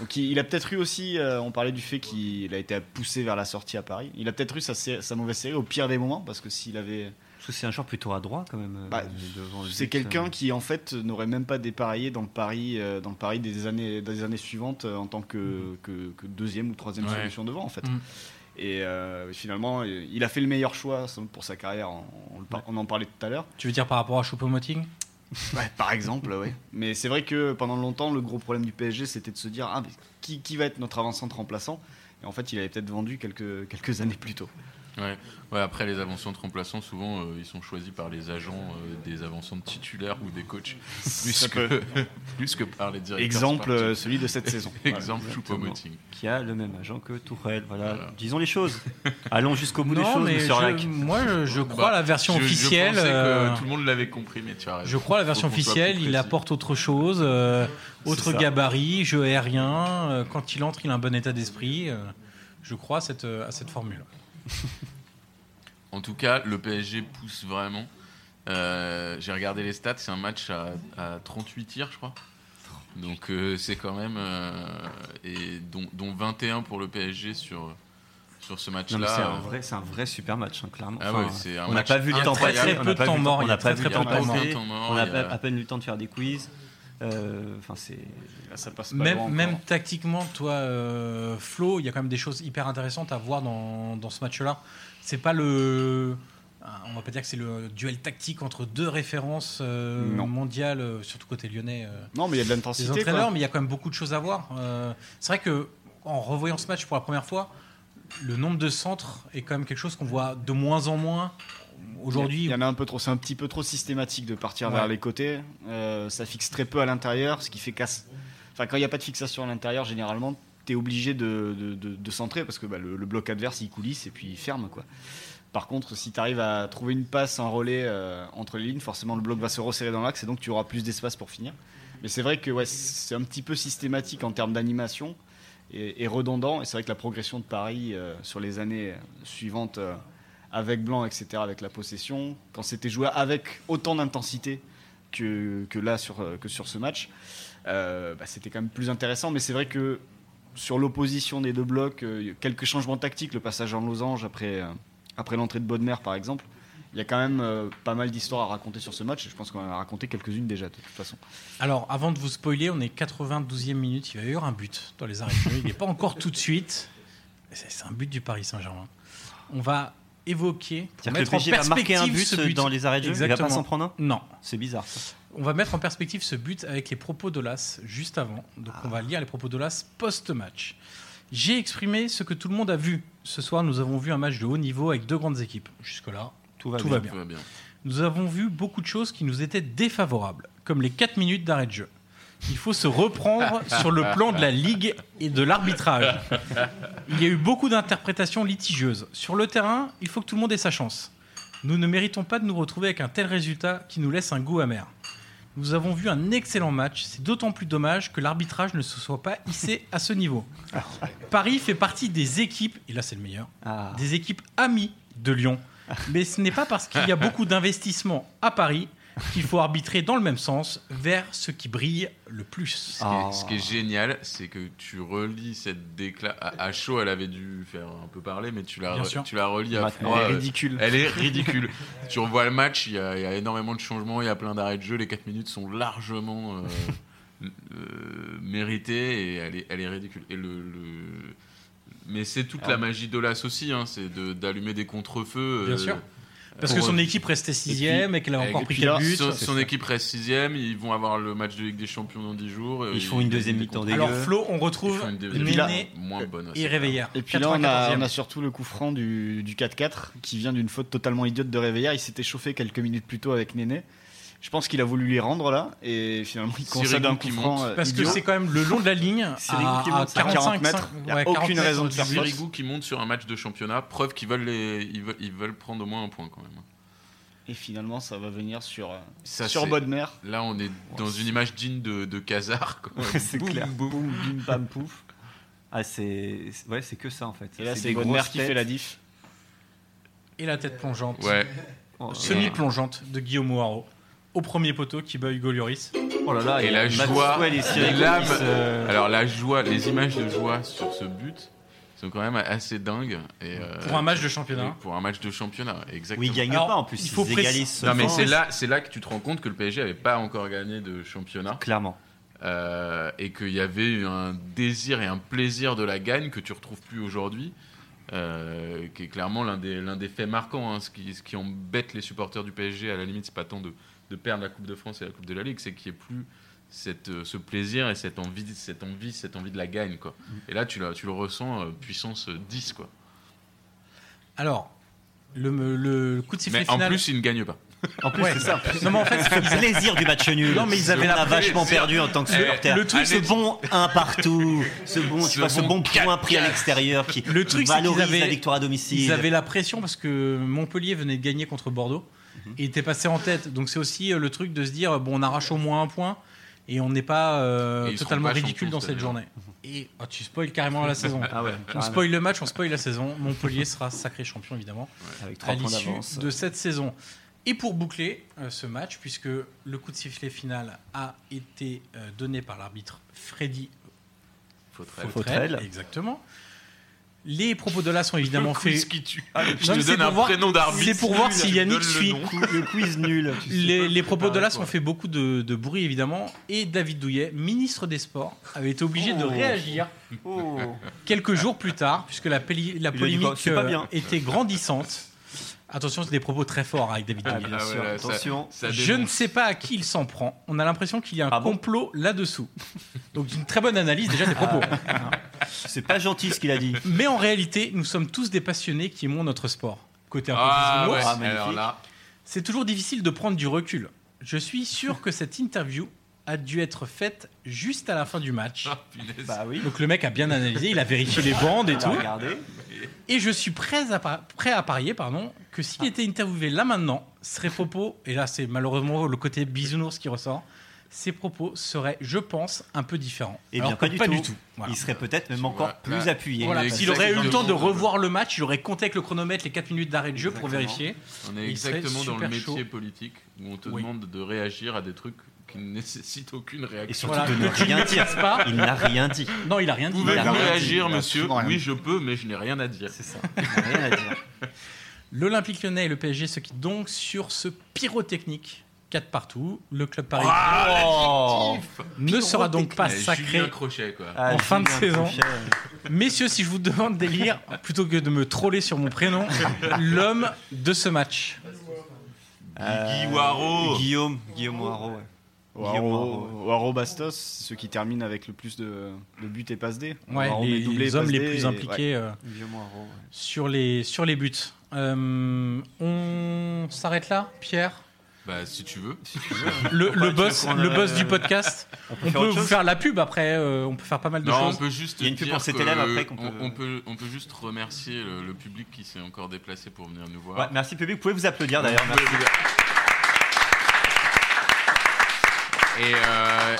[SPEAKER 4] Donc il, il a peut-être eu aussi, euh, on parlait du fait qu'il a été poussé vers la sortie à Paris, il a peut-être eu sa, sé- sa mauvaise série au pire des moments, parce que s'il avait...
[SPEAKER 3] Parce que c'est un joueur plutôt à droit quand même. euh,
[SPEAKER 4] Bah,
[SPEAKER 3] devant le
[SPEAKER 4] C'est
[SPEAKER 3] but,
[SPEAKER 4] quelqu'un
[SPEAKER 3] euh,
[SPEAKER 4] qui en fait n'aurait même pas dépareillé dans le pari, euh, dans le pari des années, des années suivantes euh, en tant que, que- que deuxième ou troisième
[SPEAKER 2] Ouais.
[SPEAKER 4] solution devant en fait.
[SPEAKER 1] Mm.
[SPEAKER 4] Et euh, finalement, euh, il a fait le meilleur choix sans doute, pour sa carrière. On, on le par- on en parlait tout à l'heure,
[SPEAKER 1] Tu veux dire par rapport à Choupo-Moting
[SPEAKER 4] par exemple. ouais. Mais c'est vrai que pendant longtemps, le gros problème du PSG, c'était de se dire ah, mais qui, qui va être notre avant-centre remplaçant. Et en fait, il avait peut-être vendu quelques, quelques années plus tôt.
[SPEAKER 2] Ouais. Ouais, après les avancements de remplaçants, souvent euh, ils sont choisis par les agents euh, des avancements de titulaires ou des coachs, plus,
[SPEAKER 4] Ça
[SPEAKER 2] que,
[SPEAKER 4] peut-
[SPEAKER 2] plus que par les directeurs.
[SPEAKER 4] Exemple,
[SPEAKER 2] sportifs.
[SPEAKER 4] euh, celui de cette saison. Voilà.
[SPEAKER 2] Exemple Choupo-Moting.
[SPEAKER 3] euh, qui a le même agent que Tourelle. Voilà.
[SPEAKER 2] Voilà.
[SPEAKER 3] Disons les choses. Allons jusqu'au bout des
[SPEAKER 1] Non,
[SPEAKER 3] choses,
[SPEAKER 1] mais
[SPEAKER 3] monsieur Arlac.
[SPEAKER 1] je, moi je, je crois
[SPEAKER 2] Bah,
[SPEAKER 1] la version
[SPEAKER 2] je- je
[SPEAKER 1] officielle.
[SPEAKER 2] pensais que
[SPEAKER 1] euh,
[SPEAKER 2] tout le monde l'avait compris, mais tu as raison.
[SPEAKER 1] Je crois la version
[SPEAKER 2] Faut qu'on soit
[SPEAKER 1] officielle,
[SPEAKER 2] plus
[SPEAKER 1] il
[SPEAKER 2] précis.
[SPEAKER 1] apporte autre chose, euh, autre
[SPEAKER 3] ça.
[SPEAKER 1] gabarit, jeu aérien. euh, quand il entre, il a un bon état d'esprit. euh, je crois à cette, euh, à cette formule.
[SPEAKER 2] En tout cas, le PSG pousse vraiment. Euh, J'ai regardé les stats, c'est un match à, à 38 tirs, je crois. Donc euh, c'est quand même. euh, et dont, dont 21 pour le PSG sur, sur ce
[SPEAKER 3] Non, mais
[SPEAKER 2] match-là.
[SPEAKER 3] c'est un vrai, c'est un vrai vu match, hein, clairement.
[SPEAKER 2] euh, Ah
[SPEAKER 3] Enfin,
[SPEAKER 2] ouais, c'est un
[SPEAKER 3] on n'a
[SPEAKER 2] match
[SPEAKER 3] pas vu le temps
[SPEAKER 1] incroyable. Très,
[SPEAKER 3] passer,
[SPEAKER 1] très
[SPEAKER 3] on
[SPEAKER 1] peu
[SPEAKER 3] n'a
[SPEAKER 1] de
[SPEAKER 3] pas
[SPEAKER 1] temps
[SPEAKER 3] vu-
[SPEAKER 1] mort, il
[SPEAKER 3] on
[SPEAKER 1] y a
[SPEAKER 3] n'a pas
[SPEAKER 1] très,
[SPEAKER 3] vu
[SPEAKER 1] très
[SPEAKER 3] le
[SPEAKER 1] peu de
[SPEAKER 3] temps
[SPEAKER 1] temps mort.
[SPEAKER 3] passer,
[SPEAKER 2] Temps mort,
[SPEAKER 3] on n'a
[SPEAKER 2] il y
[SPEAKER 3] pas-
[SPEAKER 2] a-
[SPEAKER 3] à peine eu le temps de faire des quiz. Euh, Enfin, c'est
[SPEAKER 4] Là, ça passe pas loin
[SPEAKER 1] Même,
[SPEAKER 4] encore.
[SPEAKER 1] même tactiquement, toi, euh, Flo, il y a quand même des choses hyper intéressantes à voir dans, dans ce match-là. C'est pas le. On va pas dire que c'est le duel tactique entre deux références euh,
[SPEAKER 4] Non.
[SPEAKER 1] mondiales, euh, surtout côté lyonnais. euh,
[SPEAKER 4] Non, mais il y a de
[SPEAKER 1] des
[SPEAKER 4] l'intensité.
[SPEAKER 1] entraîneurs,
[SPEAKER 4] quoi.
[SPEAKER 1] mais il y a quand même beaucoup de choses à voir. Euh, c'est vrai que en revoyant ce match pour la première fois, le nombre de centres est quand même quelque chose qu'on voit de moins en moins
[SPEAKER 4] Il
[SPEAKER 1] aujourd'hui.
[SPEAKER 4] y en a un peu trop. C'est un petit peu trop systématique de partir
[SPEAKER 1] Ouais.
[SPEAKER 4] vers les côtés. Euh, ça fixe très peu à l'intérieur, ce qui fait casse. Enfin, quand il n'y a pas de fixation à l'intérieur, généralement, tu es obligé de, de- de- de centrer parce que bah, le, le bloc adverse il coulisse et puis il ferme quoi. Par contre, si tu arrives à trouver une passe en relais euh, entre les lignes, forcément le bloc va se resserrer dans l'axe et donc tu auras plus d'espace pour finir. Mais c'est vrai que ouais, c'est un petit peu systématique en termes d'animation et, et redondant. Et c'est vrai que la progression de Paris euh, sur les années suivantes euh, avec Blanc, etc., avec la possession, quand c'était joué avec autant d'intensité que, que là sur, euh, que sur ce match, euh, bah, c'était quand même plus intéressant. Mais c'est vrai que sur l'opposition des deux blocs, euh, quelques changements tactiques, le passage en losange après, euh, après l'entrée de Bodmer par exemple. Il y a quand même euh, pas mal d'histoires à raconter sur ce match. et Je pense qu'on en a raconté quelques-unes déjà, de toute façon.
[SPEAKER 1] Alors, avant de vous spoiler, on est 92e minute, il va y avoir un but dans les arrêts. de jeu. Il n'est pas encore tout de suite. C'est c'est un but du Paris Saint-Germain. On va évoquer pour
[SPEAKER 3] c'est-à-dire que le
[SPEAKER 1] mettre en
[SPEAKER 3] PSG va marquer
[SPEAKER 1] perspective
[SPEAKER 3] un but,
[SPEAKER 1] ce but.
[SPEAKER 3] dans les arrêts de jeu. Il va
[SPEAKER 1] Exactement.
[SPEAKER 3] pas s'en prendre un.
[SPEAKER 1] Non.
[SPEAKER 3] C'est bizarre. ça.
[SPEAKER 1] On va mettre en perspective ce but avec les propos d'Olas juste avant. Donc on va lire les propos d'Olas post-match. J'ai exprimé ce que tout le monde a vu. Ce soir, nous avons vu un match de haut niveau avec deux grandes équipes. Jusque-là,
[SPEAKER 3] Tout va
[SPEAKER 1] tout
[SPEAKER 3] bien.
[SPEAKER 1] va bien.
[SPEAKER 2] Tout va bien.
[SPEAKER 1] Nous avons vu beaucoup de choses qui nous étaient défavorables, comme les 4 minutes d'arrêt de jeu. Il faut se reprendre sur le plan de la Ligue et de l'arbitrage. Il y a eu beaucoup d'interprétations litigieuses. Sur le terrain, il faut que tout le monde ait sa chance. Nous ne méritons pas de nous retrouver avec un tel résultat qui nous laisse un goût amer. Nous avons vu un excellent match, c'est d'autant plus dommage que l'arbitrage ne se soit pas hissé à ce niveau. Paris fait partie des équipes, et là c'est le meilleur,
[SPEAKER 3] Ah.
[SPEAKER 1] des équipes amies de Lyon. Mais ce n'est pas parce qu'il y a beaucoup d'investissements à Paris qu'il faut arbitrer dans le même sens vers ce qui brille le plus.
[SPEAKER 2] Ce qui est-
[SPEAKER 3] Ah.
[SPEAKER 2] Ce qui est génial, c'est que tu relis cette décla à, à chaud, elle avait dû faire un peu parler, mais tu la,
[SPEAKER 1] Bien
[SPEAKER 2] re-
[SPEAKER 1] sûr.
[SPEAKER 2] tu la relis à
[SPEAKER 3] Maintenant,
[SPEAKER 2] froid.
[SPEAKER 4] elle est
[SPEAKER 2] euh,
[SPEAKER 4] ridicule.
[SPEAKER 2] Elle est ridicule. tu revois le match, il y, a il y a énormément de changements, il y a plein d'arrêts de jeu, les 4 minutes sont largement euh, euh, méritées et elle est, elle est ridicule. Et le, le- Mais c'est toute
[SPEAKER 3] Ah.
[SPEAKER 2] la magie de l'as aussi, hein, c'est de- d'allumer des contre-feux.
[SPEAKER 1] Bien
[SPEAKER 2] euh,
[SPEAKER 1] sûr. Parce
[SPEAKER 2] pour
[SPEAKER 1] que son
[SPEAKER 2] eux.
[SPEAKER 1] équipe restait sixième et qu'elle a
[SPEAKER 2] Et
[SPEAKER 1] encore
[SPEAKER 2] puis
[SPEAKER 1] pris
[SPEAKER 4] là,
[SPEAKER 1] quatre buts.
[SPEAKER 2] Son,
[SPEAKER 3] c'est
[SPEAKER 2] son
[SPEAKER 3] ça.
[SPEAKER 2] équipe reste sixième, ils vont avoir le match de Ligue des Champions dans 10 jours. euh,
[SPEAKER 3] Ils font une deuxième mi-temps
[SPEAKER 2] contre-
[SPEAKER 3] dégueu.
[SPEAKER 1] Alors Flo, on
[SPEAKER 2] Ils
[SPEAKER 1] retrouve
[SPEAKER 2] font une deuxième
[SPEAKER 4] puis là-
[SPEAKER 1] Néné
[SPEAKER 2] moins bonne.
[SPEAKER 1] et
[SPEAKER 2] c'est
[SPEAKER 1] Réveillère.
[SPEAKER 4] Et puis là, on a,
[SPEAKER 1] 94e.
[SPEAKER 4] on a surtout le coup franc du, du 4-4 qui vient d'une faute totalement idiote de Réveillère. Il s'était chauffé quelques minutes plus tôt avec Néné. Je pense qu'il a voulu les rendre là et finalement il
[SPEAKER 2] Sirigu
[SPEAKER 4] concède un
[SPEAKER 2] qui
[SPEAKER 4] coup
[SPEAKER 2] monte.
[SPEAKER 4] franc. euh,
[SPEAKER 1] Parce que
[SPEAKER 4] idiot.
[SPEAKER 1] c'est quand même le long de la ligne,
[SPEAKER 4] C'est
[SPEAKER 1] à,
[SPEAKER 4] Rigou qui
[SPEAKER 1] à
[SPEAKER 4] monte à
[SPEAKER 1] 45
[SPEAKER 4] 40 mètres.
[SPEAKER 1] cin-
[SPEAKER 4] Il y a
[SPEAKER 1] ouais,
[SPEAKER 4] aucune
[SPEAKER 1] 40
[SPEAKER 4] raison de
[SPEAKER 1] mètres.
[SPEAKER 4] faire ça.
[SPEAKER 2] Sirigu qui monte sur un match de championnat, preuve qu'ils veulent, les, ils veulent, ils veulent prendre au moins un point quand même.
[SPEAKER 4] Et finalement, ça va venir sur, euh,
[SPEAKER 2] Ça,
[SPEAKER 4] sur
[SPEAKER 2] c'est-
[SPEAKER 4] Bodmer.
[SPEAKER 2] Là, on est dans une image digne de, de Kazar. quoi.
[SPEAKER 4] c'est
[SPEAKER 2] Boum,
[SPEAKER 4] clair.
[SPEAKER 2] boum.
[SPEAKER 4] Boum, bim, bam, pouf.
[SPEAKER 3] Ah, c'est c'est- ouais, c'est que ça en fait.
[SPEAKER 4] Et là,
[SPEAKER 3] C'est
[SPEAKER 4] c'est
[SPEAKER 3] des
[SPEAKER 4] Bodmer
[SPEAKER 3] grosses
[SPEAKER 4] qui
[SPEAKER 3] têtes.
[SPEAKER 4] fait la diff.
[SPEAKER 1] Et la tête plongeante.
[SPEAKER 2] Ouais.
[SPEAKER 3] Oh,
[SPEAKER 1] Semi-plongeante de Guillaume Moirot. Au premier poteau qui bat Hugo Lloris.
[SPEAKER 3] Oh là là,
[SPEAKER 2] Et
[SPEAKER 3] il y
[SPEAKER 2] la
[SPEAKER 3] a Maxwell
[SPEAKER 2] joie,
[SPEAKER 3] et euh, Sirigu qui
[SPEAKER 2] l'âme.
[SPEAKER 3] se-
[SPEAKER 2] Alors la joie, les images de joie sur ce but sont quand même assez dingues. Et, euh,
[SPEAKER 1] Pour un match de championnat.
[SPEAKER 2] Pour un match de championnat, exactement.
[SPEAKER 3] Oui, ils gagnent
[SPEAKER 1] Alors,
[SPEAKER 3] pas en plus.
[SPEAKER 1] il faut
[SPEAKER 3] ils
[SPEAKER 1] préciser-
[SPEAKER 3] égalisent ce
[SPEAKER 2] Non mais
[SPEAKER 3] point.
[SPEAKER 2] c'est là, c'est là que tu te rends compte que le PSG avait pas encore gagné de championnat
[SPEAKER 3] Clairement.
[SPEAKER 2] euh, et qu'il y avait eu un désir et un plaisir de la gagne que tu retrouves plus aujourd'hui, euh, qui est clairement l'un des l'un des faits marquants. hein. ce qui ce qui embête les supporters du PSG à la limite, c'est pas tant de de perdre la Coupe de France et la Coupe de la Ligue, c'est qu'il n'y ait plus cette, euh, ce plaisir et cette envie, cette envie, cette envie de la gagne quoi.
[SPEAKER 1] Mm.
[SPEAKER 2] Et là tu, la- tu le ressens euh, puissance euh, 10 quoi.
[SPEAKER 1] Alors, le, le coup de sifflet
[SPEAKER 2] Mais en
[SPEAKER 1] final.
[SPEAKER 2] plus ils ne gagnent pas.
[SPEAKER 3] En plus,
[SPEAKER 1] Ouais.
[SPEAKER 3] c'est ça.
[SPEAKER 1] non mais en fait,
[SPEAKER 3] Le plaisir du match nul.
[SPEAKER 1] Non, mais ils avaient
[SPEAKER 3] On
[SPEAKER 1] la
[SPEAKER 3] a vachement
[SPEAKER 2] plaisir.
[SPEAKER 3] perdu en tant que
[SPEAKER 2] Eh,
[SPEAKER 3] supporter.
[SPEAKER 1] le truc,
[SPEAKER 3] ce
[SPEAKER 1] c'est-
[SPEAKER 3] bon un partout, ce bon, tu
[SPEAKER 2] Ce
[SPEAKER 3] vois, ce
[SPEAKER 2] bon
[SPEAKER 3] bon point pris à l'extérieur qui
[SPEAKER 1] Le truc, c'est qu'ils
[SPEAKER 3] valorise
[SPEAKER 1] avaient-
[SPEAKER 3] la victoire à domicile.
[SPEAKER 1] Ils avaient la pression parce que Montpellier venait de gagner contre Bordeaux
[SPEAKER 2] Mhm.
[SPEAKER 1] et était passé en tête. Donc c'est aussi euh, le truc de se dire bon, on arrache au moins un point et on n'est pas euh,
[SPEAKER 2] Et ils seront
[SPEAKER 1] totalement
[SPEAKER 2] pas
[SPEAKER 1] ridicule
[SPEAKER 2] champions
[SPEAKER 1] dans
[SPEAKER 2] cette Mhm.
[SPEAKER 1] cette
[SPEAKER 2] année.
[SPEAKER 1] journée. Et oh, tu spoil carrément la saison.
[SPEAKER 3] Ah ouais,
[SPEAKER 1] On
[SPEAKER 3] carrément.
[SPEAKER 1] spoil le match, on spoil la saison. Montpellier sera sacré champion évidemment
[SPEAKER 3] avec
[SPEAKER 1] à
[SPEAKER 3] trois points
[SPEAKER 1] l'issue
[SPEAKER 3] d'avance.
[SPEAKER 1] de cette saison. Et pour boucler euh, ce match, puisque le coup de sifflet final a été euh, donné par l'arbitre Freddy
[SPEAKER 2] Faudrait- Bah,
[SPEAKER 1] Fautrel,
[SPEAKER 3] Fautrel.
[SPEAKER 1] exactement. Les propos de là sont évidemment
[SPEAKER 2] Le quiz
[SPEAKER 1] faits
[SPEAKER 2] qui tue.
[SPEAKER 1] non,
[SPEAKER 2] je
[SPEAKER 1] mais
[SPEAKER 2] te
[SPEAKER 1] c'est
[SPEAKER 2] donne
[SPEAKER 1] pour
[SPEAKER 2] un
[SPEAKER 1] voir-
[SPEAKER 2] prénom d'arbitre.
[SPEAKER 1] c'est pour voir
[SPEAKER 2] Ah, tu
[SPEAKER 1] si
[SPEAKER 2] me
[SPEAKER 1] Yannick
[SPEAKER 2] donnes le
[SPEAKER 1] suit.
[SPEAKER 2] nom.
[SPEAKER 3] Le quiz nul.
[SPEAKER 1] Les, les propos de
[SPEAKER 2] pareil,
[SPEAKER 1] l'AS
[SPEAKER 2] quoi.
[SPEAKER 1] ont fait beaucoup de, de bruit évidemment et David Douillet, ministre des Sports, avait été obligé de
[SPEAKER 3] Oh.
[SPEAKER 1] réagir quelques jours plus tard puisque la, péli- la
[SPEAKER 3] Il a dit quoi
[SPEAKER 1] polémique
[SPEAKER 3] C'est pas
[SPEAKER 1] euh,
[SPEAKER 3] bien.
[SPEAKER 1] était grandissante. Attention, c'est des propos très forts avec David
[SPEAKER 3] Ah,
[SPEAKER 1] Douillet.
[SPEAKER 3] bien
[SPEAKER 2] Ah ouais,
[SPEAKER 3] sûr,
[SPEAKER 2] là, ça-
[SPEAKER 3] attention.
[SPEAKER 2] ça
[SPEAKER 1] Je ne
[SPEAKER 2] dénonce.
[SPEAKER 1] sais pas à qui il s'en prend. On a l'impression qu'il y a un
[SPEAKER 3] Ah bon
[SPEAKER 1] complot là-dessous. Donc une très bonne analyse déjà des propos.
[SPEAKER 3] C'est pas gentil ce qu'il a dit.
[SPEAKER 1] Mais en réalité, nous sommes tous des passionnés qui aimons notre sport. Côté un peu
[SPEAKER 2] Ah ouais,
[SPEAKER 1] bisounours,
[SPEAKER 3] Ah, magnifique.
[SPEAKER 2] alors là,
[SPEAKER 1] C'est toujours difficile de prendre du recul. Je suis sûr que cette interview a dû être faite juste à la fin du match.
[SPEAKER 2] ah, punaise.
[SPEAKER 3] Bah oui.
[SPEAKER 1] Donc le mec a bien analysé, il a vérifié les bandes et
[SPEAKER 3] On a
[SPEAKER 1] tout.
[SPEAKER 3] regardé.
[SPEAKER 1] Et je suis prêt à, par- prêt à parier pardon, que s'il était interviewé là maintenant, ses propos, et là c'est malheureusement le côté bisounours qui ressort, ses propos seraient, je pense, un peu différents.
[SPEAKER 3] Eh
[SPEAKER 1] Alors
[SPEAKER 3] bien,
[SPEAKER 1] que
[SPEAKER 3] pas du tout.
[SPEAKER 1] Voilà.
[SPEAKER 3] Il serait peut-être même
[SPEAKER 2] Tu
[SPEAKER 3] encore
[SPEAKER 2] vois,
[SPEAKER 3] plus
[SPEAKER 2] là-
[SPEAKER 3] appuyé.
[SPEAKER 1] Voilà,
[SPEAKER 2] Il est
[SPEAKER 1] s'il aurait eu le temps de
[SPEAKER 2] exactement-
[SPEAKER 1] revoir le match, il aurait compté avec le chronomètre les 4 minutes d'arrêt de jeu pour
[SPEAKER 3] Exactement.
[SPEAKER 1] vérifier.
[SPEAKER 2] on est
[SPEAKER 1] il serait
[SPEAKER 2] exactement dans le
[SPEAKER 1] super
[SPEAKER 2] métier
[SPEAKER 1] chaud.
[SPEAKER 2] politique où on te
[SPEAKER 1] Oui.
[SPEAKER 2] demande de réagir à des trucs qui ne nécessitent aucune réaction.
[SPEAKER 3] Et surtout
[SPEAKER 1] Voilà.
[SPEAKER 3] de ne
[SPEAKER 1] Que tu ne
[SPEAKER 3] rien dire.
[SPEAKER 1] fasses pas.
[SPEAKER 3] Il n'a rien dit.
[SPEAKER 1] Non, il a rien dit.
[SPEAKER 2] Vous
[SPEAKER 1] il a
[SPEAKER 2] Pouvez-vous
[SPEAKER 1] rien dit.
[SPEAKER 2] réagir,
[SPEAKER 4] dit, il a
[SPEAKER 2] monsieur
[SPEAKER 4] absolument rien
[SPEAKER 2] Oui,
[SPEAKER 4] dit.
[SPEAKER 2] je peux, mais je n'ai rien à dire.
[SPEAKER 3] C'est ça. Il n'a rien à dire.
[SPEAKER 1] L'Olympique lyonnais et le PSG se quittent donc sur ce pyrotechnique 4 partout. Le club parisien
[SPEAKER 2] Ah,
[SPEAKER 3] Oh
[SPEAKER 1] ne sera donc Ah, pas
[SPEAKER 2] Eh,
[SPEAKER 1] sacré.
[SPEAKER 2] Julien Crochet, quoi.
[SPEAKER 3] Ah,
[SPEAKER 1] En fin de
[SPEAKER 3] Julien
[SPEAKER 1] saison.
[SPEAKER 3] Couchet, euh,
[SPEAKER 1] Messieurs, si je vous demande d'élire, plutôt que de me troller sur mon prénom, l'homme de ce match.
[SPEAKER 2] Guy Waro.
[SPEAKER 3] Euh, Guillaume, Guillaume Moirot. ouais. Guillaume
[SPEAKER 4] Waro,
[SPEAKER 3] Waro.
[SPEAKER 4] Waro Bastos, ceux qui terminent avec le plus de, de buts et passes D.
[SPEAKER 1] Ouais,
[SPEAKER 4] Waro met
[SPEAKER 1] les,
[SPEAKER 4] doublé et
[SPEAKER 1] les hommes
[SPEAKER 4] passe
[SPEAKER 1] les
[SPEAKER 4] D,
[SPEAKER 1] plus
[SPEAKER 4] et- ouais.
[SPEAKER 1] impliqués euh,
[SPEAKER 3] Guillaume Moirot, ouais.
[SPEAKER 1] sur, les, sur les buts. Euh, on s'arrête là, Pierre
[SPEAKER 2] Bah, si tu veux.
[SPEAKER 1] le, le
[SPEAKER 3] tu
[SPEAKER 1] boss,
[SPEAKER 3] veux qu'on,
[SPEAKER 1] le
[SPEAKER 3] euh,
[SPEAKER 1] boss du podcast. On peut,
[SPEAKER 3] faire autre
[SPEAKER 1] vous
[SPEAKER 3] chose
[SPEAKER 1] faire la pub après, euh, on peut faire pas mal de
[SPEAKER 2] Non, on
[SPEAKER 1] choses.
[SPEAKER 2] peut juste.
[SPEAKER 3] Il y a une pub
[SPEAKER 2] dire
[SPEAKER 3] pour cet
[SPEAKER 2] que
[SPEAKER 3] élève après qu'on peut-
[SPEAKER 2] On, on peut, on peut juste remercier le, le public qui s'est encore déplacé pour venir nous voir.
[SPEAKER 3] Ouais, merci public, vous pouvez vous applaudir d'ailleurs.
[SPEAKER 2] Vous
[SPEAKER 3] merci.
[SPEAKER 2] pouvez vous- Et, euh,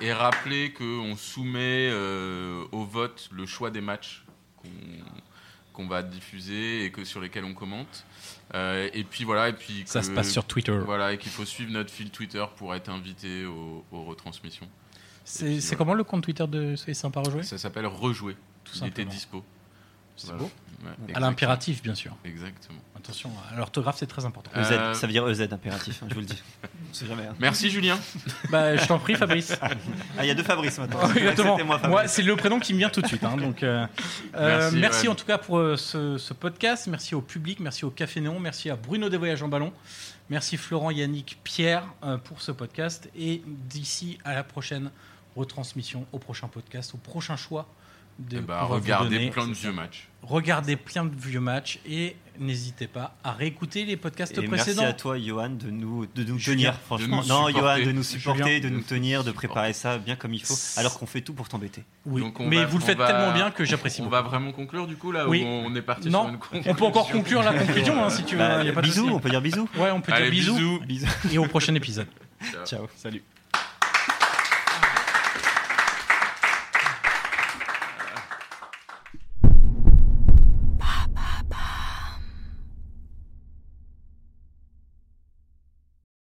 [SPEAKER 2] et- et rappeler qu'on soumet euh, au vote le choix des matchs qu'on qu'on va diffuser et que sur lesquels on commente. Euh, et puis voilà, et puis
[SPEAKER 1] Ça
[SPEAKER 2] que-
[SPEAKER 1] se passe sur Twitter.
[SPEAKER 2] Voilà, et qu'il faut suivre notre fil Twitter pour être invité aux, aux retransmissions. Et
[SPEAKER 1] C'est
[SPEAKER 2] puis,
[SPEAKER 1] c'est
[SPEAKER 2] voilà.
[SPEAKER 1] comment le compte Twitter de Soyez sympa rejouer
[SPEAKER 2] Ça s'appelle Rejouer.
[SPEAKER 1] Tout
[SPEAKER 2] Il était
[SPEAKER 1] simplement.
[SPEAKER 2] dispo.
[SPEAKER 1] C'est
[SPEAKER 2] Voilà.
[SPEAKER 1] beau.
[SPEAKER 2] Ouais,
[SPEAKER 1] À
[SPEAKER 2] exactement.
[SPEAKER 1] l'impératif, bien sûr.
[SPEAKER 2] Exactement.
[SPEAKER 1] Attention, à l'orthographe, c'est très important.
[SPEAKER 2] Euh,
[SPEAKER 3] EZ, E ça veut dire EZ impératif, hein, je vous le dis. On sait jamais. hein.
[SPEAKER 2] Merci Julien.
[SPEAKER 1] Bah, je t'en prie, Fabrice.
[SPEAKER 3] Ah, il y a deux Fabrice maintenant.
[SPEAKER 1] Exactement.
[SPEAKER 3] C'était moi, Fabrice.
[SPEAKER 1] Moi, c'est le prénom qui me vient tout de suite. hein, donc, euh, euh,
[SPEAKER 2] Merci,
[SPEAKER 1] merci,
[SPEAKER 2] Johan.
[SPEAKER 1] en tout cas pour euh, ce, ce podcast. Merci au public. Merci au Café Néon. Merci à Bruno des Voyages en Ballon. Merci Florent, Yannick, Pierre euh, pour ce podcast. Et d'ici à la prochaine retransmission, au prochain podcast, au prochain choix. De,
[SPEAKER 2] Eh bah,
[SPEAKER 1] qu'on va vous
[SPEAKER 2] regardez
[SPEAKER 1] donner.
[SPEAKER 2] plein de vieux matchs.
[SPEAKER 1] Regardez plein de vieux matchs et n'hésitez pas à réécouter les podcasts
[SPEAKER 3] Et merci
[SPEAKER 1] précédents.
[SPEAKER 3] à toi, Johan, de nous, de nous
[SPEAKER 1] Julien,
[SPEAKER 3] tenir, franchement.
[SPEAKER 2] nous
[SPEAKER 3] non,
[SPEAKER 2] supporter.
[SPEAKER 3] Johan, de nous
[SPEAKER 1] Julien,
[SPEAKER 3] supporter, de
[SPEAKER 2] de
[SPEAKER 3] nous
[SPEAKER 2] nous
[SPEAKER 3] tenir, de
[SPEAKER 2] supporter.
[SPEAKER 3] préparer ça bien comme il faut,
[SPEAKER 1] C'est-
[SPEAKER 3] alors qu'on fait tout pour t'embêter.
[SPEAKER 1] Oui,
[SPEAKER 2] Donc, on
[SPEAKER 1] mais
[SPEAKER 2] va-
[SPEAKER 1] vous le
[SPEAKER 2] on
[SPEAKER 1] faites
[SPEAKER 2] va-
[SPEAKER 1] tellement bien que j'apprécie
[SPEAKER 2] On
[SPEAKER 1] beaucoup.
[SPEAKER 2] va vraiment conclure du coup là
[SPEAKER 1] Oui.
[SPEAKER 2] où on est parti sur
[SPEAKER 1] Non,
[SPEAKER 2] une
[SPEAKER 1] on peut encore
[SPEAKER 2] conclusion.
[SPEAKER 1] conclure la conclusion hein, si tu veux.
[SPEAKER 3] Bah,
[SPEAKER 1] y a pas de
[SPEAKER 3] bisous,
[SPEAKER 1] souci.
[SPEAKER 3] on peut dire bisous.
[SPEAKER 1] Ouais, on peut
[SPEAKER 2] Allez,
[SPEAKER 1] dire bisous
[SPEAKER 2] bisous.
[SPEAKER 3] bisous.
[SPEAKER 1] et au prochain épisode.
[SPEAKER 3] Ciao.
[SPEAKER 4] Salut.